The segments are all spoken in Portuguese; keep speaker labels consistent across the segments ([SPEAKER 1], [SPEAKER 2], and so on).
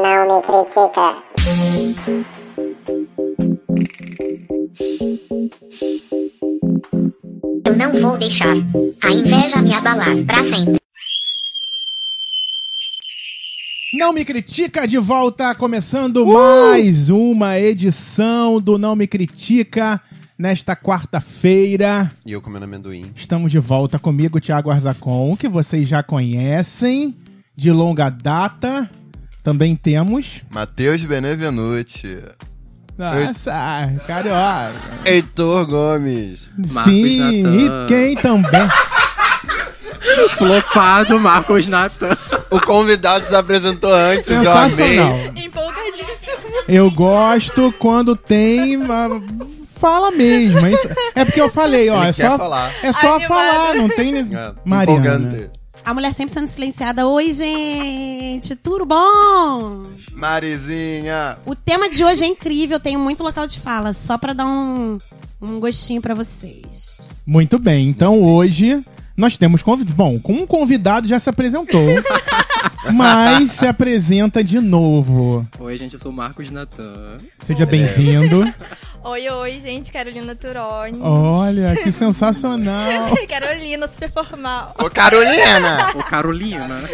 [SPEAKER 1] me critica.
[SPEAKER 2] Eu não vou deixar a inveja me abalar pra sempre.
[SPEAKER 3] Não Me Critica de volta, começando
[SPEAKER 4] Uh!
[SPEAKER 3] mais uma edição do Não Me Critica. Nesta quarta-feira,
[SPEAKER 5] E eu comendo amendoim.
[SPEAKER 3] estamos de volta comigo, Thiago Arzacon, que vocês já conhecem, de longa data. Também temos.
[SPEAKER 6] Matheus Benevenuti.
[SPEAKER 3] Nossa, carioca.
[SPEAKER 5] Heitor Gomes.
[SPEAKER 4] Marcos
[SPEAKER 3] Sim,
[SPEAKER 4] Natan.
[SPEAKER 3] e quem também?
[SPEAKER 4] Flopado Marcos Natan.
[SPEAKER 5] O convidado se apresentou antes, eu amei.
[SPEAKER 3] Sensacional. Eu gosto quando tem. ah, Fala mesmo. é isso- É porque eu falei, ó.
[SPEAKER 5] Ele
[SPEAKER 3] é
[SPEAKER 5] quer
[SPEAKER 3] só
[SPEAKER 5] falar.
[SPEAKER 3] É só falar, não tem.
[SPEAKER 5] É,
[SPEAKER 3] Mariana.
[SPEAKER 5] empolgante.
[SPEAKER 7] A mulher sempre sendo silenciada. Oi, gente, tudo bom?
[SPEAKER 5] Marizinha.
[SPEAKER 7] O tema de hoje é incrível, tenho muito local de fala, só pra dar um, um gostinho pra vocês.
[SPEAKER 3] Muito bem, então hoje nós temos convidado. Bom, com um convidado já se apresentou, mas se apresenta de novo.
[SPEAKER 4] Oi, gente, eu sou o Marcos Natan.
[SPEAKER 5] É.
[SPEAKER 3] Seja bem-vindo.
[SPEAKER 8] Oi, oi, gente, Carolina Turoni.
[SPEAKER 3] Olha, que sensacional.
[SPEAKER 8] Carolina, super formal.
[SPEAKER 5] Ô, Carolina.
[SPEAKER 4] Ô, Carolina.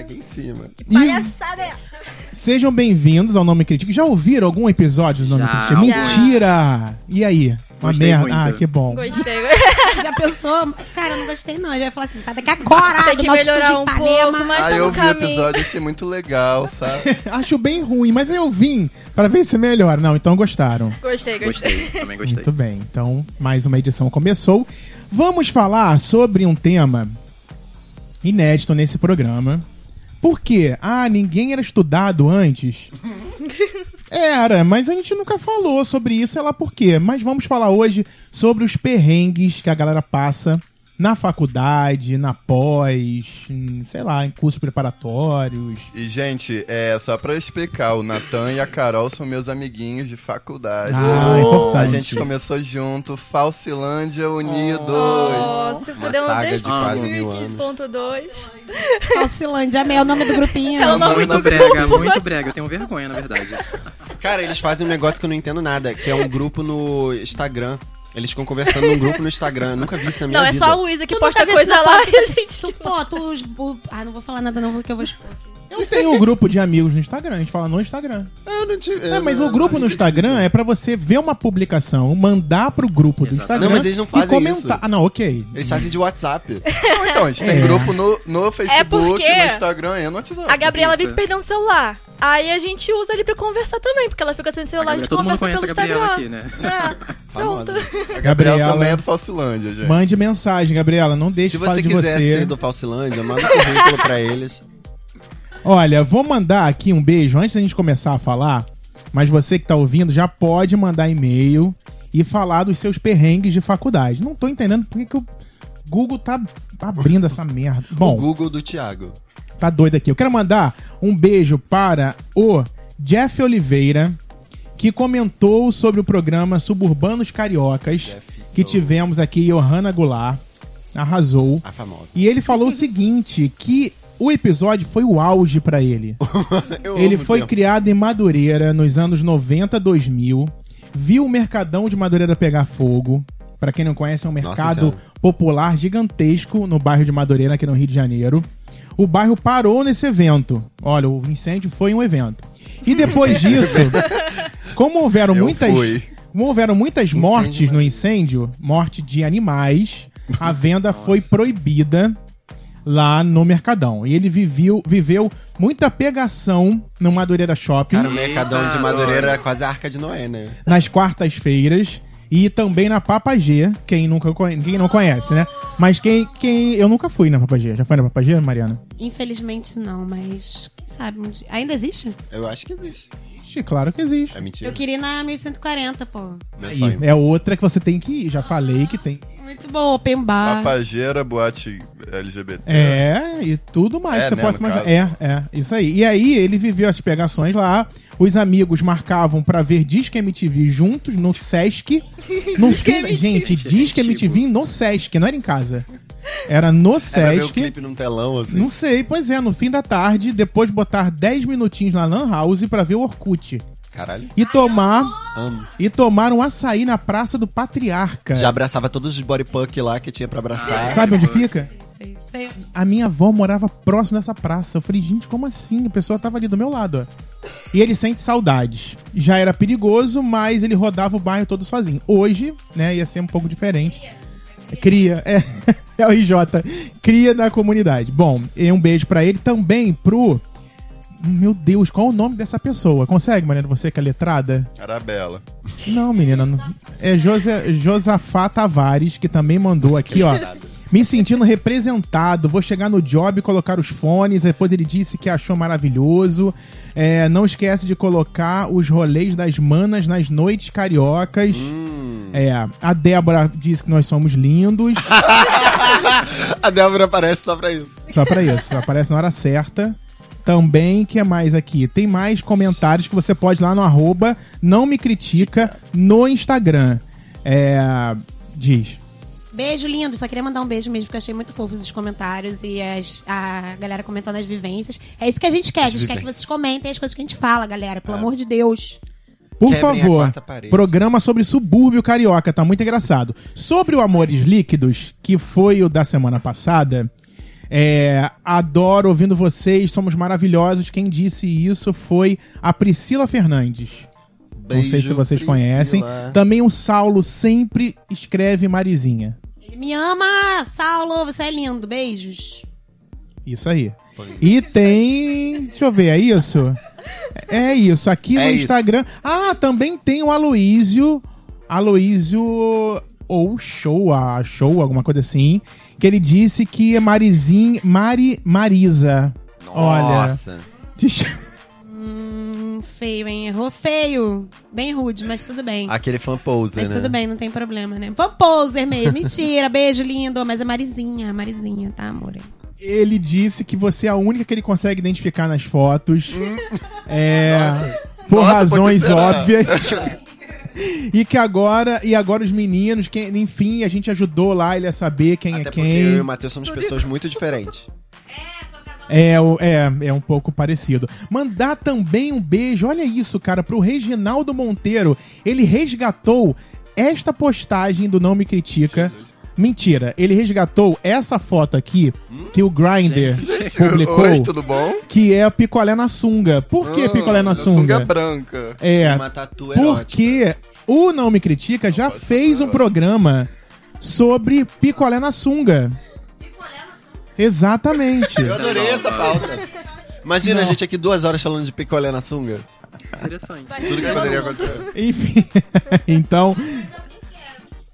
[SPEAKER 5] aqui em cima.
[SPEAKER 3] E
[SPEAKER 8] Palhaçada é.
[SPEAKER 3] sejam bem-vindos ao Nome Crítico. Já ouviram algum episódio do Nome
[SPEAKER 4] Já,
[SPEAKER 3] Crítico? É
[SPEAKER 8] alguns.
[SPEAKER 3] Mentira! E aí? Uma
[SPEAKER 4] Gostei
[SPEAKER 3] merda.
[SPEAKER 4] muito.
[SPEAKER 3] Ah, que bom.
[SPEAKER 8] Gostei.
[SPEAKER 7] Já pensou? Cara, eu não gostei não. Ele vai falar assim, tá daqui
[SPEAKER 8] Tem
[SPEAKER 7] agora,
[SPEAKER 8] que
[SPEAKER 7] do nosso estúdio
[SPEAKER 8] melhorar
[SPEAKER 7] de
[SPEAKER 8] um pouco,
[SPEAKER 7] Ipanema.
[SPEAKER 8] mas
[SPEAKER 6] Aí
[SPEAKER 8] tá
[SPEAKER 6] Ah, eu
[SPEAKER 8] no
[SPEAKER 6] vi o
[SPEAKER 8] caminho.
[SPEAKER 6] episódio e achei muito legal, sabe?
[SPEAKER 3] Acho bem ruim, mas eu vim pra ver se melhora. Não, então gostaram.
[SPEAKER 8] Gostei, gostei.
[SPEAKER 4] Gostei, também gostei.
[SPEAKER 3] Muito bem, então mais uma edição começou. Vamos falar sobre um tema inédito nesse programa. Por quê? Ah, ninguém era estudado antes. Era, mas a gente nunca falou sobre isso, sei lá por quê. Mas vamos falar hoje sobre os perrengues que a galera passa na faculdade, na pós, em, sei lá, em cursos preparatórios.
[SPEAKER 6] E, gente, é só pra explicar, o Natan e a Carol são meus amiguinhos de faculdade.
[SPEAKER 3] Ah, importante.
[SPEAKER 6] A gente começou junto, Falsilândia Unidos.
[SPEAKER 8] Ah. Nossa, um
[SPEAKER 5] Uma
[SPEAKER 8] podemos
[SPEAKER 5] saga
[SPEAKER 8] ter
[SPEAKER 5] de quase mil
[SPEAKER 8] 15.2.
[SPEAKER 7] Falsilândia, amei é o nome do grupinho.
[SPEAKER 8] É o nome
[SPEAKER 4] muito
[SPEAKER 8] do
[SPEAKER 4] brega, muito brega. Eu tenho vergonha, na verdade.
[SPEAKER 5] Cara, eles fazem um negócio que eu não entendo nada, que é um grupo no Instagram. Eles ficam conversando num grupo no Instagram. Nunca vi isso na minha
[SPEAKER 8] Não, é
[SPEAKER 5] vida.
[SPEAKER 8] só a Luísa que
[SPEAKER 7] Tu
[SPEAKER 8] posta
[SPEAKER 7] nunca viu isso
[SPEAKER 8] coisa
[SPEAKER 7] na
[SPEAKER 8] lá.
[SPEAKER 7] tua vida? Tu- Tu, pô, tu... os- o- Ah, não vou falar nada não, porque eu vou expor.
[SPEAKER 3] Eu tenho um grupo de amigos no Instagram, a gente fala no Instagram.
[SPEAKER 6] Eu não te-
[SPEAKER 3] É,
[SPEAKER 6] eu
[SPEAKER 3] mas
[SPEAKER 6] não-
[SPEAKER 3] o grupo no Instagram é pra você ver uma publicação, mandar pro grupo do
[SPEAKER 4] Exato.
[SPEAKER 3] Instagram.
[SPEAKER 6] Não, mas eles não
[SPEAKER 3] E
[SPEAKER 6] fazem
[SPEAKER 3] comentar.
[SPEAKER 6] isso.
[SPEAKER 3] Ah, não, ok.
[SPEAKER 6] Eles fazem de WhatsApp. Ou então, a gente tem
[SPEAKER 3] É.
[SPEAKER 6] grupo no, no Facebook,
[SPEAKER 8] porque
[SPEAKER 6] no Instagram e no WhatsApp.
[SPEAKER 8] A Gabriela vive
[SPEAKER 4] Isso.
[SPEAKER 8] perdendo o celular. Aí a gente usa ele pra conversar também, porque ela fica sem
[SPEAKER 4] A
[SPEAKER 8] celular, a,
[SPEAKER 4] Gabriela-
[SPEAKER 8] gente
[SPEAKER 4] todo mundo
[SPEAKER 8] conversa pelo
[SPEAKER 4] conhece a Gabriela
[SPEAKER 8] Instagram.
[SPEAKER 4] aqui, né?
[SPEAKER 7] Ah,
[SPEAKER 8] É, pronto.
[SPEAKER 5] Famosa.
[SPEAKER 6] A Gabriela,
[SPEAKER 3] Gabriela-
[SPEAKER 6] também é do Falsilândia, gente.
[SPEAKER 3] Mande mensagem, Gabriela. Não deixe
[SPEAKER 5] Se
[SPEAKER 3] que fale
[SPEAKER 5] você
[SPEAKER 3] de
[SPEAKER 5] quiser
[SPEAKER 3] você.
[SPEAKER 5] ser do Falsilândia, manda um currículo pra eles.
[SPEAKER 3] Olha, vou mandar aqui um beijo antes da gente começar a falar. Mas você que tá ouvindo já pode mandar e-mail e falar dos seus perrengues de faculdade. Não tô entendendo por que que o Google tá abrindo essa merda.
[SPEAKER 6] O
[SPEAKER 3] Bom,
[SPEAKER 6] Google do Thiago.
[SPEAKER 3] tá doido aqui. Eu quero mandar um beijo para o Jeff Oliveira, que comentou sobre o programa Suburbanos Cariocas, que tivemos aqui, Johanna Goulart. Arrasou.
[SPEAKER 6] A famosa.
[SPEAKER 3] E ele falou o seguinte, que o episódio foi o auge pra ele.
[SPEAKER 6] Eu
[SPEAKER 3] Ele
[SPEAKER 6] amo o
[SPEAKER 3] foi
[SPEAKER 6] tempo.
[SPEAKER 3] criado em Madureira nos anos 90, 2000. Viu o mercadão de Madureira pegar fogo. Pra quem não conhece, é um mercado
[SPEAKER 5] Senhora.
[SPEAKER 3] popular gigantesco no bairro de Madureira, aqui no Rio de Janeiro. O bairro parou nesse evento. Olha, o incêndio foi um evento. E depois disso, como houveram
[SPEAKER 6] Eu
[SPEAKER 3] muitas,
[SPEAKER 6] fui. né?
[SPEAKER 3] como houveram muitas mortes no incêndio, morte de animais, a venda foi proibida lá no Mercadão. E ele viveu, viveu muita pegação no Madureira Shopping
[SPEAKER 5] Cara, o mercadão de
[SPEAKER 6] Ah,
[SPEAKER 4] Eita,
[SPEAKER 5] Madureira
[SPEAKER 4] olha.
[SPEAKER 5] era quase a Arca de Noé, né?
[SPEAKER 3] nas quartas-feiras e também na Papa G, quem nunca conhe- quem não conhece, né? Mas quem quem eu nunca fui na Papa G. Já foi na Papa G, Mariana?
[SPEAKER 7] Infelizmente não, mas quem sabe um dia. Ainda existe?
[SPEAKER 6] Eu acho que existe.
[SPEAKER 3] Ixi, claro que existe.
[SPEAKER 6] É mentira.
[SPEAKER 7] Eu queria ir na 1140, pô.
[SPEAKER 6] Meu
[SPEAKER 3] Aí,
[SPEAKER 6] sonho.
[SPEAKER 3] é outra que você tem que ir. Já falei que tem.
[SPEAKER 7] Muito bom, open bar.
[SPEAKER 6] Papageira, boate LGBT.
[SPEAKER 3] É, e tudo mais.
[SPEAKER 6] É,
[SPEAKER 3] você
[SPEAKER 6] né,
[SPEAKER 3] pode
[SPEAKER 6] no
[SPEAKER 3] imaginar.
[SPEAKER 6] caso.
[SPEAKER 3] É, é, isso aí. E aí ele viveu as pegações lá. Os amigos marcavam pra ver Disque MTV juntos no Sesc. No fim, gente, Disque
[SPEAKER 4] antigo.
[SPEAKER 3] MTV no Sesc, não era em casa. Era no
[SPEAKER 5] É pra ver o
[SPEAKER 3] Sesc.
[SPEAKER 5] clipe num telão, assim.
[SPEAKER 3] Não sei, pois é, no fim da tarde, depois botar 10 minutinhos na Lan House pra ver o Orkut.
[SPEAKER 5] Caralho.
[SPEAKER 3] E tomar.
[SPEAKER 5] Amo.
[SPEAKER 3] E tomar um açaí na Praça do Patriarca.
[SPEAKER 5] Já abraçava todos os body punk lá que tinha pra abraçar.
[SPEAKER 3] É. Sabe onde fica?
[SPEAKER 7] Sei, sei.
[SPEAKER 3] A minha avó morava próximo dessa praça. Eu falei, gente, como assim? A pessoa tava ali do meu lado, ó. E ele sente saudades. Já era perigoso, mas ele rodava o bairro todo sozinho. Hoje, né, ia ser um pouco diferente. Cria, é. É o IJ. Cria da comunidade. Bom, e um beijo pra ele também pro. Meu Deus, qual o nome dessa pessoa? Consegue, Mariana? Você que é letrada?
[SPEAKER 6] Arabella.
[SPEAKER 3] Não, menina. não. É José, Josafá Tavares, que também mandou aqui, ó. Me sentindo representado. Vou chegar no job e colocar os fones. Depois ele disse que achou maravilhoso. É, não esquece de colocar os rolês das manas nas noites cariocas. É, a Débora disse que nós somos lindos.
[SPEAKER 5] A Débora aparece só pra isso.
[SPEAKER 3] Só pra isso, aparece na hora certa. Também, que é mais aqui? Tem mais comentários que você pode ir lá no arroba não me critica no Instagram. É. Diz.
[SPEAKER 7] Beijo lindo, só queria mandar um beijo mesmo, porque eu achei muito fofos os comentários e as- a galera comentando as vivências. É isso que a gente quer, a gente quer que vocês comentem as coisas que a gente fala, galera, pelo amor de Deus.
[SPEAKER 3] Por
[SPEAKER 5] Quebrem a
[SPEAKER 3] favor,
[SPEAKER 5] quarta parede.
[SPEAKER 3] programa sobre subúrbio carioca, tá muito engraçado. Sobre o Amores Líquidos, que foi o da semana passada, é, adoro ouvindo vocês, somos maravilhosos. Quem disse isso foi a Priscila Fernandes. Não sei
[SPEAKER 6] Beijo,
[SPEAKER 3] se vocês
[SPEAKER 6] Priscila.
[SPEAKER 3] conhecem.
[SPEAKER 5] é.
[SPEAKER 3] Tá- Também o Saulo sempre escreve Marizinha.
[SPEAKER 7] Ele me ama, Saulo, você é lindo, beijos.
[SPEAKER 3] Isso aí.
[SPEAKER 5] é.
[SPEAKER 3] E tem. Deixa eu ver, é isso? É isso. Aqui
[SPEAKER 5] É
[SPEAKER 3] no
[SPEAKER 5] isso.
[SPEAKER 3] Instagram. Ah, também tem o Aloísio. Aloísio. Ou show, ah, show, alguma coisa assim. Que ele disse que é Marizin. Mari. Marisa. Olha.
[SPEAKER 5] Nossa.
[SPEAKER 3] Deixa-
[SPEAKER 7] Hum, feio, hein? Errou feio. Bem rude, mas tudo bem.
[SPEAKER 6] Ah,
[SPEAKER 5] Aquele fan pose,
[SPEAKER 7] Mas
[SPEAKER 5] né?
[SPEAKER 7] tudo bem, não tem problema, né? Vou poser mesmo. Mentira, beijo lindo. Mas é Marizinha, Marizinha, tá, amor?
[SPEAKER 3] Ele disse que você é a única que ele consegue identificar nas fotos. É, Por
[SPEAKER 6] Nossa,
[SPEAKER 3] razões
[SPEAKER 6] pode ser, né?
[SPEAKER 3] óbvias. e que agora, e agora os meninos, quem- enfim, a gente ajudou lá ele a saber quem
[SPEAKER 5] Até
[SPEAKER 3] é
[SPEAKER 5] porque eu
[SPEAKER 3] quem.
[SPEAKER 5] e o Matheus somos pessoas muito diferentes.
[SPEAKER 3] É, o- é, é um pouco parecido. Mandar também um beijo, olha isso, cara, pro Reginaldo Monteiro. Ele resgatou esta postagem do Não Me Critica. Mentira, ele resgatou essa foto aqui que o Grindr publicou.
[SPEAKER 6] Oi, tudo bom?
[SPEAKER 3] que é picolé na sunga. Por que picolé na
[SPEAKER 6] Ah,
[SPEAKER 3] sunga?
[SPEAKER 6] branca. né?
[SPEAKER 3] É,
[SPEAKER 5] Uma tatu erótica.
[SPEAKER 3] porque o Não Me Critica já fez um programa sobre picolé na sunga. Exatamente.
[SPEAKER 5] Eu adorei essa pauta. Imagina a gente aqui duas horas falando de picolé na sunga.
[SPEAKER 4] Interessante.
[SPEAKER 6] Tudo que poderia
[SPEAKER 3] É.
[SPEAKER 6] acontecer.
[SPEAKER 3] Enfim, então,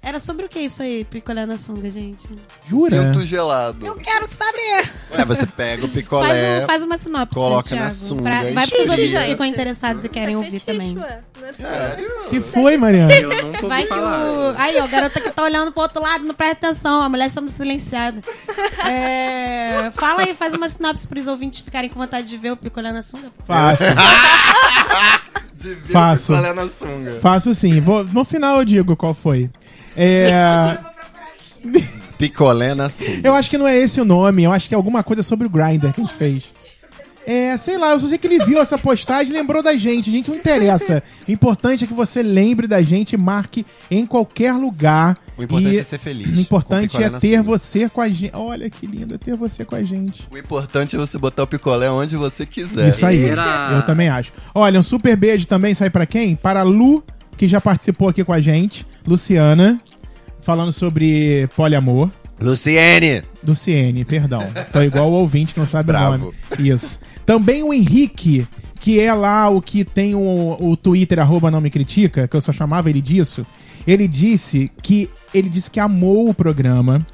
[SPEAKER 7] Era sobre o que isso aí, picolé na sunga, gente?
[SPEAKER 3] jura?
[SPEAKER 6] Pinto gelado.
[SPEAKER 7] Eu quero saber!
[SPEAKER 5] É, você pega o
[SPEAKER 7] Faz,
[SPEAKER 5] picolé.
[SPEAKER 7] um- faz uma sinopse,
[SPEAKER 5] coloca
[SPEAKER 7] Thiago.
[SPEAKER 5] na sunga
[SPEAKER 7] pra,
[SPEAKER 5] e
[SPEAKER 7] vai pros
[SPEAKER 5] esfria.
[SPEAKER 7] ouvintes que ficam interessados e querem
[SPEAKER 8] É
[SPEAKER 7] ouvir
[SPEAKER 8] fetiche,
[SPEAKER 7] também.
[SPEAKER 8] ué. Não é só-
[SPEAKER 3] Que foi, Mariana?
[SPEAKER 4] Eu nunca
[SPEAKER 7] Vai
[SPEAKER 4] ouvi
[SPEAKER 7] que
[SPEAKER 4] falar.
[SPEAKER 7] o. Aí, ó, a garota que tá olhando pro outro lado, não presta atenção, a mulher sendo silenciada. É, Fala aí, faz uma sinopse pros ouvintes ficarem com vontade de ver o picolé na sunga.
[SPEAKER 3] Fácil.
[SPEAKER 6] De ver
[SPEAKER 3] Faço.
[SPEAKER 6] picolé na sunga.
[SPEAKER 3] Faço sim. Vou- no final eu digo qual foi. É,
[SPEAKER 5] Picolé na sunga.
[SPEAKER 3] eu acho que não é esse o nome, eu acho que é alguma coisa sobre o Grindr que a gente fez. É, sei lá, eu só sei que ele viu essa postagem e lembrou da gente. A gente não interessa. O importante é que você lembre da gente e marque em qualquer lugar.
[SPEAKER 5] O importante
[SPEAKER 3] E
[SPEAKER 5] é ser feliz.
[SPEAKER 3] O importante
[SPEAKER 5] Com
[SPEAKER 3] é
[SPEAKER 5] picolé na
[SPEAKER 3] ter
[SPEAKER 5] sunga.
[SPEAKER 3] você com a gente. Olha que lindo, é ter você com a gente.
[SPEAKER 6] O importante é você botar o picolé onde você quiser.
[SPEAKER 3] Isso aí.
[SPEAKER 4] Era.
[SPEAKER 3] Eu também acho. Olha, um super beijo também, sai pra quem? Para a Lu, que já participou aqui com a gente. Luciana, falando sobre poliamor.
[SPEAKER 5] Luciene!
[SPEAKER 3] Do CN, perdão. Tô igual o ouvinte que não sabe o
[SPEAKER 6] Bravo.
[SPEAKER 3] nome. Isso. Também o Henrique, que é lá o que tem o, o Twitter, arroba não me critica, que eu só chamava ele disso. Ele disse que. Ele disse que amou o programa.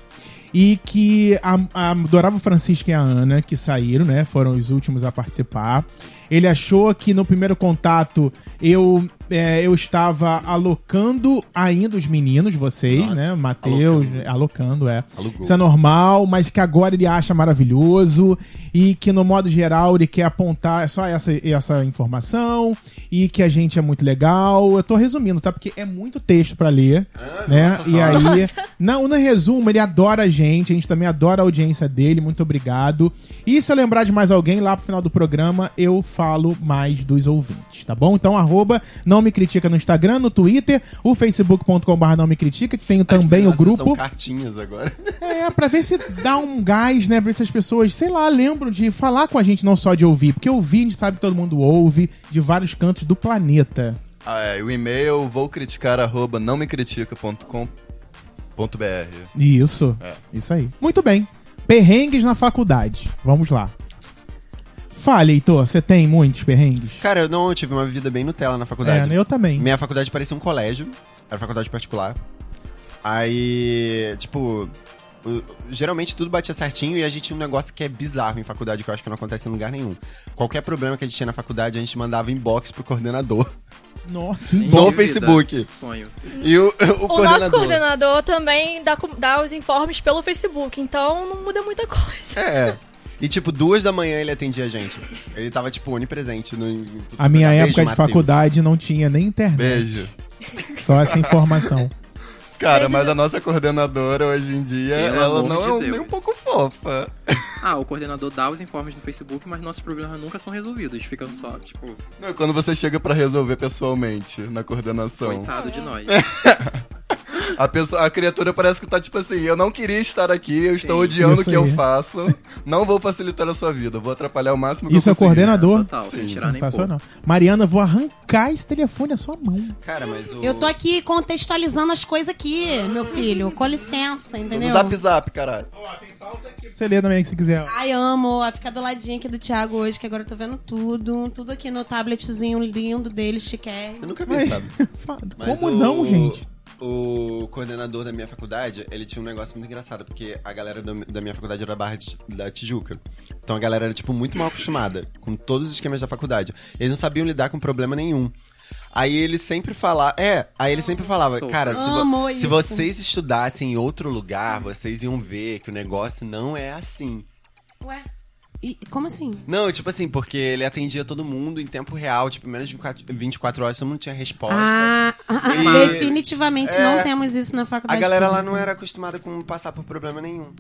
[SPEAKER 3] E que am- adorava o Francisco e a Ana, que saíram, né? Foram os últimos a participar. Ele achou que no primeiro contato eu, é, eu estava alocando ainda os meninos, vocês, né? Matheus, alocando, é.
[SPEAKER 5] Alugou.
[SPEAKER 3] Isso é normal, mas que agora ele acha maravilhoso e que no modo geral ele quer apontar só essa, essa informação e que a gente é muito legal. Eu tô resumindo, tá? Porque é muito texto pra ler, né? E aí, não, no resumo, ele adora a gente, gente. A gente também adora a audiência dele. Muito obrigado. E se eu lembrar de mais alguém lá pro final do programa, eu falo mais dos ouvintes, tá bom? Então, arroba não me critica no Instagram, no Twitter, o facebook.com.br não me critica, que tenho também o
[SPEAKER 9] Nossa, São
[SPEAKER 3] grupo.
[SPEAKER 9] cartinhas agora.
[SPEAKER 3] É, pra ver se dá um gás, né? Pra ver se as pessoas, sei lá, lembram de falar com a gente, não só de ouvir. Porque ouvir, a gente sabe que todo mundo ouve de vários cantos do planeta.
[SPEAKER 9] Ah, é, o e-mail vou criticar arroba não me
[SPEAKER 3] Isso.
[SPEAKER 4] É.
[SPEAKER 3] Isso aí. Muito bem. Perrengues na faculdade. Vamos lá. Fale, Heitor, você tem muitos perrengues?
[SPEAKER 6] Cara, eu não eu tive uma vida bem Nutella na
[SPEAKER 3] É,
[SPEAKER 6] faculdade.
[SPEAKER 3] né? eu também.
[SPEAKER 6] Minha faculdade parecia um colégio, era faculdade particular. Aí, tipo, o- geralmente tudo batia certinho e a gente tinha um negócio que é bizarro em faculdade, que eu acho que não acontece em lugar nenhum. Qualquer problema que a gente tinha na faculdade, a gente mandava inbox pro coordenador.
[SPEAKER 3] Nossa,
[SPEAKER 4] Em
[SPEAKER 3] hein?
[SPEAKER 6] No
[SPEAKER 4] vida.
[SPEAKER 6] Facebook.
[SPEAKER 4] Sonho.
[SPEAKER 6] E o, o
[SPEAKER 8] O nosso
[SPEAKER 6] coordenador.
[SPEAKER 8] coordenador também dá, com- dá os informes pelo Facebook, então não muda muita coisa.
[SPEAKER 6] É. E, tipo, duas da manhã ele atendia a gente. Ele tava, tipo, onipresente. No, em tudo. é
[SPEAKER 3] A minha
[SPEAKER 6] Beijo,
[SPEAKER 3] época de
[SPEAKER 6] Matheus.
[SPEAKER 3] faculdade não tinha nem internet.
[SPEAKER 9] Beijo.
[SPEAKER 3] Só essa informação.
[SPEAKER 9] Cara, mas a nossa coordenadora hoje em dia,
[SPEAKER 4] Pelo
[SPEAKER 9] ela
[SPEAKER 4] amor
[SPEAKER 9] não
[SPEAKER 4] de
[SPEAKER 9] é um-
[SPEAKER 4] Deus.
[SPEAKER 9] nem um pouco fofa.
[SPEAKER 4] Ah, o coordenador dá os informes no Facebook, mas nossos problemas nunca são resolvidos. Ficam só, tipo,
[SPEAKER 9] Não, quando você chega pra resolver pessoalmente na coordenação,
[SPEAKER 4] coitado de nós.
[SPEAKER 9] a, pessoa, a criatura parece que tá tipo assim: eu não queria estar aqui, eu estou
[SPEAKER 4] Sim.
[SPEAKER 9] odiando o
[SPEAKER 3] Isso
[SPEAKER 9] que eu
[SPEAKER 3] aí.
[SPEAKER 9] faço, não vou facilitar a sua vida, vou atrapalhar o máximo que
[SPEAKER 3] Isso
[SPEAKER 9] eu
[SPEAKER 3] é
[SPEAKER 9] conseguir.
[SPEAKER 3] coordenador?
[SPEAKER 4] né? Total, sem
[SPEAKER 9] Sim,
[SPEAKER 4] tirar nem pôr.
[SPEAKER 3] Sensacional. Mariana, vou arrancar esse telefone da sua mão.
[SPEAKER 6] Cara, mas o...
[SPEAKER 7] Eu tô aqui contextualizando as coisas aqui, meu filho. Com licença,
[SPEAKER 9] No
[SPEAKER 7] entendeu?
[SPEAKER 9] zap zap, caralho.
[SPEAKER 3] Você lê também, se quiser.
[SPEAKER 7] Ai, amo. Vai ficar do ladinho aqui do Thiago hoje, que agora eu tô vendo tudo. Tudo aqui no tabletzinho lindo dele, chiquérrimo.
[SPEAKER 6] Eu nunca vi
[SPEAKER 3] Ai,
[SPEAKER 6] isso, sabe? Mas
[SPEAKER 3] Como
[SPEAKER 6] o-
[SPEAKER 3] não, gente?
[SPEAKER 6] O coordenador da minha faculdade, ele tinha um negócio muito engraçado, porque a galera da- da minha faculdade era da Barra de- da Tijuca. Então a galera era, tipo, muito mal acostumada com todos os esquemas da faculdade. Eles não sabiam lidar com problema nenhum. Aí ele sempre falava. É, aí ele sempre falava,
[SPEAKER 4] Sou.
[SPEAKER 6] cara, se, vo-
[SPEAKER 7] Amo
[SPEAKER 6] se
[SPEAKER 7] isso.
[SPEAKER 6] vocês estudassem em outro lugar, vocês iam ver que o negócio não é assim.
[SPEAKER 7] Ué? E, como assim?
[SPEAKER 6] Não, tipo assim, porque ele atendia todo mundo em tempo real, tipo, menos de 24 horas, todo mundo tinha resposta.
[SPEAKER 7] Ah, ah, ah,
[SPEAKER 6] E-
[SPEAKER 7] definitivamente
[SPEAKER 6] É.
[SPEAKER 7] não temos isso na
[SPEAKER 6] A
[SPEAKER 7] faculdade.
[SPEAKER 6] galera lá
[SPEAKER 7] pública.
[SPEAKER 6] não era acostumada com passar por problema nenhum.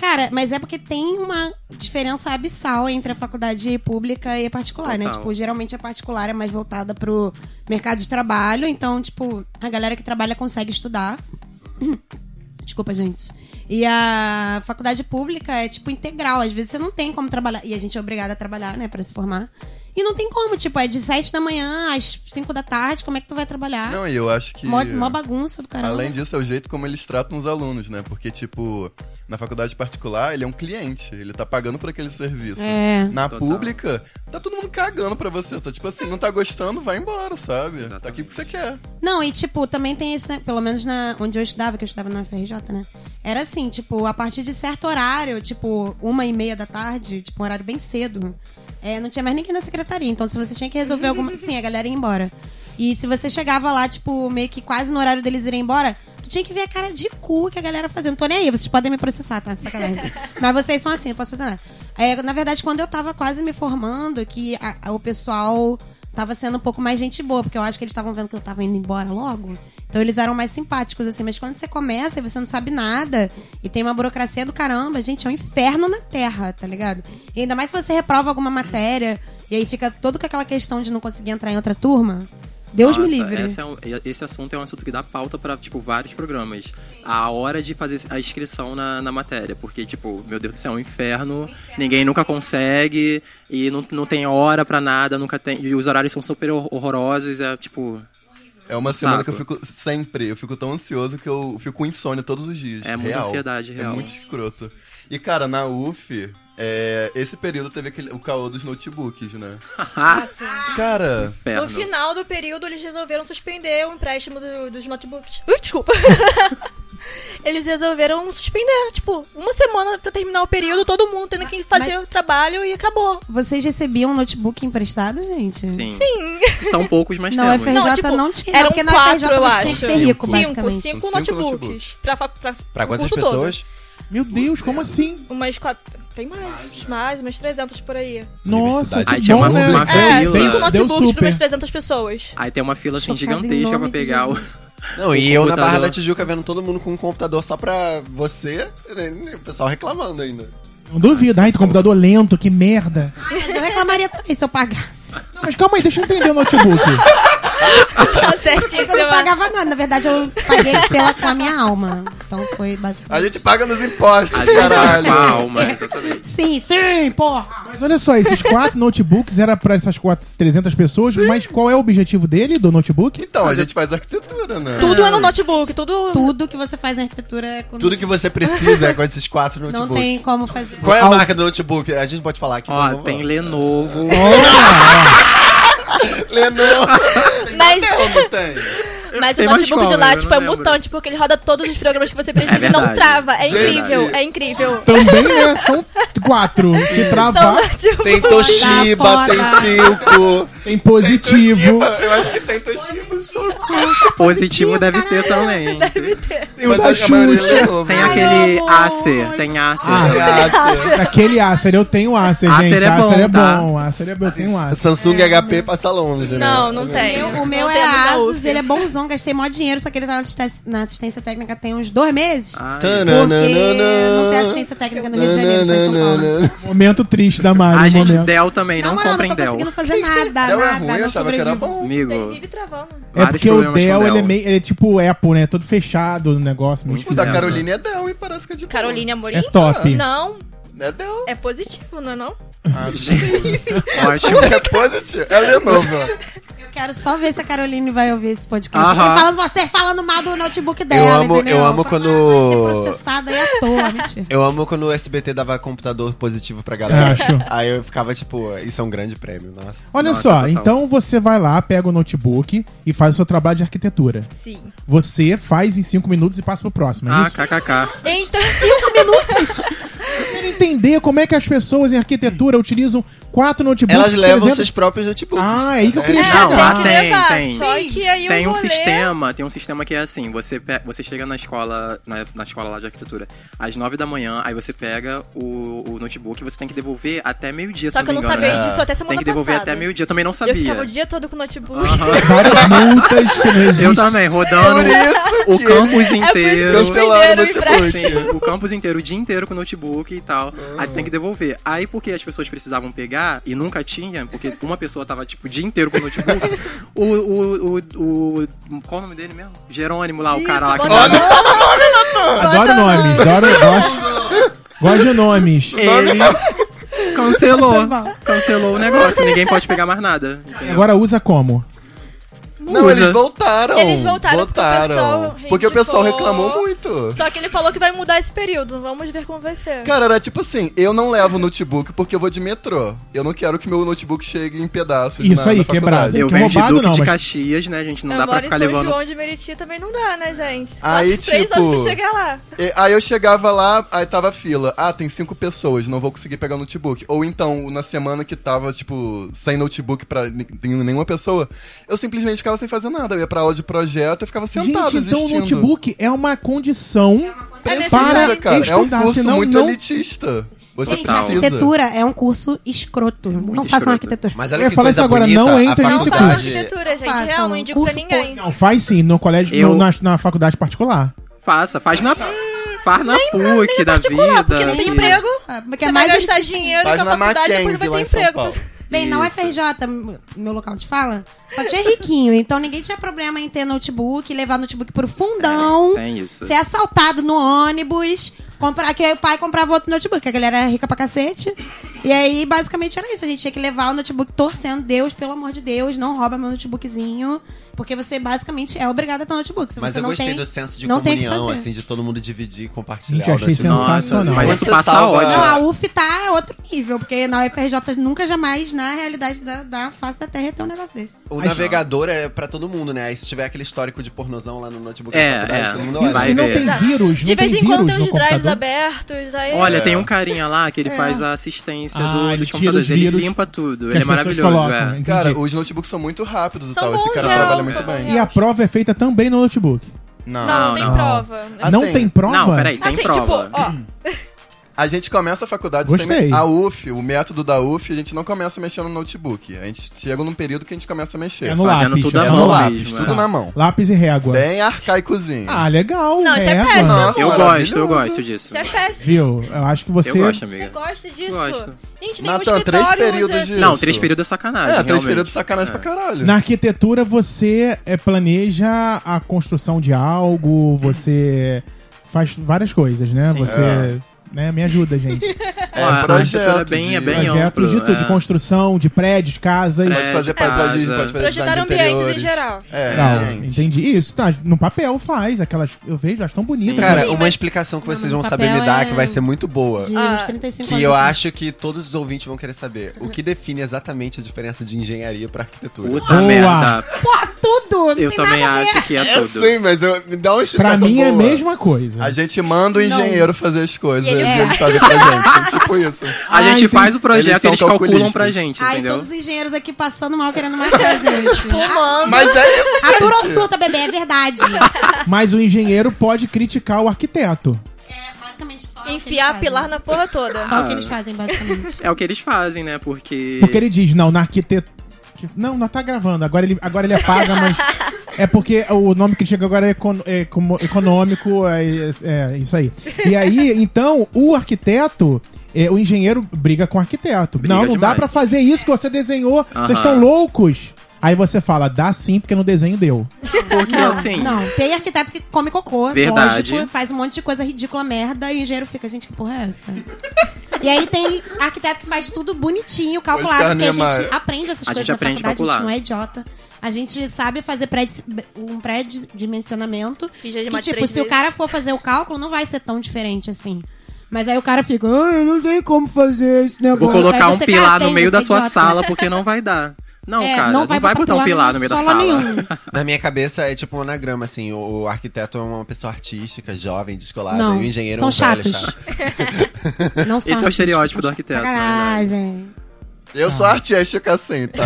[SPEAKER 7] Cara, mas é porque tem uma diferença abissal entre a faculdade pública e a particular, né?
[SPEAKER 4] Total.
[SPEAKER 7] Tipo, geralmente a particular é mais voltada pro mercado de trabalho, então, tipo, a galera que trabalha consegue estudar. Desculpa, gente. E a faculdade pública é, tipo, integral. Às vezes você não tem como trabalhar. E a gente é obrigada a trabalhar, né, pra se formar. E não tem como, tipo, é de 7 da manhã às 5 da tarde, como é que tu vai trabalhar?
[SPEAKER 9] Não, e eu acho que.
[SPEAKER 7] Mó, mó bagunça do caralho.
[SPEAKER 9] Além disso, é o jeito como eles tratam os alunos, né? Porque, tipo, na faculdade particular, ele é um cliente, ele tá pagando por aquele serviço.
[SPEAKER 7] É.
[SPEAKER 9] Na
[SPEAKER 4] Total.
[SPEAKER 9] pública, tá todo mundo cagando pra você. Tá tipo assim, não tá gostando, vai embora, sabe? Tá aqui porque você quer.
[SPEAKER 7] Não, e tipo, também tem esse, né? Pelo menos na, onde eu estudava, que eu estudava na UFRJ, né? Era assim, tipo, a partir de certo horário, tipo, uma e meia da tarde, tipo, um horário bem cedo, é, não tinha mais ninguém na secretaria. Então, se você tinha que resolver alguma. Sim, a galera ia embora. E se você chegava lá, tipo, meio que quase no horário deles irem embora, tu tinha que ver a cara de cu que a galera fazia. Não tô nem aí, vocês podem me processar, tá? Sacanagem. Mas vocês são assim, não posso fazer nada. É, na verdade, quando eu tava quase me formando, que a- a- o pessoal tava sendo um pouco mais gente boa, porque eu acho que eles estavam vendo que eu tava indo embora logo. Então eles eram mais simpáticos, assim. Mas quando você começa e você não sabe nada, e tem uma burocracia do caramba, gente, é um inferno na terra, tá ligado? E ainda mais se você reprova alguma matéria, e aí fica todo com aquela questão de não conseguir entrar em outra turma. Deus me
[SPEAKER 4] Nossa,
[SPEAKER 7] livre.
[SPEAKER 4] essa é um- esse assunto é um assunto que dá pauta pra, tipo, vários programas. A hora de fazer a inscrição na, na matéria. Porque, tipo, meu Deus do céu, é um inferno. Ninguém nunca consegue. E não, não tem hora pra nada. Nunca tem. E os horários são super hor- horrorosos. É, tipo,
[SPEAKER 9] É uma semana
[SPEAKER 4] saco.
[SPEAKER 9] que eu fico sempre, eu fico tão ansioso que eu fico com insônia todos os dias.
[SPEAKER 4] É muita
[SPEAKER 9] real.
[SPEAKER 4] ansiedade, real.
[SPEAKER 9] É muito escroto. E, cara, na UF, é, esse período teve aquele, o caô dos notebooks, né? Cara,
[SPEAKER 7] É,
[SPEAKER 8] No
[SPEAKER 4] inferno.
[SPEAKER 8] final do período, eles resolveram suspender o empréstimo do- dos notebooks. Ui, desculpa. eles resolveram suspender, tipo, uma semana pra terminar o período, todo mundo tendo que fazer o trabalho e acabou.
[SPEAKER 7] Vocês recebiam um notebook emprestado, gente?
[SPEAKER 4] Sim.
[SPEAKER 8] Sim.
[SPEAKER 4] São poucos, mas
[SPEAKER 7] Na
[SPEAKER 4] temos.
[SPEAKER 7] UFRJ não, é
[SPEAKER 8] Não, tipo,
[SPEAKER 7] tinha.
[SPEAKER 8] eram
[SPEAKER 7] porque na
[SPEAKER 8] quatro,
[SPEAKER 7] UFRJ
[SPEAKER 8] eu
[SPEAKER 7] você
[SPEAKER 8] acho.
[SPEAKER 7] tinha que ser rico,
[SPEAKER 9] Cinco.
[SPEAKER 8] Cinco,
[SPEAKER 7] basicamente.
[SPEAKER 8] cinco,
[SPEAKER 9] São cinco
[SPEAKER 8] notebooks.
[SPEAKER 9] notebooks.
[SPEAKER 8] Pra, fa- pra,
[SPEAKER 6] Pra
[SPEAKER 8] o
[SPEAKER 6] quantas
[SPEAKER 8] curso todo.
[SPEAKER 6] pessoas?
[SPEAKER 3] Meu Deus, como assim?
[SPEAKER 8] Umas quatro. Tem mais, mais, umas 300 por aí.
[SPEAKER 3] Nossa,
[SPEAKER 6] Universidade.
[SPEAKER 3] que
[SPEAKER 4] Aí tinha
[SPEAKER 3] bom,
[SPEAKER 4] uma-
[SPEAKER 3] né?
[SPEAKER 4] uma
[SPEAKER 8] É,
[SPEAKER 4] Deu-
[SPEAKER 8] cinco
[SPEAKER 4] deu
[SPEAKER 8] notebooks pra umas
[SPEAKER 3] super.
[SPEAKER 8] 300 pessoas.
[SPEAKER 4] Aí tem uma fila assim
[SPEAKER 7] Chocada em
[SPEAKER 4] gigantesca
[SPEAKER 7] nome
[SPEAKER 4] pra
[SPEAKER 7] de
[SPEAKER 4] pegar o,
[SPEAKER 7] Jesus.
[SPEAKER 6] Não,
[SPEAKER 4] Com
[SPEAKER 6] e
[SPEAKER 4] o
[SPEAKER 6] eu na
[SPEAKER 4] computador.
[SPEAKER 6] Barra da Tijuca vendo todo mundo com um computador só pra você, né, o pessoal reclamando ainda.
[SPEAKER 3] Não duvido. Ai, teu computador lento, que merda.
[SPEAKER 7] Ah, mas eu reclamaria também se eu pagasse.
[SPEAKER 3] Não, mas calma aí, deixa eu entender o notebook.
[SPEAKER 8] Tá
[SPEAKER 7] Porque eu não
[SPEAKER 8] certíssima.
[SPEAKER 7] pagava nada. Na verdade, eu paguei pela, com a minha alma. Então foi
[SPEAKER 9] A
[SPEAKER 7] basicamente.
[SPEAKER 9] gente paga nos impostos,
[SPEAKER 4] A gente
[SPEAKER 9] caralho.
[SPEAKER 4] palma, exatamente.
[SPEAKER 7] Sim, sim, porra!
[SPEAKER 3] Mas olha só, esses quatro notebooks era pra essas quatro, 300 pessoas, mas qual é o objetivo dele, do notebook?
[SPEAKER 9] Então, a gente faz arquitetura, né?
[SPEAKER 8] Tudo é
[SPEAKER 4] Ah.
[SPEAKER 8] no notebook, tudo.
[SPEAKER 7] Tudo que você faz em arquitetura é com...
[SPEAKER 6] Tudo que você precisa é com esses quatro
[SPEAKER 7] Não
[SPEAKER 6] notebooks.
[SPEAKER 7] tem como fazer.
[SPEAKER 6] Qual é a marca do notebook? A gente pode falar aqui.
[SPEAKER 4] Ó,
[SPEAKER 6] vamos-
[SPEAKER 4] tem Lenovo.
[SPEAKER 6] Lenovo.
[SPEAKER 8] Mas,
[SPEAKER 9] Como tem?
[SPEAKER 8] mas o
[SPEAKER 4] Tem mais
[SPEAKER 8] notebook de
[SPEAKER 4] como,
[SPEAKER 8] lá,
[SPEAKER 4] eu
[SPEAKER 8] tipo,
[SPEAKER 4] não
[SPEAKER 8] é
[SPEAKER 4] lembro. É
[SPEAKER 8] mutante, porque ele roda todos os programas que você precisa e
[SPEAKER 4] verdade.
[SPEAKER 8] não trava. É
[SPEAKER 9] Gente.
[SPEAKER 8] incrível, é incrível.
[SPEAKER 3] Também, né? São quatro. Se
[SPEAKER 8] São
[SPEAKER 3] travar,
[SPEAKER 8] notebooks.
[SPEAKER 6] Tem Toshiba,
[SPEAKER 7] Tá
[SPEAKER 6] tem
[SPEAKER 7] fora.
[SPEAKER 6] Filco.
[SPEAKER 3] tem positivo.
[SPEAKER 9] Eu acho que tem Toshiba.
[SPEAKER 4] Positivo deve ter também.
[SPEAKER 7] caralho.
[SPEAKER 3] Tem o
[SPEAKER 9] Mas
[SPEAKER 3] da
[SPEAKER 9] a maioria é
[SPEAKER 3] Xuxa.
[SPEAKER 9] Lenovo.
[SPEAKER 4] Tem
[SPEAKER 7] Ai,
[SPEAKER 4] aquele
[SPEAKER 7] eu amo.
[SPEAKER 4] Acer, tem Acer.
[SPEAKER 3] Ah,
[SPEAKER 9] Graça.
[SPEAKER 3] Aquele Acer, eu tenho Acer,
[SPEAKER 4] Acer
[SPEAKER 3] gente.
[SPEAKER 4] é bom,
[SPEAKER 3] Acer é
[SPEAKER 4] tá?
[SPEAKER 3] bom, Acer é bom, eu tenho Acer.
[SPEAKER 6] Samsung HP passa longe, né?
[SPEAKER 8] Não, não tem.
[SPEAKER 7] Eu- o meu
[SPEAKER 8] Não
[SPEAKER 7] é
[SPEAKER 8] tem muita
[SPEAKER 7] Asus,
[SPEAKER 8] UF.
[SPEAKER 7] ele é bonzão, gastei mó dinheiro, só que ele tá na assistência, na assistência técnica tem uns dois meses.
[SPEAKER 4] Ai,
[SPEAKER 6] Tanana.
[SPEAKER 7] Porque não tem assistência técnica no Rio de Janeiro, só em São Paulo.
[SPEAKER 3] Momento triste da
[SPEAKER 4] A
[SPEAKER 3] Mari,
[SPEAKER 4] gente,
[SPEAKER 3] momento.
[SPEAKER 4] Dell também,
[SPEAKER 7] Na
[SPEAKER 4] não
[SPEAKER 7] moral, não
[SPEAKER 4] comprem
[SPEAKER 7] tô
[SPEAKER 4] Dell.
[SPEAKER 7] conseguindo fazer nada,
[SPEAKER 9] Dell é
[SPEAKER 7] nada,
[SPEAKER 9] ruim, eu
[SPEAKER 7] não
[SPEAKER 9] achava que era
[SPEAKER 7] sobrevivo.
[SPEAKER 9] bom.
[SPEAKER 8] Tem
[SPEAKER 4] Amigo,
[SPEAKER 8] vive travando.
[SPEAKER 3] É
[SPEAKER 4] vários
[SPEAKER 3] porque o
[SPEAKER 4] problemas com
[SPEAKER 3] Dell, ele é,
[SPEAKER 4] Dell.
[SPEAKER 3] meio, ele é tipo Apple, né? Todo fechado o negócio, meio
[SPEAKER 9] O
[SPEAKER 3] esquisito.
[SPEAKER 9] da Carolina é Dell, hein? Parece que é de boa.
[SPEAKER 8] Caroline Amorim?
[SPEAKER 3] É top.
[SPEAKER 8] Não,
[SPEAKER 9] É Dell.
[SPEAKER 8] é positivo, não é não?
[SPEAKER 6] Ah,
[SPEAKER 4] Ótimo.
[SPEAKER 9] É positivo. É Lenovo.
[SPEAKER 7] Eu quero só ver se a Caroline vai ouvir esse podcast.
[SPEAKER 4] Aham.
[SPEAKER 7] E falando você falando mal do notebook dela,
[SPEAKER 6] amo-
[SPEAKER 7] entendeu?
[SPEAKER 6] eu amo
[SPEAKER 7] Pra-
[SPEAKER 6] quando-
[SPEAKER 7] Ela vai ser processada aí à toa, mentira.
[SPEAKER 6] Eu amo quando o SBT dava computador positivo pra galera.
[SPEAKER 3] Eu É, acho.
[SPEAKER 6] Aí eu ficava tipo, isso é um grande prêmio, nossa.
[SPEAKER 3] Olha
[SPEAKER 4] Nossa,
[SPEAKER 3] só,
[SPEAKER 4] total.
[SPEAKER 3] então você vai lá, pega o notebook e faz o seu trabalho de arquitetura.
[SPEAKER 8] Sim.
[SPEAKER 3] Você faz em cinco minutos e passa pro próximo, é
[SPEAKER 4] Ah,
[SPEAKER 3] isso?
[SPEAKER 4] kkk.
[SPEAKER 8] Então,
[SPEAKER 3] Eu quero entender como é que as pessoas em arquitetura utilizam quatro notebooks.
[SPEAKER 6] Elas levam
[SPEAKER 3] 300
[SPEAKER 6] seus próprios notebooks.
[SPEAKER 3] Ah, é aí que eu queria
[SPEAKER 8] é,
[SPEAKER 3] chegar.
[SPEAKER 4] ah,
[SPEAKER 8] tem que
[SPEAKER 4] tem,
[SPEAKER 8] levar.
[SPEAKER 4] tem.
[SPEAKER 8] Só que aí
[SPEAKER 4] Tem
[SPEAKER 8] o
[SPEAKER 4] um
[SPEAKER 8] rolê-
[SPEAKER 4] sistema, tem um sistema que é assim, você, pe- você chega na escola, na, na escola lá de arquitetura, às nove da manhã, aí você pega o, o notebook e você tem que devolver até meio-dia, se
[SPEAKER 8] Só que eu
[SPEAKER 4] não
[SPEAKER 8] não
[SPEAKER 4] me engano. É.
[SPEAKER 8] sabia disso até semana
[SPEAKER 4] Tem que devolver
[SPEAKER 8] passada.
[SPEAKER 4] até meio-dia, eu também não
[SPEAKER 8] Eu
[SPEAKER 4] sabia.
[SPEAKER 8] ficava o dia todo com o notebook.
[SPEAKER 3] Várias multas que não
[SPEAKER 4] Eu
[SPEAKER 3] existem.
[SPEAKER 4] também, rodando o campus inteiro.
[SPEAKER 8] eles
[SPEAKER 9] Cancelaram o
[SPEAKER 8] venderam pra
[SPEAKER 9] notebook.
[SPEAKER 4] Sim, o campus inteiro, o dia inteiro com notebook e tal. Aí você tem que devolver. Aí porque as pessoas precisavam pegar e nunca tinha, porque uma pessoa tava, tipo, o dia inteiro com notebook, o, o, o, o- Qual o nome dele mesmo? Jerônimo lá, o
[SPEAKER 8] Isso,
[SPEAKER 4] cara lá que
[SPEAKER 8] bota
[SPEAKER 4] tava-
[SPEAKER 8] a mão.
[SPEAKER 3] Adoro nomes, adoro, gosto, gosto de nomes.
[SPEAKER 4] Ele
[SPEAKER 7] Nossa,
[SPEAKER 4] cancelou.
[SPEAKER 7] bom.
[SPEAKER 4] Cancelou o negócio. Ninguém pode pegar mais nada. entendeu?
[SPEAKER 3] Agora usa como?
[SPEAKER 9] Não,
[SPEAKER 4] Usa.
[SPEAKER 9] eles voltaram.
[SPEAKER 8] Eles voltaram porque o pessoal
[SPEAKER 9] Voltaram. Porque o pessoal
[SPEAKER 8] reivindicou.
[SPEAKER 9] reclamou muito.
[SPEAKER 8] Só que ele falou que vai mudar esse período. Vamos ver como vai ser.
[SPEAKER 9] Cara, era tipo assim, eu não levo notebook porque eu vou de metrô. Eu não quero que meu notebook chegue em pedaços
[SPEAKER 3] Isso
[SPEAKER 9] na-
[SPEAKER 3] aí,
[SPEAKER 9] na faculdade.
[SPEAKER 3] quebrado.
[SPEAKER 4] Eu
[SPEAKER 3] Que
[SPEAKER 4] venho de
[SPEAKER 3] roubado
[SPEAKER 4] Duque
[SPEAKER 3] não,
[SPEAKER 4] de
[SPEAKER 3] mas-
[SPEAKER 4] Caxias, né, gente? Não
[SPEAKER 8] eu
[SPEAKER 4] dá pra
[SPEAKER 8] moro em
[SPEAKER 4] ficar
[SPEAKER 8] São
[SPEAKER 4] levando.
[SPEAKER 8] João de Meriti também não dá, né, gente?
[SPEAKER 9] Aí,
[SPEAKER 8] Quase três
[SPEAKER 9] tipo-
[SPEAKER 8] anos pra chegar lá.
[SPEAKER 9] E- aí eu chegava lá, aí tava fila. Ah, tem cinco pessoas, não vou conseguir pegar o notebook. Ou então, na semana que tava, tipo, sem notebook pra ni- nenhuma pessoa, eu simplesmente ficava sem fazer nada. Eu ia pra aula de projeto, eu ficava sentado
[SPEAKER 3] Gente, então o
[SPEAKER 9] assistindo.
[SPEAKER 3] notebook é uma condição
[SPEAKER 8] necessidade.
[SPEAKER 3] para
[SPEAKER 9] Precisa, cara.
[SPEAKER 3] estudar,
[SPEAKER 9] é um curso
[SPEAKER 3] senão
[SPEAKER 9] muito
[SPEAKER 3] não...
[SPEAKER 9] elitista. Você
[SPEAKER 7] Gente,
[SPEAKER 9] precisa.
[SPEAKER 7] arquitetura é um curso escroto. não façam
[SPEAKER 4] escroto.
[SPEAKER 7] arquitetura.
[SPEAKER 6] Mas
[SPEAKER 3] Eu ia falar
[SPEAKER 6] coisa
[SPEAKER 3] isso agora, não
[SPEAKER 6] bonita, a
[SPEAKER 3] entra nesse
[SPEAKER 8] Não façam
[SPEAKER 6] faculdade-
[SPEAKER 3] curso.
[SPEAKER 8] arquitetura, gente.
[SPEAKER 7] Façam.
[SPEAKER 8] Real, não indico pra
[SPEAKER 7] Curso
[SPEAKER 8] ninguém.
[SPEAKER 3] Não, faz sim, no colégio,
[SPEAKER 4] Eu-
[SPEAKER 3] no- na, na faculdade particular.
[SPEAKER 4] Faça, faz na. Faz na PUC da
[SPEAKER 8] Hum. particular,
[SPEAKER 4] vida.
[SPEAKER 8] porque não tem
[SPEAKER 4] que-
[SPEAKER 8] emprego.
[SPEAKER 7] Ah, Porque
[SPEAKER 8] Você vai
[SPEAKER 7] é mais
[SPEAKER 8] gastar
[SPEAKER 7] elitista.
[SPEAKER 8] dinheiro
[SPEAKER 9] Faz
[SPEAKER 8] na
[SPEAKER 9] na
[SPEAKER 8] faculdade, depois
[SPEAKER 9] Mackenzie
[SPEAKER 8] vai
[SPEAKER 9] lá
[SPEAKER 8] ter
[SPEAKER 9] em São
[SPEAKER 8] emprego.
[SPEAKER 9] Paulo.
[SPEAKER 7] Bem, é na
[SPEAKER 4] Isso.
[SPEAKER 7] UFRJ, m- meu local de fala, só tinha riquinho. Então ninguém tinha problema em ter notebook, levar notebook pro fundão,
[SPEAKER 4] É, Tem isso.
[SPEAKER 7] ser assaltado no ônibus, comprar que aí o pai comprava outro notebook, que a galera era rica pra cacete. E aí, basicamente, era isso. A gente tinha que levar o notebook torcendo, Deus, pelo amor de Deus, não rouba meu notebookzinho. Porque você basicamente é obrigada a ter notebook. Se
[SPEAKER 6] Mas
[SPEAKER 7] você
[SPEAKER 6] eu
[SPEAKER 7] não
[SPEAKER 6] gostei
[SPEAKER 7] tem,
[SPEAKER 6] do senso de
[SPEAKER 7] não tem o que
[SPEAKER 6] comunhão,
[SPEAKER 7] fazer.
[SPEAKER 6] assim, de todo mundo dividir e compartilhar.
[SPEAKER 3] Gente, eu achei
[SPEAKER 6] o notebook.
[SPEAKER 3] sensacional.
[SPEAKER 4] mas
[SPEAKER 9] Você
[SPEAKER 4] isso passa
[SPEAKER 9] salva-
[SPEAKER 4] ódio.
[SPEAKER 7] Não, a UF tá outro nível, porque na UFRJ nunca jamais, na realidade da, da face da Terra, ia ter um negócio desse.
[SPEAKER 6] O navegador é pra todo mundo, né? Aí se tiver aquele histórico de pornozão lá no notebook
[SPEAKER 4] É,
[SPEAKER 6] da faculdade,
[SPEAKER 4] é.
[SPEAKER 6] todo mundo
[SPEAKER 3] E,
[SPEAKER 6] olha.
[SPEAKER 4] Vai
[SPEAKER 3] e não
[SPEAKER 4] ver.
[SPEAKER 3] tem vírus,
[SPEAKER 8] De
[SPEAKER 3] não tem
[SPEAKER 8] vez em quando
[SPEAKER 3] vírus
[SPEAKER 8] tem
[SPEAKER 3] no
[SPEAKER 8] uns drives
[SPEAKER 3] computador.
[SPEAKER 8] abertos. Aí...
[SPEAKER 4] Olha,
[SPEAKER 6] É.
[SPEAKER 4] tem um carinha lá que ele faz a assistência
[SPEAKER 3] É. Ah,
[SPEAKER 4] do,
[SPEAKER 3] ele
[SPEAKER 4] dos
[SPEAKER 3] tira
[SPEAKER 4] computadores.
[SPEAKER 3] os
[SPEAKER 4] Ele
[SPEAKER 3] vírus
[SPEAKER 4] limpa tudo.
[SPEAKER 3] que
[SPEAKER 4] Ele é
[SPEAKER 3] as pessoas
[SPEAKER 4] maravilhoso,
[SPEAKER 3] colocam,
[SPEAKER 4] é.
[SPEAKER 3] né?
[SPEAKER 9] Cara,
[SPEAKER 3] Entendi.
[SPEAKER 9] os notebooks são muito rápidos e
[SPEAKER 8] São
[SPEAKER 9] tal. Esse
[SPEAKER 8] bons,
[SPEAKER 9] cara
[SPEAKER 8] né?
[SPEAKER 9] trabalha
[SPEAKER 8] São
[SPEAKER 9] muito
[SPEAKER 8] bons.
[SPEAKER 9] bem.
[SPEAKER 3] E a prova é feita também no notebook.
[SPEAKER 8] Não, não tem
[SPEAKER 4] não.
[SPEAKER 8] prova.
[SPEAKER 9] Assim,
[SPEAKER 3] não tem prova?
[SPEAKER 4] Não, peraí, tem
[SPEAKER 8] Assim,
[SPEAKER 4] prova.
[SPEAKER 8] tipo, ó.
[SPEAKER 6] A gente começa a faculdade
[SPEAKER 3] Gostei.
[SPEAKER 6] sem. A UF, o método da UF, a gente não começa mexendo no notebook. A gente chega num período que a gente começa a mexer.
[SPEAKER 3] É no
[SPEAKER 4] Fazendo
[SPEAKER 3] lápis.
[SPEAKER 4] tudo à
[SPEAKER 3] é
[SPEAKER 6] É
[SPEAKER 3] só
[SPEAKER 4] mão
[SPEAKER 6] no
[SPEAKER 3] no lápis.
[SPEAKER 6] lápis,
[SPEAKER 4] mesmo,
[SPEAKER 6] tudo
[SPEAKER 4] é.
[SPEAKER 6] na mão.
[SPEAKER 3] Lápis e régua.
[SPEAKER 6] Bem arcaicozinho.
[SPEAKER 3] Ah, legal.
[SPEAKER 8] Não, isso é
[SPEAKER 3] régua.
[SPEAKER 8] péssimo.
[SPEAKER 6] Nossa,
[SPEAKER 4] Eu gosto, eu
[SPEAKER 6] maravilhoso.
[SPEAKER 4] gosto disso.
[SPEAKER 8] Isso é péssimo.
[SPEAKER 3] Viu? Eu acho que você.
[SPEAKER 4] Eu gosto,
[SPEAKER 8] Você
[SPEAKER 4] amiga.
[SPEAKER 8] gosta disso?
[SPEAKER 4] Gosto.
[SPEAKER 8] Gente, nenhum
[SPEAKER 6] Natan, três
[SPEAKER 8] escritório
[SPEAKER 6] períodos
[SPEAKER 8] usa
[SPEAKER 6] de-
[SPEAKER 4] Não,
[SPEAKER 6] Isso.
[SPEAKER 4] três períodos é sacanagem.
[SPEAKER 6] É, três
[SPEAKER 4] realmente.
[SPEAKER 6] períodos de sacanagem
[SPEAKER 4] É.
[SPEAKER 6] pra caralho.
[SPEAKER 3] Na arquitetura, você é, planeja a construção de algo, você faz várias coisas, né?
[SPEAKER 4] Sim.
[SPEAKER 3] Você. Né? Me ajuda, gente.
[SPEAKER 6] É,
[SPEAKER 4] Ó, a
[SPEAKER 6] projeto
[SPEAKER 4] arquitetura é bem-
[SPEAKER 6] de-
[SPEAKER 4] é bem ampla.
[SPEAKER 3] Projetos de tudo,
[SPEAKER 4] é.
[SPEAKER 3] de construção, de prédios, casas.
[SPEAKER 6] Pode fazer
[SPEAKER 4] Prédio,
[SPEAKER 6] paisagismo,
[SPEAKER 4] É,
[SPEAKER 6] pode
[SPEAKER 4] casa.
[SPEAKER 6] fazer
[SPEAKER 8] Projetar
[SPEAKER 6] design de
[SPEAKER 8] ambientes
[SPEAKER 6] interiores.
[SPEAKER 8] em geral.
[SPEAKER 6] É,
[SPEAKER 3] Não,
[SPEAKER 6] gente.
[SPEAKER 3] entendi. Isso, tá, no papel faz, aquelas. Eu vejo, elas tão bonitas.
[SPEAKER 4] Sim.
[SPEAKER 3] né?
[SPEAKER 5] Cara,
[SPEAKER 8] Sim,
[SPEAKER 5] uma
[SPEAKER 8] mas-
[SPEAKER 5] explicação que vocês
[SPEAKER 7] Não,
[SPEAKER 5] vão
[SPEAKER 7] mas no
[SPEAKER 5] saber
[SPEAKER 7] papel
[SPEAKER 5] me dar
[SPEAKER 7] é-
[SPEAKER 5] que vai ser muito boa.
[SPEAKER 7] De
[SPEAKER 8] Ah,
[SPEAKER 7] uns 35
[SPEAKER 5] Que
[SPEAKER 7] anos.
[SPEAKER 5] eu acho que todos os ouvintes vão querer saber. O que define exatamente a diferença de engenharia pra arquitetura?
[SPEAKER 4] Puta
[SPEAKER 3] Boa.
[SPEAKER 4] merda.
[SPEAKER 7] Porra, tudo! Não
[SPEAKER 4] Eu
[SPEAKER 7] tem
[SPEAKER 4] também
[SPEAKER 7] nada a ver.
[SPEAKER 4] acho que é
[SPEAKER 5] Eu
[SPEAKER 4] tudo.
[SPEAKER 5] sei, mas eu- me dá uma
[SPEAKER 3] pra
[SPEAKER 5] explicação
[SPEAKER 3] mim é a
[SPEAKER 5] boa.
[SPEAKER 3] mesma coisa.
[SPEAKER 6] A gente manda o
[SPEAKER 7] Não.
[SPEAKER 6] engenheiro fazer as coisas
[SPEAKER 8] E
[SPEAKER 6] e
[SPEAKER 8] ele-
[SPEAKER 6] ele fazer pra gente. tipo isso.
[SPEAKER 4] A gente
[SPEAKER 3] entendi.
[SPEAKER 4] faz o
[SPEAKER 6] Eles
[SPEAKER 4] projeto e
[SPEAKER 6] são
[SPEAKER 4] eles calculam
[SPEAKER 6] calculistas.
[SPEAKER 4] pra gente,
[SPEAKER 7] Ai, então,
[SPEAKER 4] entendeu?
[SPEAKER 7] todos os engenheiros aqui passando mal querendo matar a gente.
[SPEAKER 8] Humano.
[SPEAKER 6] Mas é isso.
[SPEAKER 7] A Turossuta, bebê, é verdade.
[SPEAKER 3] Mas o engenheiro pode criticar o arquiteto.
[SPEAKER 7] É, basicamente só.
[SPEAKER 8] Enfiar a pilar na porra toda.
[SPEAKER 7] Só É
[SPEAKER 4] Ah.
[SPEAKER 7] o que
[SPEAKER 6] Ah.
[SPEAKER 7] eles fazem, basicamente.
[SPEAKER 4] É o que eles fazem, né? Porque.
[SPEAKER 3] Porque ele diz, não, na arquitetura. Não, não tá gravando. Agora ele, agora ele apaga, mas. É porque o nome que chega agora é, econo- é como- econômico, é, é isso aí. E aí, então, o arquiteto. é, o engenheiro briga com o arquiteto.
[SPEAKER 4] Briga
[SPEAKER 3] não, não dá
[SPEAKER 4] demais.
[SPEAKER 3] pra fazer isso que você desenhou. Vocês estão loucos. Aí você fala, dá sim, porque no desenho deu.
[SPEAKER 4] Porque
[SPEAKER 7] não,
[SPEAKER 4] assim.
[SPEAKER 7] não, tem arquiteto que come cocô,
[SPEAKER 4] Verdade.
[SPEAKER 7] lógico, faz um monte de coisa ridícula, merda, e o engenheiro fica, gente, que porra é essa? e aí tem arquiteto que faz tudo bonitinho, calculado,
[SPEAKER 6] Oscar
[SPEAKER 7] porque a
[SPEAKER 6] Niemeyer.
[SPEAKER 7] gente aprende essas
[SPEAKER 4] A
[SPEAKER 7] coisas
[SPEAKER 4] gente
[SPEAKER 7] na
[SPEAKER 4] aprende a
[SPEAKER 7] faculdade, a gente
[SPEAKER 4] calcular.
[SPEAKER 7] não é idiota. A gente sabe fazer prédio, um pré-dimensionamento.
[SPEAKER 8] Fiz já de
[SPEAKER 7] Que,
[SPEAKER 8] mais
[SPEAKER 7] tipo,
[SPEAKER 8] três
[SPEAKER 7] se o
[SPEAKER 8] vezes.
[SPEAKER 7] cara for fazer o cálculo, não vai ser tão diferente assim. Mas aí o cara fica, ah, eu não tem como fazer esse negócio.
[SPEAKER 4] Vou colocar
[SPEAKER 7] Aí
[SPEAKER 4] um
[SPEAKER 7] você,
[SPEAKER 4] pilar
[SPEAKER 7] cara,
[SPEAKER 4] no
[SPEAKER 7] tem,
[SPEAKER 4] meio
[SPEAKER 7] você
[SPEAKER 4] da
[SPEAKER 7] é
[SPEAKER 4] sua
[SPEAKER 7] idiota.
[SPEAKER 4] sala, porque não vai dar. Não,
[SPEAKER 7] É,
[SPEAKER 4] cara, não vai, botar um pilar no meio da
[SPEAKER 7] solo
[SPEAKER 4] sala.
[SPEAKER 7] nenhum.
[SPEAKER 5] Na minha cabeça é tipo um anagrama, assim. O, o arquiteto é uma pessoa artística, jovem, descolada.
[SPEAKER 7] Não,
[SPEAKER 5] e o engenheiro
[SPEAKER 7] são
[SPEAKER 5] é um velho,
[SPEAKER 7] chatos.
[SPEAKER 5] chato.
[SPEAKER 7] Não
[SPEAKER 4] Esse é o estereótipo do arquiteto, na verdade.
[SPEAKER 7] Sacanagem.
[SPEAKER 6] Eu sou artística assim, tá?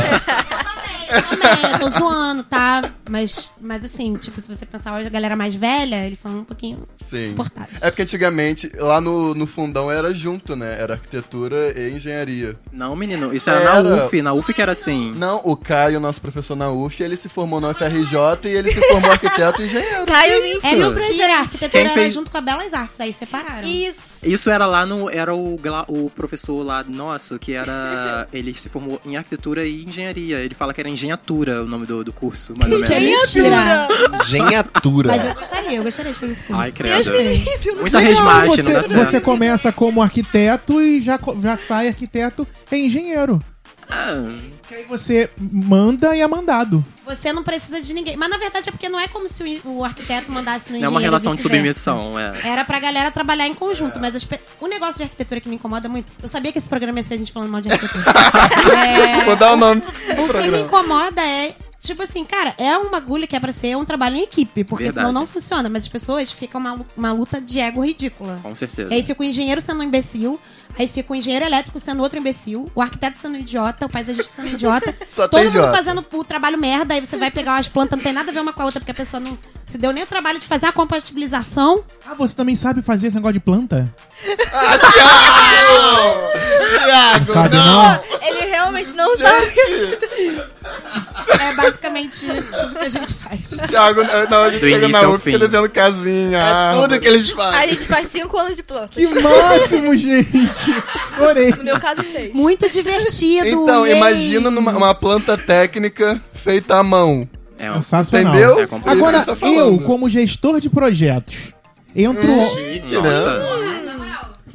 [SPEAKER 7] Também, eu tô zoando, tá? Mas, mas assim, tipo, se você pensar hoje a galera mais velha, eles são um pouquinho
[SPEAKER 6] Sim.
[SPEAKER 7] suportáveis.
[SPEAKER 6] É porque antigamente, lá no, no fundão era junto, né? Era arquitetura e engenharia.
[SPEAKER 4] Não, menino, isso era na
[SPEAKER 6] Era.
[SPEAKER 4] UF, na UF que era assim.
[SPEAKER 6] Não, o Caio, nosso professor na UF, ele se formou na UFRJ e ele se formou arquiteto e engenheiro.
[SPEAKER 8] Caio
[SPEAKER 4] Isso.
[SPEAKER 7] É mentira, a arquitetura
[SPEAKER 4] Quem
[SPEAKER 7] era
[SPEAKER 4] fez-
[SPEAKER 7] junto com a Belas Artes, aí separaram.
[SPEAKER 8] Isso.
[SPEAKER 4] Isso era lá no. Era o, gla- o professor lá nosso, que era. Ele se formou em arquitetura e engenharia. Ele fala que era engenhatura o nome do, do curso, mais ou
[SPEAKER 7] Que é
[SPEAKER 4] menos.
[SPEAKER 7] mentira.
[SPEAKER 5] Geniatura.
[SPEAKER 7] Mas eu gostaria, eu gostaria de fazer esse curso.
[SPEAKER 4] Ai,
[SPEAKER 8] Deus
[SPEAKER 4] credo.
[SPEAKER 8] me livre. eu não
[SPEAKER 4] Muita
[SPEAKER 8] sei.
[SPEAKER 4] resmaste, não
[SPEAKER 3] Então, você,
[SPEAKER 4] dá certo.
[SPEAKER 3] você começa como arquiteto e já, co- já sai arquiteto e engenheiro.
[SPEAKER 4] Ah.
[SPEAKER 3] Que aí você manda e é mandado.
[SPEAKER 7] Você não precisa de ninguém. Mas na verdade é porque não é como se o- o arquiteto mandasse no
[SPEAKER 4] Não
[SPEAKER 7] engenheiro.
[SPEAKER 4] é uma relação de É.
[SPEAKER 7] vice-versa.
[SPEAKER 4] submissão, é.
[SPEAKER 7] Era pra galera trabalhar em conjunto, mas as pe- o negócio de arquitetura que me incomoda muito. Eu sabia que esse programa ia ser a gente falando mal de arquitetura. É,
[SPEAKER 6] Vou dar o nome.
[SPEAKER 7] o que me incomoda é, tipo assim, cara, é um bagulho que é pra ser um trabalho em equipe, porque
[SPEAKER 4] Verdade.
[SPEAKER 7] senão não funciona. Mas as pessoas ficam uma, lu- uma luta de ego ridícula.
[SPEAKER 4] Com certeza.
[SPEAKER 7] E aí fica o engenheiro sendo um imbecil, aí fica o engenheiro elétrico sendo outro imbecil, o arquiteto sendo um idiota, o paisagista sendo um idiota.
[SPEAKER 6] Só
[SPEAKER 7] todo
[SPEAKER 6] tem
[SPEAKER 7] mundo
[SPEAKER 6] idiota.
[SPEAKER 7] fazendo o trabalho merda, aí você vai pegar umas plantas, não tem nada a ver uma com a outra, porque a pessoa não se deu nem o trabalho de fazer a compatibilização.
[SPEAKER 3] Ah, você também sabe fazer esse negócio de planta?
[SPEAKER 6] Ah, Thiago,
[SPEAKER 3] Sabe não?
[SPEAKER 8] Ele realmente não sabe.
[SPEAKER 7] É basicamente tudo que a gente faz.
[SPEAKER 6] Thiago, não, a gente
[SPEAKER 4] Do
[SPEAKER 6] chega
[SPEAKER 4] início
[SPEAKER 6] na
[SPEAKER 4] ao
[SPEAKER 6] UF fica
[SPEAKER 4] fim.
[SPEAKER 6] desenhando casinha. ah,
[SPEAKER 5] É tudo que eles
[SPEAKER 8] A
[SPEAKER 5] fazem.
[SPEAKER 8] gente faz 5 anos de planta.
[SPEAKER 3] Que máximo, gente! Adorei.
[SPEAKER 8] No meu caso, 6.
[SPEAKER 7] Muito divertido.
[SPEAKER 6] Então,
[SPEAKER 7] yay.
[SPEAKER 6] imagina numa, uma planta técnica feita à mão.
[SPEAKER 4] É, um-
[SPEAKER 3] Sensacional.
[SPEAKER 6] Entendeu?
[SPEAKER 4] É complicado.
[SPEAKER 3] Agora,
[SPEAKER 6] Isso que eu tô
[SPEAKER 3] eu,
[SPEAKER 6] falando.
[SPEAKER 3] como gestor de projetos, entro.
[SPEAKER 6] Hum.
[SPEAKER 4] nossa.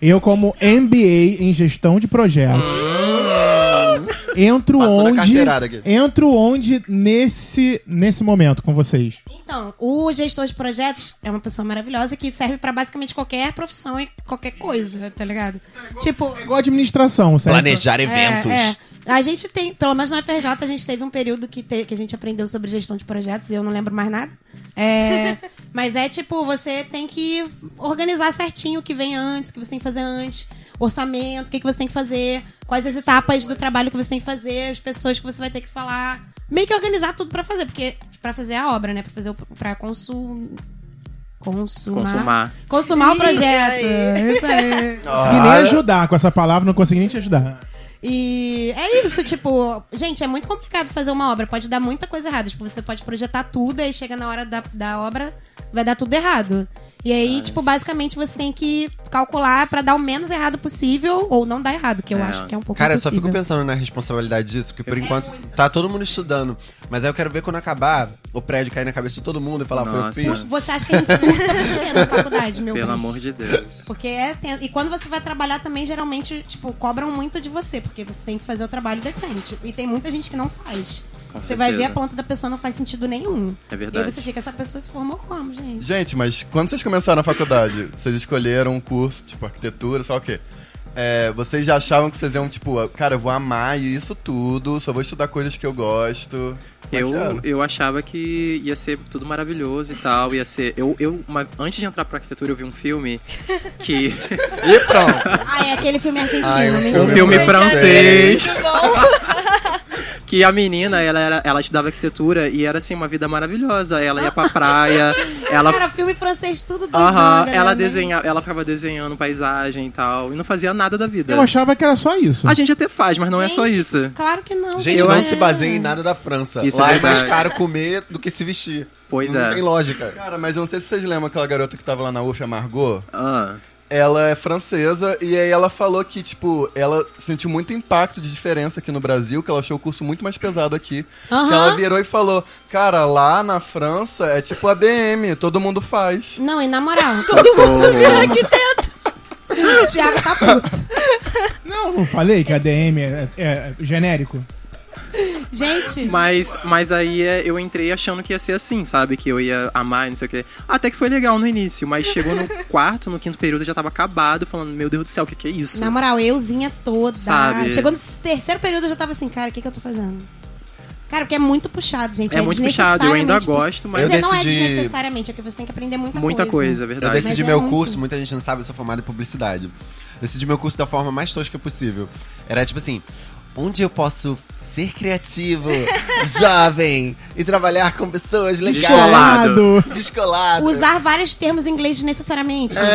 [SPEAKER 3] Eu, como MBA em gestão de projetos,
[SPEAKER 6] Hum.
[SPEAKER 3] entro
[SPEAKER 5] Passando a
[SPEAKER 3] onde.
[SPEAKER 5] carteirada aqui.
[SPEAKER 3] Entro onde nesse, nesse momento com vocês.
[SPEAKER 7] Então, o gestor de projetos é uma pessoa maravilhosa que serve pra basicamente qualquer profissão e qualquer coisa, tá ligado? Tipo,
[SPEAKER 3] Igual administração, certo?
[SPEAKER 5] Planejar eventos.
[SPEAKER 7] É, é. A gente tem, pelo menos na FRJ, a gente teve um período que, te- que a gente aprendeu sobre gestão de projetos, eu não lembro mais nada. É, mas é tipo, você tem que organizar certinho o que vem antes, o que você tem que fazer antes, orçamento, o que, que você tem que fazer, quais as etapas do trabalho que você tem que fazer, as pessoas que você vai ter que falar. Meio que organizar tudo pra fazer, porque pra fazer a obra, né? Pra fazer o pra consul Consumar.
[SPEAKER 4] Consumar.
[SPEAKER 7] Consumar o
[SPEAKER 8] Ih,
[SPEAKER 7] projeto.
[SPEAKER 8] aí.
[SPEAKER 7] Isso
[SPEAKER 6] Ah.
[SPEAKER 7] aí.
[SPEAKER 3] É, Consegui nem ajudar com essa palavra, não consegui nem te ajudar.
[SPEAKER 7] E é isso, tipo, gente, é muito complicado fazer uma obra, pode dar muita coisa errada. Tipo, você pode projetar tudo, aí chega na hora da, da obra, vai dar tudo errado. E aí, tipo, basicamente você tem que calcular pra dar o menos errado possível, ou não dar errado, que eu
[SPEAKER 4] É.
[SPEAKER 7] acho que é um pouco
[SPEAKER 5] Cara, eu só
[SPEAKER 7] impossível.
[SPEAKER 5] fico pensando na responsabilidade disso, porque por enquanto tá todo mundo estudando. Mas aí eu quero ver quando acabar o prédio cair na cabeça de todo mundo e falar, foi eu que
[SPEAKER 4] Nossa.
[SPEAKER 5] fiz.
[SPEAKER 7] Você acha que a gente surta por quê na faculdade, meu
[SPEAKER 4] Pelo
[SPEAKER 7] bem?
[SPEAKER 4] amor de Deus.
[SPEAKER 7] Porque é ten- E quando você vai trabalhar também, geralmente, tipo, cobram muito de você, porque você tem que fazer o trabalho decente. E tem muita gente que não faz.
[SPEAKER 4] Com
[SPEAKER 7] você vai ver
[SPEAKER 4] certeza.
[SPEAKER 7] a planta da pessoa não faz sentido nenhum.
[SPEAKER 4] É verdade.
[SPEAKER 7] E aí você fica, essa pessoa se formou como, gente?
[SPEAKER 6] Gente, mas quando vocês começaram a faculdade, vocês escolheram um curso, tipo, arquitetura, sei lá o quê. É, vocês já achavam que vocês iam, tipo, cara, eu vou amar isso tudo, só vou estudar coisas que eu gosto. é
[SPEAKER 4] Eu,
[SPEAKER 6] Mas, cara,
[SPEAKER 4] eu achava que ia ser tudo maravilhoso e tal, ia ser... Eu, eu, uma- antes de entrar pra arquitetura, eu vi um filme que...
[SPEAKER 6] E pronto.
[SPEAKER 7] Ah, é aquele filme argentino,
[SPEAKER 6] Ah, é um
[SPEAKER 7] mentira.
[SPEAKER 4] um filme
[SPEAKER 6] Filme
[SPEAKER 4] francês.
[SPEAKER 8] Bom,
[SPEAKER 4] que a menina, ela, era, ela estudava arquitetura e era assim uma vida maravilhosa. Ela ia pra praia, ela.
[SPEAKER 7] Cara, filme francês, tudo doido.
[SPEAKER 4] Aham,
[SPEAKER 7] né,
[SPEAKER 4] ela
[SPEAKER 7] galera?
[SPEAKER 4] desenhava, ela ficava desenhando paisagem e tal, e não fazia nada da vida.
[SPEAKER 3] Eu
[SPEAKER 6] É.
[SPEAKER 3] achava que era só isso.
[SPEAKER 4] A gente até faz, mas não é só
[SPEAKER 7] Gente,
[SPEAKER 4] isso.
[SPEAKER 7] Claro que é. não.
[SPEAKER 5] Gente,
[SPEAKER 4] Eu
[SPEAKER 5] não
[SPEAKER 4] acho-
[SPEAKER 5] se baseia em nada da França.
[SPEAKER 4] Isso é
[SPEAKER 5] Lá é, mais
[SPEAKER 4] verdade.
[SPEAKER 5] caro comer do que se vestir.
[SPEAKER 4] Pois
[SPEAKER 5] não
[SPEAKER 4] é.
[SPEAKER 5] tem lógica.
[SPEAKER 6] Cara, mas eu não sei se vocês lembram aquela garota que tava lá na UF, a Margot.
[SPEAKER 4] Ah,
[SPEAKER 6] Ela é francesa e aí ela falou que, tipo, ela sentiu muito impacto de diferença aqui no Brasil, que ela achou o curso muito mais pesado aqui.
[SPEAKER 7] Aham.
[SPEAKER 6] Que ela virou e falou, cara, lá na França é tipo ADM, todo mundo faz.
[SPEAKER 7] Não, e na moral,
[SPEAKER 4] socorro.
[SPEAKER 7] o Thiago tá puto.
[SPEAKER 3] Não, não falei que ADM é, é, é genérico.
[SPEAKER 7] Gente,
[SPEAKER 4] mas, mas aí é, eu entrei achando que ia ser assim, sabe? Que eu ia amar, não sei o quê. Até que foi legal no início, mas chegou no quarto, no quinto período, eu já tava acabado, falando, meu Deus do céu, o que, que é isso?
[SPEAKER 7] na moral, euzinha toda.
[SPEAKER 4] Sabe?
[SPEAKER 7] Chegou no terceiro período, eu já tava assim, cara, o que, que eu tô fazendo? Cara, porque é muito puxado, gente.
[SPEAKER 4] É muito puxado, eu ainda
[SPEAKER 7] desnecessariamente puxado.
[SPEAKER 4] gosto, mas
[SPEAKER 7] Quer
[SPEAKER 5] Eu
[SPEAKER 7] dizer, não é
[SPEAKER 5] decidi-
[SPEAKER 7] desnecessariamente, é que você tem que aprender muita,
[SPEAKER 4] muita coisa, é
[SPEAKER 5] Eu
[SPEAKER 4] verdade.
[SPEAKER 5] decidi
[SPEAKER 7] Mas é
[SPEAKER 5] meu
[SPEAKER 7] muito.
[SPEAKER 5] curso, muita gente não sabe, eu sou formado em publicidade. Decidi meu curso da forma mais tosca possível. Era tipo assim, onde eu posso ser criativo, jovem e trabalhar com pessoas legais,
[SPEAKER 4] Descolado.
[SPEAKER 5] descolado.
[SPEAKER 7] Usar vários termos em inglês desnecessariamente.
[SPEAKER 3] Acho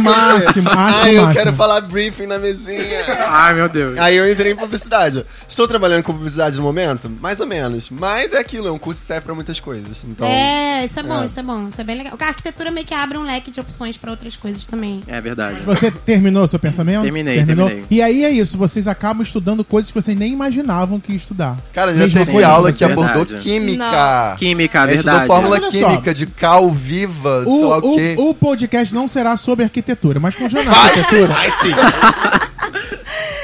[SPEAKER 3] o máximo, acho
[SPEAKER 5] Ai,
[SPEAKER 3] o
[SPEAKER 5] eu
[SPEAKER 3] máximo.
[SPEAKER 5] quero falar briefing na mesinha.
[SPEAKER 4] Ai, meu Deus.
[SPEAKER 5] Aí eu entrei em publicidade. Estou trabalhando com publicidade no momento? Mais ou menos. Mas é aquilo, é um curso que serve pra muitas coisas. Então,
[SPEAKER 7] é, isso é bom, isso é bom, isso é bem legal. A arquitetura meio que abre um leque de opções pra outras coisas também.
[SPEAKER 4] É verdade.
[SPEAKER 3] Você terminou seu pensamento?
[SPEAKER 4] Terminei,
[SPEAKER 3] terminou?
[SPEAKER 4] terminei.
[SPEAKER 3] E aí é isso, vocês acabam estudando coisas que vocês nem imaginavam que ia estudar.
[SPEAKER 6] Cara, já
[SPEAKER 3] Mesma
[SPEAKER 6] teve
[SPEAKER 3] coisa
[SPEAKER 6] aula
[SPEAKER 3] com
[SPEAKER 6] que
[SPEAKER 3] você.
[SPEAKER 6] abordou
[SPEAKER 4] Verdade.
[SPEAKER 6] química.
[SPEAKER 4] Química,
[SPEAKER 6] A gente estudou
[SPEAKER 4] verdade.
[SPEAKER 6] fórmula
[SPEAKER 3] Mas olha só.
[SPEAKER 6] química de cal viva, sei lá o quê.
[SPEAKER 3] O, o, o podcast não será sobre arquitetura, mas continua na arquitetura.
[SPEAKER 5] Ai, sim.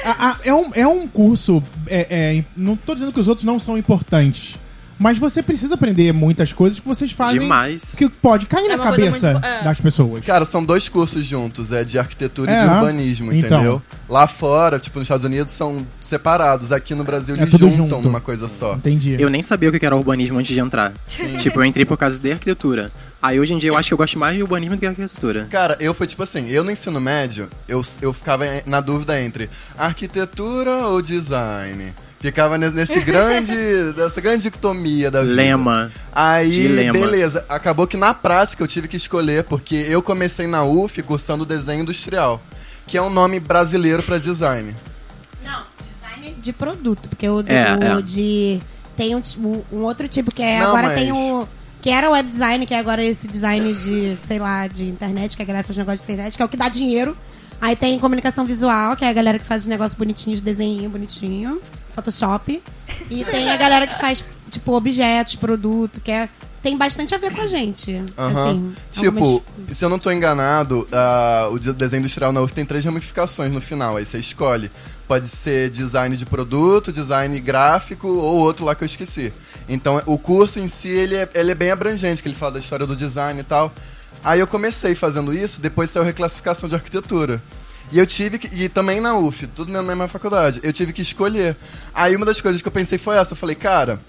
[SPEAKER 3] A- a- é, um, é um curso. é- é, não tô dizendo que os outros não são importantes. Mas você precisa aprender muitas coisas que vocês fazem.
[SPEAKER 4] Demais.
[SPEAKER 3] Que pode cair na
[SPEAKER 8] uma coisa
[SPEAKER 3] cabeça
[SPEAKER 8] muito- é.
[SPEAKER 3] das pessoas.
[SPEAKER 6] Cara, são dois cursos juntos, é de arquitetura
[SPEAKER 3] É,
[SPEAKER 6] e de urbanismo,
[SPEAKER 3] então.
[SPEAKER 6] entendeu? Lá fora, tipo, nos Estados Unidos, são separados. Aqui no Brasil,
[SPEAKER 3] É
[SPEAKER 6] eles
[SPEAKER 3] tudo
[SPEAKER 6] juntam
[SPEAKER 3] junto.
[SPEAKER 6] numa coisa só.
[SPEAKER 3] Entendi.
[SPEAKER 4] Eu nem sabia o que era urbanismo antes de entrar. Tipo, eu entrei por causa de arquitetura. Aí hoje em dia eu acho que eu gosto mais de urbanismo do que de arquitetura.
[SPEAKER 6] Cara, eu fui tipo assim, eu no ensino médio, eu, eu ficava na dúvida entre arquitetura ou design. Ficava ne- nesse grande, dessa grande dicotomia da vida.
[SPEAKER 4] Lema.
[SPEAKER 6] Aí,
[SPEAKER 4] Dilema.
[SPEAKER 6] beleza. Acabou que na prática eu tive que escolher, porque eu comecei na UF cursando desenho industrial, que é um nome brasileiro pra design.
[SPEAKER 7] Não, design de produto, porque o, do-
[SPEAKER 4] É,
[SPEAKER 7] o
[SPEAKER 4] é.
[SPEAKER 7] de. Tem um, ti- um- um outro tipo que é.
[SPEAKER 6] Não,
[SPEAKER 7] agora
[SPEAKER 6] mas-
[SPEAKER 7] tem o. Que era o web design, que é agora esse design de, sei lá, de internet, que a galera faz negócio de internet, que é o que dá dinheiro. Aí tem comunicação visual, que é a galera que faz os negócios bonitinhos, desenhinho bonitinho, Photoshop. E tem a galera que faz, tipo, objetos, produto, que é. Tem bastante a ver com a gente.
[SPEAKER 6] Aham.
[SPEAKER 7] Assim,
[SPEAKER 6] tipo,
[SPEAKER 7] algumas-
[SPEAKER 6] se eu não tô enganado, ah, o de- desenho industrial na UF tem três ramificações no final, aí você escolhe. Pode ser design de produto, design gráfico ou outro lá que eu esqueci. Então o curso em si, ele é, ele é bem abrangente, que ele fala da história do design e tal. Aí eu comecei fazendo isso, depois saiu reclassificação de arquitetura. E eu tive que. E também na UF, tudo na mesma faculdade. Eu tive que escolher. Aí uma das coisas que eu pensei foi essa. Eu falei, cara,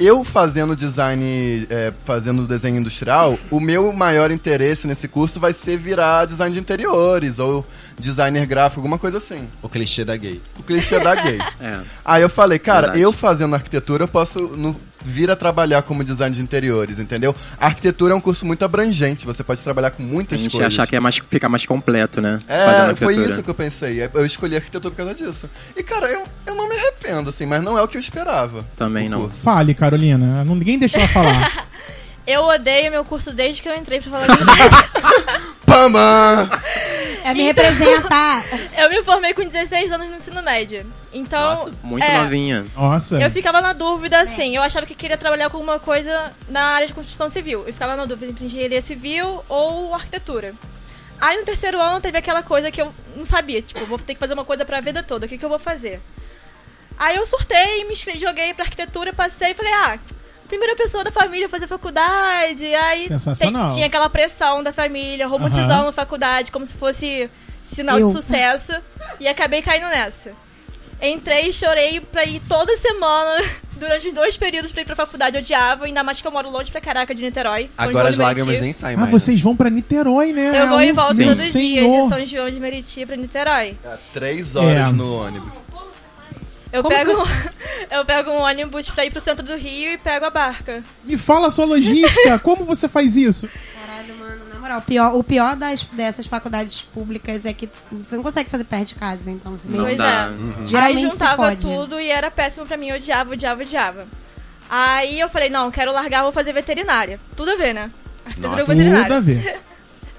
[SPEAKER 6] eu fazendo design, é, fazendo desenho industrial, o meu maior interesse nesse curso vai ser virar design de interiores ou designer gráfico, alguma coisa assim.
[SPEAKER 5] o clichê da gay.
[SPEAKER 6] O clichê da gay.
[SPEAKER 4] É.
[SPEAKER 6] Aí eu falei, cara,
[SPEAKER 4] Verdade.
[SPEAKER 6] eu fazendo arquitetura, eu posso no vir a trabalhar como design de interiores, entendeu? A arquitetura é um curso muito abrangente, você pode trabalhar com
[SPEAKER 4] A
[SPEAKER 6] muitas
[SPEAKER 4] gente ia
[SPEAKER 6] coisas.
[SPEAKER 4] achar que é mais, ficar mais completo, né?
[SPEAKER 6] É, foi
[SPEAKER 4] arquitetura.
[SPEAKER 6] isso que eu pensei. É, Eu escolhi arquitetura por causa disso. E, cara, eu, eu não me arrependo, assim, mas não é o que eu esperava.
[SPEAKER 4] Também
[SPEAKER 6] do
[SPEAKER 4] não.
[SPEAKER 6] curso.
[SPEAKER 3] Fale, Carolina. Não- Ninguém deixou ela falar.
[SPEAKER 8] Eu odeio meu curso desde que eu entrei pra falar a verdade.
[SPEAKER 6] Pamã!
[SPEAKER 7] É me representar.
[SPEAKER 8] Eu me formei com 16 anos no ensino médio. Então.
[SPEAKER 4] Nossa, muito
[SPEAKER 8] é,
[SPEAKER 4] novinha.
[SPEAKER 3] Nossa.
[SPEAKER 8] Eu ficava na dúvida, assim, eu achava que queria trabalhar com alguma coisa na área de construção civil. Eu ficava na dúvida entre engenharia civil ou arquitetura. Aí no terceiro ano teve aquela coisa que eu não sabia, tipo, vou ter que fazer uma coisa pra vida toda, o que, que eu vou fazer? Aí eu surtei, me inscrevi, joguei pra arquitetura, passei e falei, ah, primeira pessoa da família a fazer faculdade. Aí
[SPEAKER 3] Sensacional.
[SPEAKER 8] tem- tinha aquela pressão da família, romantizando a faculdade, como se fosse sinal
[SPEAKER 7] Eu.
[SPEAKER 8] de sucesso. E acabei caindo nessa. Entrei e chorei pra ir toda semana, durante os dois períodos pra ir pra faculdade. Eu odiava, ainda mais que eu moro longe pra caraca de Niterói. São João
[SPEAKER 5] Agora as
[SPEAKER 8] de Meriti.
[SPEAKER 5] lágrimas nem saem
[SPEAKER 3] Ah,
[SPEAKER 5] mais.
[SPEAKER 3] vocês vão pra Niterói, né?
[SPEAKER 8] Eu vou e volto
[SPEAKER 3] Sim.
[SPEAKER 8] todo dia
[SPEAKER 3] Senhor.
[SPEAKER 8] de São João de Meriti pra Niterói.
[SPEAKER 6] É, três horas
[SPEAKER 3] É.
[SPEAKER 6] no ônibus.
[SPEAKER 8] Eu
[SPEAKER 7] Como
[SPEAKER 8] pego, eu pego um ônibus pra ir pro centro do Rio e pego a barca.
[SPEAKER 3] Me fala a sua logística. Como você faz isso?
[SPEAKER 7] Caralho, mano, na moral, o pior, o pior das, dessas faculdades públicas é que você não consegue fazer perto de casa, então você meio
[SPEAKER 4] Não
[SPEAKER 8] Pois
[SPEAKER 4] dá.
[SPEAKER 8] é.
[SPEAKER 4] Uhum.
[SPEAKER 7] geralmente
[SPEAKER 8] aí
[SPEAKER 7] se
[SPEAKER 8] juntava
[SPEAKER 7] fode.
[SPEAKER 8] tudo e era péssimo pra mim, eu odiava, odiava, odiava. Aí eu falei, não, quero largar, vou fazer veterinária. Tudo a ver, né? Arquitetura
[SPEAKER 5] Nossa.
[SPEAKER 8] veterinária.
[SPEAKER 3] Tudo a ver.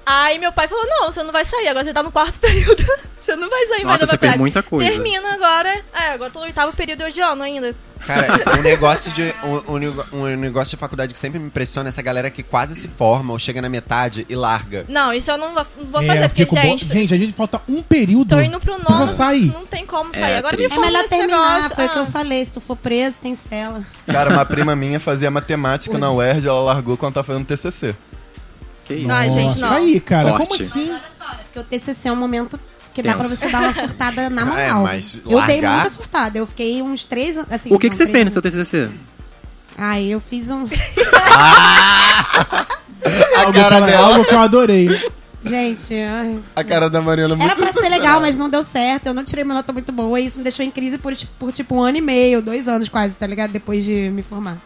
[SPEAKER 8] Aí meu pai falou: não, você não vai sair, agora você tá no quarto período. você não vai sair
[SPEAKER 4] Nossa,
[SPEAKER 8] mais da
[SPEAKER 4] você fez
[SPEAKER 8] faculdade.
[SPEAKER 4] muita coisa.
[SPEAKER 8] Termina agora. É, agora tô no oitavo período e odiando ainda.
[SPEAKER 5] Cara, um negócio, de, um, um nego- um negócio de faculdade que sempre me impressiona é essa galera que quase se forma ou chega na metade e larga.
[SPEAKER 8] Não, isso eu não va- não vou
[SPEAKER 3] É,
[SPEAKER 8] fazer, porque,
[SPEAKER 3] fico bo-
[SPEAKER 8] gente,
[SPEAKER 3] Gente, a gente falta um período.
[SPEAKER 8] tô indo pro
[SPEAKER 3] Precisa
[SPEAKER 8] nono.
[SPEAKER 3] sair.
[SPEAKER 8] Não tem como sair.
[SPEAKER 4] É,
[SPEAKER 8] agora me
[SPEAKER 4] triste.
[SPEAKER 7] É
[SPEAKER 8] forma
[SPEAKER 7] melhor
[SPEAKER 8] desse
[SPEAKER 7] terminar,
[SPEAKER 8] negócio.
[SPEAKER 7] foi o que eu
[SPEAKER 8] Ah,
[SPEAKER 7] falei. Se tu for preso, tem cela.
[SPEAKER 6] Cara, uma prima minha fazia matemática na UERJ, ela largou quando tava fazendo TCC.
[SPEAKER 4] Que isso.
[SPEAKER 8] Ai, gente, não.
[SPEAKER 3] Nossa, aí, cara.
[SPEAKER 4] Forte.
[SPEAKER 3] Como assim?
[SPEAKER 7] Porque o TCC é um momento que dá pra
[SPEAKER 4] Tenso.
[SPEAKER 7] você dar uma surtada na moral.
[SPEAKER 5] É, mas
[SPEAKER 7] eu dei
[SPEAKER 5] largar-
[SPEAKER 7] muita surtada. Eu fiquei uns três anos. Assim,
[SPEAKER 4] O que,
[SPEAKER 7] não,
[SPEAKER 4] que você
[SPEAKER 7] três
[SPEAKER 4] fez no
[SPEAKER 7] anos.
[SPEAKER 4] seu TCC?
[SPEAKER 7] Ah, eu fiz um.
[SPEAKER 6] A
[SPEAKER 3] Algo que
[SPEAKER 6] cara
[SPEAKER 3] ela-
[SPEAKER 6] dela,
[SPEAKER 3] Algo que eu adorei.
[SPEAKER 7] Gente, ai.
[SPEAKER 6] a cara da Mariana é muito
[SPEAKER 7] Era pra ser
[SPEAKER 6] sensacional.
[SPEAKER 7] legal, mas não deu certo. Eu não tirei uma nota muito boa. E isso me deixou em crise por, tipo- por tipo um ano e meio, dois anos quase, tá ligado? Depois de me formar.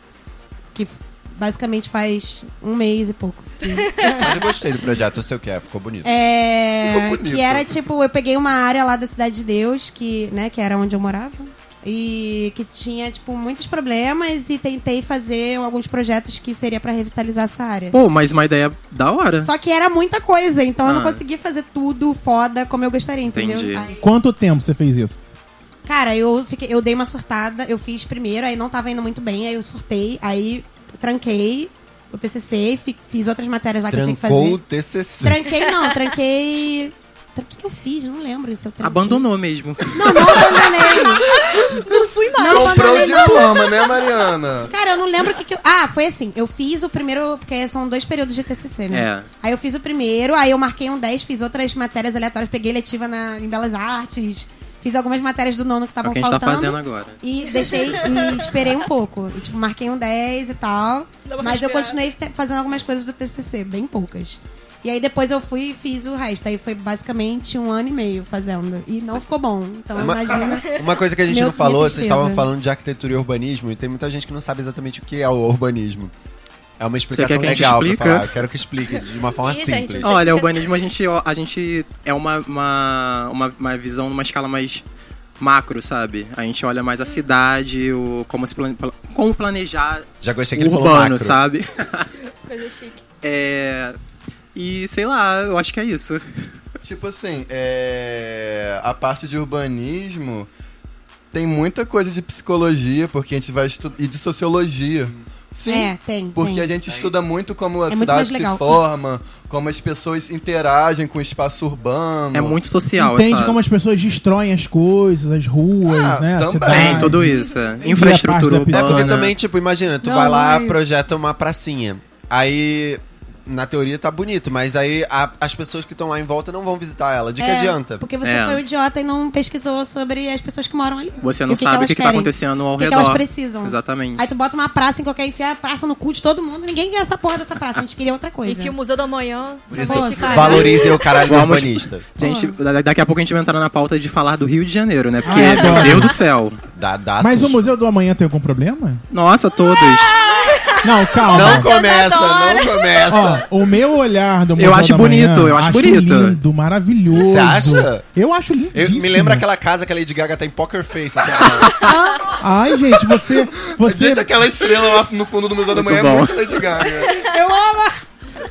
[SPEAKER 7] Que f- basicamente faz um mês e pouco.
[SPEAKER 5] Mas eu gostei do projeto, eu sei o que é, ficou bonito.
[SPEAKER 6] Ficou
[SPEAKER 7] É.
[SPEAKER 6] bonito.
[SPEAKER 7] Que era tipo, eu peguei uma área lá da Cidade de Deus, que, né, que era onde eu morava. E que tinha, tipo, muitos problemas e tentei fazer alguns projetos que seria pra revitalizar essa área.
[SPEAKER 4] Pô, mas uma ideia da hora.
[SPEAKER 7] Só um que era muita coisa, então eu não
[SPEAKER 4] Ah.
[SPEAKER 7] consegui fazer tudo foda como eu gostaria, entendeu?
[SPEAKER 4] Entendi.
[SPEAKER 7] Aí-
[SPEAKER 3] Quanto tempo você fez isso?
[SPEAKER 7] Cara, eu, fiquei, eu dei uma surtada, eu fiz primeiro, aí não tava indo muito bem, aí eu surtei, aí tranquei o TCC, fi- fiz outras matérias lá que eu tinha
[SPEAKER 5] Trancou o
[SPEAKER 7] que fazer.
[SPEAKER 5] TCC.
[SPEAKER 7] Tranquei não, tranquei... tra- O que, que eu fiz? Não lembro se eu tranquei.
[SPEAKER 4] Abandonou mesmo.
[SPEAKER 7] Não, não abandonei.
[SPEAKER 8] Não fui mais.
[SPEAKER 7] Não
[SPEAKER 6] Comprou o
[SPEAKER 7] abandonei, não.
[SPEAKER 6] diploma, né, Mariana?
[SPEAKER 7] Cara, eu não lembro o que que eu... Ah, foi assim, eu fiz o primeiro... Porque são dois períodos de TCC, né?
[SPEAKER 4] É.
[SPEAKER 7] Aí eu fiz o primeiro, aí eu marquei um 10, fiz outras matérias aleatórias, peguei letiva na, em Belas Artes, fiz algumas matérias do nono
[SPEAKER 4] É o
[SPEAKER 7] que estavam
[SPEAKER 4] que a gente tá
[SPEAKER 7] faltando.
[SPEAKER 4] fazendo agora.
[SPEAKER 7] E deixei e esperei um pouco. E, tipo, marquei um 10 e tal.
[SPEAKER 8] Dá uma
[SPEAKER 7] Mas eu
[SPEAKER 8] respirada.
[SPEAKER 7] continuei te- fazendo algumas coisas do TCC, bem poucas. E aí depois eu fui e fiz o resto. Aí foi basicamente um ano e meio fazendo. E não ficou bom. Então
[SPEAKER 5] Uma-
[SPEAKER 7] imagina.
[SPEAKER 5] Uma coisa que a gente
[SPEAKER 7] Meu-
[SPEAKER 5] não falou,
[SPEAKER 7] minha
[SPEAKER 5] vocês
[SPEAKER 7] tristeza.
[SPEAKER 5] estavam falando de arquitetura e urbanismo, e tem muita gente que não sabe exatamente o que é o urbanismo. É uma explicação
[SPEAKER 4] quer que a gente
[SPEAKER 5] legal pra
[SPEAKER 4] explica?
[SPEAKER 5] falar. Eu quero que explique de uma forma
[SPEAKER 8] Ih, gente,
[SPEAKER 5] simples.
[SPEAKER 8] Sim.
[SPEAKER 4] Olha, o urbanismo a gente, a gente é uma, uma, uma, uma visão numa escala mais macro, sabe? A gente olha mais a cidade, o, como, se plane, como planejar
[SPEAKER 5] Já gostei que
[SPEAKER 4] o
[SPEAKER 5] ele falou
[SPEAKER 4] urbano,
[SPEAKER 5] macro.
[SPEAKER 4] sabe?
[SPEAKER 8] Coisa chique.
[SPEAKER 4] É, e sei lá, eu acho que é isso.
[SPEAKER 6] Tipo assim, é... a parte de urbanismo tem muita coisa de psicologia, porque a gente vai estudar. E de sociologia. Sim.
[SPEAKER 7] É, tem.
[SPEAKER 6] Porque
[SPEAKER 7] tem.
[SPEAKER 6] a gente estuda muito como a
[SPEAKER 7] É muito
[SPEAKER 6] cidade
[SPEAKER 7] mais
[SPEAKER 6] se
[SPEAKER 7] legal.
[SPEAKER 6] forma, como as pessoas interagem com o espaço urbano.
[SPEAKER 4] É muito social,
[SPEAKER 3] Entende
[SPEAKER 4] essa-
[SPEAKER 3] como é? as pessoas destroem as coisas, as ruas,
[SPEAKER 6] Ah,
[SPEAKER 3] né? a
[SPEAKER 6] também.
[SPEAKER 3] cidade.
[SPEAKER 4] Tem tudo isso. é.
[SPEAKER 3] Entendi a parte
[SPEAKER 4] Infraestrutura
[SPEAKER 3] da
[SPEAKER 5] É
[SPEAKER 3] piscina.
[SPEAKER 4] urbana.
[SPEAKER 5] porque também, tipo, imagina, tu
[SPEAKER 7] Não,
[SPEAKER 5] vai lá,
[SPEAKER 7] mas-
[SPEAKER 5] projeta uma pracinha. Aí na teoria tá bonito, mas aí a- as pessoas que estão lá em volta não vão visitar ela. De que
[SPEAKER 7] É,
[SPEAKER 5] adianta?
[SPEAKER 7] Porque você
[SPEAKER 4] É.
[SPEAKER 7] foi um idiota e não pesquisou sobre as pessoas que moram ali.
[SPEAKER 4] Você
[SPEAKER 7] E
[SPEAKER 4] não sabe o
[SPEAKER 7] elas
[SPEAKER 4] que, que tá
[SPEAKER 7] querem.
[SPEAKER 4] acontecendo ao
[SPEAKER 7] O que que
[SPEAKER 4] redor.
[SPEAKER 7] elas precisam.
[SPEAKER 4] Exatamente.
[SPEAKER 7] Aí tu bota uma praça em qualquer enfiar a praça no cu de todo mundo. Ninguém quer essa porra dessa praça. A gente queria outra
[SPEAKER 8] E
[SPEAKER 7] coisa.
[SPEAKER 8] que o Museu da Manhã.
[SPEAKER 5] Isso,
[SPEAKER 7] Pô, sabe?
[SPEAKER 5] Valorizem o caralho do
[SPEAKER 4] Vamos-
[SPEAKER 5] urbanista.
[SPEAKER 4] Gente, da- daqui a pouco a gente vai entrar na pauta de falar do Rio de Janeiro, né? Porque,
[SPEAKER 3] Ah, eu
[SPEAKER 4] meu
[SPEAKER 3] adoro.
[SPEAKER 4] Deus do céu.
[SPEAKER 5] Dá, dá
[SPEAKER 3] Mas o
[SPEAKER 5] susto.
[SPEAKER 3] Museu do Amanhã tem algum problema?
[SPEAKER 4] Nossa, todos.
[SPEAKER 3] Não, calma.
[SPEAKER 5] Não começa, não começa.
[SPEAKER 3] Ó, o meu olhar do Museu
[SPEAKER 4] acho
[SPEAKER 3] do Amanhã,
[SPEAKER 4] bonito, eu acho bonito.
[SPEAKER 3] lindo, maravilhoso.
[SPEAKER 5] Você acha?
[SPEAKER 3] Eu acho
[SPEAKER 5] Eu-
[SPEAKER 3] lindíssimo.
[SPEAKER 5] me lembra aquela casa que a Lady Gaga tá em Poker Face. assim,
[SPEAKER 3] Ai, gente, você... você...
[SPEAKER 6] Gente, aquela estrela lá no fundo do Museu da
[SPEAKER 4] Muito
[SPEAKER 6] Manhã
[SPEAKER 4] bom.
[SPEAKER 6] é muito Lady Gaga.
[SPEAKER 7] Eu amo!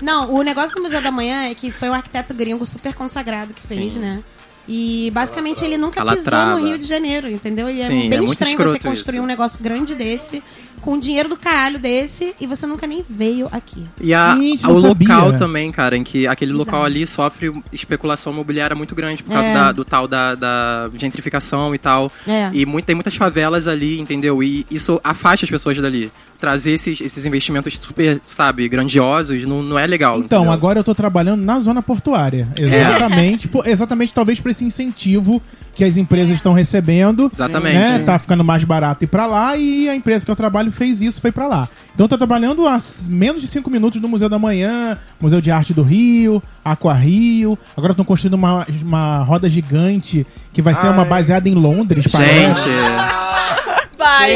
[SPEAKER 7] Não, o negócio do Museu da Manhã é que foi um arquiteto gringo super consagrado que fez, né? E basicamente ele nunca
[SPEAKER 4] Ela
[SPEAKER 7] pisou
[SPEAKER 4] trava.
[SPEAKER 7] no Rio de Janeiro, entendeu? E é
[SPEAKER 4] Sim, é
[SPEAKER 7] bem
[SPEAKER 4] muito
[SPEAKER 7] estranho
[SPEAKER 4] escroto
[SPEAKER 7] você construir
[SPEAKER 4] isso.
[SPEAKER 7] um negócio grande desse, com dinheiro do caralho desse, e você nunca nem veio aqui.
[SPEAKER 4] E a,
[SPEAKER 3] Gente,
[SPEAKER 4] o
[SPEAKER 3] não sabia.
[SPEAKER 4] local também, cara, em que aquele local
[SPEAKER 7] Bizarro.
[SPEAKER 4] ali sofre especulação imobiliária muito grande por causa
[SPEAKER 7] É.
[SPEAKER 4] da- do tal da, da gentrificação e tal.
[SPEAKER 7] É.
[SPEAKER 4] E muito, tem muitas favelas ali, entendeu? E isso afasta as pessoas dali. Trazer esses, esses investimentos super, sabe, grandiosos não, não é legal.
[SPEAKER 3] Então,
[SPEAKER 4] entendeu?
[SPEAKER 3] agora eu tô trabalhando na zona portuária.
[SPEAKER 4] É.
[SPEAKER 3] Exatamente, pô, exatamente talvez pra esse incentivo que as empresas estão recebendo.
[SPEAKER 4] Exatamente.
[SPEAKER 3] Né? Tá ficando mais barato ir pra lá e a empresa que eu trabalho fez isso, foi pra lá. Então tá trabalhando a s- menos de cinco minutos do Museu da Manhã, Museu de Arte do Rio, Aqua Rio. Agora estão construindo uma, uma roda gigante que vai ser uma baseada em Londres,
[SPEAKER 4] Gente,
[SPEAKER 8] Vai.
[SPEAKER 7] Sim,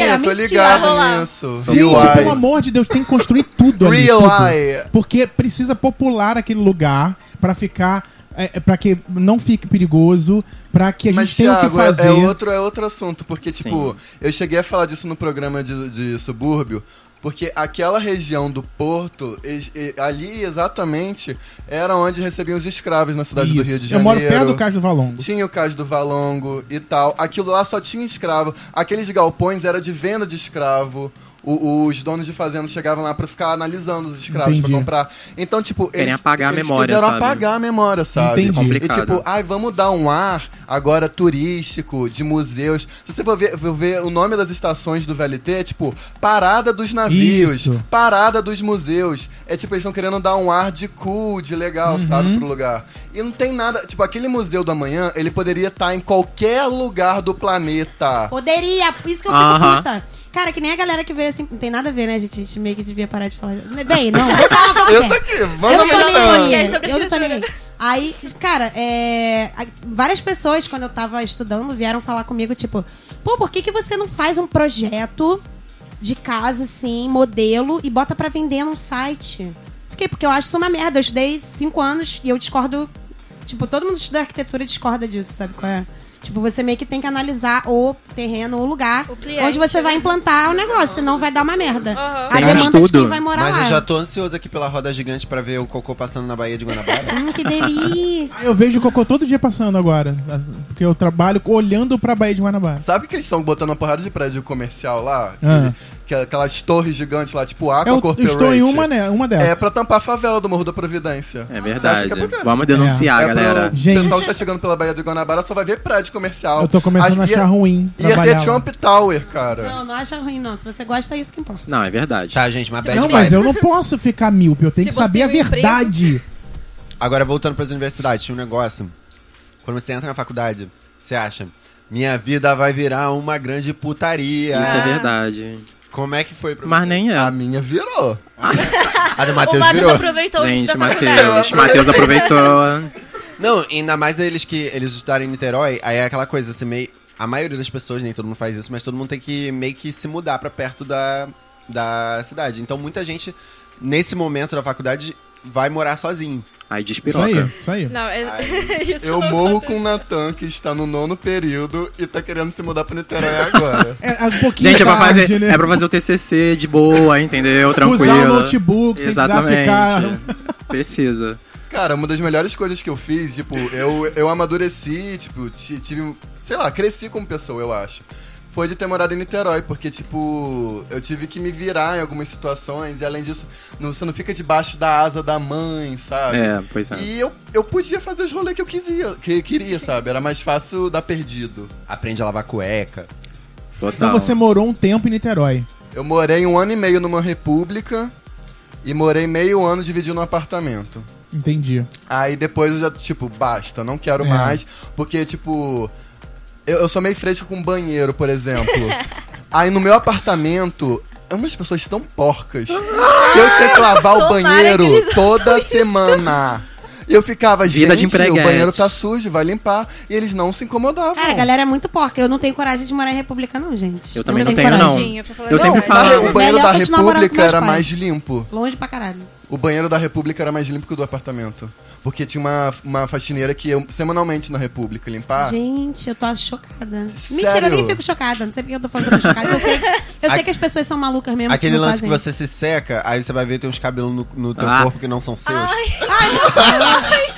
[SPEAKER 6] Sim,
[SPEAKER 7] Era
[SPEAKER 6] eu tô
[SPEAKER 7] mentira,
[SPEAKER 8] vamos lá.
[SPEAKER 6] ligado nisso.
[SPEAKER 3] Gente, pelo amor de Deus, tem que construir tudo ali.
[SPEAKER 6] Real
[SPEAKER 3] tudo.
[SPEAKER 6] eye.
[SPEAKER 3] Porque precisa popular aquele lugar pra ficar. É, para que não fique perigoso, pra que a gente
[SPEAKER 6] Mas,
[SPEAKER 3] tenha o que
[SPEAKER 6] Thiago, é-
[SPEAKER 3] fazer.
[SPEAKER 6] É, outro, é outro assunto, porque, tipo, eu cheguei a falar disso no programa de, de subúrbio, porque aquela região do Porto, ex- e- ali exatamente, era onde recebiam os escravos na cidade do
[SPEAKER 3] Isso.
[SPEAKER 6] Rio de
[SPEAKER 3] Eu
[SPEAKER 6] Janeiro.
[SPEAKER 3] moro perto do Cais do Valongo.
[SPEAKER 6] Tinha o caso do Valongo e tal. Aquilo lá só tinha um escravo. Aqueles galpões era de venda de escravo. O- os donos de fazenda chegavam lá pra ficar analisando os escravos
[SPEAKER 3] Entendi.
[SPEAKER 6] pra comprar. Então, tipo,
[SPEAKER 4] Querem
[SPEAKER 6] eles,
[SPEAKER 4] apagar a
[SPEAKER 6] eles
[SPEAKER 4] memória,
[SPEAKER 6] quiseram
[SPEAKER 4] sabe?
[SPEAKER 6] apagar a memória, sabe?
[SPEAKER 3] Entendi.
[SPEAKER 4] Complicado.
[SPEAKER 6] E tipo, ai, vamos dar um ar agora turístico, de museus. Se você for ver, for ver o nome das estações do VLT, é tipo, parada dos navios,
[SPEAKER 3] Isso.
[SPEAKER 6] parada dos museus. É tipo, eles estão querendo dar um ar de cool, de legal,
[SPEAKER 3] Uhum.
[SPEAKER 6] sabe, pro lugar. E não tem nada. Tipo, aquele museu da manhã, ele poderia estar em qualquer lugar do planeta.
[SPEAKER 7] Poderia, por isso que eu fico
[SPEAKER 4] Aham.
[SPEAKER 7] puta. Cara, que nem a galera que veio assim. Não tem nada a ver, né, gente? A gente meio que devia parar de falar. Bem, não, vou falar qualquer.
[SPEAKER 6] Eu tô aqui, manda
[SPEAKER 7] Eu não
[SPEAKER 6] minha
[SPEAKER 7] tô nem
[SPEAKER 8] É
[SPEAKER 7] aí.
[SPEAKER 8] sobre
[SPEAKER 7] Eu não tô
[SPEAKER 8] arquitetura.
[SPEAKER 7] nem aí. Aí, cara, é, a- várias pessoas, quando eu tava estudando, vieram falar comigo, tipo, pô, por que, que você não faz um projeto de casa, assim, modelo, e bota pra vender num site? Fiquei, porque eu acho isso uma merda. Eu estudei cinco anos e eu discordo. Tipo, todo mundo que estuda arquitetura e discorda disso, sabe qual é? Tipo, você meio que tem que analisar o terreno, o lugar
[SPEAKER 8] O cliente,
[SPEAKER 7] onde você vai
[SPEAKER 8] né?
[SPEAKER 7] implantar o negócio, senão vai dar uma merda.
[SPEAKER 8] Aham.
[SPEAKER 7] A
[SPEAKER 4] Tem um
[SPEAKER 7] demanda de
[SPEAKER 4] estudo.
[SPEAKER 7] quem vai morar
[SPEAKER 5] Mas
[SPEAKER 7] lá.
[SPEAKER 5] eu já tô ansioso aqui pela roda gigante pra ver o cocô passando na Baía de Guanabara.
[SPEAKER 7] Hum, que delícia!
[SPEAKER 3] Eu vejo o cocô todo dia passando agora. Porque eu trabalho olhando pra Baía de Guanabara.
[SPEAKER 6] Sabe que eles estão botando uma porrada de prédio comercial lá? Que-
[SPEAKER 3] Ah.
[SPEAKER 6] Que, é aquelas torres gigantes lá, tipo Aqua
[SPEAKER 3] Eu, eu
[SPEAKER 6] Corporate.
[SPEAKER 3] estou em uma, né, uma dessas.
[SPEAKER 6] É pra tampar a favela do Morro da Providência. Você acha
[SPEAKER 4] é verdade.
[SPEAKER 6] que é bacana?
[SPEAKER 4] Vamos denunciar,
[SPEAKER 6] É
[SPEAKER 4] galera.
[SPEAKER 6] pro
[SPEAKER 3] Gente.
[SPEAKER 6] pessoal que tá chegando pela Baía do Guanabara só vai ver prédio comercial.
[SPEAKER 3] Eu tô começando a
[SPEAKER 6] Aí
[SPEAKER 3] achar
[SPEAKER 6] ia-
[SPEAKER 3] ruim
[SPEAKER 6] Ia
[SPEAKER 3] trabalhar
[SPEAKER 6] ter
[SPEAKER 3] lá.
[SPEAKER 6] Trump Tower, cara.
[SPEAKER 7] Não, não acha ruim, não. Se você gosta, é isso que importa.
[SPEAKER 4] Não, é verdade.
[SPEAKER 5] Tá, gente, uma bad
[SPEAKER 3] Não,
[SPEAKER 5] vibe.
[SPEAKER 3] mas eu não posso ficar míope. Eu tenho
[SPEAKER 8] Se
[SPEAKER 3] que
[SPEAKER 8] você
[SPEAKER 3] saber a
[SPEAKER 8] tem um emprego-
[SPEAKER 3] verdade.
[SPEAKER 5] Agora, voltando pras universidades, tinha um negócio. Quando você entra na faculdade, você acha... Minha vida vai virar uma grande putaria.
[SPEAKER 4] Isso é verdade.
[SPEAKER 5] Como é que foi pra
[SPEAKER 4] Mas
[SPEAKER 5] você?
[SPEAKER 4] nem é.
[SPEAKER 6] A minha virou.
[SPEAKER 5] A do
[SPEAKER 8] O
[SPEAKER 5] Matheus
[SPEAKER 8] Matheus
[SPEAKER 5] virou.
[SPEAKER 8] aproveitou o
[SPEAKER 4] Gente,
[SPEAKER 8] da faculdade.
[SPEAKER 4] Matheus. Matheus aproveitou.
[SPEAKER 5] Não, ainda mais eles que eles estudaram em Niterói, aí é aquela coisa, assim, meio. A maioria das pessoas, nem todo mundo faz isso, mas todo mundo tem que meio que se mudar pra perto da, da cidade. Então muita gente, nesse momento da faculdade, vai morar sozinho.
[SPEAKER 4] Aí
[SPEAKER 3] Isso aí,
[SPEAKER 4] despiroca.
[SPEAKER 3] isso aí.
[SPEAKER 8] Não, é... isso
[SPEAKER 6] Eu
[SPEAKER 8] não
[SPEAKER 6] morro com o Natan, que está no nono período e tá querendo se mudar pra Niterói agora.
[SPEAKER 3] É, é um pouquinho
[SPEAKER 4] Gente, é pra,
[SPEAKER 3] tarde,
[SPEAKER 4] fazer,
[SPEAKER 3] né?
[SPEAKER 4] é pra fazer o TCC de boa, entendeu? Tranquilo.
[SPEAKER 3] Usar o notebook sem precisar
[SPEAKER 4] Exatamente.
[SPEAKER 3] ficar...
[SPEAKER 4] Precisa.
[SPEAKER 6] Cara, uma das melhores coisas que eu fiz, tipo, eu, eu amadureci, tipo, ti- tive, sei lá, cresci como pessoa, eu acho. Foi de ter morado em Niterói, porque, tipo, eu tive que me virar em algumas situações, e além disso, não, você não fica debaixo da asa da mãe, sabe?
[SPEAKER 4] É, pois é.
[SPEAKER 6] E eu, eu podia fazer os rolês que eu quisia, que eu queria, sabe? Era mais fácil dar perdido.
[SPEAKER 5] Aprende a lavar cueca.
[SPEAKER 4] Total.
[SPEAKER 3] Então você morou um tempo em Niterói.
[SPEAKER 6] Eu morei um ano e meio numa república.
[SPEAKER 9] E morei meio ano dividindo um apartamento.
[SPEAKER 3] Entendi.
[SPEAKER 9] Aí depois eu já, tipo, basta, não quero
[SPEAKER 7] É.
[SPEAKER 9] mais. Porque, tipo, eu, eu sou meio fresco com banheiro, por exemplo. Aí no meu apartamento, é umas pessoas tão porcas que eu tinha que lavar o
[SPEAKER 8] Tomara que
[SPEAKER 9] banheiro
[SPEAKER 8] eles não
[SPEAKER 9] toda semana. E eu ficava,
[SPEAKER 4] Vida de
[SPEAKER 9] gente, o
[SPEAKER 4] empreguete."
[SPEAKER 9] banheiro tá sujo, vai limpar. E eles não se incomodavam.
[SPEAKER 7] Cara, a galera é muito porca. Eu não tenho coragem de morar em República, não, gente.
[SPEAKER 4] Eu também não
[SPEAKER 8] tenho
[SPEAKER 4] tenho, não.
[SPEAKER 8] coragem, pra falar a
[SPEAKER 4] Eu sempre
[SPEAKER 3] é
[SPEAKER 8] verdade.
[SPEAKER 9] Não,
[SPEAKER 4] falo.
[SPEAKER 9] Ah, o banheiro
[SPEAKER 7] Melhor
[SPEAKER 9] da
[SPEAKER 7] continuar morando com
[SPEAKER 9] República
[SPEAKER 7] meus
[SPEAKER 9] era
[SPEAKER 7] pais.
[SPEAKER 9] mais limpo.
[SPEAKER 7] Longe pra caralho.
[SPEAKER 9] O banheiro da República era mais limpo que o do apartamento. Porque tinha uma, uma faxineira que eu semanalmente na República limpar.
[SPEAKER 7] Gente, eu tô chocada.
[SPEAKER 9] Ah. Sério?
[SPEAKER 7] Mentira, eu nem fico chocada. Não sei porque eu tô falando que eu tô chocada. Eu sei, eu sei que as pessoas são malucas mesmo.
[SPEAKER 6] Aquele
[SPEAKER 7] É não
[SPEAKER 6] lance que você
[SPEAKER 7] fazem.
[SPEAKER 6] se seca, aí você vai ver tem uns cabelos no, no teu
[SPEAKER 4] Ah.
[SPEAKER 6] corpo que não são seus.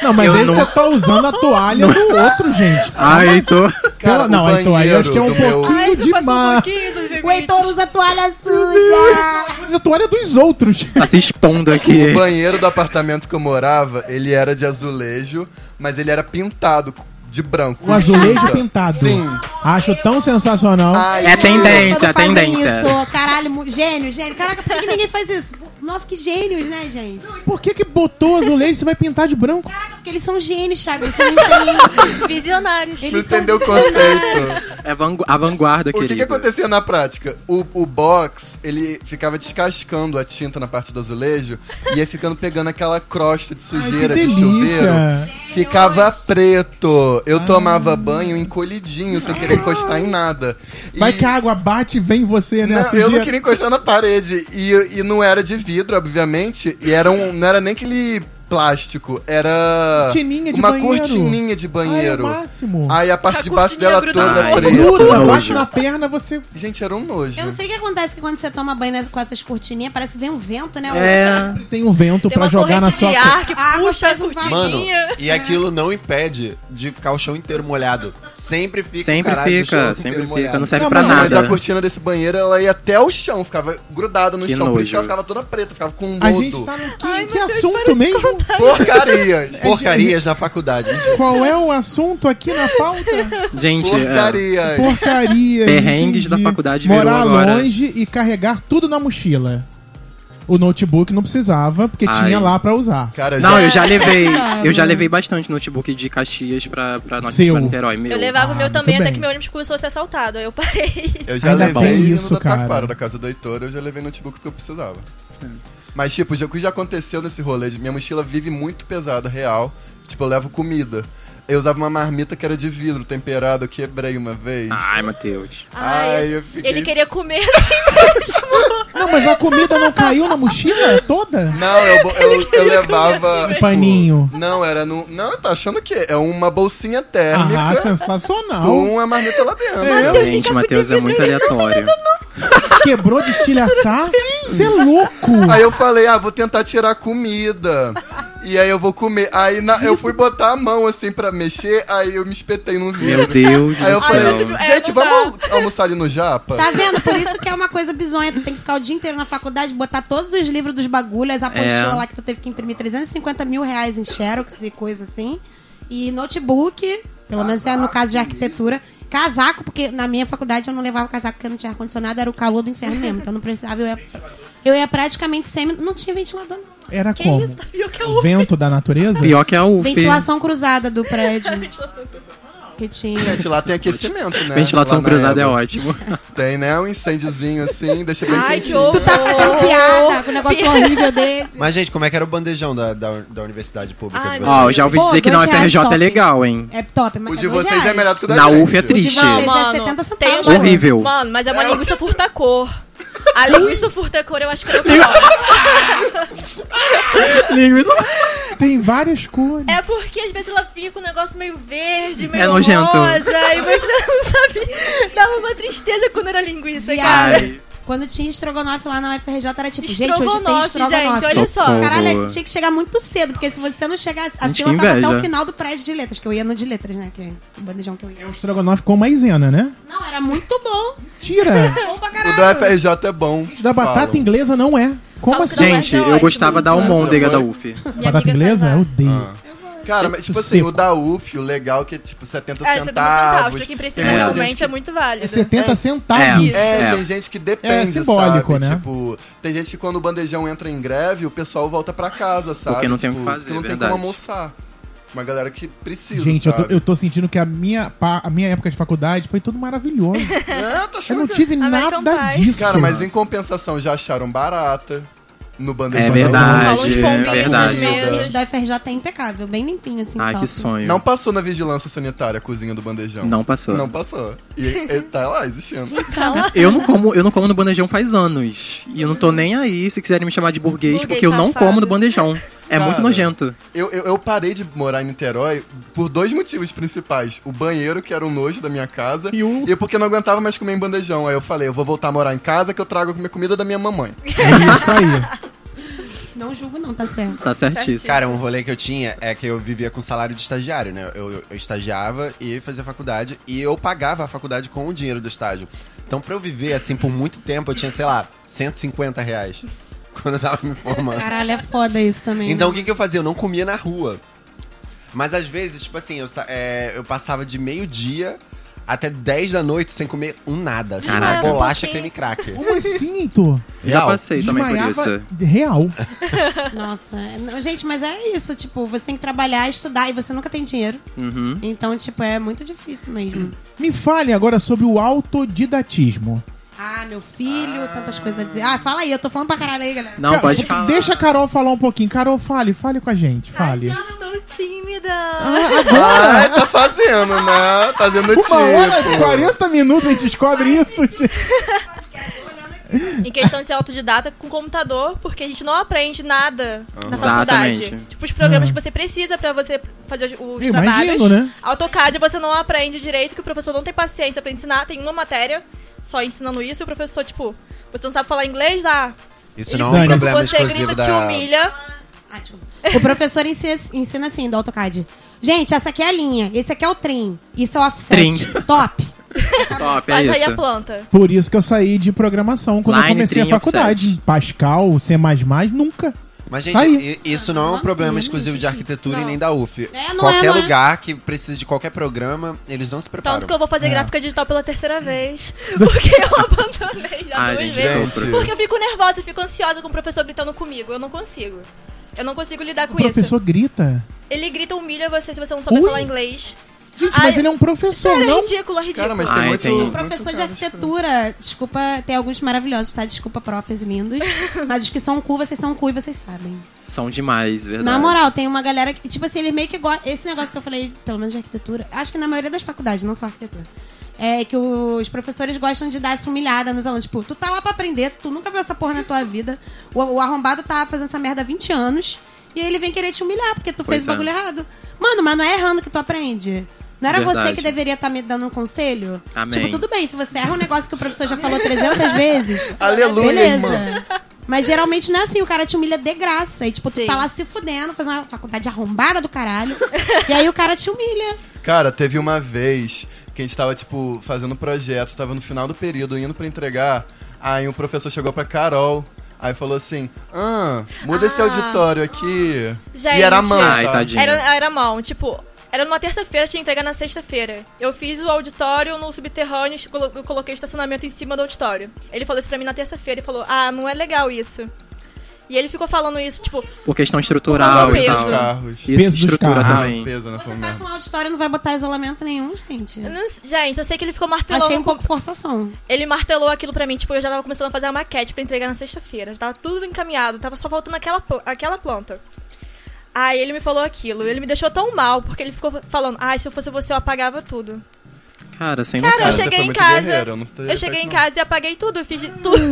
[SPEAKER 3] Não, mas
[SPEAKER 4] Eu
[SPEAKER 3] aí
[SPEAKER 4] não-
[SPEAKER 3] você tá usando a toalha do outro, gente.
[SPEAKER 4] Ah, Heitor.
[SPEAKER 9] Cara,
[SPEAKER 3] Pela- não,
[SPEAKER 9] o
[SPEAKER 3] aí, então, aí eu acho que é um
[SPEAKER 9] banheiro do meu-
[SPEAKER 3] pouquinho
[SPEAKER 8] Ai, você passou um
[SPEAKER 3] demais.
[SPEAKER 8] pouquinho do limite.
[SPEAKER 7] O Heitor usa toalha suja!
[SPEAKER 3] Mas a toalha é dos outros.
[SPEAKER 4] Tá se expondo aqui.
[SPEAKER 9] O banheiro do apartamento que eu morava, ele era de azulejo, mas ele era pintado de branco.
[SPEAKER 3] Um azulejo
[SPEAKER 9] Tinta.
[SPEAKER 3] pintado.
[SPEAKER 9] Sim.
[SPEAKER 3] Acho tão sensacional.
[SPEAKER 9] Ai,
[SPEAKER 4] É tendência, é
[SPEAKER 7] Quando fazem
[SPEAKER 4] tendência.
[SPEAKER 7] Isso. Caralho, mu- gênio, gênio. Caraca, por que que ninguém faz isso? Nossa, que gênios, né, gente?
[SPEAKER 3] Por que que botou azulejo e você vai pintar de branco?
[SPEAKER 7] Caraca, porque eles são gênios, Thiago. Você não entende.
[SPEAKER 8] Visionários.
[SPEAKER 9] não
[SPEAKER 7] são
[SPEAKER 9] entendeu o conceito.
[SPEAKER 4] É vangu- a vanguarda,
[SPEAKER 9] O que, que
[SPEAKER 4] querido.
[SPEAKER 9] acontecia na prática? O, o box, ele ficava descascando a tinta na parte do azulejo e ia ficando pegando aquela crosta de sujeira
[SPEAKER 3] que
[SPEAKER 9] de
[SPEAKER 3] delícia.
[SPEAKER 9] chuveiro. Ficava preto. Eu tomava banho encolhidinho, sem querer encostar em nada. E-
[SPEAKER 3] Vai que a água bate e vem você, né? a
[SPEAKER 9] Não, eu não
[SPEAKER 3] sujeira.
[SPEAKER 9] queria encostar na parede. E, e não era de vidro, obviamente. E era um, não era nem aquele plástico. Era.
[SPEAKER 3] Cortininha de
[SPEAKER 9] uma
[SPEAKER 3] banheiro.
[SPEAKER 9] cortininha de banheiro.
[SPEAKER 3] Ai, é o máximo.
[SPEAKER 9] Aí a parte
[SPEAKER 8] A
[SPEAKER 9] de baixo
[SPEAKER 8] cortininha
[SPEAKER 9] dela
[SPEAKER 8] grudada.
[SPEAKER 9] toda
[SPEAKER 4] Ai.
[SPEAKER 9] preta.
[SPEAKER 3] Nuda,
[SPEAKER 4] Nojo.
[SPEAKER 3] bate na perna, você...
[SPEAKER 9] Gente, era um nojo.
[SPEAKER 7] Eu sei o que acontece que quando você toma banho né, com essas cortininhas, parece que vem um vento, né?
[SPEAKER 4] É.
[SPEAKER 3] Tem um vento
[SPEAKER 8] Tem
[SPEAKER 3] pra
[SPEAKER 8] uma
[SPEAKER 3] jogar na
[SPEAKER 8] corrente
[SPEAKER 3] sua...
[SPEAKER 8] de ar que
[SPEAKER 7] Ah,
[SPEAKER 8] puxa as
[SPEAKER 7] acontece com
[SPEAKER 6] Mano,
[SPEAKER 8] urtininhas.
[SPEAKER 6] e aquilo não impede de ficar o chão inteiro molhado. Sempre fica. o
[SPEAKER 4] Sempre
[SPEAKER 6] caralho do chão
[SPEAKER 4] fica, sempre
[SPEAKER 6] inteiro
[SPEAKER 4] fica. Não
[SPEAKER 6] molhado.
[SPEAKER 4] serve
[SPEAKER 3] Não,
[SPEAKER 4] pra
[SPEAKER 9] Não, mas a
[SPEAKER 4] nada.
[SPEAKER 9] cortina desse banheiro, ela ia até o chão, ficava grudada no
[SPEAKER 4] Que
[SPEAKER 9] chão, por isso que
[SPEAKER 4] nojo.
[SPEAKER 9] ela ficava toda preta, ficava com um
[SPEAKER 3] A gente
[SPEAKER 9] lodo.
[SPEAKER 3] tá no... Que, que assunto mesmo?
[SPEAKER 9] Porcarias.
[SPEAKER 6] Porcarias na faculdade. mentira.
[SPEAKER 3] Qual é o assunto aqui na pauta?
[SPEAKER 4] Gente, é,
[SPEAKER 9] Porcarias.
[SPEAKER 3] Porcaria.
[SPEAKER 4] Perrengues
[SPEAKER 3] entendi.
[SPEAKER 4] da faculdade virou
[SPEAKER 3] Morar
[SPEAKER 4] agora.
[SPEAKER 3] longe e carregar tudo na mochila. O notebook não precisava, porque
[SPEAKER 4] Ai.
[SPEAKER 3] tinha lá pra usar.
[SPEAKER 9] Cara,
[SPEAKER 4] não,
[SPEAKER 9] já-
[SPEAKER 4] eu já levei. Eu já levei bastante notebook de Caxias pra, pra, nós-
[SPEAKER 3] Seu.
[SPEAKER 4] pra Niterói. Meu.
[SPEAKER 8] Eu levava o meu
[SPEAKER 3] muito
[SPEAKER 8] também, até
[SPEAKER 3] bem.
[SPEAKER 8] que meu ônibus começou a ser assaltado. Aí eu parei.
[SPEAKER 9] Eu já
[SPEAKER 3] Ainda
[SPEAKER 9] levei
[SPEAKER 3] bem
[SPEAKER 9] no
[SPEAKER 3] isso,
[SPEAKER 9] da
[SPEAKER 3] cara.
[SPEAKER 9] Taquara, da casa do Heitor, eu já levei notebook que eu precisava. Mas, tipo, já- o que já aconteceu nesse rolê? de- Minha mochila vive muito pesada, real. Tipo, eu levo comida. Eu usava uma marmita que era de vidro temperado, eu quebrei uma vez.
[SPEAKER 4] Ai, Matheus.
[SPEAKER 9] Ah,
[SPEAKER 8] Ai,
[SPEAKER 9] Ai, eu
[SPEAKER 8] eu-
[SPEAKER 9] fiquei-
[SPEAKER 8] Ah, Ele queria comer.
[SPEAKER 3] Não, mas a comida não caiu na mochila toda?
[SPEAKER 9] Não, eu, bo- eu, eu levava. tipo,
[SPEAKER 3] paninho.
[SPEAKER 9] Não, era no. Não, tá achando que é uma bolsinha
[SPEAKER 3] Ah,
[SPEAKER 9] térmica
[SPEAKER 3] sensacional.
[SPEAKER 9] com a marmita lá dentro.
[SPEAKER 4] Gente, Matheus é muito aleatório.
[SPEAKER 3] Quebrou de estilhaçar? Você é louco.
[SPEAKER 9] Aí eu falei, ah, vou tentar tirar a comida. E aí eu vou comer. Aí na- eu fui botar a mão assim pra mexer, aí eu me espetei num vidro.
[SPEAKER 4] Meu Deus
[SPEAKER 9] Aí
[SPEAKER 4] do
[SPEAKER 9] eu falei,
[SPEAKER 4] céu.
[SPEAKER 9] gente,
[SPEAKER 8] É, não
[SPEAKER 9] vamos almoçar ali no Japa?
[SPEAKER 7] Tá vendo? Por isso que é uma coisa bizonha. Tu tem que ficar o dia inteiro na faculdade, botar todos os livros dos bagulhos, as apostilas
[SPEAKER 4] É.
[SPEAKER 7] lá que tu teve que imprimir 350 mil reais em xerox e coisa assim. E notebook, pelo menos é no caso de arquitetura. Casaco, porque na minha faculdade eu não levava casaco porque não tinha ar-condicionado, era o calor do inferno mesmo. Então não precisava, eu ia, eu ia praticamente semi... Não tinha ventilador, não.
[SPEAKER 3] Era
[SPEAKER 8] Que
[SPEAKER 3] como?
[SPEAKER 8] isso? Tá pior que a
[SPEAKER 3] O
[SPEAKER 8] UF.
[SPEAKER 3] vento da natureza?
[SPEAKER 4] Pior que a UF.
[SPEAKER 7] Ventilação cruzada do prédio que tinha.
[SPEAKER 9] Gente, lá tem aquecimento, né? Lá
[SPEAKER 4] Ventilação
[SPEAKER 9] na
[SPEAKER 4] cruzada é
[SPEAKER 9] Ébora.
[SPEAKER 4] ótimo.
[SPEAKER 9] Tem, né? Um incêndiozinho assim, deixa bem
[SPEAKER 8] Ai, que
[SPEAKER 9] quentinho.
[SPEAKER 8] horror.
[SPEAKER 7] Tu tá fazendo piada com um negócio horrível desse.
[SPEAKER 6] Mas, gente, como é que era o bandejão da, da, da universidade pública
[SPEAKER 8] Ai,
[SPEAKER 6] de
[SPEAKER 4] Ó,
[SPEAKER 6] vocês?
[SPEAKER 4] eu já ouvi
[SPEAKER 7] Pô,
[SPEAKER 4] dizer que na
[SPEAKER 7] dois reais
[SPEAKER 4] UFRJ é
[SPEAKER 7] top.
[SPEAKER 4] legal, hein?
[SPEAKER 7] É top, mas
[SPEAKER 9] O de
[SPEAKER 7] é dois
[SPEAKER 9] vocês é
[SPEAKER 7] reais.
[SPEAKER 9] melhor do que o da
[SPEAKER 4] Na
[SPEAKER 9] gente.
[SPEAKER 4] UF é
[SPEAKER 7] de
[SPEAKER 4] triste.
[SPEAKER 7] vocês.
[SPEAKER 8] Mano,
[SPEAKER 7] é 70 centavos.
[SPEAKER 8] tem
[SPEAKER 4] Horrível.
[SPEAKER 8] Mano, mas é uma linguiça furta-cor. A linguiça furta-cor eu acho que era o pior.
[SPEAKER 3] Tem várias cores.
[SPEAKER 8] É porque às vezes ela fica um negócio meio verde, meio
[SPEAKER 4] É nojento.
[SPEAKER 8] rosa, e você não sabia. Dava uma tristeza quando era linguiça, cara.
[SPEAKER 7] Viado, quando tinha estrogonofe lá na UFRJ, era tipo, gente, hoje tem
[SPEAKER 8] Estrogonofe,
[SPEAKER 7] estrogonofe.
[SPEAKER 8] gente, olha só.
[SPEAKER 4] Socorro.
[SPEAKER 7] Caralho, tinha que chegar muito cedo, porque se você não chegasse, a
[SPEAKER 4] Gente,
[SPEAKER 7] fila
[SPEAKER 4] que
[SPEAKER 7] tava até
[SPEAKER 4] inveja.
[SPEAKER 7] o final do prédio de letras, que eu ia no de letras, né? Que é o bandejão que eu ia.
[SPEAKER 3] O estrogonofe com maisena, né?
[SPEAKER 7] Não, era muito bom.
[SPEAKER 3] Tira.
[SPEAKER 7] Bom pra
[SPEAKER 9] O da
[SPEAKER 7] caralho.
[SPEAKER 9] FRJ é bão.
[SPEAKER 3] Da batata
[SPEAKER 9] Falam.
[SPEAKER 3] inglesa não é. Como
[SPEAKER 8] Fala que
[SPEAKER 3] assim?
[SPEAKER 8] não é.
[SPEAKER 4] Gente, eu gostava da almôndega da UF.
[SPEAKER 8] Minha
[SPEAKER 3] Batata
[SPEAKER 8] amiga "Ah,
[SPEAKER 3] inglesa?
[SPEAKER 8] faz
[SPEAKER 3] Eu
[SPEAKER 8] lá.
[SPEAKER 3] odeio.
[SPEAKER 6] Cara, mas tipo assim,
[SPEAKER 3] Seco.
[SPEAKER 6] o da UF, o legal é que é tipo 70
[SPEAKER 8] É, 70
[SPEAKER 6] centavos.
[SPEAKER 8] centavos. Pra quem
[SPEAKER 6] Tem
[SPEAKER 8] precisa
[SPEAKER 6] muita
[SPEAKER 4] muito,
[SPEAKER 6] gente
[SPEAKER 8] realmente é muito válido.
[SPEAKER 3] É 70 centavos.
[SPEAKER 8] Isso.
[SPEAKER 6] É,
[SPEAKER 4] É.
[SPEAKER 6] tem gente que depende,
[SPEAKER 3] É simbólico,
[SPEAKER 6] sabe?
[SPEAKER 3] né?
[SPEAKER 6] Tipo, tem gente que quando o bandejão entra em greve, o pessoal volta pra casa, sabe?
[SPEAKER 4] Porque não tem o
[SPEAKER 6] tipo,
[SPEAKER 4] que fazer,
[SPEAKER 6] você não tem
[SPEAKER 4] verdade.
[SPEAKER 6] como almoçar. Uma galera que precisa,
[SPEAKER 3] Gente, eu
[SPEAKER 6] sabe?
[SPEAKER 3] tô, eu tô sentindo que a minha, pa- a minha época de faculdade foi tudo maravilhoso.
[SPEAKER 6] É,
[SPEAKER 3] Eu
[SPEAKER 6] tô achando
[SPEAKER 3] não
[SPEAKER 6] que-
[SPEAKER 3] tive
[SPEAKER 8] American
[SPEAKER 3] nada
[SPEAKER 8] Pie.
[SPEAKER 3] disso.
[SPEAKER 6] Cara, mas
[SPEAKER 4] Nossa.
[SPEAKER 6] em compensação, já acharam barata no bandejão.
[SPEAKER 4] É
[SPEAKER 6] da
[SPEAKER 8] Rolou uns
[SPEAKER 4] verdade, é
[SPEAKER 8] pombinhos
[SPEAKER 4] verdade.
[SPEAKER 8] no meio.
[SPEAKER 7] Gente, da UFRJ é impecável, bem limpinho, assim,
[SPEAKER 4] Ai,
[SPEAKER 7] top.
[SPEAKER 4] que sonho.
[SPEAKER 6] Não passou na vigilância sanitária a cozinha do bandejão.
[SPEAKER 4] Não passou.
[SPEAKER 6] Não passou. E ele tá lá existindo.
[SPEAKER 7] Gente, isso é um
[SPEAKER 4] Eu não como, eu não como no bandejão faz anos. E eu não tô nem aí se quiserem me chamar de burguês,
[SPEAKER 8] Burguês
[SPEAKER 4] porque eu não
[SPEAKER 8] safado.
[SPEAKER 4] como no bandejão. É
[SPEAKER 6] Cara.
[SPEAKER 4] muito nojento.
[SPEAKER 6] Eu, eu, eu parei de morar em Niterói por dois motivos principais. O banheiro, que era um nojo da minha casa,
[SPEAKER 3] E o-
[SPEAKER 6] porque eu não aguentava mais comer em bandejão. Aí eu falei, eu vou voltar a morar em casa que eu trago a minha comida da minha mamãe.
[SPEAKER 3] É isso aí.
[SPEAKER 7] Não julgo, não, tá certo.
[SPEAKER 4] Tá certíssimo.
[SPEAKER 5] Cara, um rolê que eu tinha é que eu vivia com salário de estagiário, né? Eu, eu- eu estagiava e fazia faculdade e eu pagava a faculdade com o dinheiro do estágio. Então, pra eu viver assim por muito tempo, eu tinha, sei lá, 150 reais quando eu tava me formando.
[SPEAKER 7] Caralho, é foda isso também.
[SPEAKER 5] Então o
[SPEAKER 7] né?
[SPEAKER 5] que, que eu fazia? Eu não comia na rua. Mas às vezes, tipo assim, eu, sa- é, eu passava de meio-dia até 10 da noite sem comer um nada. Assim, uma
[SPEAKER 4] Caraca.
[SPEAKER 5] bolacha,
[SPEAKER 8] Um
[SPEAKER 5] creme cracker.
[SPEAKER 3] Como assim, Heitor?
[SPEAKER 4] Já
[SPEAKER 5] Real.
[SPEAKER 4] passei também por isso.
[SPEAKER 3] Desmaiava real.
[SPEAKER 7] Nossa, não, gente, mas é isso, tipo, você tem que trabalhar, estudar e você nunca tem dinheiro.
[SPEAKER 4] Uhum.
[SPEAKER 7] Então, tipo, é muito difícil mesmo.
[SPEAKER 3] Me falem agora sobre o autodidatismo.
[SPEAKER 7] Ah, meu filho, tantas coisas a dizer. Ah, fala aí, eu tô falando pra caralho aí, galera.
[SPEAKER 4] Não,
[SPEAKER 3] Ca-
[SPEAKER 4] pode
[SPEAKER 3] f-
[SPEAKER 4] falar.
[SPEAKER 3] Deixa a Carol falar um pouquinho. Carol, fale, fale com a gente, fale.
[SPEAKER 8] Eu estou tímida.
[SPEAKER 6] Ai, tá fazendo, né? Fazendo
[SPEAKER 3] Uma hora e
[SPEAKER 6] tipo.
[SPEAKER 3] 40 minutos a gente descobre isso, gente.
[SPEAKER 8] Em questão de ser autodidata com computador, porque a gente não aprende nada na faculdade.
[SPEAKER 4] Exatamente.
[SPEAKER 8] Tipo, os programas
[SPEAKER 3] Ah.
[SPEAKER 8] que você precisa pra você fazer os os
[SPEAKER 3] Eu
[SPEAKER 8] trabalhos.
[SPEAKER 3] imagino, né?
[SPEAKER 8] AutoCAD você não aprende direito, que o professor não tem paciência pra ensinar. Tem uma matéria só ensinando isso e o professor, tipo, você não sabe falar inglês? Ah,
[SPEAKER 5] Isso não é um
[SPEAKER 3] Dane-se.
[SPEAKER 5] problema
[SPEAKER 8] você
[SPEAKER 5] exclusivo
[SPEAKER 8] grita,
[SPEAKER 5] da... É
[SPEAKER 8] te humilha.
[SPEAKER 7] Ah, desculpa. O professor ensina, ensina assim, do AutoCAD. Gente, essa aqui é a linha, esse aqui é o trim, isso é o offset.
[SPEAKER 4] Trim.
[SPEAKER 7] Top.
[SPEAKER 4] Top, é
[SPEAKER 8] Faz aí
[SPEAKER 4] isso.
[SPEAKER 8] a planta.
[SPEAKER 3] Por isso que eu saí de programação quando eu
[SPEAKER 4] Line,
[SPEAKER 3] comecei a
[SPEAKER 4] trim,
[SPEAKER 3] faculdade.
[SPEAKER 4] offset.
[SPEAKER 3] Pascal, C++, nunca.
[SPEAKER 5] Mas, gente,
[SPEAKER 3] Tá aí.
[SPEAKER 5] i- isso não é um
[SPEAKER 7] Mas
[SPEAKER 5] problema
[SPEAKER 7] não,
[SPEAKER 5] exclusivo de
[SPEAKER 7] gente.
[SPEAKER 5] arquitetura e
[SPEAKER 8] Não. Né?
[SPEAKER 5] nem da UF.
[SPEAKER 7] É, não é,
[SPEAKER 5] Qualquer
[SPEAKER 7] não é.
[SPEAKER 5] lugar que precisa de qualquer programa, eles não se preparam.
[SPEAKER 8] Tanto que eu vou fazer
[SPEAKER 3] É.
[SPEAKER 8] gráfica digital pela terceira vez. Porque eu abandonei já
[SPEAKER 4] Ai,
[SPEAKER 8] duas
[SPEAKER 5] é
[SPEAKER 4] gente,
[SPEAKER 8] vezes.
[SPEAKER 6] Gente.
[SPEAKER 4] sofro.
[SPEAKER 8] Porque eu fico nervosa, eu fico ansiosa com o professor gritando comigo. Eu não consigo. Eu não consigo lidar
[SPEAKER 3] O
[SPEAKER 8] com isso.
[SPEAKER 3] professor grita.
[SPEAKER 8] Ele grita, humilha você se você não sabe
[SPEAKER 3] Ui.
[SPEAKER 8] falar inglês.
[SPEAKER 3] Gente,
[SPEAKER 8] Ai,
[SPEAKER 3] mas ele é um professor,
[SPEAKER 8] Cara, é
[SPEAKER 3] não?
[SPEAKER 8] ridículo, é ridículo.
[SPEAKER 6] Cara, mas tem
[SPEAKER 4] Ai,
[SPEAKER 6] muito.
[SPEAKER 4] tem.
[SPEAKER 6] muito
[SPEAKER 7] Um Professor de
[SPEAKER 6] cara estranho.
[SPEAKER 7] arquitetura, desculpa, tem alguns maravilhosos, tá? Desculpa, profs lindos. Mas os que são cu, vocês são cu e vocês sabem.
[SPEAKER 4] São demais, verdade.
[SPEAKER 7] Na moral, tem uma galera que, tipo assim, ele meio que gosta. Esse negócio que eu falei, pelo menos de arquitetura, acho que na maioria das faculdades, não só arquitetura. É que os professores gostam de dar essa humilhada nos alunos. Tipo, tu tá lá pra aprender, tu nunca viu essa porra na tua vida. O, o arrombado tá fazendo essa merda há 20 anos. E aí ele vem querer te humilhar, porque tu fez
[SPEAKER 4] Pois
[SPEAKER 7] o
[SPEAKER 4] é.
[SPEAKER 7] bagulho errado. Mano, mas não é errando que tu aprende. Não era você
[SPEAKER 4] Verdade.
[SPEAKER 7] que deveria estar me dando um conselho?
[SPEAKER 4] Amém.
[SPEAKER 7] Tipo, tudo bem, se você erra um negócio que o professor já falou 300 vezes.
[SPEAKER 4] É
[SPEAKER 6] Aleluia,
[SPEAKER 7] Beleza.
[SPEAKER 6] irmã.
[SPEAKER 7] Mas geralmente não é assim, o cara te humilha de graça. E tipo, tu
[SPEAKER 8] Sim.
[SPEAKER 7] tá lá se fudendo, fazendo uma faculdade arrombada do caralho. e aí o cara te humilha.
[SPEAKER 6] Cara, teve uma vez que a gente tava, tipo, fazendo projeto, tava no final do período, indo pra entregar. Aí o professor chegou pra Carol. Aí falou assim: Ah, muda esse
[SPEAKER 8] Ah.
[SPEAKER 6] auditório aqui.
[SPEAKER 8] Gente.
[SPEAKER 6] e era a mãe.
[SPEAKER 4] Ai,
[SPEAKER 6] tá?
[SPEAKER 4] tadinho.
[SPEAKER 8] Era, era mão, tipo, era numa terça-feira, tinha que entregar na sexta-feira. Eu fiz o auditório no subterrâneo, colo- eu coloquei estacionamento em cima do auditório. Ele falou isso pra mim na terça-feira e falou: Ah, não é legal isso. E ele ficou falando isso, tipo,
[SPEAKER 4] Por questão estrutural e
[SPEAKER 8] Peso.
[SPEAKER 6] Os
[SPEAKER 4] tal.
[SPEAKER 6] carros.
[SPEAKER 4] E
[SPEAKER 3] Peso dos
[SPEAKER 4] estrutura
[SPEAKER 3] carros.
[SPEAKER 6] Ah,
[SPEAKER 4] também.
[SPEAKER 6] pesa na
[SPEAKER 7] Você
[SPEAKER 6] forma.
[SPEAKER 7] faz um auditório e não vai botar isolamento nenhum, gente.
[SPEAKER 8] eu não- então gente, eu sei que ele ficou martelando.
[SPEAKER 7] Achei um
[SPEAKER 8] com-
[SPEAKER 7] pouco forçação.
[SPEAKER 8] Ele martelou aquilo pra mim, tipo, eu já tava começando a fazer a maquete pra entregar na sexta-feira. Já tava tudo encaminhado, tava só faltando aquela, pla- aquela planta. Aí ele me falou aquilo, ele me deixou tão mal, porque ele ficou falando, ai, se eu fosse você, eu apagava tudo.
[SPEAKER 4] Cara, sem
[SPEAKER 8] Cara, eu
[SPEAKER 4] noção.
[SPEAKER 6] você
[SPEAKER 8] cheguei
[SPEAKER 6] foi
[SPEAKER 8] em
[SPEAKER 6] muito
[SPEAKER 8] casa.
[SPEAKER 6] guerreira, eu não teria
[SPEAKER 8] Eu cheguei em
[SPEAKER 6] feito, não.
[SPEAKER 8] casa e apaguei tudo. Eu fiz de tudo.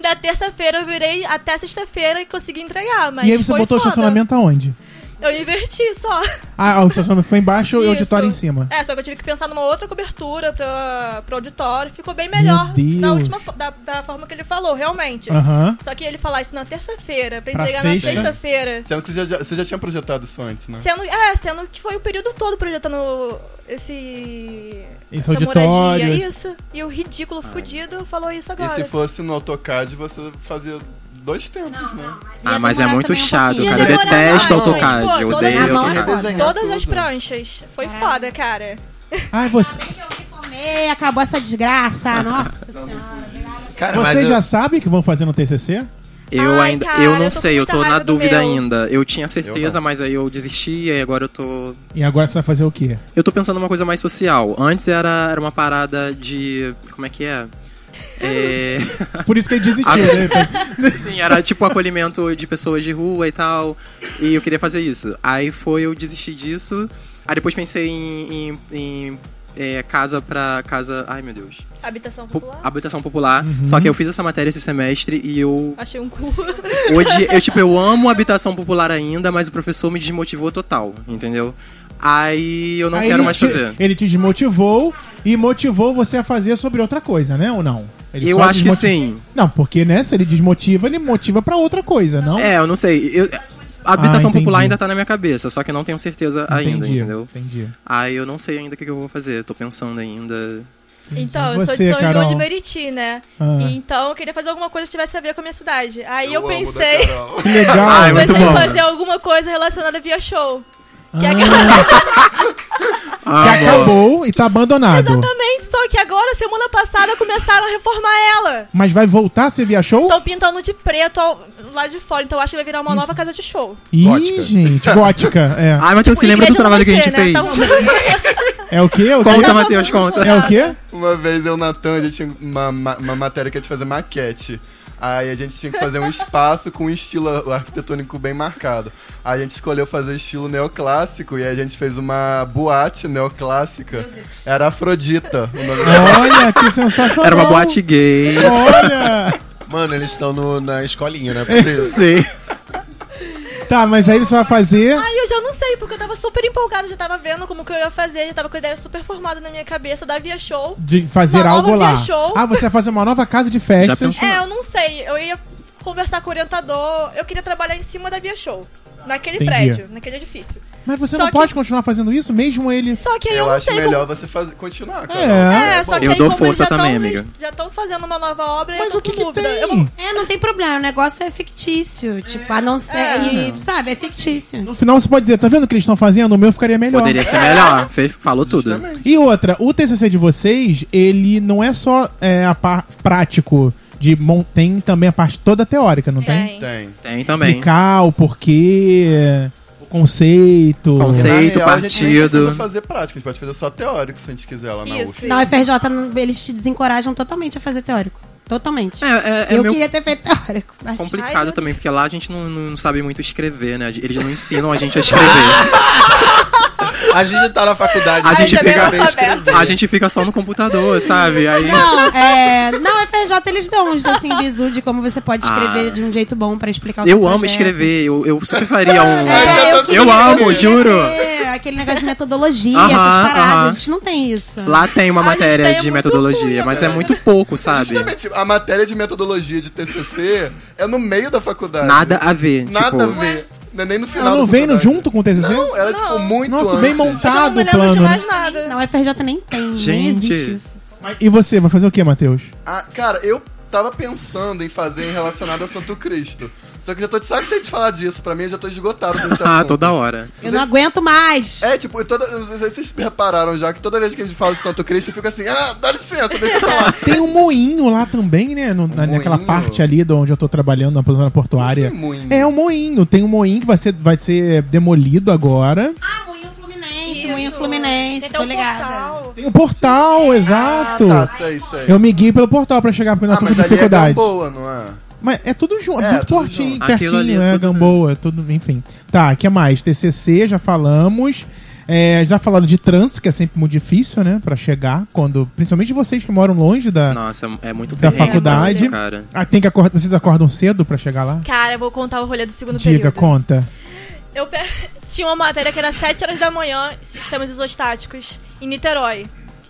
[SPEAKER 8] da terça-feira eu virei até sexta-feira e consegui entregar. Mas
[SPEAKER 3] E aí você
[SPEAKER 8] foi
[SPEAKER 3] botou o
[SPEAKER 8] foda.
[SPEAKER 3] estacionamento aonde?
[SPEAKER 8] Eu inverti só.
[SPEAKER 3] Ah, o estacionamento ficou embaixo e o
[SPEAKER 8] Isso.
[SPEAKER 3] auditório em cima.
[SPEAKER 8] É, só que eu tive que pensar numa outra cobertura pra, pro auditório. Ficou bem melhor
[SPEAKER 3] Deus.
[SPEAKER 8] da, última, fo- da, da forma que ele falou, realmente.
[SPEAKER 3] Aham.
[SPEAKER 8] Só que ele falar isso na terça-feira, pra
[SPEAKER 3] Pra
[SPEAKER 8] entregar
[SPEAKER 3] sexta. né?
[SPEAKER 8] na sexta-feira.
[SPEAKER 6] Sendo que você já, você já tinha projetado isso antes, né?
[SPEAKER 8] Sendo, é, sendo que foi o período todo projetando esse.
[SPEAKER 3] Esse
[SPEAKER 8] essa
[SPEAKER 3] auditório,
[SPEAKER 8] moradia,
[SPEAKER 3] esse-
[SPEAKER 8] Isso. E o ridículo fudido falou isso
[SPEAKER 6] E
[SPEAKER 8] agora.
[SPEAKER 6] se fosse no AutoCAD, você fazia dois tempos, né?
[SPEAKER 4] Ah, mas é muito
[SPEAKER 8] um
[SPEAKER 7] um
[SPEAKER 4] chato,
[SPEAKER 8] E a
[SPEAKER 4] cara. Eu
[SPEAKER 8] decoração,
[SPEAKER 4] detesto
[SPEAKER 8] gente?
[SPEAKER 4] AutoCAD,
[SPEAKER 8] um Pô,
[SPEAKER 4] eu
[SPEAKER 8] todas-
[SPEAKER 4] odeio
[SPEAKER 7] Ah, não,
[SPEAKER 4] AutoCAD.
[SPEAKER 6] desenhar
[SPEAKER 8] Todas as
[SPEAKER 6] um tudo.
[SPEAKER 8] pranchas. Foi
[SPEAKER 7] Caraca.
[SPEAKER 8] foda, cara.
[SPEAKER 3] Ai, Ah, você,
[SPEAKER 7] Comer, acabou essa desgraça. Nossa senhora.
[SPEAKER 6] Cara,
[SPEAKER 3] você
[SPEAKER 6] mas
[SPEAKER 3] já
[SPEAKER 6] eu-
[SPEAKER 3] sabe o que vão fazer no TCC?
[SPEAKER 4] Eu
[SPEAKER 8] Ai,
[SPEAKER 4] ainda,
[SPEAKER 8] cara,
[SPEAKER 4] eu não
[SPEAKER 8] eu tô com
[SPEAKER 4] sei, eu
[SPEAKER 8] muita
[SPEAKER 4] tô na
[SPEAKER 8] raiva do
[SPEAKER 4] dúvida
[SPEAKER 8] meu.
[SPEAKER 4] ainda. Eu tinha certeza, mas aí eu desisti e agora eu tô
[SPEAKER 3] E agora você vai fazer o quê?
[SPEAKER 4] Eu tô pensando numa coisa mais social. Antes era, era uma parada de. Como é que é? É.
[SPEAKER 3] Por isso que ele
[SPEAKER 4] Ah,
[SPEAKER 3] desistiu, né?
[SPEAKER 4] Sim, era tipo acolhimento de pessoas de rua e tal. E eu queria fazer isso. Aí foi eu desisti disso. Aí depois pensei em. em- em, é, casa pra. casa. Ai meu Deus.
[SPEAKER 8] Habitação
[SPEAKER 4] Po-
[SPEAKER 8] popular.
[SPEAKER 4] habitação popular. Só que eu fiz essa matéria esse semestre e eu.
[SPEAKER 8] Achei um cu.
[SPEAKER 4] Hoje, eu, tipo, eu amo habitação popular ainda, mas o professor me desmotivou total, entendeu? Aí eu não
[SPEAKER 3] Aí
[SPEAKER 4] quero
[SPEAKER 3] ele
[SPEAKER 4] mais
[SPEAKER 3] te-
[SPEAKER 4] fazer.
[SPEAKER 3] Ele te desmotivou e motivou você a fazer sobre outra coisa, né? Ou não? Ele
[SPEAKER 4] Eu
[SPEAKER 3] só
[SPEAKER 4] acho que
[SPEAKER 3] desmoti-
[SPEAKER 4] sim.
[SPEAKER 3] Não, porque, né, se ele desmotiva, ele motiva pra outra coisa, não?
[SPEAKER 4] É, eu não sei. Eu- a habitação
[SPEAKER 3] Ah, entendi.
[SPEAKER 4] popular ainda tá na minha cabeça, só que eu não tenho certeza ainda,
[SPEAKER 3] entendi,
[SPEAKER 4] entendeu?
[SPEAKER 3] entendi.
[SPEAKER 4] Aí eu não sei ainda o que, que eu vou fazer, tô pensando ainda.
[SPEAKER 8] Então, eu sou
[SPEAKER 3] Você,
[SPEAKER 8] de São
[SPEAKER 3] Carol?
[SPEAKER 8] João de Meriti, né?
[SPEAKER 3] Ah.
[SPEAKER 8] E então eu queria fazer alguma coisa que tivesse a ver com a minha cidade. Aí eu,
[SPEAKER 6] amo da
[SPEAKER 8] pensei.
[SPEAKER 6] Carol.
[SPEAKER 3] Que legal.
[SPEAKER 4] Ah, é muito
[SPEAKER 8] Pensei em
[SPEAKER 4] bom.
[SPEAKER 8] fazer alguma coisa relacionada via show. Que
[SPEAKER 3] Ah.
[SPEAKER 8] agora,
[SPEAKER 3] Que
[SPEAKER 4] Ah, amor.
[SPEAKER 3] acabou e tá abandonado.
[SPEAKER 8] exatamente, só que agora, semana passada, começaram a reformar ela.
[SPEAKER 3] Mas vai voltar a servir a show?
[SPEAKER 8] Estão pintando de preto ao- lá de fora, então eu acho que vai virar uma nova casa de show.
[SPEAKER 3] Ih,
[SPEAKER 6] Gótica.
[SPEAKER 3] gente, gótica. É,
[SPEAKER 4] Ai, Matheus,
[SPEAKER 8] Tipo,
[SPEAKER 4] se lembra do
[SPEAKER 8] igreja não
[SPEAKER 4] trabalho que a
[SPEAKER 8] vai
[SPEAKER 4] gente
[SPEAKER 8] ser, né?
[SPEAKER 4] fez?
[SPEAKER 8] Tava-
[SPEAKER 3] é o quê? É o quê?
[SPEAKER 4] Conta, Matheus, conta.
[SPEAKER 3] É o quê?
[SPEAKER 6] Uma vez eu, Natan, a gente tinha uma, ma- uma matéria que era de fazer maquete. Aí a gente tinha que fazer um espaço com um estilo arquitetônico bem marcado. Aí a gente escolheu fazer estilo neoclássico e aí a gente fez uma boate neoclássica. Era Afrodita. O nome dela.
[SPEAKER 3] Olha, que sensacional.
[SPEAKER 4] Era uma boate gay.
[SPEAKER 3] Olha!
[SPEAKER 5] Mano, eles estão no- na escolinha, né? Vocês...
[SPEAKER 4] Sim.
[SPEAKER 3] Tá, mas aí você vai fazer.
[SPEAKER 8] Ai, eu já não sei, porque eu tava super empolgada, já tava vendo como que eu ia fazer, já tava com a ideia super formada na minha cabeça da via show.
[SPEAKER 3] De fazer
[SPEAKER 8] Uma
[SPEAKER 3] algo
[SPEAKER 8] nova
[SPEAKER 3] lá.
[SPEAKER 8] via show.
[SPEAKER 3] Ah, você vai fazer uma nova casa de
[SPEAKER 4] Já
[SPEAKER 3] festas.
[SPEAKER 4] pensou?
[SPEAKER 8] É, eu não sei, eu ia conversar com o orientador, eu queria trabalhar em cima da via show. Naquele
[SPEAKER 3] Entendi.
[SPEAKER 8] prédio, naquele edifício.
[SPEAKER 3] Mas você
[SPEAKER 8] Só
[SPEAKER 3] não
[SPEAKER 8] que-
[SPEAKER 3] pode continuar fazendo isso, mesmo ele.
[SPEAKER 8] Só que aí eu,
[SPEAKER 6] Eu
[SPEAKER 8] não
[SPEAKER 6] acho
[SPEAKER 8] sei
[SPEAKER 6] melhor você fazer, continuar, cara.
[SPEAKER 3] É.
[SPEAKER 8] como... É, só que
[SPEAKER 4] Eu
[SPEAKER 8] aí,
[SPEAKER 4] dou
[SPEAKER 8] como
[SPEAKER 4] força
[SPEAKER 8] eles já
[SPEAKER 4] também,
[SPEAKER 8] tão-
[SPEAKER 4] amiga.
[SPEAKER 8] Já estão fazendo uma nova obra,
[SPEAKER 3] Mas
[SPEAKER 8] eu tô
[SPEAKER 3] o que,
[SPEAKER 8] com
[SPEAKER 3] que
[SPEAKER 8] dúvida.
[SPEAKER 3] tem?
[SPEAKER 8] Eu vou-
[SPEAKER 7] É, não tem problema. O negócio é fictício. Tipo, a não ser. e, sabe, é fictício.
[SPEAKER 3] No final você pode dizer, tá vendo o que eles estão fazendo? O meu ficaria melhor.
[SPEAKER 4] Poderia ser melhor. Fe- Falou tudo.
[SPEAKER 3] E outra, o TCC de vocês, ele não é só é, a par prático de mon- tem também a parte toda teórica, não tem?
[SPEAKER 6] Tem.
[SPEAKER 4] Tem também.
[SPEAKER 3] Explicar o porquê, o conceito.
[SPEAKER 4] Conceito. Feito,
[SPEAKER 6] Na real, A gente nem
[SPEAKER 4] partido.
[SPEAKER 6] precisa fazer prática, a gente pode fazer só teórico se a gente quiser lá na
[SPEAKER 8] Isso,
[SPEAKER 6] UF.
[SPEAKER 8] isso.
[SPEAKER 7] Na UFRJ, não- eles te desencorajam totalmente a fazer teórico. Totalmente.
[SPEAKER 4] É, é, é
[SPEAKER 7] eu
[SPEAKER 4] meio
[SPEAKER 7] queria ter feito teórico. Mas...
[SPEAKER 8] Ai,
[SPEAKER 4] complicado
[SPEAKER 8] meu
[SPEAKER 4] também, porque lá a gente não, não sabe muito escrever, né? Eles não ensinam a gente a escrever.
[SPEAKER 5] A gente tá na faculdade,
[SPEAKER 4] A gente
[SPEAKER 5] não
[SPEAKER 8] também
[SPEAKER 4] fica-
[SPEAKER 5] sabe escrever.
[SPEAKER 4] a gente fica só no computador, sabe? Aí.
[SPEAKER 7] Não, é. Na UFRJ eles dão uns assim, bizu de como você pode escrever
[SPEAKER 4] Ah.
[SPEAKER 7] de um jeito bom pra explicar o
[SPEAKER 4] Eu
[SPEAKER 7] seu
[SPEAKER 4] amo
[SPEAKER 7] projeto.
[SPEAKER 4] escrever, eu, eu super faria um.
[SPEAKER 7] É, eu, queria
[SPEAKER 4] eu amo,
[SPEAKER 7] escrever,
[SPEAKER 4] juro.
[SPEAKER 7] Aquele negócio de metodologia,
[SPEAKER 4] Aham,
[SPEAKER 7] essas paradas.
[SPEAKER 4] aham.
[SPEAKER 7] A gente não tem isso.
[SPEAKER 4] Lá tem uma
[SPEAKER 8] A gente
[SPEAKER 4] matéria
[SPEAKER 8] tem
[SPEAKER 4] de
[SPEAKER 8] muito
[SPEAKER 4] metodologia,
[SPEAKER 8] ruim,
[SPEAKER 4] mas é
[SPEAKER 8] cara.
[SPEAKER 4] muito pouco, sabe?
[SPEAKER 6] Justamente, a matéria de metodologia de TCC é no meio da faculdade.
[SPEAKER 4] Nada a ver.
[SPEAKER 6] Nada
[SPEAKER 4] tipo,
[SPEAKER 6] a ver. Não é nem no final.
[SPEAKER 3] Ela não
[SPEAKER 6] da
[SPEAKER 3] vem no-
[SPEAKER 6] faculdade.
[SPEAKER 3] junto com o TCC?
[SPEAKER 6] Não, era tipo
[SPEAKER 8] Não.
[SPEAKER 6] muito.
[SPEAKER 3] Nossa,
[SPEAKER 6] antes.
[SPEAKER 3] bem
[SPEAKER 8] Eu não
[SPEAKER 3] montado
[SPEAKER 8] me
[SPEAKER 3] o
[SPEAKER 8] lembro de
[SPEAKER 3] plano. né?
[SPEAKER 8] mais
[SPEAKER 7] Nem-
[SPEAKER 8] nada.
[SPEAKER 7] Na UFRJ nem tem, nem
[SPEAKER 4] Gente.
[SPEAKER 7] existe isso.
[SPEAKER 3] Mas- E você, vai fazer o quê, Matheus?
[SPEAKER 6] Ah, cara, eu tava pensando em fazer em relacionado a Santo Cristo. Só que já tô de saco cheio de falar disso. Pra mim, eu já tô esgotado desse assunto.
[SPEAKER 4] Ah, toda hora.
[SPEAKER 7] Eu não aguento mais.
[SPEAKER 6] É, tipo, toda, eu não sei se vocês repararam já que toda vez que a gente fala de Santo Cristo, eu fico assim, ah, dá licença, deixa eu falar.
[SPEAKER 3] Tem um moinho lá também, né? No- na- naquela
[SPEAKER 6] moinho?
[SPEAKER 3] parte ali de onde eu tô trabalhando, na zona portuária.
[SPEAKER 6] Esse moinho.
[SPEAKER 3] É um moinho. Tem um moinho que vai ser, vai ser demolido agora.
[SPEAKER 7] Ah, Moinho Fluminense,
[SPEAKER 8] Isso.
[SPEAKER 7] Moinho Fluminense,
[SPEAKER 8] Tem até
[SPEAKER 7] tô
[SPEAKER 8] um
[SPEAKER 7] tá ligada.
[SPEAKER 8] portal.
[SPEAKER 3] Tem um
[SPEAKER 8] Ah,
[SPEAKER 3] portal, exato.
[SPEAKER 6] Tá, sei, sei.
[SPEAKER 3] Eu me guiei pelo portal pra chegar, porque eu
[SPEAKER 6] ah,
[SPEAKER 3] ainda tô
[SPEAKER 6] mas
[SPEAKER 3] com
[SPEAKER 6] ali é
[SPEAKER 3] dificuldade.
[SPEAKER 6] boa, não é?
[SPEAKER 3] mas é tudo junto,
[SPEAKER 6] É,
[SPEAKER 3] muito
[SPEAKER 6] tudo
[SPEAKER 3] pertinho,
[SPEAKER 6] junto.
[SPEAKER 4] Aquilo ali
[SPEAKER 3] pertinho,
[SPEAKER 4] é
[SPEAKER 3] é,
[SPEAKER 4] tudo-
[SPEAKER 3] Gamboa, tudo, enfim. Tá, o que mais? TCC, já falamos. É, já falaram de trânsito, que é sempre muito difícil, né? Pra chegar, quando. Principalmente vocês que moram longe da.
[SPEAKER 4] Nossa, é muito
[SPEAKER 3] Da
[SPEAKER 4] perigoso,
[SPEAKER 3] faculdade.
[SPEAKER 4] cara.
[SPEAKER 3] Ah, tem que acordar. Vocês acordam cedo pra chegar lá?
[SPEAKER 8] Cara, eu vou contar o rolê do segundo
[SPEAKER 3] Diga,
[SPEAKER 8] período.
[SPEAKER 3] conta.
[SPEAKER 8] Eu pe- tinha uma matéria que era 7 horas da manhã, sistemas isostáticos, em Niterói.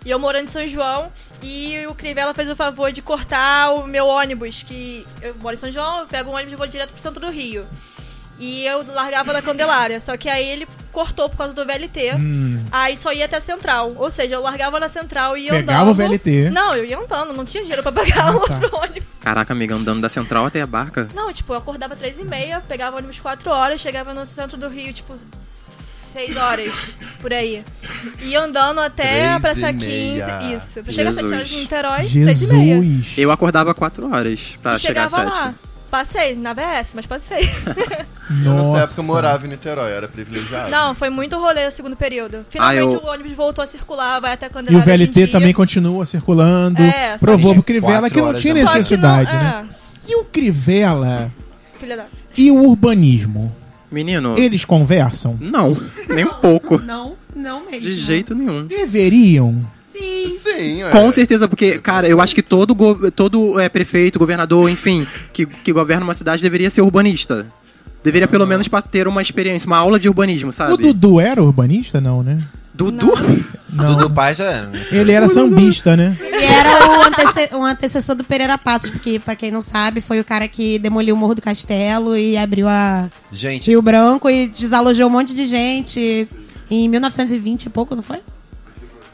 [SPEAKER 8] E eu morando em São João, e o Crivella fez o favor de cortar o meu ônibus, que eu moro em São João, eu pego um ônibus e vou direto pro centro do Rio. E eu largava na Candelária, só que aí ele cortou por causa do VLT,
[SPEAKER 3] Hum.
[SPEAKER 8] aí só ia até a Central. Ou seja, eu largava na Central e ia
[SPEAKER 3] Pegava
[SPEAKER 8] andando.
[SPEAKER 3] o VLT. Ah, tá.
[SPEAKER 8] Não, eu ia andando, não tinha dinheiro pra pagar outro ônibus.
[SPEAKER 4] Caraca, amiga, andando da central até a barca.
[SPEAKER 8] Não, tipo, eu acordava três e meia, pegava ônibus quatro horas, chegava no centro do Rio, tipo, seis horas, por aí. E andando até a
[SPEAKER 6] Três
[SPEAKER 8] Praça
[SPEAKER 6] e
[SPEAKER 8] 15,
[SPEAKER 6] meia.
[SPEAKER 8] isso. Pra chegar às sete
[SPEAKER 4] Jesus.
[SPEAKER 8] horas de Niterói, três e meia. E
[SPEAKER 3] Jesus.
[SPEAKER 4] Eu acordava 4 horas pra Ah, chegar às
[SPEAKER 8] chegava
[SPEAKER 4] 7.
[SPEAKER 8] lá. Passei, na BS, mas passei.
[SPEAKER 3] Nossa.
[SPEAKER 6] Nessa época eu morava em Niterói, eu era privilegiado.
[SPEAKER 8] Não, foi muito rolê o segundo período. Finalmente
[SPEAKER 4] eu-
[SPEAKER 8] o ônibus voltou a circular, vai até quando
[SPEAKER 3] E o VLT também continua circulando.
[SPEAKER 8] É, só
[SPEAKER 3] provou
[SPEAKER 8] que-
[SPEAKER 3] pro Crivella que não
[SPEAKER 5] horas
[SPEAKER 3] tinha
[SPEAKER 5] da manhã.
[SPEAKER 3] necessidade, né? E o Crivella
[SPEAKER 8] É, Filha da...
[SPEAKER 3] e o urbanismo?
[SPEAKER 4] Menino,
[SPEAKER 3] Eles conversam?
[SPEAKER 4] não, nem um pouco.
[SPEAKER 7] Não, não mesmo.
[SPEAKER 4] De jeito nenhum.
[SPEAKER 3] Deveriam.
[SPEAKER 7] Sim.
[SPEAKER 6] Sim, é.
[SPEAKER 4] Com certeza, porque, cara, eu acho que todo, go- todo é, prefeito, governador, enfim, que, que governa uma cidade deveria ser urbanista. Deveria pelo menos pra ter uma experiência, uma aula de urbanismo, sabe?
[SPEAKER 3] O Ah. Dudu era urbanista, não, né?
[SPEAKER 4] Dudu?
[SPEAKER 3] Não.
[SPEAKER 5] Dudu Paz já era. né?
[SPEAKER 3] Ele era sambista, né?
[SPEAKER 7] Ele era o, antece- o antecessor do Pereira Passos, porque, pra quem não sabe, foi o cara que demoliu o Morro do Castelo e abriu a
[SPEAKER 5] Gente,
[SPEAKER 7] Rio Branco e desalojou um monte de gente em 1920 e pouco, não foi?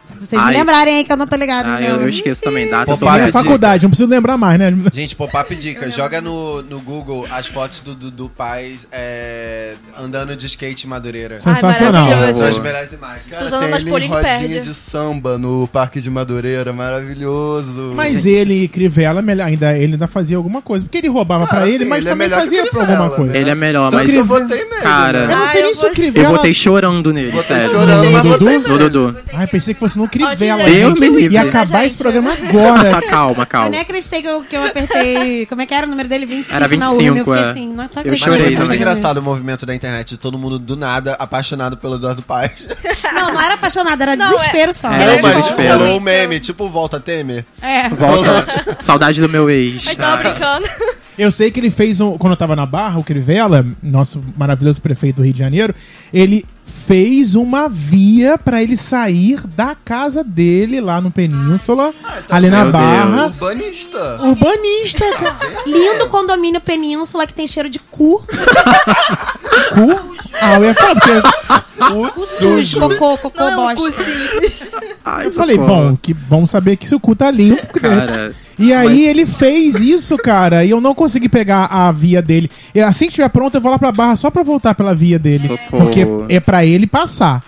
[SPEAKER 7] Pra vocês me
[SPEAKER 4] Ai.
[SPEAKER 7] lembrarem aí que eu não tô ligado.
[SPEAKER 4] Ah,
[SPEAKER 7] meu.
[SPEAKER 4] eu, eu esqueço também, data, eu
[SPEAKER 5] Popeye.
[SPEAKER 4] sou
[SPEAKER 3] Para a
[SPEAKER 4] péssimo.
[SPEAKER 5] Parasita.
[SPEAKER 3] faculdade, não preciso lembrar mais, né?
[SPEAKER 5] gente, pop-up dica. Joga no, no Google as fotos do Dudu Paz é, andando de skate em Madureira.
[SPEAKER 8] Ai,
[SPEAKER 3] Sensacional.
[SPEAKER 8] maravilhoso.
[SPEAKER 5] São as melhores imagens.
[SPEAKER 6] Cara,
[SPEAKER 8] Suzana
[SPEAKER 6] tem
[SPEAKER 8] das
[SPEAKER 6] ele em
[SPEAKER 8] Polim
[SPEAKER 6] rodinha
[SPEAKER 8] perde.
[SPEAKER 6] de samba no Parque de Madureira, maravilhoso.
[SPEAKER 3] Mas ele e Crivella, melhor- ainda, ele ainda fazia alguma coisa. Porque ele roubava
[SPEAKER 6] Cara,
[SPEAKER 3] pra ele,
[SPEAKER 6] sim,
[SPEAKER 3] mas
[SPEAKER 6] ele é
[SPEAKER 3] também
[SPEAKER 6] melhor que
[SPEAKER 3] fazia
[SPEAKER 6] o
[SPEAKER 3] pra alguma
[SPEAKER 6] Crivella,
[SPEAKER 3] coisa.
[SPEAKER 6] né?
[SPEAKER 4] Ele é melhor,
[SPEAKER 3] Então,
[SPEAKER 4] mas.
[SPEAKER 6] eu votei nele.
[SPEAKER 4] Cara,
[SPEAKER 3] Eu não sei
[SPEAKER 8] Ah,
[SPEAKER 3] nem
[SPEAKER 8] eu
[SPEAKER 3] se o
[SPEAKER 8] vou-
[SPEAKER 4] eu
[SPEAKER 3] Crivella...
[SPEAKER 4] botei chorando nele,
[SPEAKER 6] Botei
[SPEAKER 4] sério.
[SPEAKER 6] chorando, mas
[SPEAKER 3] No
[SPEAKER 6] votei
[SPEAKER 3] Dudu?
[SPEAKER 6] nele.
[SPEAKER 4] No Dudu.
[SPEAKER 3] Ai, pensei que fosse no Crivella.
[SPEAKER 8] Ó, gente,
[SPEAKER 4] Deus me livre.
[SPEAKER 3] E acabar
[SPEAKER 8] Gente.
[SPEAKER 3] esse programa agora. né?
[SPEAKER 4] Tá, calma,
[SPEAKER 7] Eu nem
[SPEAKER 4] calma.
[SPEAKER 7] acreditei que eu, que eu apertei. Como é que era o número dele? 25
[SPEAKER 4] Era
[SPEAKER 7] na urna. Eu
[SPEAKER 4] 25,
[SPEAKER 7] fiquei
[SPEAKER 4] é.
[SPEAKER 7] assim, não tô
[SPEAKER 4] Eu
[SPEAKER 7] acreditando.
[SPEAKER 5] Mas foi
[SPEAKER 4] chorei
[SPEAKER 7] que eu tô
[SPEAKER 5] muito
[SPEAKER 4] também.
[SPEAKER 7] fazendo
[SPEAKER 5] engraçado o
[SPEAKER 7] isso.
[SPEAKER 5] movimento da internet de todo mundo do nada apaixonado pelo Eduardo Paz.
[SPEAKER 7] Não, não era apaixonado, era
[SPEAKER 8] Não, é-
[SPEAKER 7] desespero só.
[SPEAKER 4] Era
[SPEAKER 6] Não,
[SPEAKER 4] de
[SPEAKER 6] mas
[SPEAKER 4] desespero.
[SPEAKER 6] rolou um meme, tipo Volta Temer.
[SPEAKER 7] É.
[SPEAKER 4] Volta. Saudade do meu ex.
[SPEAKER 8] Mas
[SPEAKER 3] tá
[SPEAKER 8] tava
[SPEAKER 4] Cara.
[SPEAKER 8] brincando.
[SPEAKER 3] Eu sei que ele fez, um, quando eu tava na Barra, o Crivella, nosso maravilhoso prefeito do Rio de Janeiro, ele fez uma via pra ele sair da casa dele lá no Península, ali na
[SPEAKER 4] Ah, então Meu
[SPEAKER 3] Barra.
[SPEAKER 4] Deus.
[SPEAKER 6] Urbanista.
[SPEAKER 3] Urbanista, cara.
[SPEAKER 7] Lindo condomínio Península que tem cheiro de cu.
[SPEAKER 3] Cu? Ah, eu ia falar, porque
[SPEAKER 6] O
[SPEAKER 7] Cu sujo, cocô, cocô,
[SPEAKER 8] Não é um cu
[SPEAKER 7] bosta.
[SPEAKER 8] simples.
[SPEAKER 4] Ai,
[SPEAKER 3] eu falei,
[SPEAKER 4] socorro.
[SPEAKER 3] bom, que, vamos saber que se o cu tá limpo. né?
[SPEAKER 4] Cara,
[SPEAKER 3] E aí ele fez isso, cara, e eu não consegui pegar a via dele. E assim que estiver pronto, eu vou lá pra Barra só pra voltar pela via dele.
[SPEAKER 4] Socorro.
[SPEAKER 3] Porque é pra ele passar.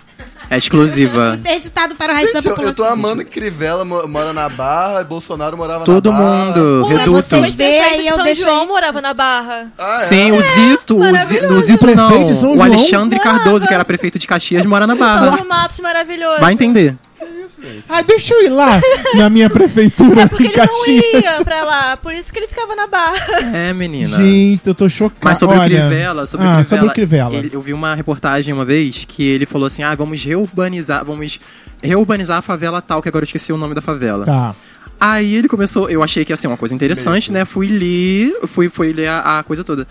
[SPEAKER 4] é exclusiva.
[SPEAKER 7] Interditado para o resto da
[SPEAKER 6] Gente, eu,
[SPEAKER 7] população.
[SPEAKER 6] eu tô amando que Crivella mo- mora na Barra e Bolsonaro morava
[SPEAKER 4] Todo
[SPEAKER 6] na Barra.
[SPEAKER 4] mundo,
[SPEAKER 7] Porra,
[SPEAKER 4] reduto.
[SPEAKER 7] vocês vê aí, eu
[SPEAKER 8] São
[SPEAKER 7] deixo
[SPEAKER 8] João
[SPEAKER 7] aí.
[SPEAKER 8] morava na Barra.
[SPEAKER 6] Ah, é?
[SPEAKER 4] Sim, o Zito, o, Zi,
[SPEAKER 8] maravilhoso.
[SPEAKER 4] o Zito não,
[SPEAKER 3] Prefeito de São
[SPEAKER 4] o
[SPEAKER 3] João?
[SPEAKER 4] Alexandre Cardoso, que era prefeito de Caxias, mora na
[SPEAKER 8] São
[SPEAKER 4] Barra.
[SPEAKER 8] João Matos maravilhoso.
[SPEAKER 4] Vai entender.
[SPEAKER 3] Ah, deixa eu ir lá na minha prefeitura
[SPEAKER 8] É Porque
[SPEAKER 3] em
[SPEAKER 8] ele não
[SPEAKER 3] Caxias.
[SPEAKER 8] ia pra lá, por isso que ele ficava na Barra.
[SPEAKER 4] É, menina.
[SPEAKER 3] Gente, eu tô chocado.
[SPEAKER 4] Mas sobre o
[SPEAKER 3] Olha,
[SPEAKER 4] Crivella, sobre
[SPEAKER 3] ah,
[SPEAKER 4] o Crivella,
[SPEAKER 3] sobre o Crivella.
[SPEAKER 4] ele- eu vi uma reportagem uma vez que ele falou assim: "Ah, vamos reurbanizar, vamos reurbanizar a favela tal, que agora eu esqueci o nome da favela".
[SPEAKER 3] Tá.
[SPEAKER 4] Aí ele começou, eu achei que ia ser uma coisa interessante, né? Fui ler, fui, fui ler a, a coisa toda.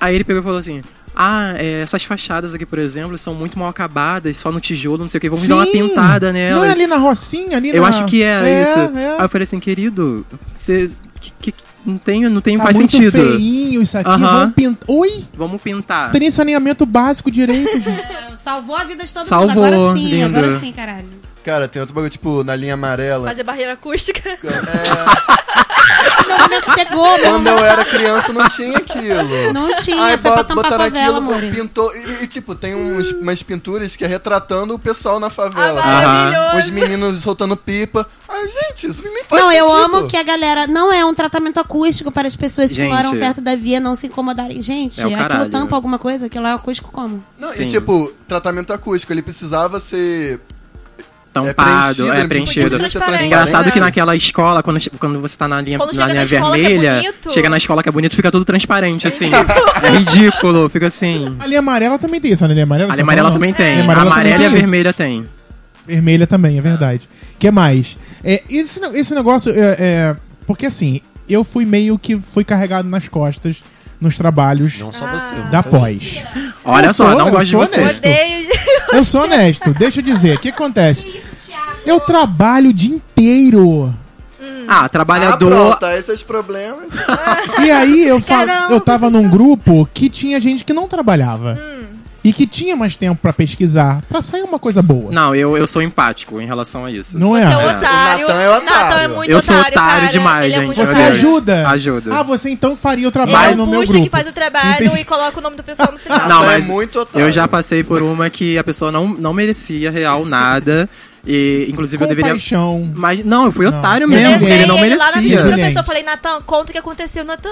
[SPEAKER 4] Aí ele pegou e falou assim: Ah, é, essas fachadas aqui, por exemplo, são muito mal acabadas, só no tijolo, não sei o que, vamos dar uma
[SPEAKER 3] Sim.
[SPEAKER 4] pintada
[SPEAKER 3] Não é
[SPEAKER 4] nelas.
[SPEAKER 3] ali na Rocinha, ali
[SPEAKER 4] eu
[SPEAKER 3] na-
[SPEAKER 4] acho que era
[SPEAKER 3] É,
[SPEAKER 4] isso.
[SPEAKER 3] é.
[SPEAKER 4] Aí eu falei assim, querido, você. Que, que- não tem, não tem
[SPEAKER 3] Tá
[SPEAKER 4] faz
[SPEAKER 3] muito
[SPEAKER 4] sentido.
[SPEAKER 3] feinho isso aqui.
[SPEAKER 4] Aham.
[SPEAKER 3] Vamos pintar. Oi?
[SPEAKER 4] Vamos pintar.
[SPEAKER 3] Não tem nem saneamento básico direito, gente.
[SPEAKER 7] Salvou a vida de todo
[SPEAKER 4] Salvou,
[SPEAKER 7] mundo. Agora sim,
[SPEAKER 4] lindo.
[SPEAKER 7] agora sim, caralho.
[SPEAKER 6] Cara, tem outro bagulho, tipo, na linha amarela.
[SPEAKER 8] Fazer barreira acústica.
[SPEAKER 7] Meu momento chegou, meu
[SPEAKER 6] Quando eu
[SPEAKER 7] momento
[SPEAKER 6] era criança não tinha aquilo.
[SPEAKER 7] Não tinha,
[SPEAKER 6] Aí
[SPEAKER 7] foi pra
[SPEAKER 6] bota-
[SPEAKER 7] tampar a
[SPEAKER 6] botaram
[SPEAKER 7] favela,
[SPEAKER 6] aquilo,
[SPEAKER 7] amor.
[SPEAKER 6] pintou, e, e, tipo, tem uns, umas pinturas que é retratando o pessoal na
[SPEAKER 8] Ah,
[SPEAKER 6] favela. sabe? Os
[SPEAKER 8] maravilhoso.
[SPEAKER 6] meninos soltando pipa. Ai, gente, isso nem faz
[SPEAKER 7] Não, eu
[SPEAKER 6] sentido.
[SPEAKER 7] amo que a galera. Não é um tratamento acústico para as pessoas que
[SPEAKER 4] Gente.
[SPEAKER 7] moram perto da via não se incomodarem. Gente,
[SPEAKER 4] É o
[SPEAKER 7] aquilo
[SPEAKER 4] caralho.
[SPEAKER 7] tampa alguma coisa? Aquilo é acústico como?
[SPEAKER 6] Não,
[SPEAKER 4] Sim.
[SPEAKER 6] e tipo, tratamento acústico, ele precisava ser...
[SPEAKER 4] Tampado, é
[SPEAKER 6] ele
[SPEAKER 4] preenchido. É
[SPEAKER 6] podia ser
[SPEAKER 8] Transparente.
[SPEAKER 6] transparente.
[SPEAKER 3] é.
[SPEAKER 4] Engraçado que naquela escola, quando, che- quando você tá na linha,
[SPEAKER 8] Quando
[SPEAKER 4] na
[SPEAKER 8] chega na
[SPEAKER 4] linha
[SPEAKER 8] escola que é
[SPEAKER 4] vermelha,
[SPEAKER 8] bonito.
[SPEAKER 4] chega na escola que é bonito, fica tudo transparente, assim. é ridículo, fica assim.
[SPEAKER 3] A linha é amarela também tem isso. A linha amarela,
[SPEAKER 4] A
[SPEAKER 3] você
[SPEAKER 4] linha amarela
[SPEAKER 3] falou?
[SPEAKER 4] também tem.
[SPEAKER 3] Linha
[SPEAKER 4] A amarela
[SPEAKER 3] É,
[SPEAKER 4] e a
[SPEAKER 3] também tem isso.
[SPEAKER 4] vermelha tem.
[SPEAKER 3] Vermelha
[SPEAKER 4] Ah.
[SPEAKER 3] também, é verdade. O que mais? É, esse, ne- esse negócio. É, é, porque assim, eu fui meio que fui carregado nas costas nos trabalhos
[SPEAKER 5] Não
[SPEAKER 8] Ah,
[SPEAKER 5] só você.
[SPEAKER 3] da pós.
[SPEAKER 4] Olha
[SPEAKER 3] Eu
[SPEAKER 4] só,
[SPEAKER 3] sou-
[SPEAKER 4] não
[SPEAKER 3] eu
[SPEAKER 4] gosto de
[SPEAKER 3] sou
[SPEAKER 4] você.
[SPEAKER 3] honesto.
[SPEAKER 8] Odeio.
[SPEAKER 3] Eu sou honesto, deixa eu dizer. O que acontece? Eu trabalho o dia inteiro.
[SPEAKER 4] Ah,
[SPEAKER 6] Ah,
[SPEAKER 4] trabalhador.
[SPEAKER 6] pronto, aí esses problemas.
[SPEAKER 3] E aí eu, fa-
[SPEAKER 8] Caramba, Hum.
[SPEAKER 3] eu tava num grupo que tinha gente que não trabalhava. e que tinha mais tempo pra pesquisar, pra sair uma coisa boa.
[SPEAKER 4] Não, eu, eu sou empático em relação a isso.
[SPEAKER 3] Não
[SPEAKER 8] Você é um
[SPEAKER 3] é?
[SPEAKER 8] otário.
[SPEAKER 6] O Natan é otário.
[SPEAKER 8] Natan é muito
[SPEAKER 4] Eu sou
[SPEAKER 8] otário,
[SPEAKER 4] otário
[SPEAKER 8] cara.
[SPEAKER 4] demais,
[SPEAKER 8] Ele é
[SPEAKER 4] gente.
[SPEAKER 8] muito
[SPEAKER 3] Você
[SPEAKER 8] otário.
[SPEAKER 3] ajuda?
[SPEAKER 4] Ajuda.
[SPEAKER 3] Ah, você então faria o
[SPEAKER 8] Ele
[SPEAKER 3] trabalho
[SPEAKER 8] é
[SPEAKER 3] no
[SPEAKER 8] o
[SPEAKER 3] meu
[SPEAKER 8] Puxa
[SPEAKER 3] grupo.
[SPEAKER 8] que faz o trabalho
[SPEAKER 3] Entendi.
[SPEAKER 8] e coloca o nome do pessoal no final.
[SPEAKER 4] Não,
[SPEAKER 6] Ela é
[SPEAKER 4] mas
[SPEAKER 6] muito otária.
[SPEAKER 4] eu já passei por uma que a pessoa não, não merecia real nada. E, inclusive, eu deveria.
[SPEAKER 3] Compaixão.
[SPEAKER 4] Mas não, eu fui
[SPEAKER 3] Não.
[SPEAKER 4] otário
[SPEAKER 3] Ninguém.
[SPEAKER 4] Ah, é mesmo, porque ele não
[SPEAKER 8] Ele lá na frente do
[SPEAKER 4] merecia.
[SPEAKER 3] Resiliente.
[SPEAKER 8] professor, eu falei, Natan, conta o que aconteceu. Natan,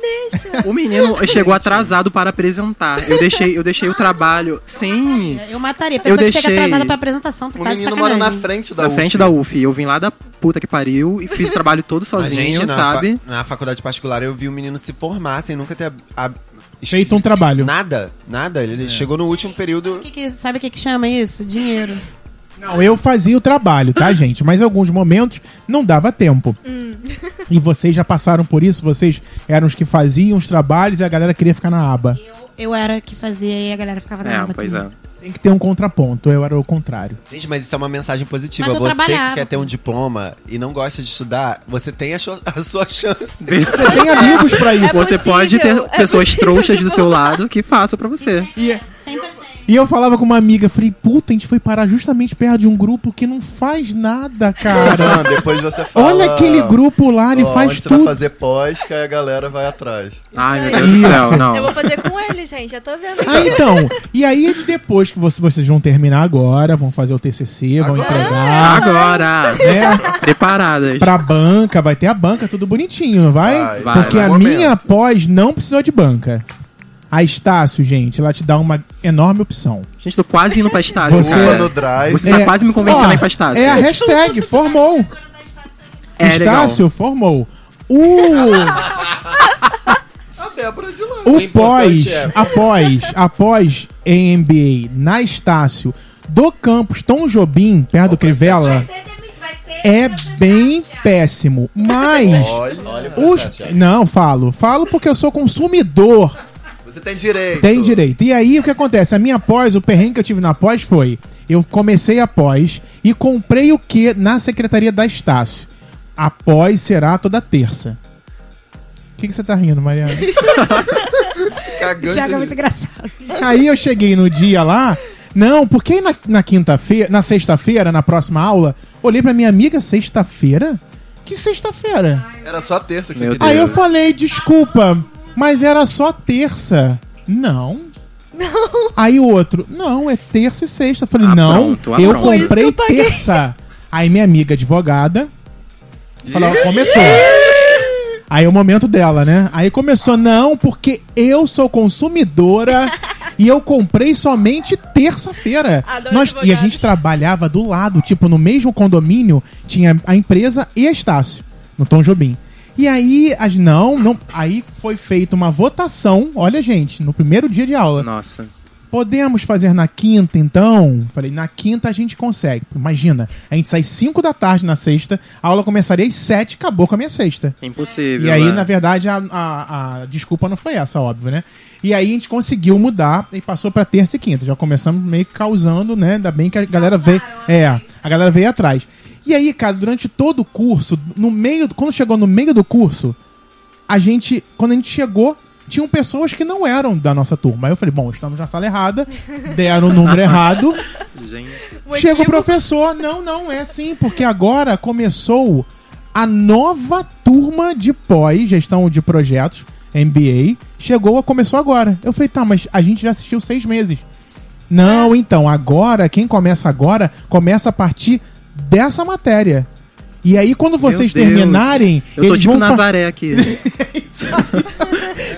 [SPEAKER 8] deixa.
[SPEAKER 4] O menino chegou atrasado para apresentar. Eu deixei, eu deixei o trabalho. Sim.
[SPEAKER 7] Eu mataria. A pessoa que chega
[SPEAKER 4] deixei.
[SPEAKER 7] atrasada pra apresentação, tu
[SPEAKER 6] O
[SPEAKER 7] tá de
[SPEAKER 6] menino mora
[SPEAKER 7] sacanagem.
[SPEAKER 6] na frente da
[SPEAKER 4] Da frente da UF. Eu vim lá da puta que pariu e fiz o trabalho todo
[SPEAKER 5] A
[SPEAKER 4] sozinho,
[SPEAKER 5] gente, na
[SPEAKER 4] sabe?
[SPEAKER 5] fa- na faculdade particular, eu vi um menino se formar sem nunca ter. A, a-
[SPEAKER 3] Feito um trabalho.
[SPEAKER 5] Nada, nada. Ele
[SPEAKER 6] É.
[SPEAKER 5] chegou no último período.
[SPEAKER 7] O que que- sabe o que, que chama isso? Dinheiro.
[SPEAKER 3] Não, eu fazia o trabalho, tá, gente? Mas em alguns momentos não dava tempo. E vocês já passaram por isso? Vocês eram os que faziam os trabalhos e a galera queria ficar na aba.
[SPEAKER 7] Eu, eu era que fazia e a galera ficava na
[SPEAKER 4] É,
[SPEAKER 7] aba
[SPEAKER 4] pois
[SPEAKER 7] também.
[SPEAKER 4] é.
[SPEAKER 3] Tem que ter um contraponto, eu era o contrário.
[SPEAKER 5] Gente, mas isso é uma mensagem positiva.
[SPEAKER 7] Mas eu
[SPEAKER 5] Você
[SPEAKER 7] trabalhava.
[SPEAKER 5] que quer ter um diploma e não gosta de estudar, você tem a, cho- a sua chance.
[SPEAKER 3] Você tem amigos pra isso.
[SPEAKER 4] Você
[SPEAKER 8] possível,
[SPEAKER 4] pode ter
[SPEAKER 8] é
[SPEAKER 4] pessoas
[SPEAKER 8] possível.
[SPEAKER 4] trouxas do seu lado que façam pra você.
[SPEAKER 3] E,
[SPEAKER 7] Sempre tem.
[SPEAKER 3] e eu falava com uma amiga, falei, puta, a gente foi parar justamente perto de um grupo que não faz nada, cara.
[SPEAKER 6] Ah, depois você fala.
[SPEAKER 3] Olha aquele grupo lá, ele
[SPEAKER 6] ó,
[SPEAKER 3] faz
[SPEAKER 6] Ah. onde Você tá vai
[SPEAKER 3] tudo.
[SPEAKER 6] fazer pós, que aí a galera vai atrás.
[SPEAKER 4] Ai, meu Deus do céu, não.
[SPEAKER 8] Eu vou fazer com ele, gente. Já tô vendo.
[SPEAKER 3] Ah, então. E aí, depois que você- vocês vão terminar agora, vão fazer o TCC, vão entregar.
[SPEAKER 4] Agora!
[SPEAKER 3] né?
[SPEAKER 4] Preparadas.
[SPEAKER 3] Pra banca, vai ter a banca, tudo bonitinho, não vai?
[SPEAKER 6] Vai, vai,
[SPEAKER 3] Porque
[SPEAKER 6] no
[SPEAKER 3] a
[SPEAKER 6] momento.
[SPEAKER 3] minha pós não precisou de banca. A Estácio, gente, ela te dá uma enorme opção.
[SPEAKER 4] Gente, tô quase indo pra Estácio,
[SPEAKER 3] Você-
[SPEAKER 4] cara.
[SPEAKER 6] Uva no drive.
[SPEAKER 4] Você tá
[SPEAKER 3] É,
[SPEAKER 4] quase me convencendo
[SPEAKER 3] ó,
[SPEAKER 4] a ir pra Estácio.
[SPEAKER 3] É a hashtag, formou.
[SPEAKER 4] É
[SPEAKER 3] Estácio, formou. O,
[SPEAKER 6] A Débora de lá.
[SPEAKER 3] o pós,
[SPEAKER 5] importante é-
[SPEAKER 3] após, após em MBA na Estácio, do campus Tom Jobim, perto do Crivella, é bem péssimo. Mas...
[SPEAKER 6] Olha, olha
[SPEAKER 3] Os- Não, falo. Falo porque eu sou consumidor.
[SPEAKER 6] Você tem direito.
[SPEAKER 3] Tem direito. E aí, o que acontece? A minha pós, o perrengue que eu tive na pós foi... Eu comecei a pós e comprei o que na Secretaria da Estácio. A pós será toda terça. O que, que você tá rindo, Mariana?
[SPEAKER 6] Cagando
[SPEAKER 7] Tiago é
[SPEAKER 6] de-
[SPEAKER 7] muito engraçado.
[SPEAKER 3] Aí eu cheguei no dia lá. Não, porque na, na quinta-feira, na sexta-feira, na próxima aula, olhei pra minha amiga, sexta-feira? Que sexta-feira?
[SPEAKER 6] Era só a terça que você
[SPEAKER 4] Meu
[SPEAKER 6] queria.
[SPEAKER 3] Aí eu
[SPEAKER 4] Deus.
[SPEAKER 3] falei, desculpa, mas era só terça. Não. Não. Aí o outro, não, é terça e sexta. Eu falei,
[SPEAKER 4] Ah,
[SPEAKER 3] não,
[SPEAKER 4] pronto, ah,
[SPEAKER 3] eu
[SPEAKER 4] pronto.
[SPEAKER 3] comprei
[SPEAKER 8] Por isso que eu paguei.
[SPEAKER 3] terça. Aí minha amiga advogada falou, ó, começou. Aí é o momento dela, né? Aí começou, não, porque eu sou consumidora e eu comprei somente terça-feira.
[SPEAKER 8] Adoro
[SPEAKER 3] Nós- E a
[SPEAKER 8] advogados.
[SPEAKER 3] gente trabalhava do lado, tipo, no mesmo condomínio, tinha a empresa e a Estácio, no Tom Jobim. E aí, as, não, não. Aí foi feita uma votação, olha, gente, no primeiro dia de aula.
[SPEAKER 4] Nossa.
[SPEAKER 3] Podemos fazer na quinta, então? Falei, na quinta a gente consegue. Imagina, a gente sai 5 da tarde na sexta, a aula começaria às 7, acabou com a minha sexta.
[SPEAKER 4] Impossível.
[SPEAKER 3] E aí,
[SPEAKER 4] né?
[SPEAKER 3] na verdade, a, a- a desculpa não foi essa, óbvio, né? E aí a gente conseguiu mudar e passou pra terça e quinta. Já começamos meio que causando, né? Ainda bem que a galera veio. É, a galera veio atrás. E aí, cara, durante todo o curso, no meio, quando chegou no meio do curso, a gente, quando a gente chegou, tinham pessoas que não eram da nossa turma. Aí eu falei, bom, estamos na sala errada, deram o número errado,
[SPEAKER 4] Gente.
[SPEAKER 8] O
[SPEAKER 3] Chega o
[SPEAKER 8] equipo-
[SPEAKER 3] professor, não, não, é sim, porque agora começou a nova turma de pós, gestão de projetos, MBA, chegou, começou agora. Eu falei, tá, mas a gente já assistiu seis meses. Não,
[SPEAKER 4] É.
[SPEAKER 3] então, agora, quem começa agora, começa a partir dessa matéria. E aí, quando vocês
[SPEAKER 4] Meu Deus.
[SPEAKER 3] terminarem,
[SPEAKER 4] Eu tô
[SPEAKER 3] eles
[SPEAKER 4] tipo
[SPEAKER 3] vão fa-
[SPEAKER 4] Nazaré aqui.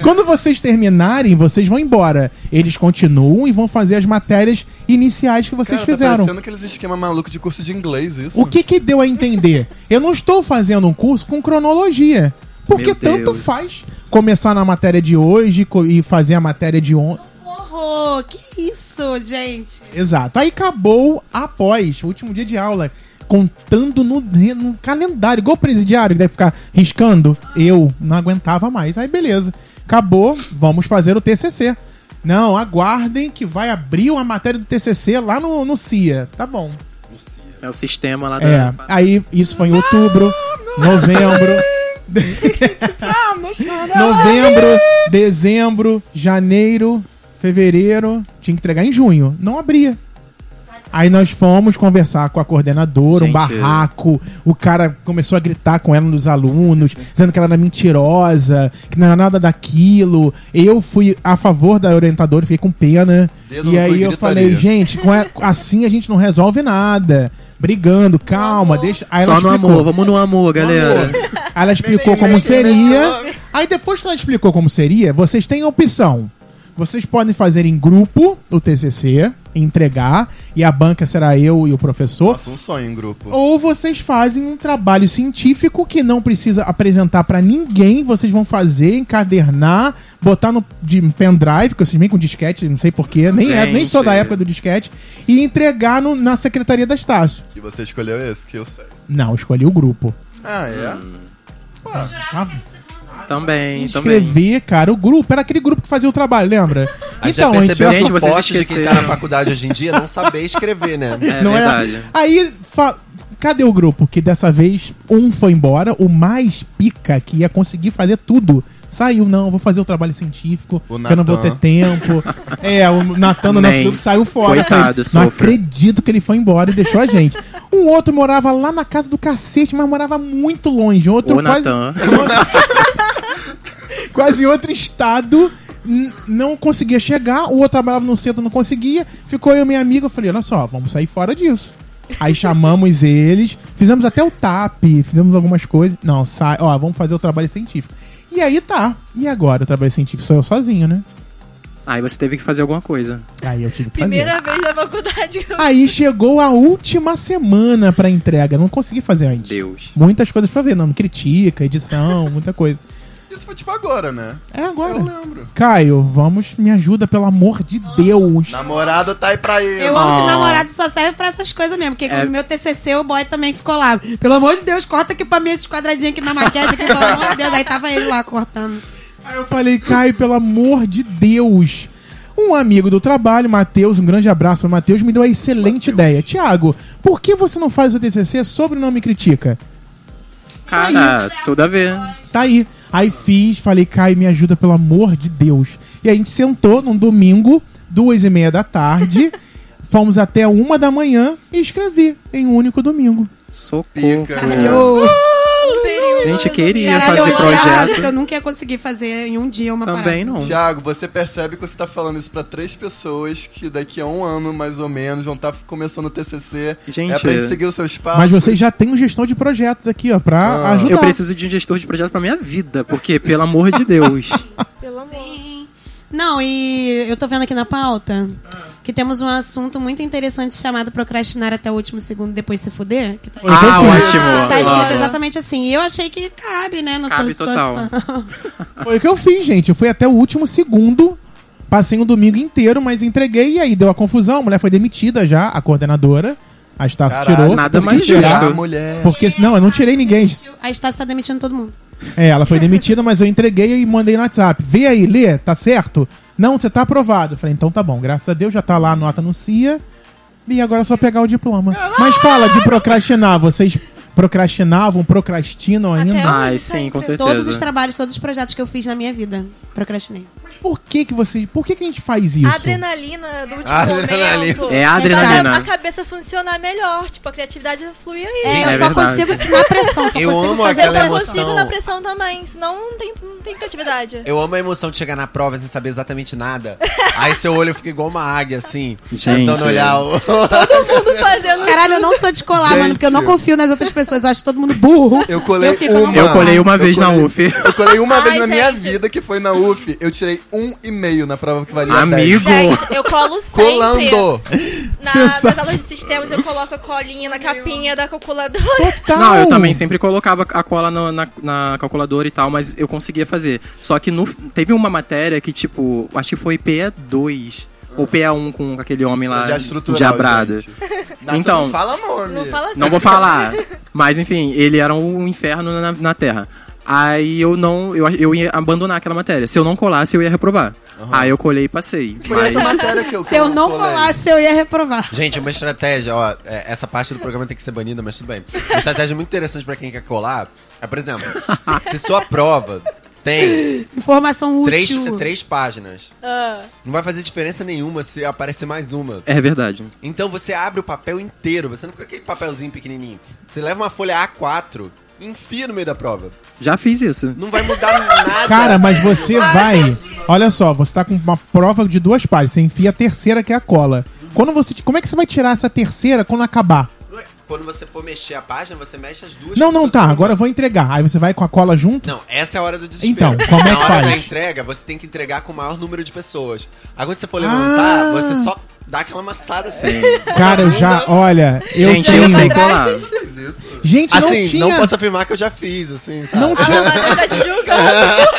[SPEAKER 3] quando vocês terminarem, vocês vão embora. Eles continuam e vão fazer as matérias iniciais que vocês
[SPEAKER 6] Cara, Tá
[SPEAKER 3] fizeram.
[SPEAKER 6] parecendo aqueles esquema maluco de curso de inglês, isso.
[SPEAKER 3] O que que deu a entender? Eu não estou fazendo um curso com cronologia. Porque
[SPEAKER 4] Meu
[SPEAKER 3] tanto
[SPEAKER 4] Deus.
[SPEAKER 3] faz começar na matéria de hoje co- e fazer a matéria de ontem.
[SPEAKER 7] Porro, que isso, gente?
[SPEAKER 3] Exato. Aí acabou após, o último dia de aula, contando no, re- no calendário, igual o presidiário que deve ficar riscando. Eu não aguentava mais. Aí beleza. Acabou, vamos fazer o TCC. Não, aguardem que vai abrir uma matéria do TCC lá no, no CIA. Tá bom.
[SPEAKER 4] É o sistema lá
[SPEAKER 3] É,
[SPEAKER 4] da.
[SPEAKER 3] aí isso foi em outubro, novembro. novembro, dezembro, janeiro, fevereiro, tinha que entregar em junho. Não abria. Aí nós fomos conversar com a coordenadora, um
[SPEAKER 4] Gente.
[SPEAKER 6] é.
[SPEAKER 3] barraco. O cara começou a gritar com ela nos alunos, dizendo que ela era mentirosa, que não era nada daquilo. Eu fui a favor da orientadora, fiquei com pena.
[SPEAKER 6] Dedo
[SPEAKER 3] e
[SPEAKER 6] no
[SPEAKER 3] aí
[SPEAKER 6] cu e
[SPEAKER 3] eu
[SPEAKER 6] gritaria.
[SPEAKER 3] falei, gente, com a- assim a gente não resolve nada. Brigando, calma, deixa. Aí ela
[SPEAKER 4] Só no
[SPEAKER 3] explicou.
[SPEAKER 4] amor, vamos
[SPEAKER 6] É um
[SPEAKER 4] no amor, galera.
[SPEAKER 3] Aí ela explicou como seria. Aí depois que ela explicou como seria, vocês têm a opção. Vocês podem fazer em grupo o TCC, entregar, e a banca será eu e o professor.
[SPEAKER 6] Faça um sonho em grupo.
[SPEAKER 3] Ou vocês fazem um trabalho científico que não precisa apresentar pra ninguém. Vocês vão fazer, encadernar, botar no de pendrive, que eu cismei com disquete, não sei porquê, nem, é, nem sou da
[SPEAKER 4] Gente.
[SPEAKER 3] época do disquete, e entregar no- na Secretaria da Estácio.
[SPEAKER 6] E você escolheu esse, que eu sei.
[SPEAKER 3] Não, eu escolhi o grupo.
[SPEAKER 6] Ah, é?
[SPEAKER 3] Ah,
[SPEAKER 4] Também,
[SPEAKER 5] Então
[SPEAKER 4] também.
[SPEAKER 3] escrever, cara, o grupo. Era aquele grupo que fazia o trabalho, lembra? Então,
[SPEAKER 5] A gente já percebeu
[SPEAKER 4] gente-
[SPEAKER 5] a
[SPEAKER 4] Gente, vocês
[SPEAKER 5] proposta de quem tá na
[SPEAKER 4] esqueceram.
[SPEAKER 5] faculdade hoje em dia é não saber escrever, né?
[SPEAKER 4] É
[SPEAKER 3] não
[SPEAKER 4] verdade.
[SPEAKER 3] é? Aí, fa- cadê o grupo? Que dessa vez um foi embora, o mais pica que ia conseguir fazer tudo. Saiu, não, vou fazer o trabalho científico,
[SPEAKER 6] O
[SPEAKER 3] que eu não vou ter
[SPEAKER 6] Natan.
[SPEAKER 3] tempo. é, o Natan do nosso
[SPEAKER 4] Nem.
[SPEAKER 3] grupo saiu fora. Eu falei,
[SPEAKER 4] Coitado,
[SPEAKER 3] não
[SPEAKER 4] sofre.
[SPEAKER 3] acredito que ele foi embora e deixou a gente. Um outro morava lá na casa do cacete, mas morava muito longe. Um Outro
[SPEAKER 4] O
[SPEAKER 3] quase.
[SPEAKER 4] Natan.
[SPEAKER 3] quase em outro estado, n- não conseguia chegar, o outro trabalhava no centro, não conseguia. Ficou eu e minha amiga, eu falei, olha só, vamos sair fora disso. Aí chamamos eles, fizemos até o TAP, fizemos algumas coisas. Não, sai, ó, vamos fazer o trabalho científico. E aí tá. E agora o trabalho científico sou eu sozinho, né?
[SPEAKER 4] Aí você teve que fazer alguma coisa.
[SPEAKER 3] Aí eu tive que fazer.
[SPEAKER 8] Primeira vez na faculdade que eu
[SPEAKER 3] Aí chegou a última semana pra entrega, não consegui fazer antes.
[SPEAKER 4] Deus.
[SPEAKER 3] Muitas coisas pra ver, não, critica, edição, muita coisa.
[SPEAKER 6] Isso foi tipo agora, né?
[SPEAKER 3] É agora.
[SPEAKER 6] Eu lembro.
[SPEAKER 3] Caio, vamos, me ajuda, pelo amor de Deus.
[SPEAKER 6] Namorado tá aí pra ele.
[SPEAKER 7] Eu amo que namorado só serve pra essas coisas mesmo. Porque
[SPEAKER 4] É.
[SPEAKER 7] no meu TCC o boy também ficou lá. Pelo amor de Deus, corta aqui pra mim esses quadradinhos aqui na maquete. Aqui, pelo amor de Deus. Aí tava ele lá cortando.
[SPEAKER 3] Aí eu falei, Caio, pelo amor de Deus. Um amigo do trabalho, Matheus, um grande abraço pro Matheus, me deu a excelente ideia. Tiago, por que você não faz o TCC sobre o nome critica?
[SPEAKER 4] Cara, tudo a ver.
[SPEAKER 3] Tá aí. Aí fiz, falei, Caio, me ajuda, pelo amor de Deus. E a gente sentou num domingo, duas e meia da tarde, fomos até uma da manhã e escrevi em um único domingo.
[SPEAKER 4] Socorro.
[SPEAKER 6] Pica.
[SPEAKER 8] período.
[SPEAKER 4] Gente, queria
[SPEAKER 7] Caralho,
[SPEAKER 4] É. fazer
[SPEAKER 7] hoje arrasa, que eu
[SPEAKER 4] projeto.
[SPEAKER 7] nunca ia conseguir fazer em um dia uma
[SPEAKER 4] Também
[SPEAKER 7] parada.
[SPEAKER 4] não.
[SPEAKER 6] Tiago, você percebe que você tá falando isso pra três pessoas que daqui a um ano, mais ou menos, vão estar começando o TCC.
[SPEAKER 4] Gente,
[SPEAKER 6] é pra gente seguir o seu espaço.
[SPEAKER 3] Mas vocês já têm um gestão de projetos aqui, ó, pra
[SPEAKER 6] Ah.
[SPEAKER 3] ajudar.
[SPEAKER 4] Eu
[SPEAKER 7] Então-
[SPEAKER 4] preciso de um gestor de projeto pra minha vida, porque, pelo amor de Deus.
[SPEAKER 7] É
[SPEAKER 8] Pelo amor.
[SPEAKER 7] Sim. assim. Não, e eu tô vendo aqui na pauta que temos um assunto muito interessante chamado procrastinar até o último segundo depois se fuder. Que tá
[SPEAKER 3] Então
[SPEAKER 4] ah,
[SPEAKER 3] foi.
[SPEAKER 4] ótimo.
[SPEAKER 7] Tá escrito
[SPEAKER 4] Vamos.
[SPEAKER 7] exatamente assim. E eu achei que cabe, né, na
[SPEAKER 4] Cabe
[SPEAKER 7] sua situação.
[SPEAKER 3] Foi o que eu fiz, gente. Eu fui até o último segundo, passei um domingo inteiro, mas entreguei e aí deu a confusão. A mulher foi demitida já, a coordenadora. A Estácio
[SPEAKER 6] Caralho,
[SPEAKER 3] tirou.
[SPEAKER 4] nada
[SPEAKER 3] teve que
[SPEAKER 4] mais
[SPEAKER 3] tirar,
[SPEAKER 6] Ah,
[SPEAKER 4] justo.
[SPEAKER 6] mulher.
[SPEAKER 3] Porque senão eu não tirei ninguém.
[SPEAKER 7] A Estácio tá demitindo todo mundo.
[SPEAKER 3] É, ela foi demitida, mas eu entreguei e mandei no WhatsApp. Vê aí, lê, tá certo? Não, você tá aprovado. Eu falei, então tá bom, graças a Deus já tá lá a nota anuncia. E agora é só pegar o diploma. Mas fala de procrastinar. Vocês procrastinavam, procrastinam ainda?
[SPEAKER 4] Ai, sim, com
[SPEAKER 7] né? Todos os
[SPEAKER 4] certeza.
[SPEAKER 7] trabalhos, todos os projetos que eu fiz na minha vida, procrastinei.
[SPEAKER 3] Por que que vocês... Por que que a gente faz isso?
[SPEAKER 8] Adrenalina do último
[SPEAKER 6] Adrenalina.
[SPEAKER 8] momento.
[SPEAKER 4] É a
[SPEAKER 8] Pra a
[SPEAKER 7] Tá
[SPEAKER 4] adrenalina.
[SPEAKER 8] cabeça funcionar melhor. Tipo, a criatividade flui aí.
[SPEAKER 7] É, eu
[SPEAKER 4] é
[SPEAKER 7] só
[SPEAKER 4] verdade.
[SPEAKER 7] consigo na pressão, só
[SPEAKER 5] Eu
[SPEAKER 7] consigo
[SPEAKER 5] amo
[SPEAKER 7] fazer
[SPEAKER 8] Eu
[SPEAKER 5] aquela
[SPEAKER 3] É,
[SPEAKER 8] só
[SPEAKER 7] pressão.
[SPEAKER 8] consigo
[SPEAKER 5] emoção.
[SPEAKER 8] na pressão também. Senão não tem, não tem
[SPEAKER 6] É.
[SPEAKER 8] criatividade.
[SPEAKER 5] Eu amo a emoção de chegar na prova sem saber exatamente nada. Aí seu olho fica igual uma águia, assim,
[SPEAKER 4] Gente.
[SPEAKER 5] tentando olhar o.
[SPEAKER 8] Todo mundo fazendo.
[SPEAKER 7] Caralho, eu não sou de colar, mano, porque eu não confio nas outras pessoas. Eu acho todo mundo burro.
[SPEAKER 6] Eu colei
[SPEAKER 7] fico,
[SPEAKER 6] uma.
[SPEAKER 7] não.
[SPEAKER 4] Eu colei uma vez na
[SPEAKER 6] colei-
[SPEAKER 4] UF.
[SPEAKER 6] Eu colei uma
[SPEAKER 8] Ai,
[SPEAKER 6] vez na minha
[SPEAKER 8] gente.
[SPEAKER 6] vida, que foi na UF. Eu tirei um e meio na prova que valia 10.
[SPEAKER 4] Amigo.
[SPEAKER 8] Gente, eu colo sempre.
[SPEAKER 6] Colando.
[SPEAKER 8] Na,
[SPEAKER 3] Sensacional.
[SPEAKER 8] nas aulas de sistemas eu coloco a colinha na capinha da calculadora.
[SPEAKER 3] Total.
[SPEAKER 4] Não, eu também sempre colocava a cola no- na, na calculadora e tal, mas eu conseguia fazer. Só que no, teve uma matéria que, tipo, acho que foi PE2 ou PE1 com aquele homem lá
[SPEAKER 6] Já é estrutural,
[SPEAKER 4] diabrado.
[SPEAKER 6] gente. Nato,
[SPEAKER 4] Então-
[SPEAKER 6] não fala nome.
[SPEAKER 8] Não fala assim.
[SPEAKER 4] Não vou falar. Mas enfim, ele era um inferno na, na Terra. Aí eu não. Eu, eu ia abandonar aquela matéria. Se eu não colasse, eu ia reprovar. Aí eu colei e passei.
[SPEAKER 6] Foi
[SPEAKER 4] Mas
[SPEAKER 6] essa matéria que eu
[SPEAKER 7] Se eu não
[SPEAKER 6] colei.
[SPEAKER 7] colasse, eu ia reprovar.
[SPEAKER 5] Gente, uma estratégia, ó, é, essa parte do programa tem que ser banida, mas tudo bem. Uma estratégia muito interessante pra quem quer colar é, por exemplo, se sua prova Tem
[SPEAKER 7] Informação
[SPEAKER 5] três,
[SPEAKER 7] útil.
[SPEAKER 5] três páginas.
[SPEAKER 8] Ah,
[SPEAKER 5] Não vai fazer diferença nenhuma se aparecer mais uma.
[SPEAKER 4] É verdade.
[SPEAKER 5] Então você abre o papel inteiro, você não fica com aquele papelzinho pequenininho. Você leva uma folha A4 e enfia no meio da prova.
[SPEAKER 4] Já fiz isso.
[SPEAKER 5] Não vai mudar nada.
[SPEAKER 3] Cara, mas você vai. Olha só, você tá com uma prova de duas páginas. Você enfia a terceira, que é a cola. Quando você. Como é que você vai tirar essa terceira quando acabar?
[SPEAKER 5] Ué, Quando você for mexer a página, você mexe as duas.
[SPEAKER 3] Não,
[SPEAKER 5] como
[SPEAKER 3] não,
[SPEAKER 5] se
[SPEAKER 3] tá.
[SPEAKER 5] fosse-
[SPEAKER 3] Agora eu vou entregar. Aí você vai com a cola junto?
[SPEAKER 5] Não, essa é a hora do desespero.
[SPEAKER 3] Então, como é que
[SPEAKER 5] Na hora da
[SPEAKER 3] faz?
[SPEAKER 5] entrega, você tem que entregar com o maior número de pessoas. Aí quando você for levantar,
[SPEAKER 3] Ah.
[SPEAKER 5] você só dá aquela amassada assim.
[SPEAKER 3] Cara, eu já. Olha, eu
[SPEAKER 4] Gente,
[SPEAKER 3] tenho.
[SPEAKER 4] eu sei colar.
[SPEAKER 3] Gente,
[SPEAKER 5] Assim,
[SPEAKER 3] não
[SPEAKER 5] não,
[SPEAKER 3] tinha.
[SPEAKER 5] posso afirmar que eu já fiz, assim, sabe?
[SPEAKER 3] Ah. Não
[SPEAKER 8] a
[SPEAKER 3] tinha,
[SPEAKER 8] Maria tá te julgando.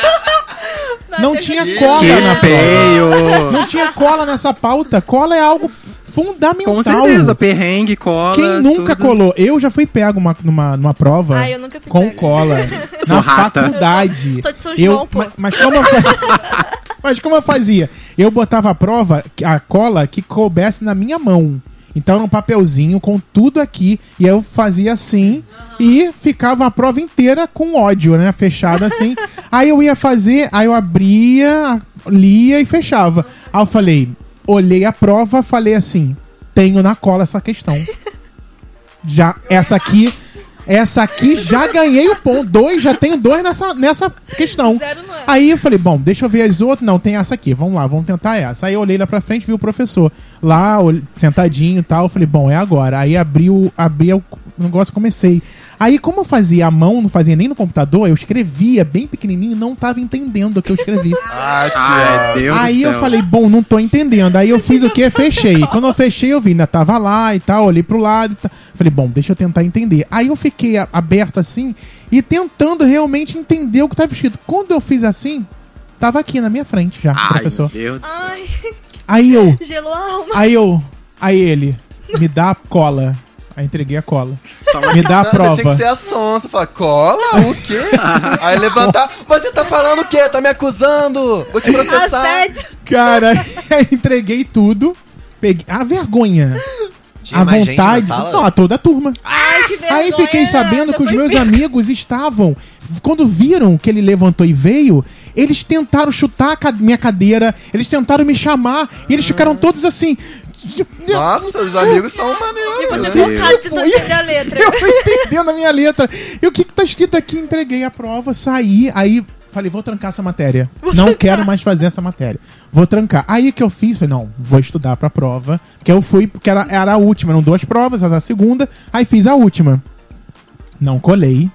[SPEAKER 3] não
[SPEAKER 8] Tá te
[SPEAKER 3] tinha
[SPEAKER 8] julgando.
[SPEAKER 3] cola
[SPEAKER 4] Que
[SPEAKER 3] na pauta.
[SPEAKER 4] feio!
[SPEAKER 3] Não tinha cola nessa pauta. Cola é algo fundamental.
[SPEAKER 4] Com certeza, perrengue, cola.
[SPEAKER 3] Quem nunca
[SPEAKER 4] tudo.
[SPEAKER 3] colou? Eu já fui pego uma- numa, numa prova
[SPEAKER 8] Ai, Ah, eu nunca fui
[SPEAKER 3] com
[SPEAKER 8] pega.
[SPEAKER 3] cola.
[SPEAKER 4] Sou
[SPEAKER 3] na
[SPEAKER 4] rata.
[SPEAKER 3] faculdade.
[SPEAKER 8] Sou de São
[SPEAKER 3] eu,
[SPEAKER 8] João, pô.
[SPEAKER 3] ma- mas, como eu, fa- mas como eu fazia? Eu botava a prova, a cola, que coubesse na minha mão. Então era um papelzinho com tudo aqui. E eu fazia assim e ficava a prova inteira com ódio, né? Fechada assim. aí eu ia fazer, aí eu abria, lia e fechava. Aí eu falei, olhei a prova, falei assim: tenho na cola essa questão. Já, essa aqui. Essa aqui já ganhei o ponto. Dois, já tenho dois nessa, nessa questão.
[SPEAKER 8] Zero não é.
[SPEAKER 3] Aí eu falei, bom, deixa eu ver as outras. Não, tem essa aqui. Vamos lá, vamos tentar essa. Aí eu olhei lá pra frente, vi o professor lá, ol- sentadinho e tal. Eu falei, bom, é agora. Aí abriu, abri o negócio e comecei. Aí, como eu fazia a mão, não fazia nem no computador, eu escrevia bem pequenininho e não tava entendendo o que eu escrevi.
[SPEAKER 6] Ah,
[SPEAKER 4] Ai,
[SPEAKER 6] tia.
[SPEAKER 4] Deus do
[SPEAKER 3] Aí eu
[SPEAKER 4] céu.
[SPEAKER 3] falei, bom, não tô entendendo. Aí eu fiz o quê? Fechei. Quando eu fechei, eu vi, ainda tava lá e tal, olhei pro lado e tal. Falei, bom, deixa eu tentar entender. Aí eu fiquei a- aberto assim e tentando realmente entender o que tava escrito. Quando eu fiz assim, tava aqui na minha frente já,
[SPEAKER 4] Ai, meu
[SPEAKER 3] professor.
[SPEAKER 4] Deus do céu.
[SPEAKER 8] Ai,
[SPEAKER 3] Aí eu,
[SPEAKER 8] gelou a alma.
[SPEAKER 3] aí eu, aí ele, me dá a cola. Aí entreguei a cola.
[SPEAKER 4] Toma.
[SPEAKER 3] Me dá a
[SPEAKER 6] Não, Você tinha
[SPEAKER 3] prova.
[SPEAKER 6] que ser assim. a sonsa. Falar, cola? O quê? Aí levantar. Você tá falando o quê? Tá me acusando? Vou te processar.
[SPEAKER 8] Assédio.
[SPEAKER 3] Cara, entreguei tudo. Peguei a vergonha,
[SPEAKER 5] Tinha
[SPEAKER 3] a
[SPEAKER 5] mais gente na
[SPEAKER 3] vontade,
[SPEAKER 5] sala?
[SPEAKER 3] não, toda a turma.
[SPEAKER 8] Ai, que vergonha.
[SPEAKER 3] Aí fiquei sabendo que os meus amigos estavam. Quando viram que ele levantou e veio, eles tentaram chutar a ca- minha cadeira, eles tentaram me chamar, e eles ficaram todos assim.
[SPEAKER 6] Nossa, os amigos são
[SPEAKER 8] E
[SPEAKER 6] maneiros.
[SPEAKER 8] você
[SPEAKER 6] né?
[SPEAKER 8] focado tentando
[SPEAKER 3] Foi.
[SPEAKER 8] entender a letra.
[SPEAKER 3] Eu não entendendo a minha letra. E o que, que tá escrito aqui? Entreguei a prova, saí, aí falei, vou trancar essa matéria. Não quero mais fazer essa matéria. Vou trancar. Aí que eu fiz, falei, não, vou estudar pra prova. Porque eu fui, porque era, era a última, eram duas provas, era a segunda, aí fiz a última. Não colei.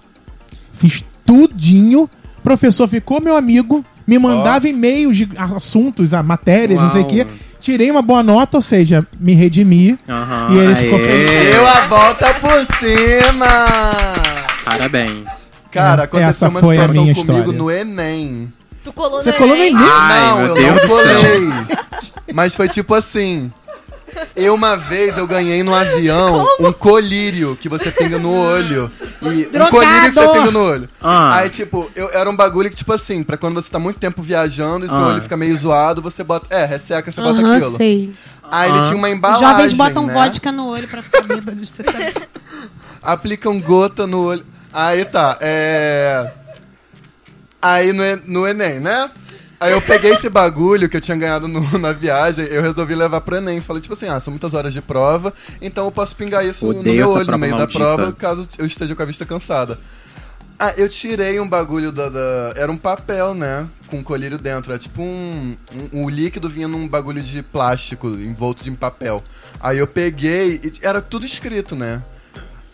[SPEAKER 3] Fiz tudinho. Professor ficou meu amigo, me mandava e-mails de assuntos, a matérias, não sei o
[SPEAKER 4] Uau.
[SPEAKER 3] quê. Tirei uma boa nota, ou seja, me redimi.
[SPEAKER 4] Aham,
[SPEAKER 3] E ele ficou
[SPEAKER 4] aê.
[SPEAKER 3] feliz.
[SPEAKER 6] Deu a volta por cima.
[SPEAKER 4] Parabéns.
[SPEAKER 6] Cara,
[SPEAKER 3] Essa-
[SPEAKER 6] aconteceu
[SPEAKER 3] essa
[SPEAKER 6] uma
[SPEAKER 3] foi a
[SPEAKER 6] situação
[SPEAKER 3] minha
[SPEAKER 6] comigo
[SPEAKER 3] história.
[SPEAKER 6] no Enem.
[SPEAKER 8] Tu colou
[SPEAKER 3] Você
[SPEAKER 8] no
[SPEAKER 3] colou no
[SPEAKER 8] Enem?
[SPEAKER 3] e-mail?
[SPEAKER 4] Ai,
[SPEAKER 6] não,
[SPEAKER 4] meu
[SPEAKER 6] eu
[SPEAKER 4] Deus
[SPEAKER 6] não
[SPEAKER 4] do céu.
[SPEAKER 6] colei. Mas foi tipo assim. Eu uma vez eu ganhei no avião um colírio que você pinga no olho. E um
[SPEAKER 7] Drogado!
[SPEAKER 6] colírio que você pinga no olho.
[SPEAKER 4] Ah.
[SPEAKER 6] Aí, tipo, eu, era um bagulho que, tipo assim, pra quando você tá muito tempo viajando e seu
[SPEAKER 4] Ah,
[SPEAKER 6] olho fica meio zoado, você bota. É, resseca, você bota
[SPEAKER 7] Aham,
[SPEAKER 6] aquilo.
[SPEAKER 7] sei.
[SPEAKER 6] Aí ele tinha uma
[SPEAKER 7] Os
[SPEAKER 6] embalagem.
[SPEAKER 7] jovens botam
[SPEAKER 6] né?
[SPEAKER 7] vodka no olho pra ficar bêbados, você sabe?
[SPEAKER 6] aplicam gota no olho. Aí tá, é. Aí no, E- no Enem, né? Aí eu peguei esse bagulho que eu tinha ganhado no- na viagem, eu resolvi levar pro Enem. Falei, tipo assim, ah, são muitas horas de prova, então eu posso pingar isso no
[SPEAKER 4] Odeio
[SPEAKER 6] meu
[SPEAKER 4] essa
[SPEAKER 6] olho, no
[SPEAKER 4] prova
[SPEAKER 6] meio
[SPEAKER 4] maldita.
[SPEAKER 6] da prova, caso eu esteja com a vista cansada. Ah, eu tirei um bagulho da, da- Era um papel, né? Com um colírio dentro. É tipo um, um. O líquido vinha num bagulho de plástico envolto em papel. Aí eu peguei. E era tudo escrito, né?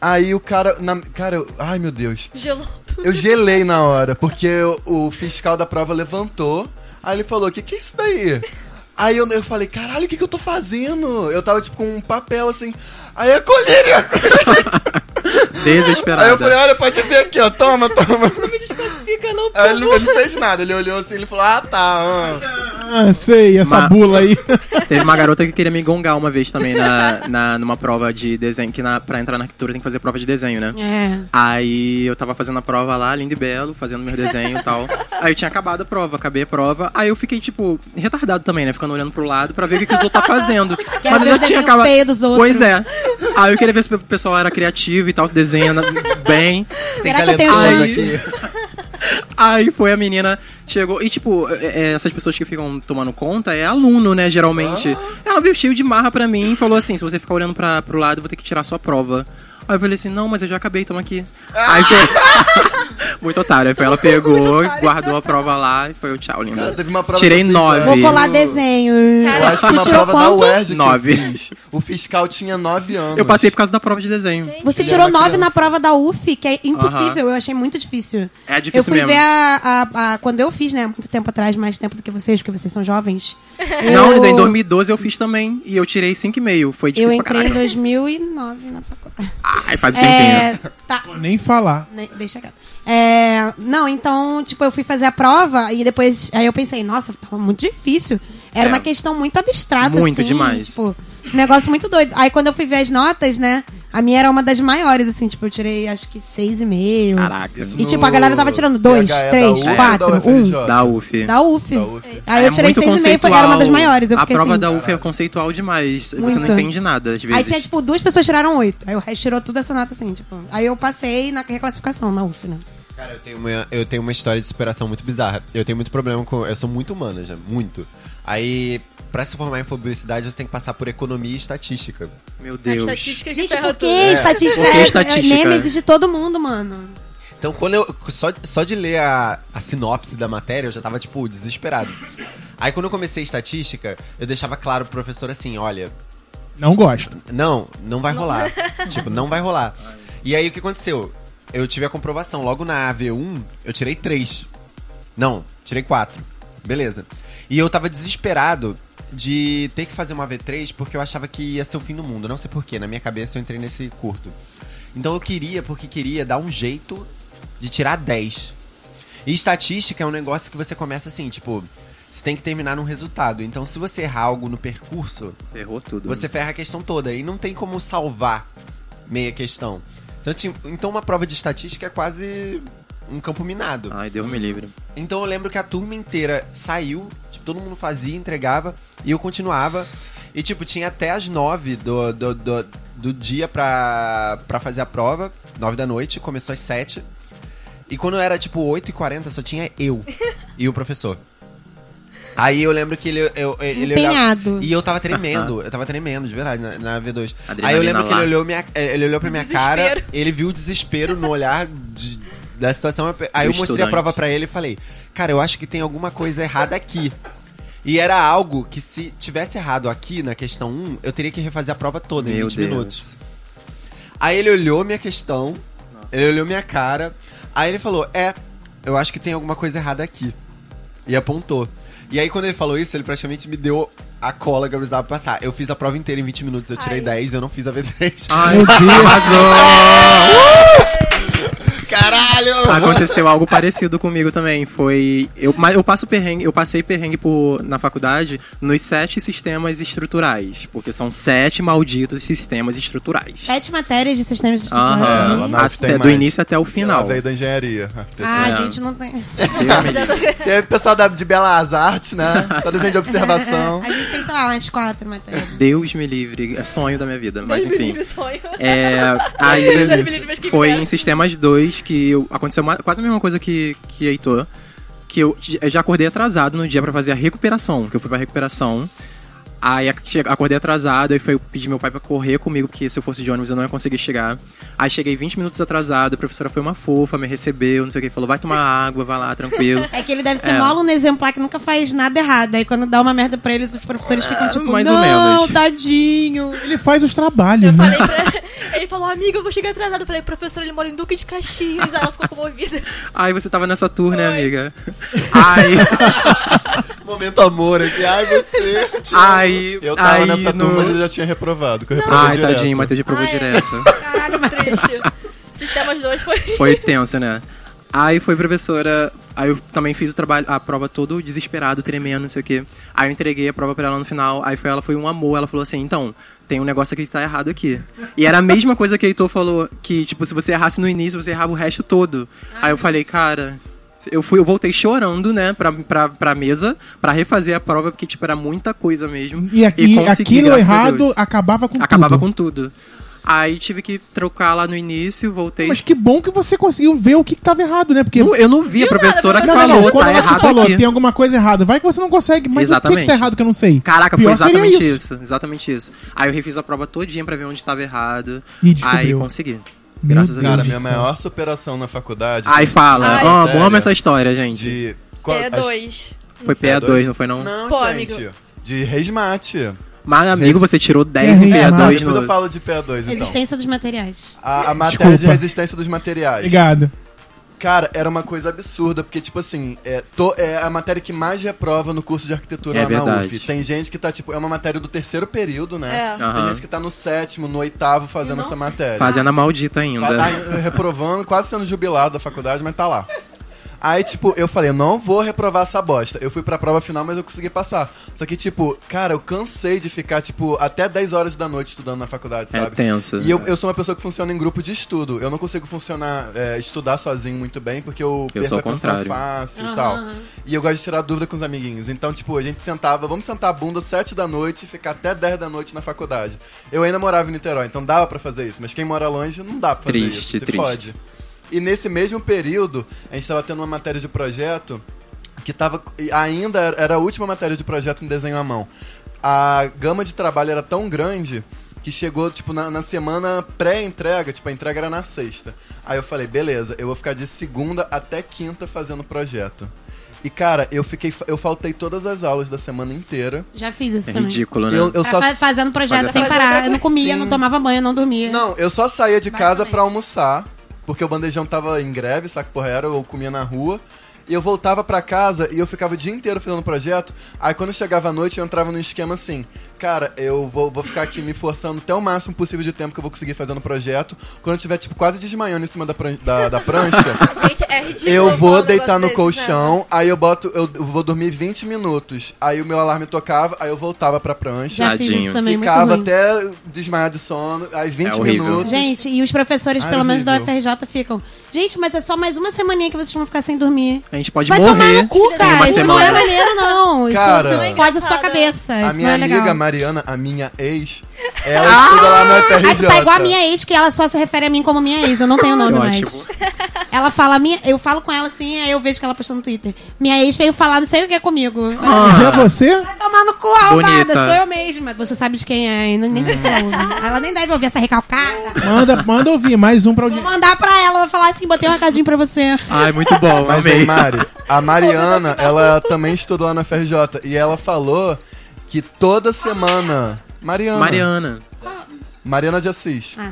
[SPEAKER 6] Aí o cara. na- cara, eu, ai meu Deus.
[SPEAKER 8] Gelou.
[SPEAKER 6] Eu gelei na hora, porque eu- o fiscal da prova levantou. Aí ele falou: Que que é isso daí? Aí eu, eu falei: Caralho, o que, que eu tô fazendo? Eu tava tipo com um papel assim. Aí é colírio!
[SPEAKER 4] Desesperada.
[SPEAKER 6] Aí eu falei: Olha, pode ver aqui, ó, toma, toma.
[SPEAKER 8] Não me desclassifica, não,
[SPEAKER 6] Aí
[SPEAKER 8] por
[SPEAKER 6] ele, ele não fez nada, ele olhou assim, ele falou, ah tá, ah.
[SPEAKER 3] Ah, sei, essa
[SPEAKER 4] Ma-
[SPEAKER 3] bula aí.
[SPEAKER 4] Teve uma garota que queria me gongar uma vez também na, na, numa prova de desenho, que na, pra entrar na arquitetura tem que fazer prova de desenho, né?
[SPEAKER 7] É.
[SPEAKER 4] Aí eu tava fazendo a prova lá, lindo e belo, fazendo meu desenho e tal. Aí eu tinha acabado a prova, acabei a prova. Aí eu fiquei, tipo, retardado também, né? Ficando olhando pro lado pra ver o que, que os outros tá fazendo.
[SPEAKER 7] Quero ver os desenhos feios dos outros.
[SPEAKER 4] Pois é. Aí eu queria ver se o pessoal era criativo e tal, se desenha bem.
[SPEAKER 7] Será que eu tenho
[SPEAKER 4] calendário
[SPEAKER 7] chance?
[SPEAKER 4] aqui. Aí foi a menina, chegou. E, tipo, é- é, essas pessoas que ficam tomando conta é aluno, né? Geralmente.
[SPEAKER 6] Ah.
[SPEAKER 4] Ela veio cheio de marra pra mim e falou assim: se você ficar olhando pra, pro lado, eu vou ter que tirar sua prova. Aí eu falei assim: não, mas eu já acabei, toma aqui. Aí foi.
[SPEAKER 6] Ah.
[SPEAKER 4] Muito otário. Aí foi, ela pegou, guardou a prova lá e foi o tchau, linda.
[SPEAKER 6] Cara, teve uma prova
[SPEAKER 4] Tirei
[SPEAKER 6] que eu fiz,
[SPEAKER 4] nove.
[SPEAKER 6] Vou
[SPEAKER 7] Vou colar desenho.
[SPEAKER 6] Eu acho que é
[SPEAKER 7] Tu
[SPEAKER 6] uma
[SPEAKER 7] tirou
[SPEAKER 6] prova da
[SPEAKER 7] quanto?
[SPEAKER 6] UERJ que eu
[SPEAKER 4] Nove.
[SPEAKER 6] fiz, O fiscal tinha nove anos.
[SPEAKER 4] Eu passei por causa da prova de desenho.
[SPEAKER 7] Você
[SPEAKER 6] Ele
[SPEAKER 7] tirou
[SPEAKER 6] era
[SPEAKER 7] 9
[SPEAKER 6] criança.
[SPEAKER 7] na prova da UF, que é impossível.
[SPEAKER 4] é Aham.
[SPEAKER 7] Eu achei muito difícil.
[SPEAKER 4] É difícil
[SPEAKER 7] Eu fui
[SPEAKER 4] mesmo.
[SPEAKER 7] ver a, a- a- Quando eu fiz, né? Muito tempo atrás, mais tempo do que vocês, porque vocês são jovens.
[SPEAKER 4] Não, tá
[SPEAKER 7] eu,
[SPEAKER 4] em 2012 eu fiz também. E eu tirei 5,5. Foi
[SPEAKER 7] Eu
[SPEAKER 4] difícil pra
[SPEAKER 7] entrei em
[SPEAKER 4] caralho. Ah,
[SPEAKER 7] 2009 na faculdade.
[SPEAKER 4] Ai, faz tempinho.
[SPEAKER 7] É, tá.
[SPEAKER 3] Vou nem falar.
[SPEAKER 7] né, Deixa quieto. É, não, então, tipo, eu fui fazer a prova e depois. Aí eu pensei, nossa, tava muito difícil.
[SPEAKER 4] É.
[SPEAKER 7] Era uma questão muito abstrata,
[SPEAKER 4] Muito
[SPEAKER 7] assim,
[SPEAKER 4] demais.
[SPEAKER 7] Tipo, um negócio muito doido. Aí quando eu fui ver as notas, né? A minha era uma das maiores, assim, tipo, eu tirei acho que seis e meio.
[SPEAKER 4] Caraca.
[SPEAKER 6] Isso
[SPEAKER 7] E
[SPEAKER 6] no
[SPEAKER 7] tipo, a galera tava tirando dois,
[SPEAKER 6] PHE da
[SPEAKER 7] três,
[SPEAKER 6] U ou É. da
[SPEAKER 7] quatro, um.
[SPEAKER 6] UFRJ?
[SPEAKER 4] Da UF.
[SPEAKER 7] Da UF.
[SPEAKER 6] Da UF.
[SPEAKER 7] Aí
[SPEAKER 4] É
[SPEAKER 7] eu tirei
[SPEAKER 4] muito
[SPEAKER 7] seis e meio, foi, era uma das
[SPEAKER 4] conceitual.
[SPEAKER 7] maiores. Eu
[SPEAKER 4] a
[SPEAKER 7] fiquei
[SPEAKER 4] prova
[SPEAKER 7] assim.
[SPEAKER 4] da UF é conceitual demais. Você
[SPEAKER 7] Muito.
[SPEAKER 4] não entende nada, às vezes.
[SPEAKER 7] Aí tinha, tipo, duas pessoas tiraram oito. Aí o resto tirou tudo essa nota assim, tipo. Aí eu passei na reclassificação na UF, né?
[SPEAKER 9] Cara, eu tenho, uma, eu tenho uma história de superação muito bizarra. Eu tenho muito problema com. Eu sou muito humana já, muito. Aí, pra se formar em publicidade, você tem que passar por economia e estatística.
[SPEAKER 7] tipo,
[SPEAKER 4] Meu
[SPEAKER 8] As
[SPEAKER 4] Deus.
[SPEAKER 8] estatísticas que
[SPEAKER 7] Gente,
[SPEAKER 8] ferram
[SPEAKER 7] por que
[SPEAKER 8] tudo.
[SPEAKER 7] estatística
[SPEAKER 4] Por que
[SPEAKER 7] é,
[SPEAKER 4] estatística?
[SPEAKER 7] é nêmesis de todo mundo, mano?
[SPEAKER 9] Então, quando eu. Só, só de ler a, a sinopse da matéria, eu já tava, tipo, desesperado. Aí, quando eu comecei estatística, eu deixava claro pro professor assim: olha,
[SPEAKER 3] Não gosto.
[SPEAKER 9] não, não vai rolar. tipo, não vai rolar. E aí, o que aconteceu? Eu tive a comprovação. Logo na AV1, eu tirei três. Não, tirei quatro. Beleza. E eu tava desesperado de ter que fazer uma V3 porque eu achava que ia ser o fim do mundo. Não sei porquê, na minha cabeça eu entrei nesse curto. Então eu queria, porque queria, dar um jeito de tirar 10. E estatística é um negócio que você começa assim, tipo, você tem que terminar num resultado. Então se você errar algo no percurso,
[SPEAKER 4] Ferrou tudo.
[SPEAKER 9] você ferra a questão toda e não tem como salvar meia questão. Então, ti- então uma prova de estatística é quase um campo minado.
[SPEAKER 4] Ai, Deus me livre.
[SPEAKER 9] Então eu lembro que a turma inteira saiu, tipo, todo mundo fazia, entregava, e eu continuava. E, tipo, tinha até as nove do, do, do, do dia pra, pra fazer a prova, nove da noite, começou às sete. E quando era, tipo, 8h40, só tinha eu e o professor. Aí eu lembro que ele... Eu, ele olhava-
[SPEAKER 7] Empenhado.
[SPEAKER 9] e eu tava tremendo, eu tava tremendo, de verdade, na, na V2. Aí eu
[SPEAKER 4] Adrenalina
[SPEAKER 9] lembro que ele
[SPEAKER 4] lá.
[SPEAKER 9] olhou, minha, eh, ele olhou pra minha cara,
[SPEAKER 8] Desespero.
[SPEAKER 9] ele viu o desespero no olhar de- da situação. eu pe-
[SPEAKER 4] Do
[SPEAKER 9] Aí eu mostrei a
[SPEAKER 4] estudante.
[SPEAKER 9] prova pra ele e falei, cara, eu acho que tem alguma coisa errada aqui. E era algo que se tivesse errado aqui na questão 1, eu teria que refazer a prova toda em
[SPEAKER 4] Meu
[SPEAKER 9] 20
[SPEAKER 4] Deus.
[SPEAKER 9] minutos. Aí ele olhou minha questão, ele olhou minha cara, aí ele falou, é, eu acho que tem alguma coisa errada aqui. E apontou. E aí, quando ele falou isso, ele praticamente me deu a cola que eu precisava passar. Eu fiz a prova inteira em 20 minutos, eu tirei
[SPEAKER 8] Ai.
[SPEAKER 9] 10, eu não fiz a V3.
[SPEAKER 4] Ai, arrasou!
[SPEAKER 9] Caralho!
[SPEAKER 4] Aconteceu algo parecido comigo também. Foi. Eu, mas eu passo perrengue, eu passei perrengue por, na faculdade nos sete sistemas estruturais. Porque são sete malditos sistemas estruturais.
[SPEAKER 7] Sete matérias de sistemas de Uhum.
[SPEAKER 6] É,
[SPEAKER 7] desenvolvimento.
[SPEAKER 6] ela não tem
[SPEAKER 4] Até do
[SPEAKER 6] mais.
[SPEAKER 4] início até o
[SPEAKER 6] Ela
[SPEAKER 4] final.
[SPEAKER 6] veio da engenharia.
[SPEAKER 7] Ah,
[SPEAKER 4] É.
[SPEAKER 7] gente, não tem.
[SPEAKER 4] Deus me
[SPEAKER 8] Mas
[SPEAKER 4] livre.
[SPEAKER 8] essa coisa-
[SPEAKER 6] Você é pessoal da, de Belas Artes, né? Só desenho de observação.
[SPEAKER 7] A gente tem, sei lá, umas quatro matérias.
[SPEAKER 4] Deus me livre. É sonho da minha vida. Mas
[SPEAKER 8] Deus me
[SPEAKER 4] enfim.
[SPEAKER 8] livre, sonho.
[SPEAKER 4] É,
[SPEAKER 8] Deus me livre, mas
[SPEAKER 4] aí
[SPEAKER 8] que
[SPEAKER 4] foi
[SPEAKER 8] merda.
[SPEAKER 4] em Sistemas 2 que eu- aconteceu uma- quase a mesma coisa que, que Heitor. Que eu j- eu já acordei atrasado no dia pra fazer a recuperação, que eu fui pra recuperação. Aí ac- che- acordei atrasado, aí foi pedir meu pai pra correr comigo, porque se eu fosse de ônibus eu não ia conseguir chegar. Aí cheguei 20 minutos atrasado, a professora foi uma fofa, me recebeu, não sei o que, falou, vai tomar água, vai lá, tranquilo.
[SPEAKER 7] É que ele deve ser
[SPEAKER 4] É.
[SPEAKER 7] mó aluno exemplar que nunca faz nada errado. Aí quando dá uma merda pra eles, os professores ficam tipo,
[SPEAKER 4] É, mais ou
[SPEAKER 7] não,
[SPEAKER 4] menos."
[SPEAKER 7] tadinho.
[SPEAKER 3] Ele faz os trabalhos,
[SPEAKER 8] Eu
[SPEAKER 3] né?
[SPEAKER 8] falei pra... Ele falou, amigo, eu vou chegar atrasado. Eu falei, professor, ele mora em Duque de Caxias. Aí ela ficou comovida.
[SPEAKER 4] Aí você tava nessa tour, né, amiga? Aí.
[SPEAKER 9] Um Momento amor aqui, ai você.
[SPEAKER 4] aí.
[SPEAKER 6] Eu tava
[SPEAKER 4] aí
[SPEAKER 6] nessa
[SPEAKER 4] no-
[SPEAKER 6] turma, mas eu já tinha reprovado. Que eu reprovei
[SPEAKER 4] Ai,
[SPEAKER 6] direto.
[SPEAKER 4] tadinho, Matheus reprovou
[SPEAKER 8] Ah, é.
[SPEAKER 4] direto.
[SPEAKER 7] Caralho, Matheus.
[SPEAKER 8] Triste. Sistemas 2 foi...
[SPEAKER 4] Foi tenso, né? Aí foi professora. Aí eu também fiz o trabalho, a prova todo desesperado, tremendo, não sei o quê. Aí eu entreguei a prova pra ela no final. Aí foi ela foi um amor. Ela falou assim: então, tem um negócio aqui que tá errado aqui. E era a mesma coisa que a Heitor falou: que, tipo, se você errasse no início, você errava o resto todo. Aí eu falei, cara. Eu, fui, eu voltei chorando, né, pra, pra, pra mesa, pra refazer a prova, porque, tipo, era muita coisa mesmo.
[SPEAKER 3] E, aqui,
[SPEAKER 4] consegui,
[SPEAKER 3] aquilo
[SPEAKER 4] graças a
[SPEAKER 3] errado
[SPEAKER 4] Deus.
[SPEAKER 3] acabava com
[SPEAKER 4] Acabava
[SPEAKER 3] tudo.
[SPEAKER 4] com tudo. Aí tive que trocar lá no início, voltei.
[SPEAKER 3] Mas que bom que você conseguiu ver o que, que tava errado, né? Porque.
[SPEAKER 4] Eu- Eu não vi, a
[SPEAKER 8] Viu nada,
[SPEAKER 4] professora que
[SPEAKER 8] professora?
[SPEAKER 4] falou,
[SPEAKER 3] não, quando
[SPEAKER 4] tá
[SPEAKER 3] ela te
[SPEAKER 4] errado
[SPEAKER 3] falou
[SPEAKER 4] aqui.
[SPEAKER 3] tem um alguma coisa errada, vai que você não consegue, mas o que que
[SPEAKER 4] Exatamente.
[SPEAKER 3] tá errado que eu não sei?
[SPEAKER 4] Caraca, foi
[SPEAKER 3] Pior seria
[SPEAKER 4] exatamente isso. Exatamente isso. Aí eu refiz a prova todinha pra ver onde tava errado.
[SPEAKER 3] E descobriu.
[SPEAKER 4] Aí consegui.
[SPEAKER 3] Meu
[SPEAKER 4] Graças a
[SPEAKER 3] Deus.
[SPEAKER 6] Cara,
[SPEAKER 4] Deus.
[SPEAKER 6] minha
[SPEAKER 3] Isso.
[SPEAKER 6] maior superação na faculdade.
[SPEAKER 4] Aí fala,
[SPEAKER 8] Ai.
[SPEAKER 4] ó, amo
[SPEAKER 6] Sério?
[SPEAKER 4] essa história, gente.
[SPEAKER 6] De. qual-
[SPEAKER 8] É
[SPEAKER 6] as-
[SPEAKER 8] dois.
[SPEAKER 4] Foi PA2, não foi não?
[SPEAKER 6] Não,
[SPEAKER 8] Pô,
[SPEAKER 6] gente.
[SPEAKER 8] amigo.
[SPEAKER 6] De resmate.
[SPEAKER 4] Mas, amigo, você tirou 10
[SPEAKER 3] É,
[SPEAKER 4] em
[SPEAKER 6] Ah,
[SPEAKER 3] Dois
[SPEAKER 4] PA2
[SPEAKER 6] depois eu
[SPEAKER 4] no...
[SPEAKER 6] falo de PA2, então.
[SPEAKER 7] Existência dos materiais.
[SPEAKER 6] A, a matéria de
[SPEAKER 3] Desculpa.
[SPEAKER 6] resistência dos
[SPEAKER 3] tá
[SPEAKER 6] materiais.
[SPEAKER 3] Obrigado.
[SPEAKER 6] Cara, era uma coisa absurda, porque, tipo assim, é, to- é a matéria que mais reprova no curso de arquitetura
[SPEAKER 4] É
[SPEAKER 6] lá na
[SPEAKER 4] verdade.
[SPEAKER 6] UF. Tem gente que tá, tipo, é uma matéria do terceiro período, né?
[SPEAKER 8] É.
[SPEAKER 6] Tem
[SPEAKER 4] Aham.
[SPEAKER 6] gente que tá no sétimo, no oitavo fazendo essa matéria.
[SPEAKER 4] Fazendo a maldita
[SPEAKER 6] Tá,
[SPEAKER 4] ainda. É
[SPEAKER 6] tá reprovando, quase sendo jubilado da faculdade, mas tá lá. Aí, tipo, eu falei, não vou reprovar essa bosta. Eu fui pra prova final, mas eu consegui passar. Só que, tipo, cara, eu cansei de ficar, tipo, até 10 horas da noite estudando na faculdade,
[SPEAKER 4] É
[SPEAKER 6] sabe?
[SPEAKER 4] tenso.
[SPEAKER 6] E eu, eu sou uma pessoa que funciona em grupo de estudo. Eu não consigo funcionar, é, estudar sozinho muito bem, porque eu,
[SPEAKER 4] Eu sou
[SPEAKER 6] a
[SPEAKER 4] ao
[SPEAKER 6] concentração
[SPEAKER 4] contrário.
[SPEAKER 6] fácil e
[SPEAKER 7] Aham,
[SPEAKER 6] tal.
[SPEAKER 7] aham.
[SPEAKER 6] E eu gosto de tirar dúvida com os amiguinhos. Então, tipo, a gente sentava, vamos sentar a bunda 7 da noite e ficar até 10 da noite na faculdade. Eu ainda morava em Niterói, então dava pra fazer isso. Mas quem mora longe não dá pra fazer
[SPEAKER 4] Triste,
[SPEAKER 6] isso. se
[SPEAKER 4] triste.
[SPEAKER 6] fode. E nesse mesmo período, a gente tava tendo uma matéria de projeto que tava. e Ainda era a última matéria de projeto em desenho à mão. A gama de trabalho era tão grande que chegou, tipo, na, na semana pré-entrega, tipo, a entrega era na sexta. Aí eu falei, beleza, eu vou ficar de segunda até quinta fazendo projeto. E, cara, eu fiquei. Eu faltei todas as aulas da semana inteira.
[SPEAKER 7] Já fiz isso
[SPEAKER 4] É
[SPEAKER 7] também.
[SPEAKER 4] ridículo, né?
[SPEAKER 6] Eu, eu só.
[SPEAKER 7] Fa- Fazendo projeto
[SPEAKER 4] Fazendo
[SPEAKER 7] sem
[SPEAKER 8] projeto.
[SPEAKER 7] parar. Eu não comia,
[SPEAKER 6] Sim.
[SPEAKER 7] não tomava banho, não dormia.
[SPEAKER 6] Não, eu só saía de casa
[SPEAKER 7] Basicamente.
[SPEAKER 6] pra almoçar, porque o bandejão tava em greve, sabe que porra era, eu comia na rua. E eu voltava pra casa e eu ficava o dia inteiro fazendo projeto. Aí quando chegava à noite eu entrava num esquema assim: Cara, eu vou, vou ficar aqui me forçando até o máximo possível de tempo que eu vou conseguir fazendo projeto. Quando eu tiver, tipo, quase desmanhando em cima da, pran- da, da prancha,
[SPEAKER 8] Gente, é ridículo.
[SPEAKER 6] eu
[SPEAKER 8] falar
[SPEAKER 6] vou
[SPEAKER 8] um negócio
[SPEAKER 6] deitar no
[SPEAKER 8] desse,
[SPEAKER 6] colchão, aí eu boto, eu vou dormir 20 minutos. Aí o meu alarme tocava, aí eu voltava pra prancha.
[SPEAKER 7] Já fiz
[SPEAKER 4] Tadinho.
[SPEAKER 7] isso também,
[SPEAKER 6] Ficava
[SPEAKER 7] muito ruim.
[SPEAKER 6] até desmaiar de sono, aí 20
[SPEAKER 4] É horrível.
[SPEAKER 6] minutos.
[SPEAKER 7] Gente, e os professores,
[SPEAKER 6] Ah,
[SPEAKER 7] pelo menos da
[SPEAKER 6] horrível.
[SPEAKER 7] UFRJ, ficam. Gente, mas é só mais uma semaninha que vocês vão ficar sem dormir.
[SPEAKER 4] A gente pode
[SPEAKER 7] Vai tomar
[SPEAKER 4] morrer
[SPEAKER 7] no cu,
[SPEAKER 4] em
[SPEAKER 7] cara.
[SPEAKER 4] uma
[SPEAKER 7] Isso não
[SPEAKER 4] semana.
[SPEAKER 7] é maneiro, não. Isso,
[SPEAKER 6] Cara.
[SPEAKER 7] isso fode a sua
[SPEAKER 8] Engraçada.
[SPEAKER 7] cabeça.
[SPEAKER 6] A
[SPEAKER 7] isso
[SPEAKER 6] minha
[SPEAKER 7] não é
[SPEAKER 6] amiga
[SPEAKER 7] legal.
[SPEAKER 6] Mariana, a minha ex, ela estuda lá no
[SPEAKER 7] Aí
[SPEAKER 6] FRJ.
[SPEAKER 7] tu tá igual a minha ex, que ela só se refere a mim como minha ex. Eu não tenho nome mais.
[SPEAKER 4] Ótimo.
[SPEAKER 7] Ela fala, minha, eu falo com ela assim, aí eu vejo que ela postou no Twitter. Minha ex veio falar não sei o que comigo.
[SPEAKER 4] Ah,
[SPEAKER 3] Isso é você?
[SPEAKER 7] Vai tomar no cu, arrombada,
[SPEAKER 4] Bonita.
[SPEAKER 7] sou eu mesma. Você sabe de quem é, e não- nem sei se ela ouve. Ela nem deve ouvir essa recalcada.
[SPEAKER 3] Manda, manda ouvir mais um pra
[SPEAKER 7] Vou
[SPEAKER 3] audiência.
[SPEAKER 7] mandar pra ela, vou falar assim, botei um recadinho pra
[SPEAKER 6] Ah,
[SPEAKER 7] você.
[SPEAKER 4] Ai, muito bom,
[SPEAKER 6] Mas é
[SPEAKER 4] amei.
[SPEAKER 6] aí, Mari, a Mariana, ela também estudou lá na FRJ. E ela falou que toda semana... Mariana.
[SPEAKER 4] Mariana.
[SPEAKER 6] Mariana de Assis.
[SPEAKER 7] Ah,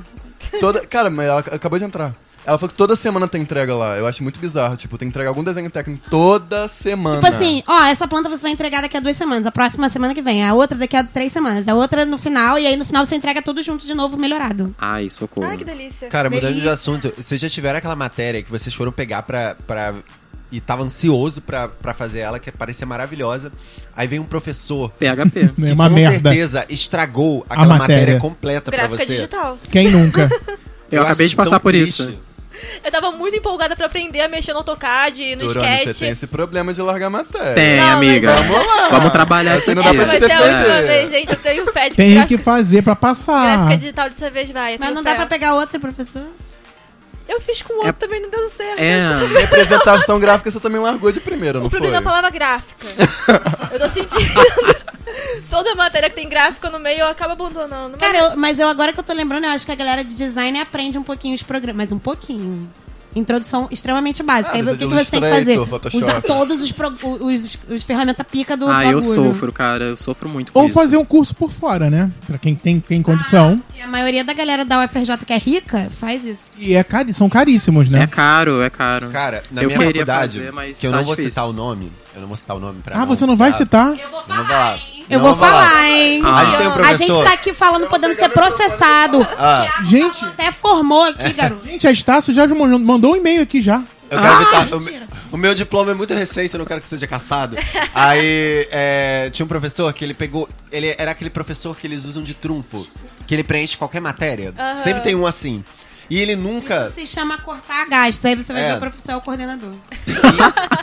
[SPEAKER 6] Toda, cara, mas ela ac- acabou de entrar. Ela falou que toda semana tem entrega lá. Eu acho muito bizarro. Tipo, tem que entregar algum desenho técnico toda semana.
[SPEAKER 7] Tipo assim, ó, essa planta você vai entregar daqui a duas semanas, a próxima semana que vem, a outra daqui a três semanas, a outra no final, e aí no final você entrega tudo junto de novo, melhorado.
[SPEAKER 4] Ai, socorro.
[SPEAKER 8] Né? Ai, que delícia.
[SPEAKER 5] Cara, mudando de
[SPEAKER 7] Delícia.
[SPEAKER 5] assunto, vocês já tiveram aquela matéria que vocês foram pegar pra. pra e tava ansioso pra, pra fazer ela, que parecia maravilhosa. Aí vem um professor
[SPEAKER 4] PHP.
[SPEAKER 5] que
[SPEAKER 3] É uma
[SPEAKER 5] com
[SPEAKER 3] merda.
[SPEAKER 5] certeza estragou aquela
[SPEAKER 3] matéria.
[SPEAKER 5] matéria. completa pra
[SPEAKER 8] Gráfica
[SPEAKER 5] você.
[SPEAKER 8] digital.
[SPEAKER 3] Quem nunca?
[SPEAKER 4] Eu acabei
[SPEAKER 5] acho
[SPEAKER 4] de passar
[SPEAKER 5] tão
[SPEAKER 4] por
[SPEAKER 5] triste.
[SPEAKER 4] isso.
[SPEAKER 8] Eu tava muito empolgada pra aprender a mexer no AutoCAD, no
[SPEAKER 6] Durone, você tem
[SPEAKER 8] sketch.
[SPEAKER 6] esse problema de largar matéria.
[SPEAKER 4] Tem,
[SPEAKER 8] Não, mas
[SPEAKER 4] amiga.
[SPEAKER 8] é-
[SPEAKER 6] Vamos lá.
[SPEAKER 4] Vamos trabalhar isso
[SPEAKER 6] Você não
[SPEAKER 4] aqui.
[SPEAKER 6] dá pra te
[SPEAKER 8] Mas é a última
[SPEAKER 6] defender.
[SPEAKER 8] vez, gente. Eu tenho fé de
[SPEAKER 3] Tem
[SPEAKER 8] gra-
[SPEAKER 3] que fazer pra
[SPEAKER 8] gráfica
[SPEAKER 3] passar.
[SPEAKER 8] digital dessa vez vai. eu
[SPEAKER 7] Mas
[SPEAKER 8] tenho
[SPEAKER 7] não dá
[SPEAKER 8] fé.
[SPEAKER 7] pra pegar outra, professor?
[SPEAKER 8] Eu fiz com o outro também, não deu certo.
[SPEAKER 4] É,
[SPEAKER 6] Representação gráfica você também largou de primeira, não
[SPEAKER 8] O
[SPEAKER 6] foi?
[SPEAKER 8] problema é a palavra gráfica. eu tô sentindo. Toda matéria que tem gráfica no meio eu acabo abandonando. Mas
[SPEAKER 7] Cara, eu- mas eu agora que eu tô lembrando, eu acho que a galera de design aprende um pouquinho os programas. Mas um pouquinho. Introdução extremamente básica.
[SPEAKER 6] Ah,
[SPEAKER 7] Aí o
[SPEAKER 6] mas
[SPEAKER 7] que, que
[SPEAKER 6] é de
[SPEAKER 7] você tem que fazer?
[SPEAKER 6] Illustrator, Photoshop.
[SPEAKER 7] Usar todos os, pro, os, os, os ferramenta pica do
[SPEAKER 4] ah, eu
[SPEAKER 7] bagulho.
[SPEAKER 4] sofro, cara. Eu sofro muito com
[SPEAKER 3] Ou
[SPEAKER 4] isso.
[SPEAKER 3] fazer um curso por fora, né? Pra quem tem, tem condição.
[SPEAKER 7] E a maioria da galera da UFRJ que é rica faz isso.
[SPEAKER 3] E é cari são caríssimos, né?
[SPEAKER 4] É caro, é caro.
[SPEAKER 5] Cara, na
[SPEAKER 4] eu
[SPEAKER 5] minha
[SPEAKER 4] queria
[SPEAKER 5] faculdade,
[SPEAKER 4] fazer, mas
[SPEAKER 5] que eu
[SPEAKER 4] tá
[SPEAKER 5] não vou
[SPEAKER 4] difícil.
[SPEAKER 5] citar o nome. Eu não vou citar o nome pra
[SPEAKER 3] ah, você não vai
[SPEAKER 5] tá?
[SPEAKER 3] citar?
[SPEAKER 7] vou
[SPEAKER 5] Eu não vou falar.
[SPEAKER 7] Eu
[SPEAKER 5] Não
[SPEAKER 7] vou falar, hein?
[SPEAKER 4] Ah.
[SPEAKER 5] A gente tem um
[SPEAKER 7] A
[SPEAKER 5] professor. Ah.
[SPEAKER 7] gente tá aqui falando, podendo ser processado. Thiago
[SPEAKER 3] Gente.
[SPEAKER 7] Paulo até formou aqui, garoto.
[SPEAKER 3] Gente, a Estácio já mandou- mandou um e-mail aqui já.
[SPEAKER 5] Eu quero
[SPEAKER 4] Ah,
[SPEAKER 5] evitar- o-
[SPEAKER 7] mentira.
[SPEAKER 5] O, meu diploma é muito recente, eu não quero que seja caçado. Aí é, tinha um professor que ele pegou. Ele era aquele professor que eles usam de trunfo. Que ele preenche qualquer matéria. Sempre tem um assim.
[SPEAKER 9] E ele nunca.
[SPEAKER 7] Isso se chama cortar gastos. Aí você vai
[SPEAKER 9] É.
[SPEAKER 7] ver o professor é o coordenador.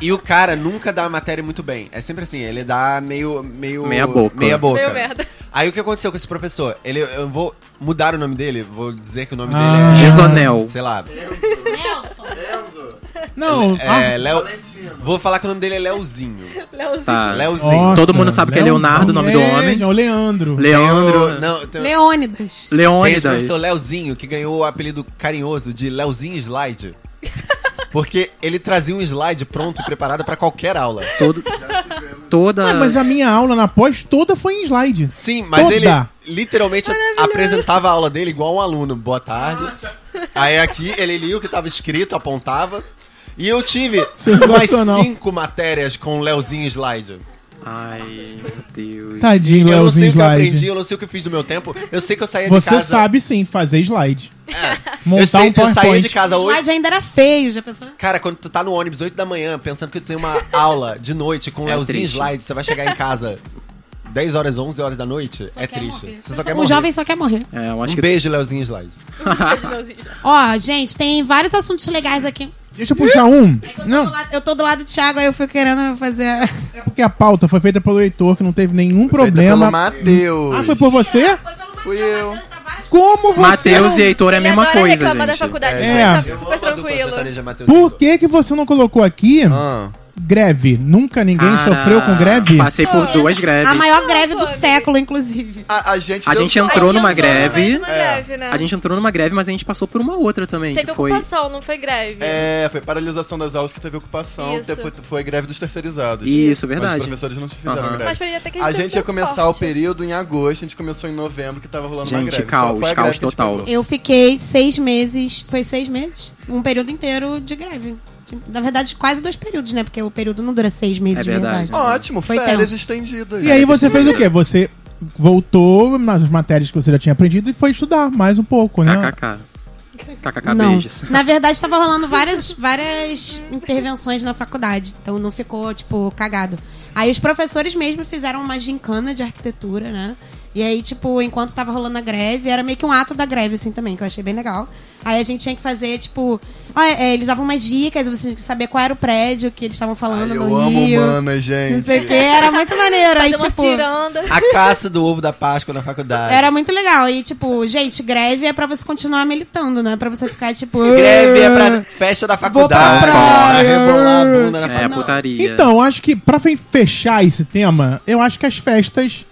[SPEAKER 9] E, e o cara nunca dá a matéria muito bem. É sempre assim, ele dá meio. meio
[SPEAKER 4] Meia boca.
[SPEAKER 9] Meia boca.
[SPEAKER 8] Meio merda.
[SPEAKER 9] Aí o que aconteceu com esse professor? Ele, eu vou mudar o nome dele, vou dizer que o nome
[SPEAKER 3] Ah.
[SPEAKER 9] dele é.
[SPEAKER 4] Gesonel.
[SPEAKER 9] Sei lá.
[SPEAKER 7] Nelson.
[SPEAKER 3] Não,
[SPEAKER 9] É,
[SPEAKER 3] ah,
[SPEAKER 9] Léo. Vou falar que o nome dele é Leozinho.
[SPEAKER 8] Leozinho.
[SPEAKER 4] Tá.
[SPEAKER 9] Leozinho.
[SPEAKER 3] nossa,
[SPEAKER 4] Todo mundo sabe que é Leonardo, o nome do homem.
[SPEAKER 3] É, o Leandro.
[SPEAKER 4] Leandro.
[SPEAKER 9] Não, tem,
[SPEAKER 7] Leônidas.
[SPEAKER 9] tem esse professor
[SPEAKER 4] Leônidas.
[SPEAKER 9] Leozinho que ganhou o apelido carinhoso de Leozinho Slide. Porque ele trazia um slide pronto e preparado pra qualquer aula.
[SPEAKER 4] Todo, toda.
[SPEAKER 3] Ah, mas a minha aula na pós toda foi em slide.
[SPEAKER 9] Sim, mas
[SPEAKER 3] Toda.
[SPEAKER 9] ele literalmente apresentava a aula dele igual um aluno. Boa tarde. Aí aqui ele lia o que estava escrito, apontava. E eu tive mais
[SPEAKER 3] Sensacional.
[SPEAKER 9] cinco matérias com o Leozinho Slide.
[SPEAKER 4] Ai, meu Deus.
[SPEAKER 3] Tadinho,
[SPEAKER 9] eu não
[SPEAKER 3] Leozinho
[SPEAKER 9] sei o que eu aprendi,
[SPEAKER 3] slide.
[SPEAKER 9] eu não sei o que eu fiz do meu tempo. Eu sei que eu saía de
[SPEAKER 3] Você
[SPEAKER 9] casa. é,
[SPEAKER 3] sabe sim fazer slide.
[SPEAKER 9] eu,
[SPEAKER 3] Montar
[SPEAKER 9] sei,
[SPEAKER 3] um
[SPEAKER 9] eu saía de
[SPEAKER 3] PowerPoint.
[SPEAKER 9] casa
[SPEAKER 7] O
[SPEAKER 9] hoje.
[SPEAKER 7] slide ainda era feio, já pensou?
[SPEAKER 9] Cara, quando tu tá no ônibus 8 da manhã, pensando que tu tem uma aula de noite com o
[SPEAKER 4] É
[SPEAKER 9] Leozinho
[SPEAKER 4] triste.
[SPEAKER 9] Slide, você vai chegar em casa 10 horas, 11 horas da noite, é triste. Você só quer
[SPEAKER 7] o
[SPEAKER 9] morrer.
[SPEAKER 7] jovem só quer morrer.
[SPEAKER 4] É, eu
[SPEAKER 9] Um
[SPEAKER 4] acho que.
[SPEAKER 9] beijo, Leozinho Slide.
[SPEAKER 8] Leozinho.
[SPEAKER 7] Ó, gente, tem vários assuntos legais aqui.
[SPEAKER 3] Deixa eu puxar um.
[SPEAKER 7] Eu tô
[SPEAKER 3] Não,
[SPEAKER 7] do lado- Eu tô do lado do Thiago, aí eu fui querendo fazer. a-
[SPEAKER 3] é porque a pauta foi feita pelo Heitor, que não teve nenhum
[SPEAKER 6] Pelo
[SPEAKER 3] problema.
[SPEAKER 6] Mateus.
[SPEAKER 3] Ah, foi por você?
[SPEAKER 6] Fui eu.
[SPEAKER 3] Como você?
[SPEAKER 4] Matheus e Heitor é a
[SPEAKER 8] E
[SPEAKER 4] mesma
[SPEAKER 8] agora
[SPEAKER 4] coisa,
[SPEAKER 8] reclama da
[SPEAKER 4] gente.
[SPEAKER 8] faculdade,
[SPEAKER 3] É.
[SPEAKER 8] mas tá
[SPEAKER 9] Eu amo
[SPEAKER 8] super
[SPEAKER 9] a dupla
[SPEAKER 8] tranquilo.
[SPEAKER 9] sertaneja Matheus e
[SPEAKER 3] Por
[SPEAKER 9] Heitor.
[SPEAKER 3] que que você não colocou aqui
[SPEAKER 6] Ah,
[SPEAKER 3] greve? Nunca ninguém
[SPEAKER 4] Cara,
[SPEAKER 3] sofreu com greve?
[SPEAKER 4] Passei por duas greves.
[SPEAKER 7] A maior greve do
[SPEAKER 8] Pô,
[SPEAKER 7] século, inclusive.
[SPEAKER 6] a, a gente
[SPEAKER 4] A
[SPEAKER 6] deu um
[SPEAKER 4] gente é
[SPEAKER 6] sorte.
[SPEAKER 4] entrou
[SPEAKER 8] A gente
[SPEAKER 4] numa
[SPEAKER 8] entrou no meio
[SPEAKER 4] greve. É.
[SPEAKER 8] de uma greve, né?
[SPEAKER 4] A gente entrou numa greve, mas a gente passou por uma outra também,
[SPEAKER 8] Teve
[SPEAKER 4] que foi.
[SPEAKER 8] ocupação, não foi greve.
[SPEAKER 6] É, foi paralisação das aulas que teve ocupação,
[SPEAKER 8] Isso.
[SPEAKER 6] te- foi, foi greve dos terceirizados.
[SPEAKER 4] Isso,
[SPEAKER 6] Mas
[SPEAKER 4] verdade.
[SPEAKER 6] os professores não fizeram
[SPEAKER 4] Aham.
[SPEAKER 6] greve.
[SPEAKER 8] Mas foi até que
[SPEAKER 6] A
[SPEAKER 8] teve
[SPEAKER 6] gente ia
[SPEAKER 8] muita
[SPEAKER 6] começar
[SPEAKER 8] sorte.
[SPEAKER 6] o período em agosto, a gente começou em novembro, que tava rolando uma
[SPEAKER 4] Gente,
[SPEAKER 6] greve. Só
[SPEAKER 4] caos,
[SPEAKER 6] foi a
[SPEAKER 4] caos
[SPEAKER 6] greve que a gente
[SPEAKER 4] total.
[SPEAKER 6] pegou.
[SPEAKER 7] Eu fiquei seis meses. Foi seis meses? Um período inteiro de greve. Na verdade, quase dois períodos, né? Porque o período não dura seis meses,
[SPEAKER 4] É
[SPEAKER 7] de
[SPEAKER 4] verdade.
[SPEAKER 7] verdade.
[SPEAKER 6] Ótimo,
[SPEAKER 7] Foi
[SPEAKER 6] férias
[SPEAKER 7] tenso.
[SPEAKER 6] estendidas.
[SPEAKER 3] E aí você fez o quê? Você voltou nas matérias que você já tinha aprendido e foi estudar mais um pouco, né?
[SPEAKER 4] KKK. KKK,
[SPEAKER 7] Não.
[SPEAKER 4] beijos.
[SPEAKER 7] Na verdade, estava rolando várias, várias intervenções na faculdade. Então não ficou, tipo, cagado. Aí os professores mesmo fizeram uma gincana de arquitetura, né? E aí, tipo, enquanto tava rolando a greve, era meio que um ato da greve, assim, também, que eu achei bem legal. Aí a gente tinha que fazer, tipo... ó, é, eles davam umas dicas, você tinha que saber qual era o prédio que eles estavam falando
[SPEAKER 6] Ai, eu
[SPEAKER 7] no
[SPEAKER 6] amo
[SPEAKER 7] Rio.
[SPEAKER 6] humanas, gente.
[SPEAKER 7] não sei o que, era muito maneiro. Aí,
[SPEAKER 8] Fazer uma
[SPEAKER 7] tipo...
[SPEAKER 8] ciranda.
[SPEAKER 9] A caça do ovo da Páscoa na faculdade.
[SPEAKER 7] Era muito legal. E, tipo, gente, greve é pra você continuar militando, não é pra você ficar, tipo...
[SPEAKER 9] Greve é pra festa da faculdade.
[SPEAKER 7] pra praia.
[SPEAKER 9] rebolar a
[SPEAKER 6] né?
[SPEAKER 9] bunda na
[SPEAKER 4] É,
[SPEAKER 9] faculdade.
[SPEAKER 4] putaria.
[SPEAKER 3] Então, acho que pra fe- fechar esse tema, eu acho que as festas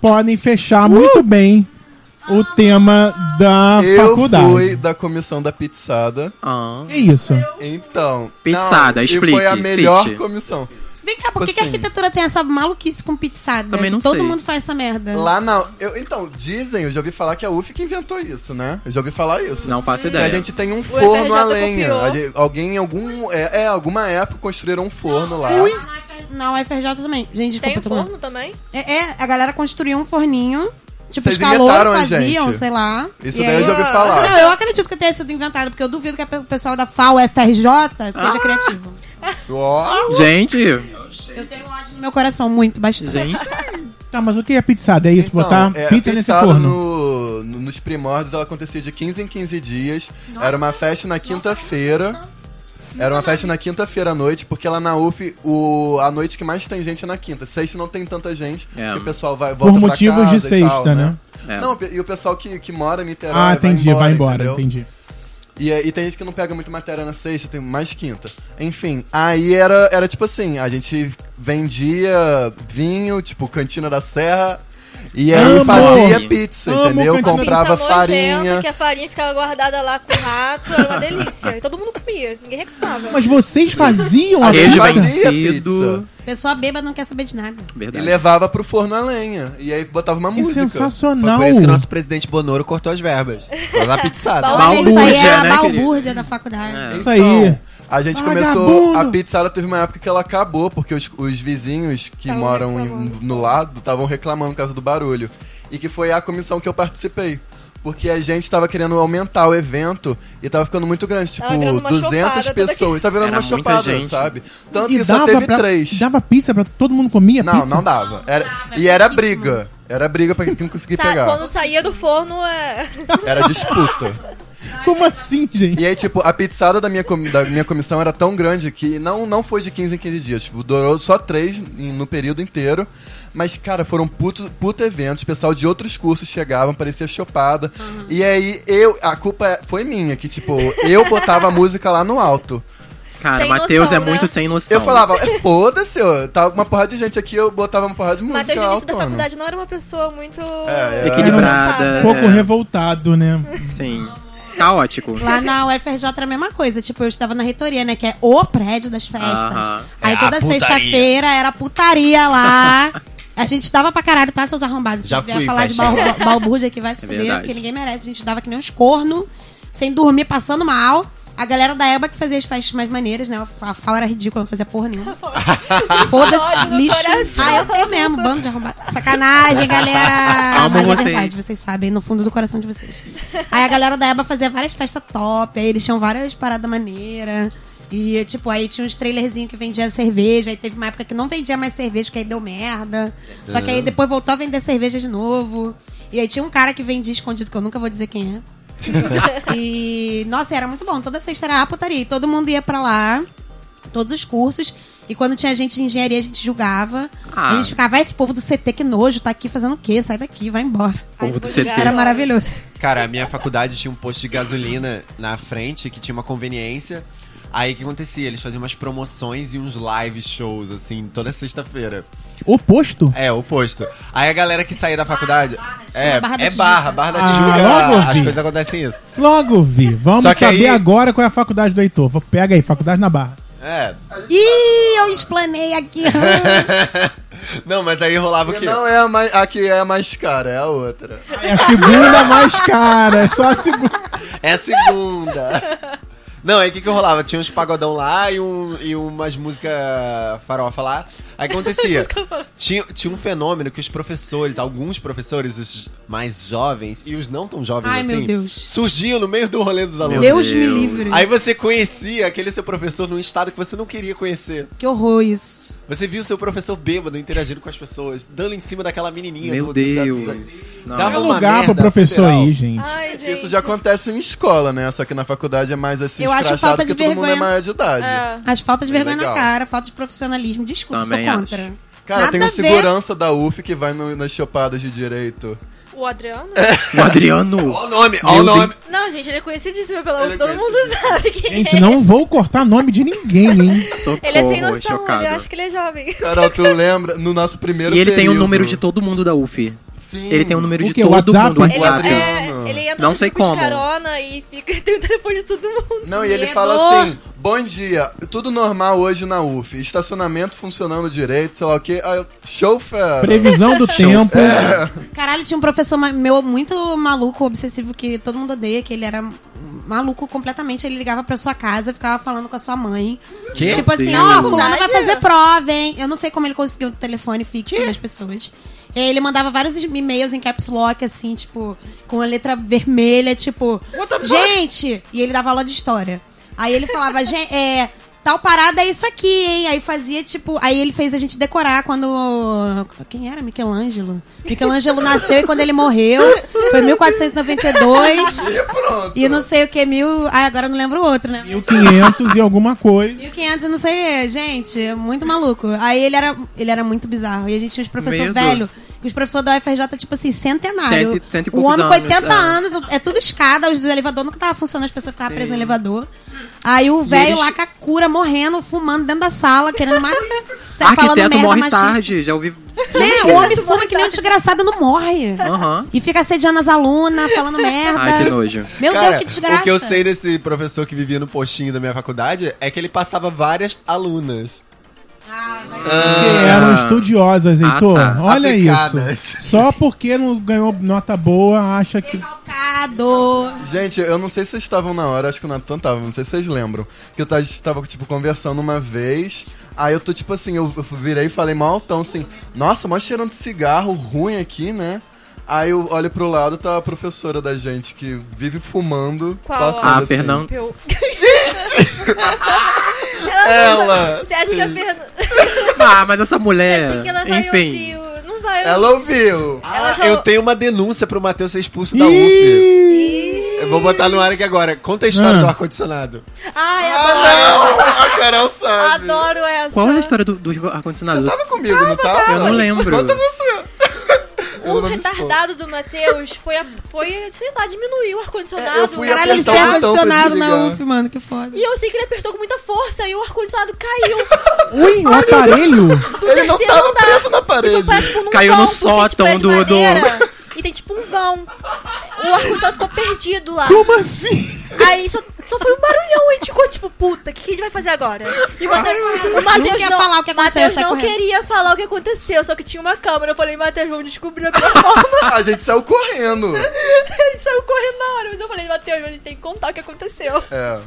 [SPEAKER 3] podem fechar
[SPEAKER 6] Uh!
[SPEAKER 3] muito bem o tema da
[SPEAKER 6] Eu
[SPEAKER 3] faculdade.
[SPEAKER 6] fui da comissão da pizzada.
[SPEAKER 4] Ah.
[SPEAKER 3] É isso.
[SPEAKER 6] Então.
[SPEAKER 4] Pizzada,
[SPEAKER 6] não,
[SPEAKER 4] explique,
[SPEAKER 6] E foi a melhor
[SPEAKER 4] cite.
[SPEAKER 6] comissão.
[SPEAKER 7] Vem cá, por que, que a
[SPEAKER 6] Assim.
[SPEAKER 7] arquitetura tem essa maluquice com pizzada?
[SPEAKER 4] Também não
[SPEAKER 7] Que Todo
[SPEAKER 4] sei.
[SPEAKER 7] mundo faz essa merda.
[SPEAKER 6] Lá na. Eu, então, dizem, eu já ouvi falar que a UF que inventou isso, né? Eu já ouvi falar isso.
[SPEAKER 4] Não faço
[SPEAKER 6] Que a
[SPEAKER 4] ideia.
[SPEAKER 6] gente tem um
[SPEAKER 8] FRJ
[SPEAKER 6] forno a lenha.
[SPEAKER 8] copiou.
[SPEAKER 6] A gente- alguém em algum. É, é, alguma época construíram um forno lá.
[SPEAKER 7] Na UFRJ também. Gente,
[SPEAKER 8] Tem
[SPEAKER 7] desculpa,
[SPEAKER 8] um
[SPEAKER 7] tô falando.
[SPEAKER 8] forno também?
[SPEAKER 7] É, é, a galera construiu um forninho. Tipo,
[SPEAKER 6] Vocês
[SPEAKER 7] os calouros
[SPEAKER 6] inventaram,
[SPEAKER 7] faziam,
[SPEAKER 6] gente.
[SPEAKER 7] sei lá.
[SPEAKER 6] Isso
[SPEAKER 7] E
[SPEAKER 6] daí
[SPEAKER 7] aí-
[SPEAKER 6] eu já ouvi
[SPEAKER 7] Não,
[SPEAKER 6] falar.
[SPEAKER 7] eu acredito que tenha sido inventado, porque eu duvido que a pe- o pessoal da FAO FRJ
[SPEAKER 6] Ah.
[SPEAKER 7] seja criativo.
[SPEAKER 6] Ó,
[SPEAKER 4] Gente,
[SPEAKER 7] Eu tenho ódio no meu coração, muito, bastante.
[SPEAKER 4] gente.
[SPEAKER 3] Tá, mas o que é pizzada? É isso,
[SPEAKER 6] Então,
[SPEAKER 3] botar
[SPEAKER 6] é,
[SPEAKER 3] pizza nesse
[SPEAKER 6] pizzada
[SPEAKER 3] forno.
[SPEAKER 6] no- no- nos primórdios, ela acontecia de 15 em 15 dias. Era uma festa na quinta-feira. Era uma festa na quinta-feira à noite, porque lá na UF, o, a noite que mais tem gente é na quinta. Sexta não tem tanta gente,
[SPEAKER 4] É.
[SPEAKER 6] porque o pessoal vai
[SPEAKER 3] Por
[SPEAKER 6] volta pra
[SPEAKER 3] motivos
[SPEAKER 6] casa
[SPEAKER 3] de
[SPEAKER 6] e tal,
[SPEAKER 3] sexta, né?
[SPEAKER 4] É.
[SPEAKER 6] Não, e o pessoal que, que mora em Niterói
[SPEAKER 3] Ah, entendi, vai embora,
[SPEAKER 6] entendeu?
[SPEAKER 3] entendi.
[SPEAKER 6] E, e tem gente que não pega muito matéria na sexta, tem mais quinta. Enfim, aí era, era tipo assim, a gente vendia vinho, tipo, cantina da serra, e aí
[SPEAKER 3] Amo!
[SPEAKER 6] fazia pizza,
[SPEAKER 3] Amo
[SPEAKER 6] entendeu?
[SPEAKER 3] Cantina da
[SPEAKER 6] Comprava
[SPEAKER 8] Pizza nojenta,
[SPEAKER 6] farinha.
[SPEAKER 8] Que é a farinha ficava guardada lá com o rato. Era uma delícia. E todo mundo comia. Ninguém reclamava.
[SPEAKER 3] Mas vocês faziam a
[SPEAKER 4] Queijo
[SPEAKER 6] fazia
[SPEAKER 4] vencido.
[SPEAKER 7] Pessoa bêbada não quer saber de nada.
[SPEAKER 6] E
[SPEAKER 4] É, Verdade.
[SPEAKER 6] levava pro forno a lenha. E aí botava uma
[SPEAKER 3] Que
[SPEAKER 6] música.
[SPEAKER 3] É sensacional.
[SPEAKER 9] Por É isso que nosso presidente Bonoro cortou as verbas. Mas a pizzada.
[SPEAKER 8] Bom.
[SPEAKER 7] Olha, isso aí é
[SPEAKER 4] Balbúrdia,
[SPEAKER 7] a
[SPEAKER 4] né,
[SPEAKER 7] balbúrdia da faculdade.
[SPEAKER 4] É.
[SPEAKER 3] Isso aí.
[SPEAKER 6] A gente começou.
[SPEAKER 3] Vagabundo!
[SPEAKER 6] A pizzada teve uma época que ela acabou, porque os, os vizinhos que
[SPEAKER 8] Tavam
[SPEAKER 6] moram em-
[SPEAKER 8] reclamando.
[SPEAKER 6] no lado estavam reclamando por causa do barulho. E que foi a comissão que eu participei. Porque a gente tava querendo aumentar o evento e tava ficando muito grande, tipo,
[SPEAKER 8] Tava virando uma
[SPEAKER 6] 200
[SPEAKER 8] chopada, tudo
[SPEAKER 6] pessoas. Tá virando
[SPEAKER 4] Era
[SPEAKER 6] uma
[SPEAKER 4] muita
[SPEAKER 6] chopada,
[SPEAKER 4] gente.
[SPEAKER 6] sabe? Tanto
[SPEAKER 3] E
[SPEAKER 6] que só teve
[SPEAKER 3] pra,
[SPEAKER 6] três.
[SPEAKER 3] dava pizza pra todo mundo comia
[SPEAKER 6] Não,
[SPEAKER 3] pizza?
[SPEAKER 6] não dava. Era- e era briga. Era briga pra quem não conseguia
[SPEAKER 8] Sa-
[SPEAKER 6] pegar.
[SPEAKER 8] Quando saía do forno, é...
[SPEAKER 6] Era disputa.
[SPEAKER 3] Como assim, gente?
[SPEAKER 6] E aí, tipo, a pizzada da minha, comi- da minha comissão era tão grande que não, não foi de 15 em 15 dias. Tipo, durou só três em- no período inteiro. Mas, cara, foram puto, puto eventos. Pessoal de outros cursos chegavam, parecia chopada. E aí, eu... A culpa é- foi minha, que, tipo, eu botava a música lá no alto.
[SPEAKER 4] Cara,
[SPEAKER 8] Sem
[SPEAKER 4] Matheus é
[SPEAKER 8] noção, né?
[SPEAKER 4] muito sem noção.
[SPEAKER 6] Eu falava, "É, foda-se, ó, tá uma porrada de gente aqui, eu botava uma porrada de música
[SPEAKER 8] Mas desde o
[SPEAKER 6] lá
[SPEAKER 8] início da
[SPEAKER 6] autona."
[SPEAKER 8] faculdade não era uma pessoa muito.
[SPEAKER 6] É, é.
[SPEAKER 4] Equilibrada.
[SPEAKER 3] Um pouco
[SPEAKER 4] é.
[SPEAKER 3] revoltado, né?
[SPEAKER 4] Sim. Caótico.
[SPEAKER 7] Lá na UFRJ era a mesma coisa. Tipo, eu estava na reitoria, né? Que é o prédio das festas.
[SPEAKER 4] Aham.
[SPEAKER 7] Aí
[SPEAKER 1] É a
[SPEAKER 7] toda
[SPEAKER 1] putaria.
[SPEAKER 7] sexta-feira era putaria lá. A gente dava pra caralho, tá, seus arrombados? Se
[SPEAKER 5] Já
[SPEAKER 7] vier
[SPEAKER 5] fui,
[SPEAKER 7] falar de
[SPEAKER 5] Caixinha.
[SPEAKER 7] bal- balbúrdia que vai se
[SPEAKER 4] É
[SPEAKER 7] fuder,
[SPEAKER 4] verdade.
[SPEAKER 7] porque ninguém merece. A gente dava que nem uns corno, sem dormir, passando mal. A galera da EBA que fazia as festas mais maneiras, né? A FAO era ridícula, não fazia porra nenhuma. Foda-se,
[SPEAKER 8] Ódio no
[SPEAKER 7] lixo.
[SPEAKER 8] coração.
[SPEAKER 7] Ah, eu, eu mesmo, bando de arrombado. Sacanagem, galera.
[SPEAKER 4] Amo
[SPEAKER 7] Mas é
[SPEAKER 4] vocês.
[SPEAKER 7] verdade, vocês sabem, no fundo do coração de vocês. Aí a galera da EBA fazia várias festas top, aí eles tinham várias paradas maneiras. E, tipo, aí tinha uns trailerzinhos que vendia cerveja. Aí teve uma época que não vendia mais cerveja, que aí deu merda. Só
[SPEAKER 4] É.
[SPEAKER 7] que aí depois voltou a vender cerveja de novo. E aí tinha um cara que vendia escondido, que eu nunca vou dizer quem é. E, nossa, era muito bom. Toda sexta era a putaria. E todo mundo ia pra lá, todos os cursos. E quando tinha gente de engenharia, a gente julgava.
[SPEAKER 4] Ah.
[SPEAKER 7] A gente ficava, "Ah, esse povo do CT, que nojo, tá aqui fazendo o quê? Sai daqui, vai embora.
[SPEAKER 4] Povo do
[SPEAKER 8] vou
[SPEAKER 4] CT.
[SPEAKER 8] ligar.
[SPEAKER 7] Era maravilhoso.
[SPEAKER 5] Cara, a minha faculdade tinha um posto de gasolina na frente que tinha uma conveniência. Aí o que acontecia? Eles faziam umas promoções e uns live shows, assim, toda sexta-feira.
[SPEAKER 3] Oposto?
[SPEAKER 5] É, o posto. Aí a galera que saía da faculdade. é,
[SPEAKER 7] Barra da
[SPEAKER 5] é
[SPEAKER 7] Tijuca.
[SPEAKER 5] barra, barra da
[SPEAKER 3] Ah,
[SPEAKER 5] Tijuca.
[SPEAKER 3] logo,
[SPEAKER 5] as
[SPEAKER 3] vi.
[SPEAKER 5] coisas acontecem isso.
[SPEAKER 3] Logo, Vi. Vamos
[SPEAKER 5] Só que
[SPEAKER 3] saber
[SPEAKER 5] aí-
[SPEAKER 3] agora qual é a faculdade do Heitor. Pega aí, faculdade na barra.
[SPEAKER 5] É.
[SPEAKER 7] Ih, eu esplanei aqui.
[SPEAKER 5] Não, mas aí rolava o
[SPEAKER 6] E
[SPEAKER 5] quê?
[SPEAKER 6] não é a, mais, a que é a mais cara, é a outra.
[SPEAKER 3] É a segunda mais cara. É só a segunda.
[SPEAKER 5] É a segunda. Não, aí o que, que rolava? Tinha uns pagodão lá e, um, e umas músicas farofa lá. Aí o que acontecia. tinha, tinha um fenômeno que os professores, alguns professores, os mais jovens e os não tão jovens
[SPEAKER 7] Ai,
[SPEAKER 5] assim,
[SPEAKER 7] meu Deus.
[SPEAKER 5] surgiam no meio do rolê dos alunos.
[SPEAKER 7] Deus me
[SPEAKER 4] Deus.
[SPEAKER 7] livre.
[SPEAKER 5] Aí você conhecia aquele seu professor num estado que você não queria conhecer.
[SPEAKER 7] Que horror isso.
[SPEAKER 5] Você viu seu professor bêbado interagindo com as pessoas, dando em cima daquela menininha.
[SPEAKER 4] Meu Deus. Não.
[SPEAKER 5] Dava
[SPEAKER 3] É
[SPEAKER 5] uma
[SPEAKER 3] lugar pro
[SPEAKER 5] merda
[SPEAKER 3] professor
[SPEAKER 5] federal.
[SPEAKER 3] aí, gente.
[SPEAKER 8] Ai, gente.
[SPEAKER 6] Isso já acontece em escola, né? Só que na faculdade é mais assim,
[SPEAKER 7] Eu acho
[SPEAKER 6] escrachado,
[SPEAKER 7] falta
[SPEAKER 6] porque
[SPEAKER 7] de
[SPEAKER 6] todo mundo é
[SPEAKER 7] vergonha.
[SPEAKER 6] maior de idade.
[SPEAKER 8] É.
[SPEAKER 7] As faltas de
[SPEAKER 6] É
[SPEAKER 7] vergonha
[SPEAKER 6] legal.
[SPEAKER 7] na cara, falta de profissionalismo. Desculpa,
[SPEAKER 4] Também acho.
[SPEAKER 7] sou contra.
[SPEAKER 6] Cara, tem
[SPEAKER 7] Nada
[SPEAKER 6] um
[SPEAKER 7] a ver.
[SPEAKER 6] segurança da UF que vai no- nas chopadas de direito.
[SPEAKER 8] O Adriano?
[SPEAKER 4] O Adriano.
[SPEAKER 5] Ó o nome, ó o nome.
[SPEAKER 8] É. Não, gente, ele é conhecidíssimo pela
[SPEAKER 6] Ele é
[SPEAKER 8] UF. Todo mundo sabe quem
[SPEAKER 3] Gente,
[SPEAKER 8] é.
[SPEAKER 3] não vou cortar nome de ninguém, hein?
[SPEAKER 4] Socorro,
[SPEAKER 8] Ele é sem noção,
[SPEAKER 4] chocado.
[SPEAKER 8] ele acha que ele é jovem.
[SPEAKER 6] Carol, tu lembra? No nosso primeiro
[SPEAKER 4] E ele tem o
[SPEAKER 6] período-
[SPEAKER 4] número de todo mundo da UF.
[SPEAKER 6] Sim.
[SPEAKER 4] Ele tem o número
[SPEAKER 3] O
[SPEAKER 4] de
[SPEAKER 3] quê?
[SPEAKER 4] todo
[SPEAKER 3] WhatsApp?
[SPEAKER 4] mundo.
[SPEAKER 8] Ele,
[SPEAKER 4] WhatsApp.
[SPEAKER 8] é, ele entra
[SPEAKER 4] Não
[SPEAKER 8] no
[SPEAKER 4] sei
[SPEAKER 8] grupo
[SPEAKER 4] como.
[SPEAKER 8] de carona e fica, tem o telefone de todo mundo.
[SPEAKER 6] Não, e ele
[SPEAKER 7] Medo.
[SPEAKER 6] fala assim: bom dia, tudo normal hoje na UF, estacionamento funcionando direito, sei lá o quê. Aí eu, show, fera.
[SPEAKER 3] Previsão do tempo.
[SPEAKER 5] É.
[SPEAKER 7] Caralho, tinha um professor ma- meu muito maluco, obsessivo, que todo mundo odeia, que ele era maluco completamente. Ele ligava pra sua casa, ficava falando com a sua mãe.
[SPEAKER 4] Que?
[SPEAKER 7] Tipo assim,
[SPEAKER 4] Deus.
[SPEAKER 7] ó, fulano vai
[SPEAKER 8] Verdade?
[SPEAKER 7] fazer prova, hein? Eu não sei como ele conseguiu o telefone fixo das pessoas. Ele mandava vários e-mails em caps lock, assim, tipo, com a letra vermelha, tipo, gente! E ele dava aula de história. Aí ele falava, gente, é. Tal parada é isso aqui, hein? Aí fazia, tipo. Aí ele fez a gente decorar quando. Quem era? Michelangelo. Michelangelo nasceu e quando ele morreu. Foi 1492.
[SPEAKER 6] E pronto.
[SPEAKER 7] E não sei o que, mil. Ai, agora eu não lembro o outro, né?
[SPEAKER 3] 500 e alguma coisa.
[SPEAKER 7] 1500 e não sei, gente, é muito maluco. Aí ele era, ele era muito bizarro. E a gente tinha uns professores
[SPEAKER 4] Medo.
[SPEAKER 7] velhos. E os professores da UFRJ, tipo assim, centenário.
[SPEAKER 4] Cento e- cento e
[SPEAKER 7] o
[SPEAKER 4] poucos
[SPEAKER 7] homem com
[SPEAKER 4] anos,
[SPEAKER 7] 80
[SPEAKER 4] é.
[SPEAKER 7] anos, é tudo escada, os elevadores nunca tava funcionando, as pessoas ficavam presas no elevador. Aí o velho
[SPEAKER 4] eles-
[SPEAKER 7] lá com a cura, morrendo, fumando dentro da sala, querendo matar.
[SPEAKER 8] tá
[SPEAKER 7] falando merda
[SPEAKER 4] Arquiteto morre
[SPEAKER 7] machista.
[SPEAKER 4] tarde, já ouvi.
[SPEAKER 7] Né? O homem fuma que nem um desgraçado, não morre.
[SPEAKER 4] Aham.
[SPEAKER 7] E fica assediando as alunas, falando merda.
[SPEAKER 4] Ai, que nojo.
[SPEAKER 7] Meu
[SPEAKER 5] Cara,
[SPEAKER 7] Deus, que desgraça.
[SPEAKER 5] O que eu sei desse professor que vivia no postinho da minha faculdade é que ele passava várias alunas.
[SPEAKER 3] Que
[SPEAKER 4] um
[SPEAKER 3] eram estudiosas, Heitor.
[SPEAKER 4] Ah, tá.
[SPEAKER 3] Olha
[SPEAKER 5] Ah. Aplicadas.
[SPEAKER 3] isso. Só porque não ganhou nota boa, acha que.
[SPEAKER 7] Calcado.
[SPEAKER 6] Gente, eu não sei se vocês estavam na hora, acho que o Natan tava, não sei se vocês lembram. Que eu tava, a gente tava, tipo, conversando uma vez. Aí eu tô, tipo assim, eu, eu virei e falei mal altão, assim, nossa, mó cheirando de cigarro ruim aqui, né? Aí eu olho pro lado, tá a professora da gente que vive fumando.
[SPEAKER 8] Qual?
[SPEAKER 4] Ah,
[SPEAKER 6] assim.
[SPEAKER 4] Fernando.
[SPEAKER 8] Eu-
[SPEAKER 6] Ela!
[SPEAKER 8] Você acha que a Fernanda.
[SPEAKER 4] Ah, mas essa mulher.
[SPEAKER 8] que É ela vai
[SPEAKER 4] Enfim.
[SPEAKER 8] ouvir? o- Não vai
[SPEAKER 6] Ela ouviu!
[SPEAKER 8] Ela
[SPEAKER 5] Ah,
[SPEAKER 8] já-
[SPEAKER 5] eu tenho uma denúncia pro Matheus ser expulso da UF.
[SPEAKER 3] Ih!
[SPEAKER 5] Eu vou botar no ar aqui agora. Conta a história
[SPEAKER 3] Ah.
[SPEAKER 5] do ar-condicionado.
[SPEAKER 8] Ai,
[SPEAKER 6] Não, a Carol sabe.
[SPEAKER 8] Ah, adoro, adoro essa.
[SPEAKER 4] Qual é a história do, do ar-condicionado?
[SPEAKER 6] Tava comigo, não tava?
[SPEAKER 4] Eu não lembro.
[SPEAKER 6] Conta você.
[SPEAKER 8] O
[SPEAKER 6] Eu não me expor.
[SPEAKER 8] retardado né? do Matheus foi, a- foi, sei lá, diminuiu o ar-condicionado.
[SPEAKER 6] É, eu fui
[SPEAKER 7] Caralho, eles têm
[SPEAKER 6] apertar o botão pra
[SPEAKER 7] ar-condicionado na
[SPEAKER 6] desligar.
[SPEAKER 7] UF, mano, que foda.
[SPEAKER 8] E eu sei que ele apertou com muita força e o ar-condicionado caiu.
[SPEAKER 3] Ui, o aparelho?
[SPEAKER 8] do
[SPEAKER 6] Ele não
[SPEAKER 8] terceiro
[SPEAKER 6] tava
[SPEAKER 8] andar.
[SPEAKER 6] preso na parede.
[SPEAKER 8] Então, tá, tipo, num
[SPEAKER 4] Caiu no
[SPEAKER 8] vão, porque, tipo,
[SPEAKER 4] sótão
[SPEAKER 8] é de
[SPEAKER 4] do- do-
[SPEAKER 8] madeira. E tem tipo um vão. O ar-condicionado ficou perdido lá.
[SPEAKER 3] Como assim?
[SPEAKER 8] Aí só, só foi um barulhão e a gente ficou tipo, puta, o que, que a gente vai fazer agora? E o Matheus- o Matheus
[SPEAKER 7] Não quer falar o que aconteceu,
[SPEAKER 8] Matheus
[SPEAKER 7] sai
[SPEAKER 8] não
[SPEAKER 7] correndo.
[SPEAKER 8] queria falar o que aconteceu, só que tinha uma câmera. Eu falei, Matheus, vamos descobrir de outra forma.
[SPEAKER 6] Ah, A gente saiu correndo.
[SPEAKER 8] a gente saiu correndo na hora, mas eu falei, Matheus, a gente tem que contar o que aconteceu.
[SPEAKER 6] É.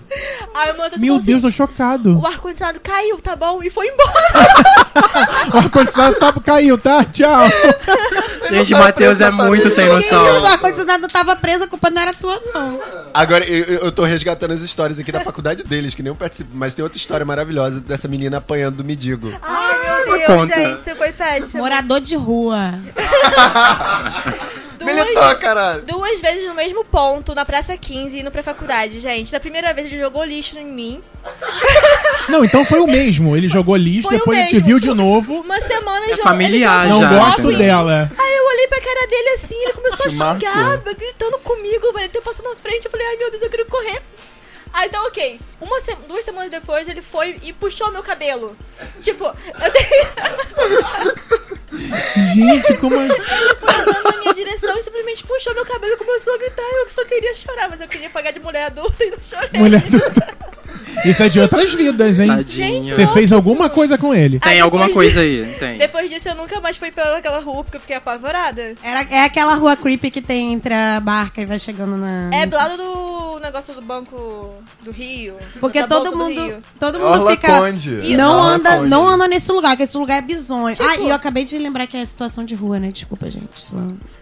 [SPEAKER 8] Aí o Matheus
[SPEAKER 3] Meu
[SPEAKER 8] falou
[SPEAKER 3] Deus, tô
[SPEAKER 8] assim,
[SPEAKER 3] chocado.
[SPEAKER 8] o ar-condicionado caiu, tá bom? E foi embora.
[SPEAKER 3] O ar-condicionado tá, caiu, tá? Tchau.
[SPEAKER 4] Gente, Matheus é muito sem
[SPEAKER 7] Que isso, o
[SPEAKER 4] noção.
[SPEAKER 7] ar-condicionado tava preso, a culpa não era tua, não.
[SPEAKER 5] Agora, eu, eu- eu tô resgatando as histórias aqui da faculdade deles, que nem eu participo. Mas tem outra história maravilhosa dessa menina apanhando do mendigo.
[SPEAKER 8] Ah. Ai, meu Deus,
[SPEAKER 4] Ah, Conta.
[SPEAKER 8] gente, isso foi péssimo.
[SPEAKER 7] Morador de rua. tá
[SPEAKER 6] Militou, caralho.
[SPEAKER 8] Duas vezes no mesmo ponto, na Praça 15 e no pré-faculdade, gente. Da primeira vez ele jogou lixo em mim.
[SPEAKER 3] Não, então foi o mesmo. Ele jogou lixo,
[SPEAKER 8] Foi o
[SPEAKER 3] depois a gente
[SPEAKER 8] mesmo.
[SPEAKER 3] viu de novo.
[SPEAKER 8] Uma semana ele jogou
[SPEAKER 4] familiar
[SPEAKER 8] ele
[SPEAKER 4] já,
[SPEAKER 3] Não
[SPEAKER 8] jogou
[SPEAKER 4] já,
[SPEAKER 8] shopping.
[SPEAKER 3] gosto
[SPEAKER 4] gente.
[SPEAKER 3] dela.
[SPEAKER 8] Aí eu olhei pra cara dele assim, ele começou a
[SPEAKER 6] Te marcou.
[SPEAKER 8] xingar, gritando comigo, velho. Até passou na frente, eu falei, ai meu Deus, eu quero correr. Aí então, ok. Uma se- Duas semanas depois ele foi e puxou meu cabelo. Tipo, eu tenho.
[SPEAKER 3] Gente, como é...
[SPEAKER 8] Ele foi andando na minha direção e simplesmente puxou meu cabelo e começou a gritar. Eu só queria chorar, mas eu queria pagar de mulher adulta e não chorei.
[SPEAKER 3] Mulher do... Isso é de outras vidas, hein?
[SPEAKER 4] Tadinho.
[SPEAKER 3] Você fez alguma coisa com ele.
[SPEAKER 8] Aí
[SPEAKER 4] Tem alguma
[SPEAKER 8] depois
[SPEAKER 4] coisa aí, tem.
[SPEAKER 8] Depois disso eu nunca mais fui pelaquela rua porque eu fiquei apavorada.
[SPEAKER 7] Era, é aquela rua creepy que tem entre a barca e vai chegando na.
[SPEAKER 8] É
[SPEAKER 7] no-
[SPEAKER 8] do lado do negócio do Banco do Rio.
[SPEAKER 7] Porque
[SPEAKER 8] da
[SPEAKER 7] todo
[SPEAKER 8] Bolsa do Rio.
[SPEAKER 7] mundo, todo mundo
[SPEAKER 6] Orla
[SPEAKER 7] fica.
[SPEAKER 6] Conde.
[SPEAKER 7] Não
[SPEAKER 6] Orla
[SPEAKER 7] anda,
[SPEAKER 6] Conde.
[SPEAKER 7] não anda nesse lugar, que esse lugar é bizonho.
[SPEAKER 8] Tipo-
[SPEAKER 7] Ah, e eu acabei de lembrar que é situação de rua, né? Desculpa, gente. Só...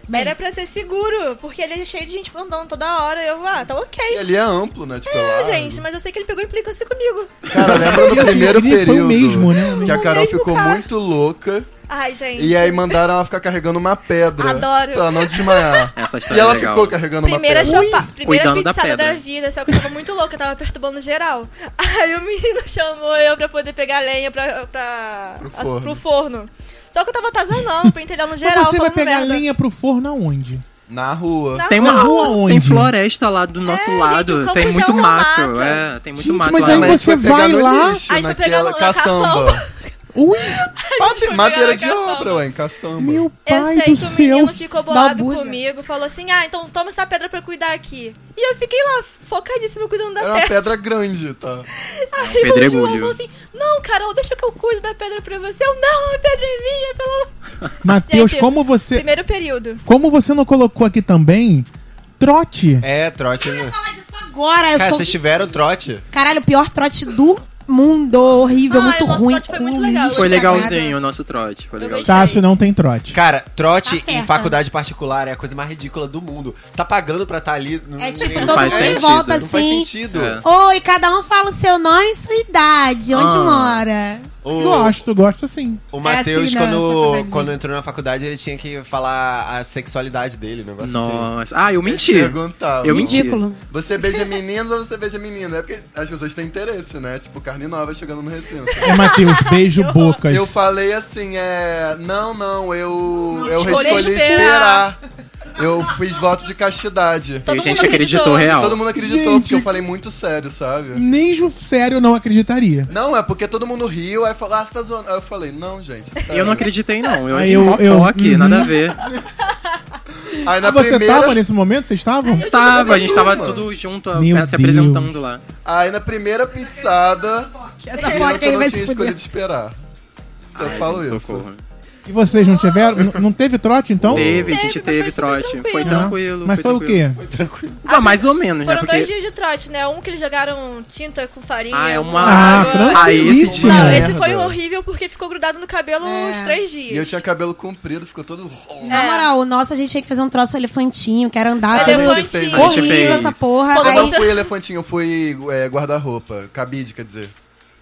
[SPEAKER 7] Bem,
[SPEAKER 8] Era pra ser seguro, porque ele é cheio de gente andando toda hora. Eu, ah, tá
[SPEAKER 6] E
[SPEAKER 8] ok.
[SPEAKER 6] ali é amplo, né? Tipo,
[SPEAKER 8] É,
[SPEAKER 6] largo.
[SPEAKER 8] gente, mas eu sei que ele pegou implicância comigo.
[SPEAKER 6] Cara, lembra do
[SPEAKER 3] Eu
[SPEAKER 6] primeiro
[SPEAKER 3] queria que
[SPEAKER 6] período?
[SPEAKER 3] foi o mesmo, né?
[SPEAKER 6] Que a
[SPEAKER 8] O
[SPEAKER 6] Carol
[SPEAKER 8] mesmo,
[SPEAKER 6] ficou
[SPEAKER 8] cara.
[SPEAKER 6] muito louca.
[SPEAKER 8] Ai, gente.
[SPEAKER 6] E aí mandaram ela ficar carregando uma pedra.
[SPEAKER 8] Adoro.
[SPEAKER 6] Pra ela não desmaiar.
[SPEAKER 4] Essa história
[SPEAKER 6] E ela
[SPEAKER 4] é legal.
[SPEAKER 6] ficou carregando
[SPEAKER 8] Primeira
[SPEAKER 6] uma pedra.
[SPEAKER 8] chopa, primeira
[SPEAKER 4] Cuidando da
[SPEAKER 8] pizzada da,
[SPEAKER 4] pedra.
[SPEAKER 8] vida, só que eu tava muito louca, eu tava perturbando geral. Aí o menino chamou eu pra poder pegar lenha pra, pra,
[SPEAKER 6] Pro forno.
[SPEAKER 8] forno. Só que eu tava atazanando, pentelhando geral,
[SPEAKER 3] Mas você vai
[SPEAKER 8] falando
[SPEAKER 3] pegar
[SPEAKER 8] merda.
[SPEAKER 3] linha pro forno aonde?
[SPEAKER 6] Na rua.
[SPEAKER 8] Na
[SPEAKER 4] Tem uma
[SPEAKER 3] Na rua
[SPEAKER 4] rua, Ah, tem
[SPEAKER 3] onde?
[SPEAKER 4] floresta lá do nosso
[SPEAKER 8] É, gente,
[SPEAKER 4] lado, tem
[SPEAKER 8] o campus
[SPEAKER 4] muito
[SPEAKER 8] é uma
[SPEAKER 4] mato,
[SPEAKER 8] mata.
[SPEAKER 4] é, tem muito
[SPEAKER 3] Gente,
[SPEAKER 4] mato
[SPEAKER 5] Ah,
[SPEAKER 3] mas
[SPEAKER 4] lá.
[SPEAKER 3] aí
[SPEAKER 6] Mas a gente
[SPEAKER 3] você
[SPEAKER 6] foi pegar
[SPEAKER 3] vai
[SPEAKER 6] no
[SPEAKER 3] lá-
[SPEAKER 6] lixo,
[SPEAKER 8] A gente foi
[SPEAKER 6] naquela
[SPEAKER 8] pegar no- na
[SPEAKER 6] caçamba.
[SPEAKER 3] Ui,
[SPEAKER 6] Papi-
[SPEAKER 8] foi
[SPEAKER 6] Madeira
[SPEAKER 8] pegar
[SPEAKER 6] de
[SPEAKER 8] na
[SPEAKER 6] obra,
[SPEAKER 8] caçamba.
[SPEAKER 6] ué, em caçamba.
[SPEAKER 3] meu
[SPEAKER 8] Eu
[SPEAKER 3] pai
[SPEAKER 8] sei que
[SPEAKER 3] do
[SPEAKER 8] o
[SPEAKER 3] céu.
[SPEAKER 8] menino ficou
[SPEAKER 7] Da
[SPEAKER 8] bolado
[SPEAKER 7] búzia.
[SPEAKER 8] comigo, falou assim, ah, então toma essa pedra pra eu cuidar aqui. E eu fiquei lá, focadíssima, cuidando da
[SPEAKER 6] Era É uma
[SPEAKER 8] pedra.
[SPEAKER 6] pedra grande, tá?
[SPEAKER 8] Aí
[SPEAKER 4] Pedregulho.
[SPEAKER 8] o João falou assim, não, Carol, deixa que eu cuido da pedra pra você. Eu, não, a pedra é minha, pelo amor de Deus."
[SPEAKER 3] Matheus,
[SPEAKER 8] Gente,
[SPEAKER 3] como você.
[SPEAKER 8] Primeiro período.
[SPEAKER 3] Como você não colocou aqui também? Trote.
[SPEAKER 5] É, trote.
[SPEAKER 7] eu ia falar disso agora, eu
[SPEAKER 5] Cara,
[SPEAKER 7] sou.
[SPEAKER 5] vocês tiveram trote?
[SPEAKER 7] Caralho, o pior trote do mundo. Horrível,
[SPEAKER 8] Ah,
[SPEAKER 7] muito
[SPEAKER 8] o nosso
[SPEAKER 7] ruim.
[SPEAKER 8] trote foi
[SPEAKER 7] com
[SPEAKER 8] muito legal.
[SPEAKER 7] lixo
[SPEAKER 4] Foi
[SPEAKER 3] é
[SPEAKER 7] cagado.
[SPEAKER 4] legalzinho o nosso trote, foi legal.
[SPEAKER 3] Estácio não tem trote.
[SPEAKER 5] Cara, trote
[SPEAKER 7] Tá
[SPEAKER 5] em
[SPEAKER 7] certa.
[SPEAKER 5] faculdade particular é a coisa mais ridícula do mundo. Você tá pagando pra estar ali.
[SPEAKER 7] É tipo,
[SPEAKER 4] Não
[SPEAKER 7] todo mundo
[SPEAKER 4] faz
[SPEAKER 7] em
[SPEAKER 4] sentido.
[SPEAKER 7] volta
[SPEAKER 5] Não faz
[SPEAKER 7] assim.
[SPEAKER 5] sentido.
[SPEAKER 4] É.
[SPEAKER 7] Oi, cada um fala o seu nome e sua idade, onde
[SPEAKER 4] Ah.
[SPEAKER 7] mora.
[SPEAKER 5] O,
[SPEAKER 3] Gosto, gosto sim.
[SPEAKER 5] o Matheus,
[SPEAKER 7] assim, na
[SPEAKER 5] quando,
[SPEAKER 7] faculdade.
[SPEAKER 5] quando entrou na faculdade, ele tinha que falar a sexualidade dele, o negócio assim.
[SPEAKER 4] Nossa, ah, eu menti.
[SPEAKER 6] Perguntava.
[SPEAKER 4] Eu menti.
[SPEAKER 7] Ridículo.
[SPEAKER 6] Você beija meninos ou você beija menina? É porque as pessoas têm interesse, né? Tipo, carne nova chegando no recinto.
[SPEAKER 3] É, Matheus, beijo bocas.
[SPEAKER 6] Eu falei assim, é. Não, não, eu. Eu
[SPEAKER 8] escolhi
[SPEAKER 6] escolhi esperar.
[SPEAKER 8] esperar.
[SPEAKER 6] Eu fiz voto de castidade.
[SPEAKER 8] Todo
[SPEAKER 4] Tem gente
[SPEAKER 8] mundo
[SPEAKER 4] que acreditou
[SPEAKER 8] acreditou.
[SPEAKER 4] real.
[SPEAKER 6] Todo mundo acreditou
[SPEAKER 3] Gente.
[SPEAKER 6] porque eu falei muito sério, sabe?
[SPEAKER 3] Nem o sério eu não acreditaria.
[SPEAKER 6] Não, é porque todo mundo riu, aí falou, ah, você tá zoando. Aí eu falei, não, gente. é sério.
[SPEAKER 4] Eu não acreditei não, eu
[SPEAKER 3] Aí
[SPEAKER 4] achei
[SPEAKER 3] Ah, eu-
[SPEAKER 4] mó
[SPEAKER 3] eu-
[SPEAKER 4] foque,
[SPEAKER 3] Uhum.
[SPEAKER 4] nada a ver.
[SPEAKER 6] Aí na
[SPEAKER 3] Ah, você
[SPEAKER 6] primeira.
[SPEAKER 3] tava nesse momento? Vocês estavam?
[SPEAKER 4] Tava, a gente tava
[SPEAKER 6] Mano.
[SPEAKER 4] tudo junto, a-
[SPEAKER 3] Meu
[SPEAKER 4] se apresentando lá.
[SPEAKER 6] Aí na primeira pizzada.
[SPEAKER 7] Essa
[SPEAKER 6] viram
[SPEAKER 7] porca
[SPEAKER 6] que eu
[SPEAKER 7] aí
[SPEAKER 6] não
[SPEAKER 7] vai
[SPEAKER 6] tinha
[SPEAKER 7] se
[SPEAKER 6] escolhido
[SPEAKER 7] fuder.
[SPEAKER 6] esperar. Só
[SPEAKER 4] Ai,
[SPEAKER 6] falo
[SPEAKER 4] gente,
[SPEAKER 6] isso.
[SPEAKER 4] Socorro.
[SPEAKER 3] E vocês não tiveram? N- não teve trote, então?
[SPEAKER 4] Teve, a gente
[SPEAKER 8] Teve, mas
[SPEAKER 4] teve
[SPEAKER 8] foi super
[SPEAKER 4] trote. Foi
[SPEAKER 8] tranquilo.
[SPEAKER 4] tranquilo.
[SPEAKER 3] Mas foi o quê?
[SPEAKER 4] Ah, mais ou menos, né?
[SPEAKER 8] Foram dois
[SPEAKER 4] Porque.
[SPEAKER 8] dias de trote, né? Um que eles jogaram tinta com farinha.
[SPEAKER 4] Ah, é
[SPEAKER 8] um
[SPEAKER 4] uma.
[SPEAKER 3] Ah,
[SPEAKER 8] água.
[SPEAKER 3] tranquilo.
[SPEAKER 4] Ah, esse
[SPEAKER 3] tranquilíssimo.
[SPEAKER 4] dia.
[SPEAKER 8] Não,
[SPEAKER 4] é.
[SPEAKER 8] esse foi
[SPEAKER 6] Merda.
[SPEAKER 8] horrível porque ficou grudado no cabelo
[SPEAKER 7] É.
[SPEAKER 8] uns três
[SPEAKER 6] E eu
[SPEAKER 8] dias.
[SPEAKER 6] tinha cabelo comprido, ficou todo.
[SPEAKER 7] Na
[SPEAKER 8] É.
[SPEAKER 7] moral, o nosso a gente tinha que fazer um troço elefantinho, que era andar
[SPEAKER 6] Ah,
[SPEAKER 7] tudo
[SPEAKER 6] elefante.
[SPEAKER 4] A gente
[SPEAKER 8] Elefantinho.
[SPEAKER 4] fez.
[SPEAKER 7] horrível essa porra.
[SPEAKER 8] Quando
[SPEAKER 6] Eu
[SPEAKER 7] Aí
[SPEAKER 6] não fui elefantinho, eu fui é, guarda-roupa. Cabide, quer dizer.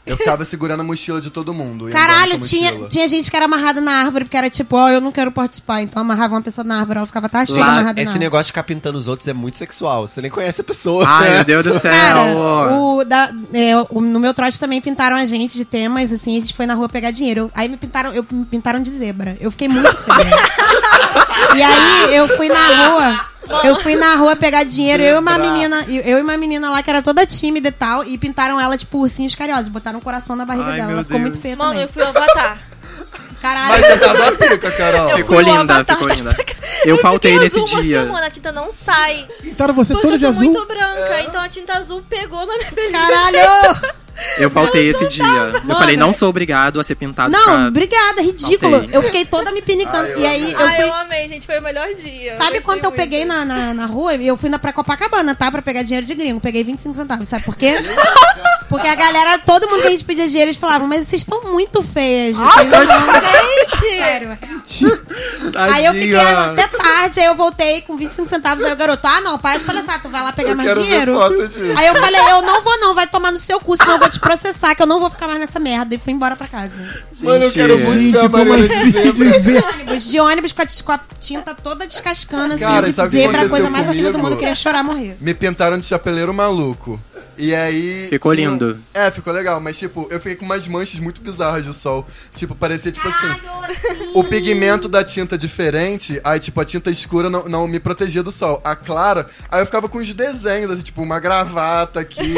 [SPEAKER 6] Eu ficava segurando a mochila de todo mundo. e
[SPEAKER 7] Caralho,
[SPEAKER 6] andando com a
[SPEAKER 7] tinha,
[SPEAKER 6] mochila.
[SPEAKER 7] tinha gente que era amarrada na árvore, porque era tipo, ó, eu não quero participar. Então amarrava uma pessoa na árvore, ela ficava tá cheia
[SPEAKER 5] Lá,
[SPEAKER 7] amarrada
[SPEAKER 5] esse
[SPEAKER 7] na
[SPEAKER 5] negócio de ficar pintando os outros é muito sexual. Você nem conhece a pessoa.
[SPEAKER 4] Ai, meu Deus do céu.
[SPEAKER 7] Cara, o da- é, o- no meu trote também pintaram a gente de temas, assim, a gente foi na rua pegar dinheiro. Eu- aí me pintaram, eu, me pintaram de zebra. Eu fiquei muito feia. e aí eu fui na rua. Eu fui na rua pegar dinheiro, eu e uma menina, eu, eu e uma menina lá que era toda tímida e tal, e pintaram ela, tipo, ursinhos carinhosos, botaram um coração na barriga
[SPEAKER 4] Ai,
[SPEAKER 7] dela.
[SPEAKER 4] meu
[SPEAKER 7] Ela ficou
[SPEAKER 4] Deus.
[SPEAKER 7] muito feia
[SPEAKER 8] Mano,
[SPEAKER 7] também.
[SPEAKER 8] eu fui o Avatar.
[SPEAKER 7] Caralho,
[SPEAKER 6] Mas é- você tava a pica, Carol.
[SPEAKER 8] Eu-
[SPEAKER 4] Ficou
[SPEAKER 8] fui lá
[SPEAKER 4] linda,
[SPEAKER 8] matar.
[SPEAKER 4] ficou linda. Eu faltei
[SPEAKER 8] fiquei
[SPEAKER 4] nesse
[SPEAKER 8] azul
[SPEAKER 4] dia.
[SPEAKER 8] Uma semana, a tinta não sai.
[SPEAKER 3] Pintaram você
[SPEAKER 8] Porque
[SPEAKER 3] toda
[SPEAKER 8] eu
[SPEAKER 3] de
[SPEAKER 8] sou
[SPEAKER 3] azul. É.
[SPEAKER 8] muito branca, então a tinta azul pegou na minha pele.
[SPEAKER 7] caralho!
[SPEAKER 4] Eu faltei esse dia. Eu
[SPEAKER 7] Mano.
[SPEAKER 4] falei, não sou obrigado a ser pintado
[SPEAKER 7] Não,
[SPEAKER 4] pra-
[SPEAKER 7] obrigada, ridículo.
[SPEAKER 4] Não tem.
[SPEAKER 7] Eu fiquei toda me pinicando. e aí eu
[SPEAKER 8] Ah,
[SPEAKER 7] fui.
[SPEAKER 8] eu amei, gente. Foi o melhor dia.
[SPEAKER 7] Sabe
[SPEAKER 8] gostei
[SPEAKER 7] quanto eu
[SPEAKER 8] muito.
[SPEAKER 7] peguei na, na, na rua? Eu fui na, pra Copacabana, tá? Pra pegar dinheiro de gringo. Peguei 25 centavos. Sabe por quê? Porque a galera, todo mundo que a gente pedia dinheiro, eles falavam, mas vocês estão muito feias. Vocês não vão-" Sério. Aí eu fiquei "Ah, até tarde, aí eu voltei com 25 centavos. Aí o garoto, ah, não, para de palhaçar, tu vai lá pegar
[SPEAKER 6] Eu
[SPEAKER 7] mais
[SPEAKER 6] quero ver
[SPEAKER 7] dinheiro.
[SPEAKER 6] foto disso.
[SPEAKER 7] Aí eu falei, eu não vou não, vai tomar no seu cu, senão eu vou te processar, que eu não vou ficar mais nessa merda. E fui embora pra casa.
[SPEAKER 6] Mano, eu quero muito
[SPEAKER 3] Gente,
[SPEAKER 6] ver a
[SPEAKER 3] como
[SPEAKER 6] Mariana de
[SPEAKER 3] assim
[SPEAKER 6] zebra.
[SPEAKER 3] dizer?
[SPEAKER 7] ônibus, de ônibus com a, com a tinta toda descascando, assim,
[SPEAKER 6] Cara,
[SPEAKER 7] de
[SPEAKER 6] sabe o que
[SPEAKER 7] zebra, a
[SPEAKER 6] aconteceu
[SPEAKER 7] coisa mais horrível do
[SPEAKER 6] comigo?
[SPEAKER 7] mundo, eu queria chorar morrer.
[SPEAKER 6] Me pintaram de chapeleiro maluco. E aí.
[SPEAKER 4] Ficou
[SPEAKER 6] tinha-
[SPEAKER 4] lindo.
[SPEAKER 6] É, ficou legal, mas tipo, eu fiquei com umas manchas muito bizarras de sol. Tipo, parecia tipo assim. O pigmento da tinta diferente, aí tipo, a tinta escura não, não me protegia do sol. A clara, aí eu ficava com os desenhos, assim, tipo, uma gravata aqui,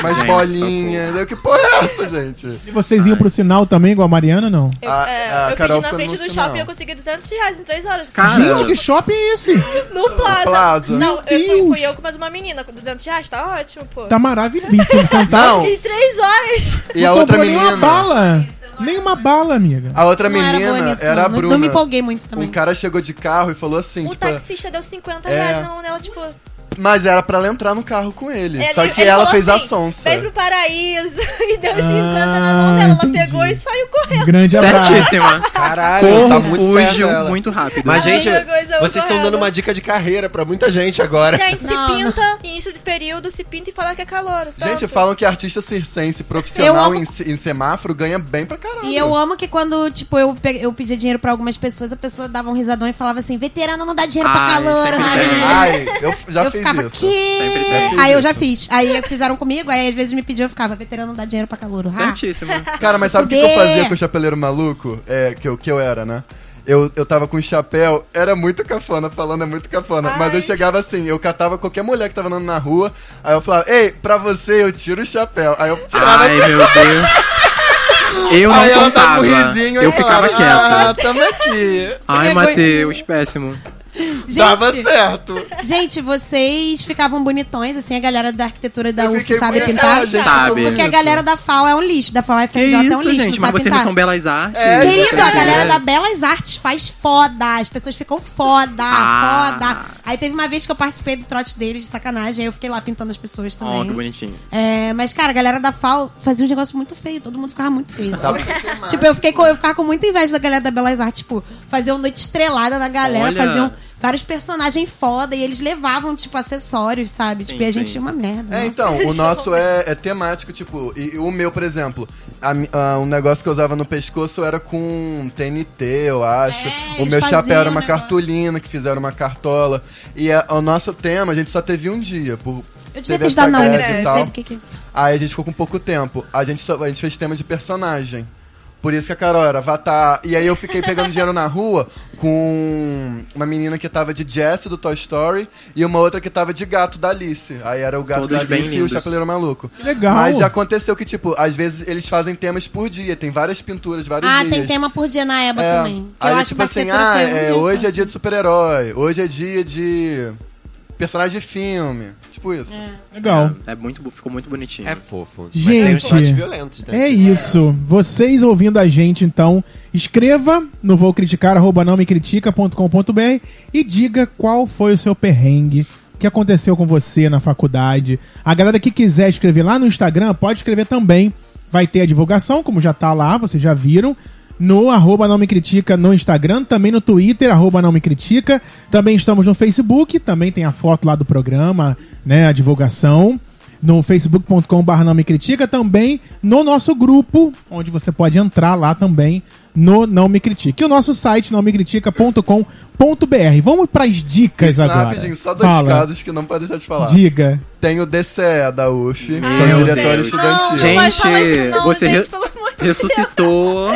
[SPEAKER 6] umas
[SPEAKER 4] Gente,
[SPEAKER 6] bolinhas. Eu, que porra é essa, gente?
[SPEAKER 3] E vocês iam pro sinal também, igual a Mariana, não?
[SPEAKER 8] Eu,
[SPEAKER 6] A-
[SPEAKER 8] é,
[SPEAKER 6] a
[SPEAKER 8] eu
[SPEAKER 6] Carol assim,
[SPEAKER 8] pedi na
[SPEAKER 6] ficou
[SPEAKER 8] frente
[SPEAKER 6] no
[SPEAKER 8] do
[SPEAKER 6] sinal.
[SPEAKER 8] shopping e eu consegui 200 reais em 3 horas.
[SPEAKER 4] Cara,
[SPEAKER 3] Gente, que shopping é esse?
[SPEAKER 8] No Plaza.
[SPEAKER 6] Plaza.
[SPEAKER 8] Não,
[SPEAKER 3] Meu
[SPEAKER 8] eu fui,
[SPEAKER 3] Deus.
[SPEAKER 8] fui eu com mais uma menina. Com 200 reais, tá ótimo, pô.
[SPEAKER 3] Tá maravilhoso. 25 centavos.
[SPEAKER 6] Não,
[SPEAKER 8] Em 3 horas.
[SPEAKER 6] e a
[SPEAKER 3] Tá? Não
[SPEAKER 6] outra
[SPEAKER 3] comprou nem uma
[SPEAKER 6] menina.
[SPEAKER 3] bala. Nem uma bala, amiga.
[SPEAKER 6] A outra
[SPEAKER 7] não era boa
[SPEAKER 6] menina
[SPEAKER 7] nisso,
[SPEAKER 6] era a
[SPEAKER 7] não. Não-
[SPEAKER 6] Bruna.
[SPEAKER 7] Não me empolguei muito também. Um
[SPEAKER 6] Um cara chegou de carro e falou assim,
[SPEAKER 8] O
[SPEAKER 6] tipo.
[SPEAKER 8] taxista deu 50
[SPEAKER 6] É.
[SPEAKER 8] reais na mão dela, tipo.
[SPEAKER 6] Mas era pra ela entrar no carro com ele.
[SPEAKER 8] ele-
[SPEAKER 6] Só que
[SPEAKER 8] ele
[SPEAKER 6] ela
[SPEAKER 8] falou
[SPEAKER 6] fez a
[SPEAKER 8] assim,
[SPEAKER 6] sonsa.
[SPEAKER 8] Vem pro paraíso e deu 50 na
[SPEAKER 3] Ah,
[SPEAKER 8] mão dela. Ela
[SPEAKER 3] entendi.
[SPEAKER 8] pegou e saiu correndo.
[SPEAKER 3] Um grande abraço.
[SPEAKER 4] Certíssima.
[SPEAKER 5] Caralho, tá
[SPEAKER 4] Corro,
[SPEAKER 5] muito certo
[SPEAKER 4] fujo,
[SPEAKER 5] ela.
[SPEAKER 4] muito rápido.
[SPEAKER 5] Mas,
[SPEAKER 8] Ai,
[SPEAKER 5] gente,
[SPEAKER 8] meu Deus, eu
[SPEAKER 5] vocês estão
[SPEAKER 8] correndo.
[SPEAKER 5] dando uma dica de carreira pra muita gente agora.
[SPEAKER 8] Gente, se
[SPEAKER 7] Não,
[SPEAKER 8] pinta, início de período, se pinta e fala que é calor.
[SPEAKER 6] Gente,
[SPEAKER 8] Pronto.
[SPEAKER 6] falam que artista circense
[SPEAKER 7] Eu
[SPEAKER 6] profissional
[SPEAKER 7] amo-
[SPEAKER 6] em, se- em semáforo ganha bem pra caralho.
[SPEAKER 7] E eu amo que quando, tipo, eu, pe- eu pedia dinheiro pra algumas pessoas, a pessoa dava um risadão e falava assim, veterano não dá dinheiro
[SPEAKER 6] Ah,
[SPEAKER 7] pra
[SPEAKER 4] Ai,
[SPEAKER 7] calor.
[SPEAKER 4] sempre
[SPEAKER 6] Ai, eu f- já
[SPEAKER 7] eu
[SPEAKER 6] fiz
[SPEAKER 7] ficava,
[SPEAKER 6] isso.
[SPEAKER 4] Sempre
[SPEAKER 7] que?
[SPEAKER 4] tem.
[SPEAKER 7] Aí eu já fiz. Aí fizeram comigo, aí às vezes me pediam, eu ficava, veterano não dá dinheiro pra calor. Ah.
[SPEAKER 4] Certíssima.
[SPEAKER 6] Cara, mas sabe o que, que
[SPEAKER 7] Fuder.
[SPEAKER 6] eu fazia com o chapeleiro maluco? É, que eu, que eu era, né? Eu, eu tava com um chapéu, era muito cafona, falando é muito cafona. Mas eu chegava assim, eu catava qualquer mulher que tava andando na rua, aí eu falava, ei, pra você eu tiro o chapéu. Aí eu tirava assim,
[SPEAKER 4] Ai, meu Deus. Eu não
[SPEAKER 6] aí ela dava
[SPEAKER 4] contava.
[SPEAKER 6] um risinho
[SPEAKER 4] eu
[SPEAKER 6] e
[SPEAKER 4] ficava
[SPEAKER 6] falava, Ah,
[SPEAKER 4] quieta.
[SPEAKER 6] tamo aqui.
[SPEAKER 4] Ai, Matheus, péssimo.
[SPEAKER 7] Gente,
[SPEAKER 6] Tava certo.
[SPEAKER 7] gente, vocês ficavam bonitões, assim, a galera da arquitetura da
[SPEAKER 6] Eu
[SPEAKER 7] UF
[SPEAKER 6] fiquei
[SPEAKER 7] é um sabe
[SPEAKER 6] bonito.
[SPEAKER 7] pintar.
[SPEAKER 6] Ah, gente,
[SPEAKER 4] Sabe.
[SPEAKER 6] ficou
[SPEAKER 7] Porque a
[SPEAKER 6] bonito.
[SPEAKER 7] galera da FAO é um lixo, da FAO
[SPEAKER 4] Que
[SPEAKER 7] FRJ é um
[SPEAKER 4] isso,
[SPEAKER 7] lixo,
[SPEAKER 4] gente? Mas
[SPEAKER 7] não sabe
[SPEAKER 4] vocês
[SPEAKER 7] pintar.
[SPEAKER 4] não são belas artes.
[SPEAKER 6] É,
[SPEAKER 4] vocês-
[SPEAKER 7] Querido, a galera da Belas Artes faz foda. As pessoas ficam foda,
[SPEAKER 4] Ah.
[SPEAKER 7] foda. Aí teve uma vez que eu participei do trote deles de sacanagem, aí eu fiquei lá pintando as pessoas
[SPEAKER 4] Ó, que
[SPEAKER 7] também.
[SPEAKER 4] bonitinho.
[SPEAKER 7] É, mas, cara, a galera da FAO fazia um negócio muito feio, todo mundo ficava muito feio. tipo, eu, fiquei com, eu ficava com muita inveja da galera da Belas Artes, tipo, faziam noite estrelada na galera,
[SPEAKER 4] Olha.
[SPEAKER 7] faziam vários personagens foda e eles levavam, tipo, acessórios, sabe?
[SPEAKER 4] Sim,
[SPEAKER 7] tipo, e a gente
[SPEAKER 4] sim.
[SPEAKER 7] tinha uma merda.
[SPEAKER 6] É,
[SPEAKER 7] nossa.
[SPEAKER 6] então, o nosso é, é temático, tipo, e, e o meu, por exemplo, a mi- ah, um negócio que eu usava no pescoço era com TNT, eu acho.
[SPEAKER 7] É,
[SPEAKER 6] o
[SPEAKER 7] eles
[SPEAKER 6] meu chapéu
[SPEAKER 7] faziam
[SPEAKER 6] era uma
[SPEAKER 7] o negócio.
[SPEAKER 6] cartolina que fizeram uma cartola. E a- o nosso tema, a gente só teve um dia, por.
[SPEAKER 7] Eu devia
[SPEAKER 6] teve
[SPEAKER 7] ter estudado
[SPEAKER 6] essa
[SPEAKER 7] na
[SPEAKER 6] greve
[SPEAKER 7] UF,
[SPEAKER 6] e
[SPEAKER 7] não
[SPEAKER 6] tal.
[SPEAKER 7] sei porque que...
[SPEAKER 6] Aí a gente ficou com pouco tempo. A gente, só- a gente fez tema de personagem. Por isso que a Carol era Avatar. E aí eu fiquei pegando dinheiro na rua com uma menina que tava de Jess do Toy Story e uma outra que tava de gato da Alice. Aí era o gato
[SPEAKER 4] Todos
[SPEAKER 6] da
[SPEAKER 4] bem
[SPEAKER 6] Alice e o
[SPEAKER 4] lindos.
[SPEAKER 6] chapeleiro maluco.
[SPEAKER 3] legal.
[SPEAKER 6] Mas já aconteceu que, tipo, às vezes eles fazem temas por dia, tem várias pinturas, vários
[SPEAKER 7] Ah,
[SPEAKER 6] dias.
[SPEAKER 7] tem tema por dia na EBA
[SPEAKER 6] É.
[SPEAKER 7] também. Que
[SPEAKER 6] Aí,
[SPEAKER 7] eu acho
[SPEAKER 6] tipo
[SPEAKER 7] que
[SPEAKER 6] assim,
[SPEAKER 7] arquitetura
[SPEAKER 6] ah,
[SPEAKER 7] foi um
[SPEAKER 6] é,
[SPEAKER 7] disso,
[SPEAKER 6] hoje é
[SPEAKER 7] assim.
[SPEAKER 6] dia de super-herói, hoje é dia de personagem de filme. Tipo isso.
[SPEAKER 3] Legal.
[SPEAKER 4] É muito, bu- ficou muito bonitinho.
[SPEAKER 5] É fofo.
[SPEAKER 3] Gente.
[SPEAKER 5] Mas tem uns violentos,
[SPEAKER 9] Tá
[SPEAKER 5] né?
[SPEAKER 3] É isso. Vocês ouvindo a gente, então, escreva no vou criticar, arroba não me critica.com.br e diga qual foi o seu perrengue. O que aconteceu com você na faculdade? A galera que quiser escrever lá no Instagram, pode escrever também. Vai ter a divulgação, como já tá lá, vocês já viram. No arroba não me critica no Instagram, também no Twitter, arroba não me critica. Também estamos no Facebook, também tem a foto lá do programa, né? A divulgação. no facebook.com.br Não Me Critica, também no nosso grupo, onde você pode entrar lá também no Não Me Critica. E o nosso site, nãomecritica.com.br. Vamos pras dicas agora.
[SPEAKER 6] Rapidinho, só dois
[SPEAKER 3] Fala.
[SPEAKER 6] casos que não pode deixar de falar.
[SPEAKER 3] Diga.
[SPEAKER 6] Tem o DCE da UF, que é
[SPEAKER 4] Meu
[SPEAKER 6] o diretório
[SPEAKER 4] Deus.
[SPEAKER 6] estudantil.
[SPEAKER 8] Ah, Não, não vai
[SPEAKER 4] Gente,
[SPEAKER 8] falar isso não,
[SPEAKER 4] você
[SPEAKER 8] gente,
[SPEAKER 4] re-
[SPEAKER 8] pelo amor de Deus.
[SPEAKER 4] Ressuscitou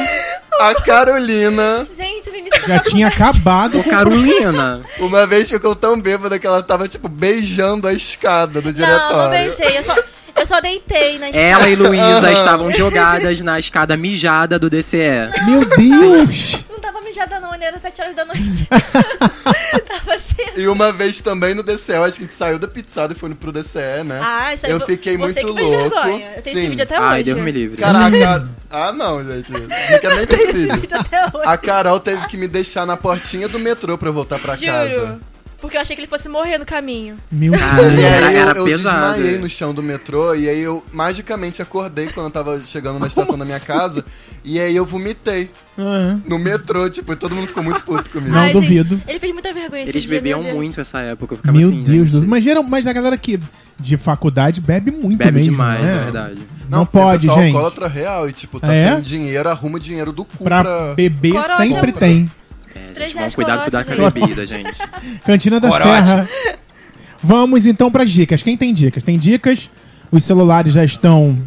[SPEAKER 6] A Carolina,
[SPEAKER 8] Gente, no início
[SPEAKER 3] Já tinha acabado
[SPEAKER 4] o
[SPEAKER 3] com
[SPEAKER 4] Carolina.
[SPEAKER 6] uma vez ficou tão bêbada que ela tava, tipo, beijando a escada do
[SPEAKER 8] Não, não
[SPEAKER 6] diretório. É.
[SPEAKER 8] beijei. Eu só, eu só deitei na
[SPEAKER 4] Ela e Luísa estavam jogadas na escada mijada do DCE.
[SPEAKER 3] Meu Deus!
[SPEAKER 8] Não tava mijada, não, ainda era 7 horas da noite. tava assim, cedo.
[SPEAKER 6] e uma vez também no DCE, eu acho que a gente saiu da pizzada e foi pro DCE, né?
[SPEAKER 8] Ah, isso aí
[SPEAKER 6] Eu
[SPEAKER 8] vo-
[SPEAKER 6] fiquei
[SPEAKER 8] você
[SPEAKER 6] muito
[SPEAKER 8] que fez
[SPEAKER 6] louco.
[SPEAKER 8] vergonha. Eu tenho esse
[SPEAKER 6] Sim.
[SPEAKER 8] vídeo até hoje.
[SPEAKER 4] Ai, Deus me livre.
[SPEAKER 6] Caraca. ah, não, gente. Não quer nem ter esse vídeo.
[SPEAKER 8] Até hoje.
[SPEAKER 6] A Carol teve que me deixar na portinha do metrô pra eu voltar pra casa.
[SPEAKER 8] Juro. Porque eu achei que ele fosse morrer no caminho.
[SPEAKER 3] Meu
[SPEAKER 4] Caralho,
[SPEAKER 6] E
[SPEAKER 4] era,
[SPEAKER 6] aí eu,
[SPEAKER 4] era
[SPEAKER 6] eu
[SPEAKER 4] pesado.
[SPEAKER 6] desmaiei no chão do metrô e aí eu magicamente acordei quando eu tava chegando na estação da minha casa e aí eu vomitei
[SPEAKER 3] Deus!
[SPEAKER 6] no metrô, tipo, e todo mundo ficou muito puto comigo.
[SPEAKER 3] Não
[SPEAKER 8] Ai,
[SPEAKER 3] duvido.
[SPEAKER 8] gente, ele fez muita vergonha. esse
[SPEAKER 4] Eles
[SPEAKER 8] dia,
[SPEAKER 4] bebiam
[SPEAKER 8] meu Deus.
[SPEAKER 4] muito essa época. Eu ficava
[SPEAKER 3] Meu
[SPEAKER 4] assim,
[SPEAKER 3] Deus do
[SPEAKER 4] gente.
[SPEAKER 3] céu. Mas, geral, mas a galera que de faculdade bebe muito
[SPEAKER 4] Bebe
[SPEAKER 3] mesmo.
[SPEAKER 4] demais,
[SPEAKER 3] né?
[SPEAKER 4] é verdade.
[SPEAKER 3] Não,
[SPEAKER 6] tem
[SPEAKER 3] pode,
[SPEAKER 6] pessoal é um
[SPEAKER 3] gente.
[SPEAKER 6] alcoólatra real e, tipo, tá
[SPEAKER 3] É?
[SPEAKER 6] sem dinheiro, arruma dinheiro do cu pra...
[SPEAKER 3] Pra beber
[SPEAKER 8] Corote
[SPEAKER 3] sempre
[SPEAKER 8] é um-
[SPEAKER 3] tem.
[SPEAKER 4] É,
[SPEAKER 8] Três
[SPEAKER 4] gente, vamos
[SPEAKER 8] reais
[SPEAKER 4] cuidar, cuidar
[SPEAKER 8] corote,
[SPEAKER 4] com a
[SPEAKER 8] gente.
[SPEAKER 4] bebida, gente.
[SPEAKER 3] Cantina da
[SPEAKER 4] Corote.
[SPEAKER 3] Serra. Vamos então pras dicas. Quem tem dicas? Tem dicas? Os celulares já estão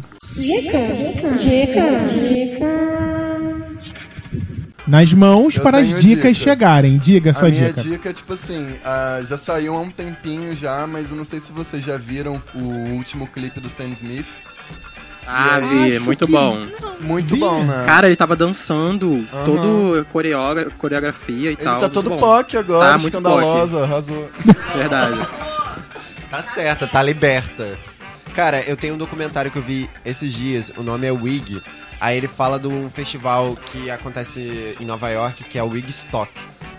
[SPEAKER 3] nas mãos
[SPEAKER 6] Eu
[SPEAKER 3] para as
[SPEAKER 6] tenho
[SPEAKER 3] dicas
[SPEAKER 6] dica.
[SPEAKER 3] chegarem. Diga a
[SPEAKER 6] A
[SPEAKER 3] sua
[SPEAKER 6] minha
[SPEAKER 3] dica.
[SPEAKER 6] dica. é, tipo assim, ah, já saiu há um tempinho já, mas eu não sei se vocês já viram o último clipe do Sam Smith.
[SPEAKER 4] Ah, Vi,
[SPEAKER 3] acho
[SPEAKER 4] muito
[SPEAKER 3] que-
[SPEAKER 4] bom.
[SPEAKER 6] Muito bom, né?
[SPEAKER 4] Cara, ele tava dançando todo coreogra- coreografia e
[SPEAKER 6] Ele
[SPEAKER 4] tal.
[SPEAKER 6] tá
[SPEAKER 4] muito
[SPEAKER 6] todo
[SPEAKER 4] bom.
[SPEAKER 6] POC agora,
[SPEAKER 4] Tá muito
[SPEAKER 6] escandalosa, arrasou.
[SPEAKER 4] Verdade.
[SPEAKER 5] Tá certa, tá liberta. Cara, eu tenho um documentário que eu vi esses dias, o nome é Wig. Aí ele fala de um festival que acontece em Nova York, que é o Wig Stock.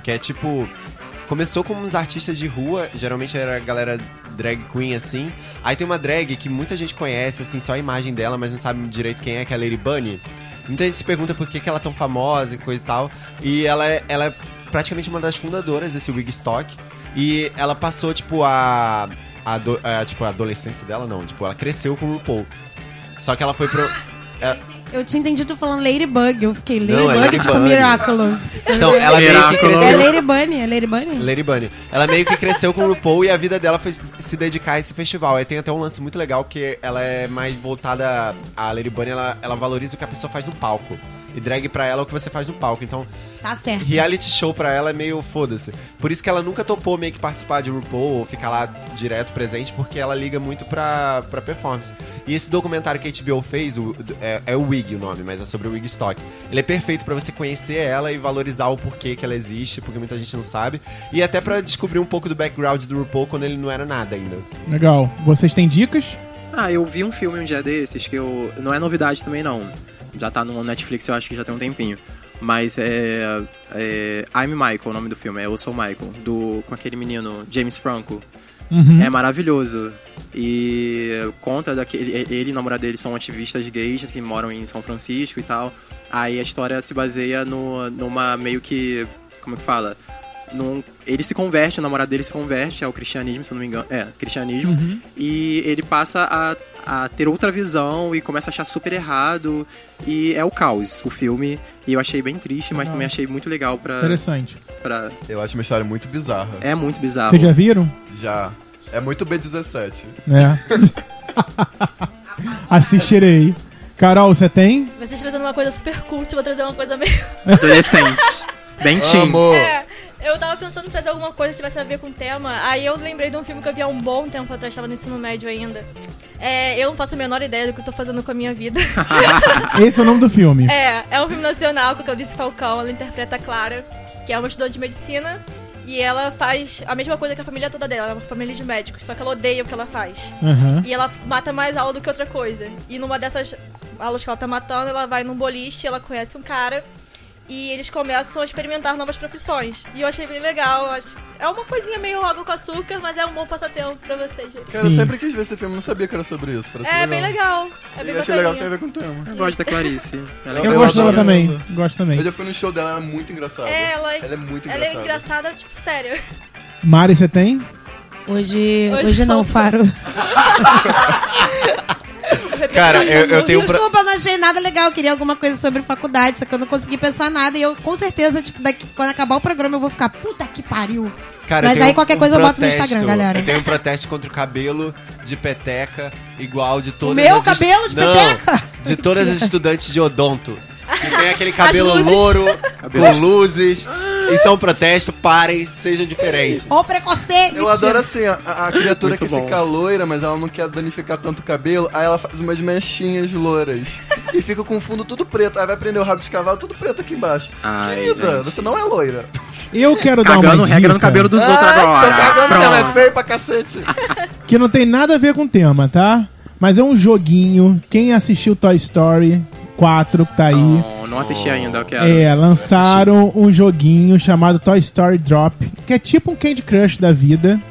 [SPEAKER 5] Que é tipo. Começou com uns artistas de rua, geralmente era a galera drag queen assim. Aí tem uma drag que muita gente conhece, assim, só a imagem dela, mas não sabe direito quem é, que é a Lady Bunny. Muita gente se pergunta por que, que ela é tão famosa e coisa e tal. E ela é, ela é praticamente uma das fundadoras desse Wigstock. E ela passou, tipo, a, a, ado- a, tipo, a adolescência dela, não. Tipo, ela cresceu com o RuPaul. Só que ela foi pro... é,
[SPEAKER 7] Eu tinha entendido falando Ladybug. Eu fiquei
[SPEAKER 5] Não, é
[SPEAKER 7] Ladybug,
[SPEAKER 5] Lady
[SPEAKER 7] tipo
[SPEAKER 5] Bunny.
[SPEAKER 7] Miraculous.
[SPEAKER 5] então, ela meio que
[SPEAKER 4] Miraculous.
[SPEAKER 7] É
[SPEAKER 5] cresceu...
[SPEAKER 7] Lady Bunny, é Lady Bunny?
[SPEAKER 5] Lady Bunny. Ela meio que cresceu com o RuPaul e a vida dela foi se dedicar a esse festival. Aí tem até um lance muito legal que ela é mais voltada. A Lady Bunny, ela, ela valoriza o que a pessoa faz no palco. E drag pra ela é o que você faz no palco. Então,
[SPEAKER 7] Tá certo.
[SPEAKER 5] reality show pra ela é meio foda-se. Por isso que ela nunca topou meio que participar de RuPaul ou ficar lá direto presente, porque ela liga muito pra, pra performance. E esse documentário que a HBO fez, o- é, é o Wig o nome, mas é sobre o Wig Stock. Ele é perfeito pra você conhecer ela e valorizar o porquê que ela existe, porque muita gente não sabe. E até pra descobrir um pouco do background do RuPaul quando ele não era nada ainda.
[SPEAKER 3] Legal. Vocês têm dicas?
[SPEAKER 4] Ah, eu vi um filme um dia desses que eu. Não é novidade também, não. Já tá no Netflix, eu acho que já tem um tempinho. Mas é. é I'm Michael, o nome do filme, é Eu Sou Michael, do, com aquele menino, James Franco.
[SPEAKER 3] Uhum.
[SPEAKER 4] É maravilhoso. E conta daquele. Ele ele e o namorado dele são ativistas gays que moram em São Francisco e tal. Aí a história se baseia no, numa meio que. Como é que fala? Num- ele se converte, o namorado dele se converte ao cristianismo, se eu não me engano. É, cristianismo.
[SPEAKER 3] Uhum.
[SPEAKER 4] E ele passa a, a ter outra visão e começa a achar super errado. E é o caos, o filme. E eu achei bem triste, mas
[SPEAKER 3] Legal.
[SPEAKER 4] também achei muito legal
[SPEAKER 6] Ah.
[SPEAKER 4] pra.
[SPEAKER 3] Interessante.
[SPEAKER 4] pra-
[SPEAKER 6] Eu acho uma história muito bizarra.
[SPEAKER 4] É muito
[SPEAKER 6] Ah,
[SPEAKER 4] bizarro.
[SPEAKER 3] Vocês já viram?
[SPEAKER 6] Já. É muito B17.
[SPEAKER 3] É. Assistirei. Carol, você tem?
[SPEAKER 8] Vocês trazendo uma coisa super cult, eu vou trazer uma coisa meio...
[SPEAKER 4] Adolescente. Bem teen.
[SPEAKER 6] Amor!
[SPEAKER 8] É, eu tava pensando em trazer alguma coisa que tivesse a ver com o tema, aí eu lembrei de um filme que eu vi há um bom tempo atrás, tava no ensino médio ainda. É, eu não faço a menor ideia do que eu tô fazendo com a minha vida.
[SPEAKER 3] Esse é o nome do filme.
[SPEAKER 8] É, é um filme nacional com a Clarice Falcão, ela interpreta a Clara, que é uma estudante de medicina, e ela faz a mesma coisa que a família toda dela, ela é uma família de médicos, só que ela odeia o que ela faz.
[SPEAKER 3] Aham.
[SPEAKER 8] E ela mata mais aula do que outra coisa. E numa dessas aulas que ela tá matando, ela vai num boliche, ela conhece um cara e eles começam a experimentar novas profissões. E eu achei bem legal. eu acho- É uma coisinha meio água com açúcar, mas é um bom passatempo pra vocês. gente.
[SPEAKER 6] Cara,
[SPEAKER 3] Sim.
[SPEAKER 6] eu sempre quis ver esse filme, não sabia que era sobre isso. Parece
[SPEAKER 8] É bem legal. É
[SPEAKER 6] E
[SPEAKER 8] bem
[SPEAKER 6] eu achei legal que tem a
[SPEAKER 8] bacaninha.
[SPEAKER 6] ver com o tema.
[SPEAKER 4] Eu gosto da Clarice. Ela é
[SPEAKER 3] Eu,
[SPEAKER 6] Eu
[SPEAKER 3] gosto dela
[SPEAKER 6] adoro.
[SPEAKER 3] também. Gosto também.
[SPEAKER 6] tá Eu já fui no show dela, ela é muito engraçada.
[SPEAKER 8] É, ela,
[SPEAKER 6] Ela é muito
[SPEAKER 8] ela
[SPEAKER 6] engraçada.
[SPEAKER 8] é engraçada, tipo, sério.
[SPEAKER 3] Mari, você tem?
[SPEAKER 7] Hoje,
[SPEAKER 8] Hoje
[SPEAKER 7] hoje, não,
[SPEAKER 8] não.
[SPEAKER 7] Faro.
[SPEAKER 6] Cara, eu, eu tenho um pro-
[SPEAKER 7] Desculpa, eu não achei nada legal. Eu queria alguma coisa sobre faculdade, só que eu não consegui pensar nada. E eu, com certeza, tipo, daqui, quando acabar o programa, eu vou ficar, puta que pariu.
[SPEAKER 1] Cara, eu
[SPEAKER 7] Mas
[SPEAKER 1] tenho
[SPEAKER 7] aí qualquer
[SPEAKER 1] um
[SPEAKER 7] coisa eu boto no
[SPEAKER 1] protesto.
[SPEAKER 7] Instagram, galera.
[SPEAKER 1] Eu tenho um protesto contra o cabelo de peteca igual de todas
[SPEAKER 7] meu
[SPEAKER 1] as
[SPEAKER 7] cabelo de
[SPEAKER 1] Não,
[SPEAKER 7] peteca?
[SPEAKER 1] De todas as
[SPEAKER 7] Mentira.
[SPEAKER 1] estudantes de odonto. Que tem aquele cabelo
[SPEAKER 8] luzes.
[SPEAKER 1] louro, com luzes. Isso é um protesto, parem, sejam diferentes.
[SPEAKER 7] Ô, preconceito!
[SPEAKER 6] Eu
[SPEAKER 7] mentira.
[SPEAKER 6] adoro assim, a, a- a criatura
[SPEAKER 4] Muito
[SPEAKER 6] que
[SPEAKER 4] bom.
[SPEAKER 6] fica loira, mas ela não quer danificar tanto o cabelo, aí ela faz umas manchinhas louras. e fica com o fundo tudo preto. Aí vai prender o rabo de cavalo tudo preto aqui embaixo.
[SPEAKER 4] Ai,
[SPEAKER 6] Querida,
[SPEAKER 4] gente.
[SPEAKER 6] você não é loira.
[SPEAKER 3] Eu quero dar
[SPEAKER 4] Cagando
[SPEAKER 3] uma
[SPEAKER 4] regra no
[SPEAKER 3] dica
[SPEAKER 4] cabelo dos outros
[SPEAKER 6] Ah, Tô
[SPEAKER 4] agora.
[SPEAKER 6] cagando que ela é
[SPEAKER 4] Pronto.
[SPEAKER 6] feia pra cacete.
[SPEAKER 3] que não tem nada a ver com o tema, tá? Mas é um joguinho. Quem assistiu Toy Story 4 que tá aí,
[SPEAKER 4] Não, não assisti ainda, Oh, eu quero.
[SPEAKER 3] é, lançaram um joguinho chamado Toy Story Drop, que é tipo um Candy Crush da vida.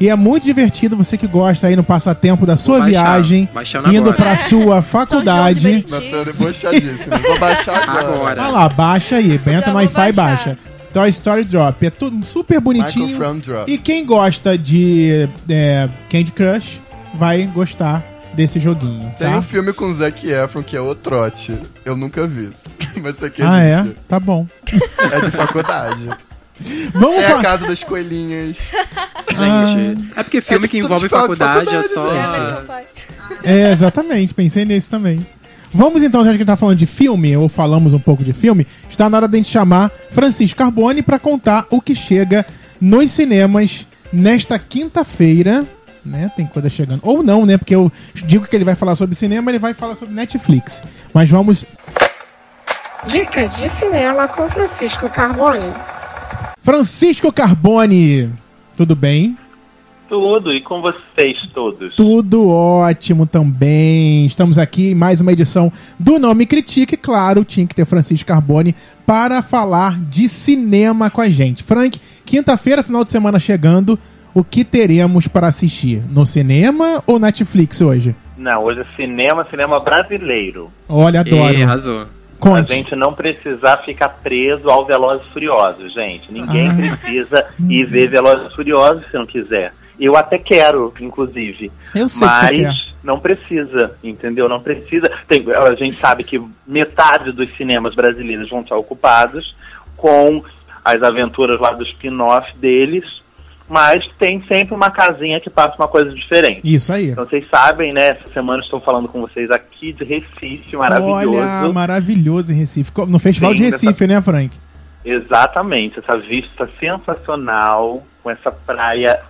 [SPEAKER 3] E é muito divertido você que gosta aí no passatempo da sua
[SPEAKER 4] baixar,
[SPEAKER 3] viagem,
[SPEAKER 4] baixando
[SPEAKER 3] indo
[SPEAKER 4] agora.
[SPEAKER 3] pra sua
[SPEAKER 8] São João de
[SPEAKER 3] faculdade.
[SPEAKER 6] Eu
[SPEAKER 8] Meriti.
[SPEAKER 6] tô debochadíssimo. Vou baixar agora.
[SPEAKER 4] Agora.
[SPEAKER 3] Vai lá, baixa aí, entra no
[SPEAKER 8] vou
[SPEAKER 3] Wi-Fi e
[SPEAKER 8] baixar.
[SPEAKER 3] baixa. Toy Story Drop. É tudo super bonitinho.
[SPEAKER 6] Michael From Drop.
[SPEAKER 3] E quem gosta de é, Candy Crush vai gostar desse joguinho. Tá?
[SPEAKER 6] Tem um filme com o Zac Efron que é O Trote. Eu nunca vi. Mas isso aqui
[SPEAKER 3] ah, é?
[SPEAKER 6] existe.
[SPEAKER 3] Tá bom.
[SPEAKER 6] É? de faculdade.
[SPEAKER 3] Vamos
[SPEAKER 6] É a
[SPEAKER 3] falar.
[SPEAKER 6] casa das coelhinhas.
[SPEAKER 3] Ah.
[SPEAKER 4] Gente, é porque filme
[SPEAKER 6] É
[SPEAKER 4] que
[SPEAKER 6] tudo
[SPEAKER 4] envolve
[SPEAKER 6] de fa-
[SPEAKER 4] faculdade, é
[SPEAKER 6] faculdade, né?
[SPEAKER 4] só.
[SPEAKER 8] É,
[SPEAKER 6] gente.
[SPEAKER 8] meu pai.
[SPEAKER 3] É, exatamente, pensei nesse também. Vamos então, já que a gente tá falando de filme, ou falamos um pouco de filme, está na hora da gente chamar Francisco Carbone para contar o que chega nos cinemas nesta quinta-feira. Né? Tem coisa chegando. Ou não, né? Porque eu digo que ele vai falar sobre cinema, ele vai falar sobre Netflix. Mas vamos.
[SPEAKER 10] Dicas de cinema com Francisco Carboni.
[SPEAKER 3] Francisco Carbone! Tudo bem?
[SPEAKER 9] Tudo, e com vocês todos.
[SPEAKER 3] Tudo ótimo também. Estamos aqui em mais uma edição do Nome Critique. Claro, tinha que ter Francisco Carbone para falar de cinema com a gente. Frank, quinta-feira, final de semana chegando. O que teremos para assistir? No cinema ou Netflix hoje?
[SPEAKER 9] Não, hoje é cinema, cinema brasileiro.
[SPEAKER 3] Olha, adoro.
[SPEAKER 4] Ih, arrasou. Tá
[SPEAKER 9] A
[SPEAKER 3] Conte.
[SPEAKER 9] gente não precisar ficar preso ao Velozes e Furiosos, gente. Ninguém
[SPEAKER 3] Ah.
[SPEAKER 9] precisa ir ver Velozes e Furiosos se não quiser. Eu até quero, inclusive.
[SPEAKER 3] Eu sei
[SPEAKER 9] mas
[SPEAKER 3] que você quer.
[SPEAKER 9] não precisa, entendeu? Não precisa. Tem- a gente sabe que metade dos cinemas brasileiros vão estar ocupados com as aventuras lá do spin-off deles, mas tem sempre uma casinha que passa uma coisa diferente.
[SPEAKER 3] Isso aí.
[SPEAKER 9] Então vocês sabem, né? Essa semana estou falando com vocês aqui de Recife, maravilhoso.
[SPEAKER 3] Olha, maravilhoso em Recife. Co- No Festival
[SPEAKER 9] Sim,
[SPEAKER 3] de Recife, né, Frank?
[SPEAKER 9] Exatamente, essa vista sensacional, com essa praia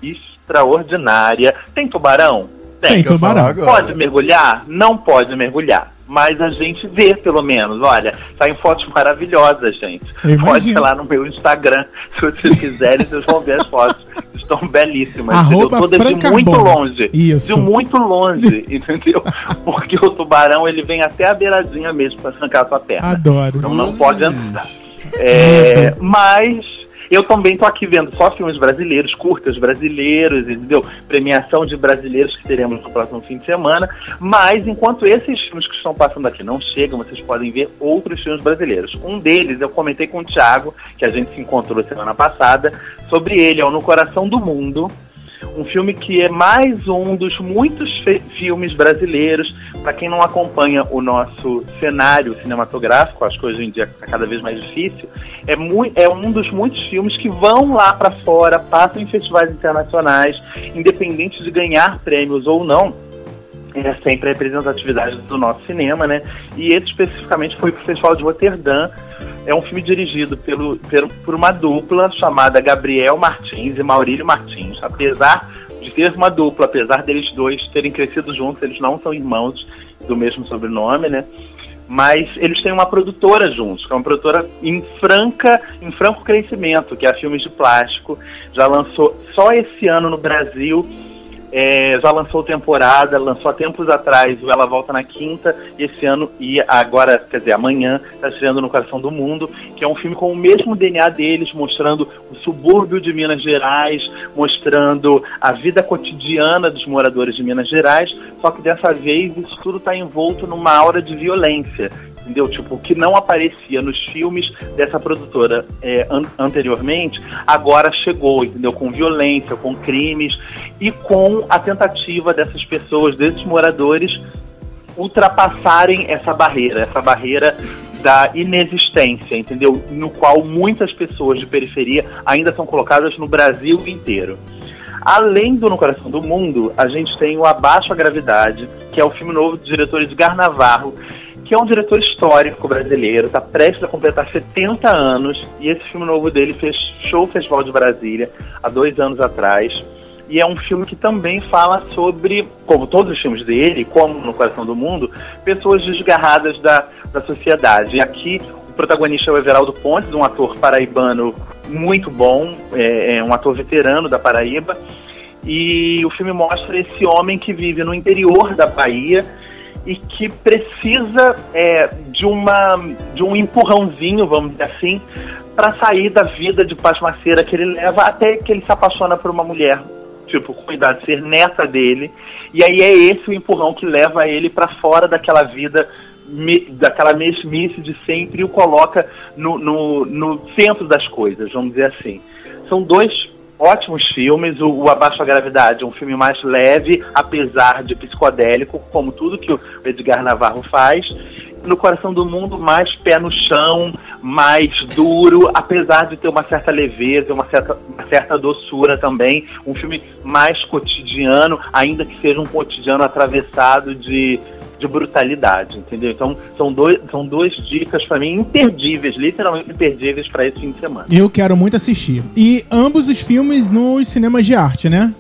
[SPEAKER 9] extraordinária. Tem tubarão?
[SPEAKER 3] Tem
[SPEAKER 6] Quer falar
[SPEAKER 3] É, tubarão.
[SPEAKER 6] agora?
[SPEAKER 9] Pode mergulhar? Não pode mergulhar. Mas a gente vê, pelo menos. Olha, saem fotos maravilhosas, gente.
[SPEAKER 3] Eu
[SPEAKER 9] Pode ir
[SPEAKER 3] imagino.
[SPEAKER 9] lá no meu Instagram, se vocês quiserem, vocês vão ver as fotos. Estão belíssimas.
[SPEAKER 3] Arroba
[SPEAKER 9] entendeu? Todas
[SPEAKER 3] Franca
[SPEAKER 9] de muito
[SPEAKER 3] Bona.
[SPEAKER 9] longe.
[SPEAKER 3] Isso.
[SPEAKER 9] De muito longe, entendeu? Porque o tubarão, ele vem até a beiradinha mesmo pra arrancar a sua perna.
[SPEAKER 3] Ah, Adoro. Hum.
[SPEAKER 9] Então não pode entrar. É, mas eu também tô aqui vendo só filmes brasileiros, curtas brasileiros, entendeu? Premiação de brasileiros que teremos no próximo fim de semana. Mas enquanto esses filmes que estão passando aqui não chegam, vocês podem ver outros filmes brasileiros. Um deles, eu comentei com o Thiago, que a gente se encontrou semana passada, sobre ele, é o No Coração do Mundo. Um filme que é mais um dos muitos fe- filmes brasileiros para quem não acompanha o nosso cenário cinematográfico, acho que hoje em dia está cada vez mais difícil, é, mui- é um dos muitos filmes que vão lá para fora, passam em festivais internacionais, independente de ganhar prêmios ou não. É sempre a representatividade do nosso cinema, né? E esse especificamente foi pro Festival de Roterdã. É um filme dirigido pelo, pelo- por uma dupla chamada Gabriel Martins e Maurílio Martins. Apesar de ser uma dupla, apesar deles dois terem crescido juntos, eles não são irmãos do mesmo sobrenome, né? Mas eles têm uma produtora juntos, que é uma produtora em, franca, em franco crescimento, que é a Filmes de Plástico. Já lançou só esse ano no Brasil, é, já lançou temporada, lançou há tempos atrás, o Ela Volta na Quinta, e esse ano, e agora, quer dizer, amanhã, está estreando No Coração do Mundo, que é um filme com o mesmo DNA deles, mostrando o subúrbio de Minas Gerais, mostrando a vida cotidiana dos tá moradores de Minas Gerais, só que dessa vez isso tudo está envolto numa aura de violência. entendeu? Tipo, que não aparecia nos filmes dessa produtora é, an- anteriormente, agora chegou, entendeu? Com violência, com crimes e com a tentativa dessas pessoas, desses moradores, ultrapassarem essa barreira, essa barreira da inexistência, entendeu? No qual muitas pessoas de periferia ainda são colocadas no Brasil inteiro. Além do No Coração do Mundo, a gente tem o Abaixo a Gravidade, que é o filme novo do diretor Edgar Navarro, que é um diretor histórico brasileiro, está prestes a completar 70 anos, e esse filme novo dele fechou o Festival de Brasília há dois anos atrás. E é um filme que também fala sobre, como todos os filmes dele, como No Coração do Mundo, pessoas desgarradas da, da sociedade. E aqui o protagonista é o Everaldo Pontes, um ator paraibano muito bom, é, é um ator veterano da Paraíba. E o filme mostra esse homem que vive no interior da Bahia e que precisa é, de, uma, de um empurrãozinho, vamos dizer assim, para sair da vida de pasmaceira que ele leva até que ele se apaixona por uma mulher, tipo, com idade ser neta dele. E aí é esse o empurrão que leva ele para fora daquela vida, me- daquela mesmice de sempre e o coloca no, no, no centro das coisas, vamos dizer assim. São dois ótimos filmes, o, o Abaixo a Gravidade, um filme mais leve, apesar de psicodélico, como tudo que o Edgar Navarro faz. No Coração do Mundo, mais pé no chão, mais duro, apesar de ter uma certa leveza, uma certa, uma certa doçura também. Um filme mais cotidiano, ainda que seja um cotidiano atravessado de, de brutalidade, entendeu? Então, são, dois, são duas dicas para mim imperdíveis, literalmente imperdíveis para esse fim de semana.
[SPEAKER 3] Eu quero muito assistir. E ambos os filmes nos cinemas de arte, né?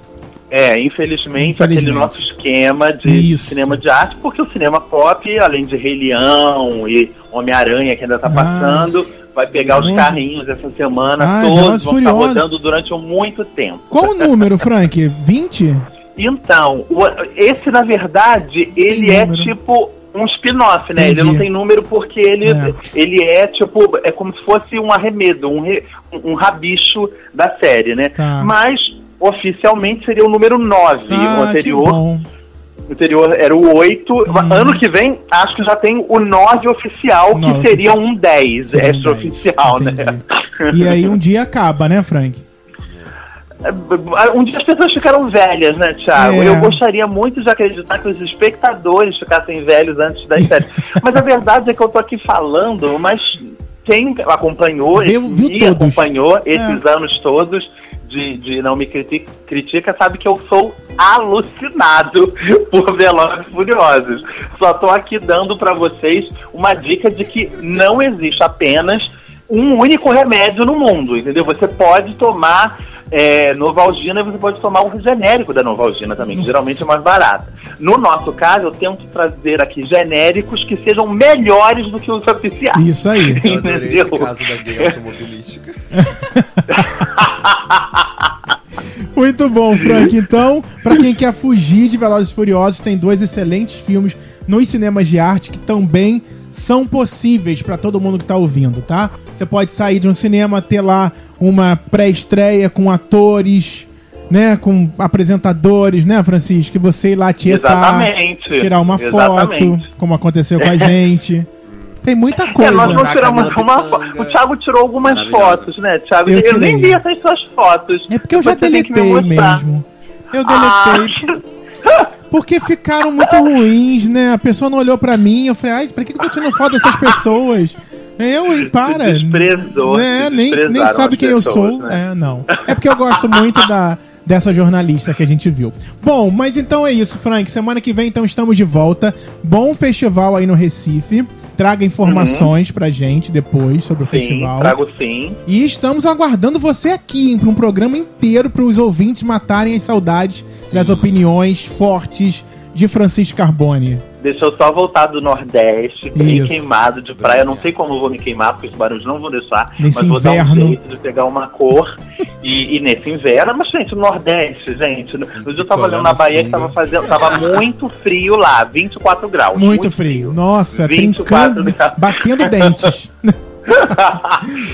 [SPEAKER 9] É, infelizmente,
[SPEAKER 3] Infelizmente.
[SPEAKER 9] aquele nosso esquema de
[SPEAKER 3] Isso.
[SPEAKER 9] cinema de arte, porque o cinema pop, além de Rei Leão e Homem-Aranha que ainda tá
[SPEAKER 3] Ah.
[SPEAKER 9] passando, vai pegar os
[SPEAKER 3] Nossa.
[SPEAKER 9] carrinhos essa semana,
[SPEAKER 3] Ah,
[SPEAKER 9] todos
[SPEAKER 3] Velozes e
[SPEAKER 9] vão estar
[SPEAKER 3] Furiosos.
[SPEAKER 9] rodando durante muito tempo.
[SPEAKER 3] Qual o número, Frank? 20?
[SPEAKER 9] Então, o- esse na verdade, ele é
[SPEAKER 3] número.
[SPEAKER 9] tipo um spin-off, né? Ele
[SPEAKER 3] Entendi.
[SPEAKER 9] não tem número porque
[SPEAKER 3] É.
[SPEAKER 9] ele é. ele é tipo, é como se fosse um arremedo, um, re- um rabicho da série, né?
[SPEAKER 3] Tá.
[SPEAKER 9] Mas oficialmente seria o número 9 o
[SPEAKER 3] Ah, que
[SPEAKER 9] anterior.
[SPEAKER 3] bom.
[SPEAKER 9] O anterior era o 8.
[SPEAKER 3] Hum.
[SPEAKER 9] Ano que vem, acho que já tem o 9 oficial,
[SPEAKER 3] Nove
[SPEAKER 9] que seria
[SPEAKER 3] oficial.
[SPEAKER 9] um 10
[SPEAKER 3] Seria um
[SPEAKER 9] extraoficial, né?
[SPEAKER 3] Entendi. E aí um dia acaba, né, Frank?
[SPEAKER 9] Um dia as pessoas ficaram velhas, né, Thiago?
[SPEAKER 3] É.
[SPEAKER 9] Eu gostaria muito de acreditar que os espectadores ficassem velhos antes das séries. mas a verdade é que eu tô aqui falando, mas quem acompanhou,
[SPEAKER 3] Viu-
[SPEAKER 9] esse-
[SPEAKER 3] viu
[SPEAKER 9] me
[SPEAKER 3] todos. É.
[SPEAKER 9] acompanhou esses anos todos de, de Não Me Critica, Critica, sabe que eu sou alucinado por Velozes e Furiosos. Só tô aqui dando pra vocês uma dica de que não existe apenas um único remédio no mundo, entendeu? Você pode tomar é, Novalgina e você pode tomar o genérico da Novalgina também, que geralmente é mais barata. No nosso caso, eu tento trazer aqui genéricos que sejam melhores do que os oficiais.
[SPEAKER 3] Isso aí.
[SPEAKER 5] Eu adorei esse
[SPEAKER 9] Entendeu?
[SPEAKER 5] caso da gay automobilística.
[SPEAKER 3] Muito bom, Frank. Então, pra quem quer fugir de Velozes e Furiosos, tem dois excelentes filmes nos cinemas de arte que também são possíveis pra todo mundo que tá ouvindo, tá? Você pode sair de um cinema, ter lá uma pré-estreia com atores, né, com apresentadores, né, Francisco? Que você ir lá tietar,
[SPEAKER 9] Exatamente.
[SPEAKER 3] tirar uma
[SPEAKER 9] Exatamente.
[SPEAKER 3] foto, como aconteceu com a gente. Tem muita
[SPEAKER 9] É,
[SPEAKER 3] coisa.
[SPEAKER 9] nós não
[SPEAKER 5] Caraca,
[SPEAKER 9] tiramos
[SPEAKER 5] Camila
[SPEAKER 9] uma
[SPEAKER 5] Pitanga.
[SPEAKER 9] foto. O Thiago tirou algumas
[SPEAKER 1] Maravilhosa.
[SPEAKER 9] fotos, né, Thiago?
[SPEAKER 3] Eu
[SPEAKER 9] Eu, nem
[SPEAKER 3] tirei.
[SPEAKER 9] vi essas suas fotos.
[SPEAKER 3] É porque eu já
[SPEAKER 9] Você tem que me
[SPEAKER 3] deletei
[SPEAKER 9] mostrar.
[SPEAKER 3] mesmo. Eu
[SPEAKER 9] Ah,
[SPEAKER 3] deletei. Porque ficaram muito ruins, né? A pessoa não olhou pra mim. Eu falei, ai, pra que que eu tô tirando foto dessas pessoas? Eu, hein, para.
[SPEAKER 9] Ah, desprezou,
[SPEAKER 3] Né? Nem,
[SPEAKER 9] se
[SPEAKER 3] nem
[SPEAKER 9] desprezaram
[SPEAKER 3] sabe
[SPEAKER 9] as
[SPEAKER 3] quem eu
[SPEAKER 9] pessoas,
[SPEAKER 3] sou.
[SPEAKER 9] né?
[SPEAKER 3] É, não. É porque eu gosto muito da, dessa jornalista que a gente viu. Bom, mas então é isso, Frank. Semana que vem, então, estamos de volta. Bom festival aí no Recife. Traga informações pra gente depois sobre o
[SPEAKER 9] Uhum. sim,
[SPEAKER 3] festival.
[SPEAKER 9] trago sim.
[SPEAKER 3] E estamos aguardando você aqui, hein, para um programa inteiro para os ouvintes matarem as saudades das opiniões fortes de Francisco Carboni.
[SPEAKER 9] Deixa eu só voltar do Nordeste, bem
[SPEAKER 3] Isso.
[SPEAKER 9] queimado de praia. Eu Não sei como eu vou me queimar, porque os barulhos não vão deixar.
[SPEAKER 3] Nesse
[SPEAKER 9] mas vou dar um
[SPEAKER 3] inverno.
[SPEAKER 9] jeito de pegar uma cor. e, e nesse inverno, mas, gente, o Nordeste, gente. No no dia eu tava
[SPEAKER 5] Picolé
[SPEAKER 9] olhando na
[SPEAKER 5] na
[SPEAKER 9] Bahia que
[SPEAKER 6] assim.
[SPEAKER 5] sunga.
[SPEAKER 9] tava fazendo. Tava muito frio lá, 24 graus.
[SPEAKER 3] Muito frio. Nossa,
[SPEAKER 9] 24
[SPEAKER 3] trincando,
[SPEAKER 9] graus.
[SPEAKER 3] batendo dentes.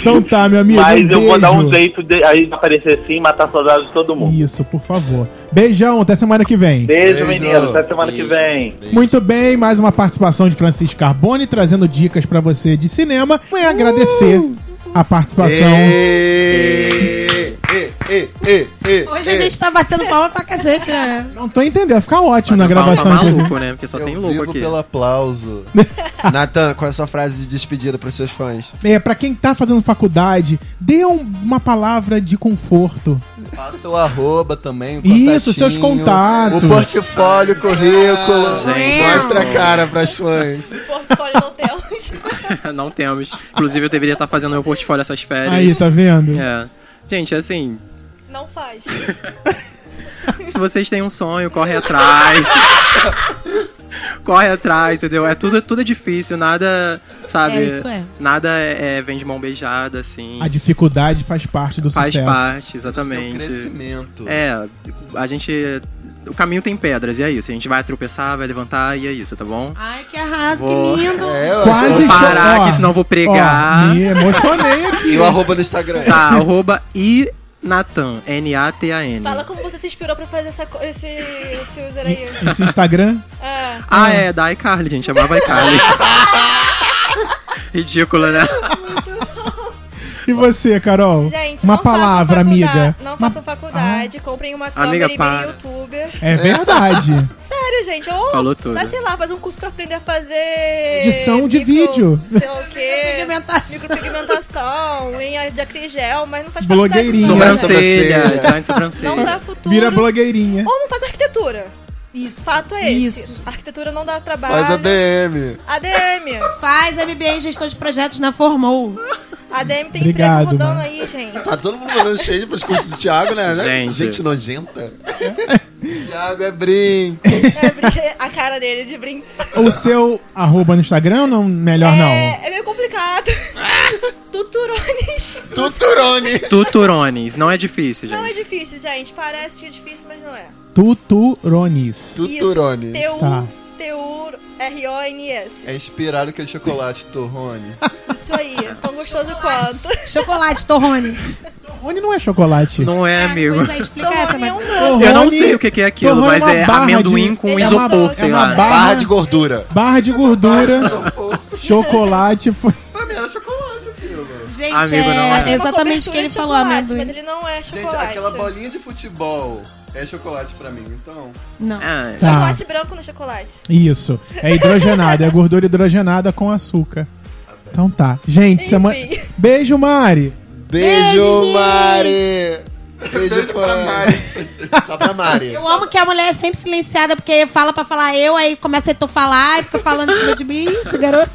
[SPEAKER 3] Então tá, meu amigo.
[SPEAKER 9] Mas
[SPEAKER 3] um
[SPEAKER 9] eu vou dar
[SPEAKER 3] beijo.
[SPEAKER 9] um jeito de aí aparecer assim e matar saudade de todo mundo.
[SPEAKER 3] Isso, por favor. Beijão, até semana que vem.
[SPEAKER 9] Beijo,
[SPEAKER 6] Beijo.
[SPEAKER 9] menino. Até semana que vem.
[SPEAKER 3] Muito bem, mais uma participação de Francisco Carbone trazendo dicas pra você de cinema. E
[SPEAKER 4] Uh!
[SPEAKER 3] agradecer a participação.
[SPEAKER 5] Ê, ê, ê, ê, ê,
[SPEAKER 7] Hoje
[SPEAKER 5] ê.
[SPEAKER 7] a gente tá batendo palma pra cacete, né?
[SPEAKER 3] Não tô entendendo, vai ficar ótimo na
[SPEAKER 4] Mas não,
[SPEAKER 3] gravação.
[SPEAKER 4] tá
[SPEAKER 3] inclusive.
[SPEAKER 4] maluco, né? Porque só
[SPEAKER 6] Eu
[SPEAKER 4] tem louco
[SPEAKER 6] vivo
[SPEAKER 4] aqui.
[SPEAKER 6] pelo aplauso.
[SPEAKER 5] Nathan, qual é a sua frase de despedida pros seus fãs?
[SPEAKER 3] É, pra quem tá fazendo faculdade, dê um- uma palavra de conforto.
[SPEAKER 6] Passa o arroba também. O
[SPEAKER 3] Isso,
[SPEAKER 6] contatinho,
[SPEAKER 3] seus contatos.
[SPEAKER 6] O portfólio, o currículo.
[SPEAKER 4] Ah, Gente,
[SPEAKER 5] Mostra a cara pras fãs.
[SPEAKER 8] Portfólio não temos.
[SPEAKER 4] não temos. Inclusive, eu deveria estar fazendo meu portfólio essas férias.
[SPEAKER 3] Aí, tá vendo?
[SPEAKER 4] É. Gente, assim,
[SPEAKER 8] Não faz.
[SPEAKER 4] se vocês têm um sonho, corre atrás. corre atrás, entendeu? É tudo, tudo é difícil, nada, sabe?
[SPEAKER 7] É, isso é.
[SPEAKER 4] Nada é, é- vem de mão beijada, assim.
[SPEAKER 3] A dificuldade faz parte do
[SPEAKER 4] Faz
[SPEAKER 3] sucesso.
[SPEAKER 4] parte,
[SPEAKER 6] Seu
[SPEAKER 4] exatamente.
[SPEAKER 6] crescimento.
[SPEAKER 4] É, a gente. O caminho tem pedras, e é isso. A gente vai tropeçar, vai levantar, e é isso, tá bom?
[SPEAKER 7] Ai, que arraso,
[SPEAKER 4] Vou-
[SPEAKER 7] que lindo.
[SPEAKER 6] É,
[SPEAKER 3] Quase
[SPEAKER 4] Vou parar,
[SPEAKER 3] chorou.
[SPEAKER 4] que senão eu vou pregar.
[SPEAKER 3] Ó, me emocionei aqui.
[SPEAKER 5] E o arroba no Instagram.
[SPEAKER 4] Tá, arroba e Natan, N-A-T-A-N.
[SPEAKER 8] Fala como você se inspirou pra fazer essa, co- esse, esse user aí.
[SPEAKER 3] Esse Instagram.
[SPEAKER 8] Ah,
[SPEAKER 4] Ah, é, da iCarly, gente, amava iCarly. Ridícula, né?
[SPEAKER 3] E você, Carol?
[SPEAKER 8] gente,
[SPEAKER 3] uma
[SPEAKER 8] não façam
[SPEAKER 3] palavra,
[SPEAKER 8] faculdade-
[SPEAKER 3] amiga.
[SPEAKER 8] Não
[SPEAKER 3] Uma- Ah.
[SPEAKER 8] façam faculdade, comprem uma câmera
[SPEAKER 4] Amiga,
[SPEAKER 8] e virem
[SPEAKER 4] para.
[SPEAKER 8] youtuber.
[SPEAKER 3] É verdade.
[SPEAKER 8] Sério, gente, ou
[SPEAKER 4] Falou tudo.
[SPEAKER 8] Mas, sei lá, faz um curso pra aprender a fazer.
[SPEAKER 3] Edição de vídeo.
[SPEAKER 8] Sei lá o quê.
[SPEAKER 7] Pigmentação.
[SPEAKER 8] Micropigmentação, em de acrigel, mas não faz
[SPEAKER 3] Blogueirinha.
[SPEAKER 8] faculdade.
[SPEAKER 4] Sobrancelha,
[SPEAKER 5] sobrancelha.
[SPEAKER 4] design Tá de
[SPEAKER 8] Não
[SPEAKER 4] sobrancelha.
[SPEAKER 8] dá futuro.
[SPEAKER 3] Vira blogueirinha.
[SPEAKER 8] Ou não faz arquitetura.
[SPEAKER 7] Isso.
[SPEAKER 8] Fato é esse.
[SPEAKER 7] Isso.
[SPEAKER 8] Arquitetura não dá trabalho.
[SPEAKER 6] Faz a DM.
[SPEAKER 8] ADM.
[SPEAKER 7] Faz MBA em gestão de projetos na Formou.
[SPEAKER 8] ADM tem
[SPEAKER 3] Obrigado,
[SPEAKER 8] emprego rodando
[SPEAKER 3] mano.
[SPEAKER 8] aí, gente.
[SPEAKER 5] Tá todo mundo mandando cheio pros cursos do Thiago, né?
[SPEAKER 4] Gente.
[SPEAKER 5] Gente nojenta.
[SPEAKER 6] Thiago é brinco.
[SPEAKER 8] É, brin- a cara dele de brinco.
[SPEAKER 3] O seu arroba no Instagram, não, melhor não.
[SPEAKER 8] É, é meio complicado. Tuturones.
[SPEAKER 5] Tuturone!
[SPEAKER 4] Tuturones, não é difícil,
[SPEAKER 8] Não é
[SPEAKER 4] gente.
[SPEAKER 8] difícil, gente. Parece que é difícil, mas não é.
[SPEAKER 3] Tuturonis.
[SPEAKER 5] Tuturone.
[SPEAKER 8] T-U...
[SPEAKER 3] Tá.
[SPEAKER 8] T-U-R-O-N-S.
[SPEAKER 6] É inspirado aquele chocolate torrone.
[SPEAKER 8] Isso aí. Tão gostoso quanto.
[SPEAKER 7] Chocolate, torrone.
[SPEAKER 3] Torrone não é chocolate.
[SPEAKER 4] Não é, amigo.
[SPEAKER 7] Pois é, explica essa,
[SPEAKER 8] Torrone é
[SPEAKER 7] mas...
[SPEAKER 8] um doce.
[SPEAKER 4] Eu não
[SPEAKER 3] Torrone-
[SPEAKER 4] sei o que que é aquilo,
[SPEAKER 3] Torrone
[SPEAKER 4] mas
[SPEAKER 3] uma
[SPEAKER 4] é
[SPEAKER 3] barra
[SPEAKER 4] amendoim com
[SPEAKER 8] Ele é uma-
[SPEAKER 4] isopor, sei
[SPEAKER 3] é uma
[SPEAKER 4] lá.
[SPEAKER 3] barra-
[SPEAKER 5] Barra de gordura.
[SPEAKER 3] Barra de gordura, chocolate. Foi...
[SPEAKER 6] pra mim era chocolate aquilo, mano.
[SPEAKER 7] Gente,
[SPEAKER 4] Amigo, não é.
[SPEAKER 7] é exatamente o
[SPEAKER 8] um Uma cobertura
[SPEAKER 7] que ele
[SPEAKER 8] de
[SPEAKER 7] falou,
[SPEAKER 8] chocolate,
[SPEAKER 7] amendoim.
[SPEAKER 8] Mas ele não é
[SPEAKER 6] Gente,
[SPEAKER 8] chocolate.
[SPEAKER 6] aquela bolinha de futebol é chocolate pra mim, então.
[SPEAKER 7] Não.
[SPEAKER 4] É,
[SPEAKER 3] Tá,
[SPEAKER 8] Chocolate branco no chocolate.
[SPEAKER 3] isso. É hidrogenada, é gordura hidrogenada com açúcar. Então tá. Gente, semana... beijo, Mari.
[SPEAKER 5] Beijo,
[SPEAKER 7] gente.
[SPEAKER 5] Mari! Beijo, fã. Só pra Mari.
[SPEAKER 7] Eu amo que a mulher é sempre silenciada, porque fala pra falar eu, aí começa a tu falar e fica falando em cima de mim, esse garoto.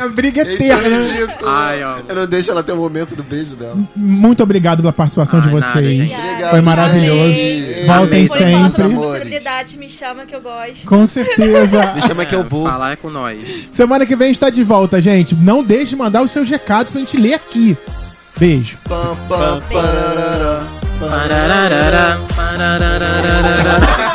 [SPEAKER 3] A briga é
[SPEAKER 5] Eita,
[SPEAKER 3] terra. né?
[SPEAKER 5] ridículo.
[SPEAKER 4] Ai, ó.
[SPEAKER 5] Eu não deixo ela ter o momento do beijo dela.
[SPEAKER 3] Muito obrigado pela participação de
[SPEAKER 4] Ai, nada,
[SPEAKER 3] vocês.
[SPEAKER 4] gente.
[SPEAKER 3] Foi maravilhoso.
[SPEAKER 6] Amei.
[SPEAKER 3] Voltem
[SPEAKER 6] Amei.
[SPEAKER 8] Foi falar sobre
[SPEAKER 3] sempre.
[SPEAKER 8] responsabilidade, me chama que eu gosto.
[SPEAKER 3] Com certeza.
[SPEAKER 5] Me chama que eu vou.
[SPEAKER 4] Falar é com nós.
[SPEAKER 3] Semana que vem está de volta, gente. Não deixe de mandar os seus recados pra gente ler aqui. Beijo.
[SPEAKER 6] Pam, pam, parará.
[SPEAKER 4] Parararara, parararara.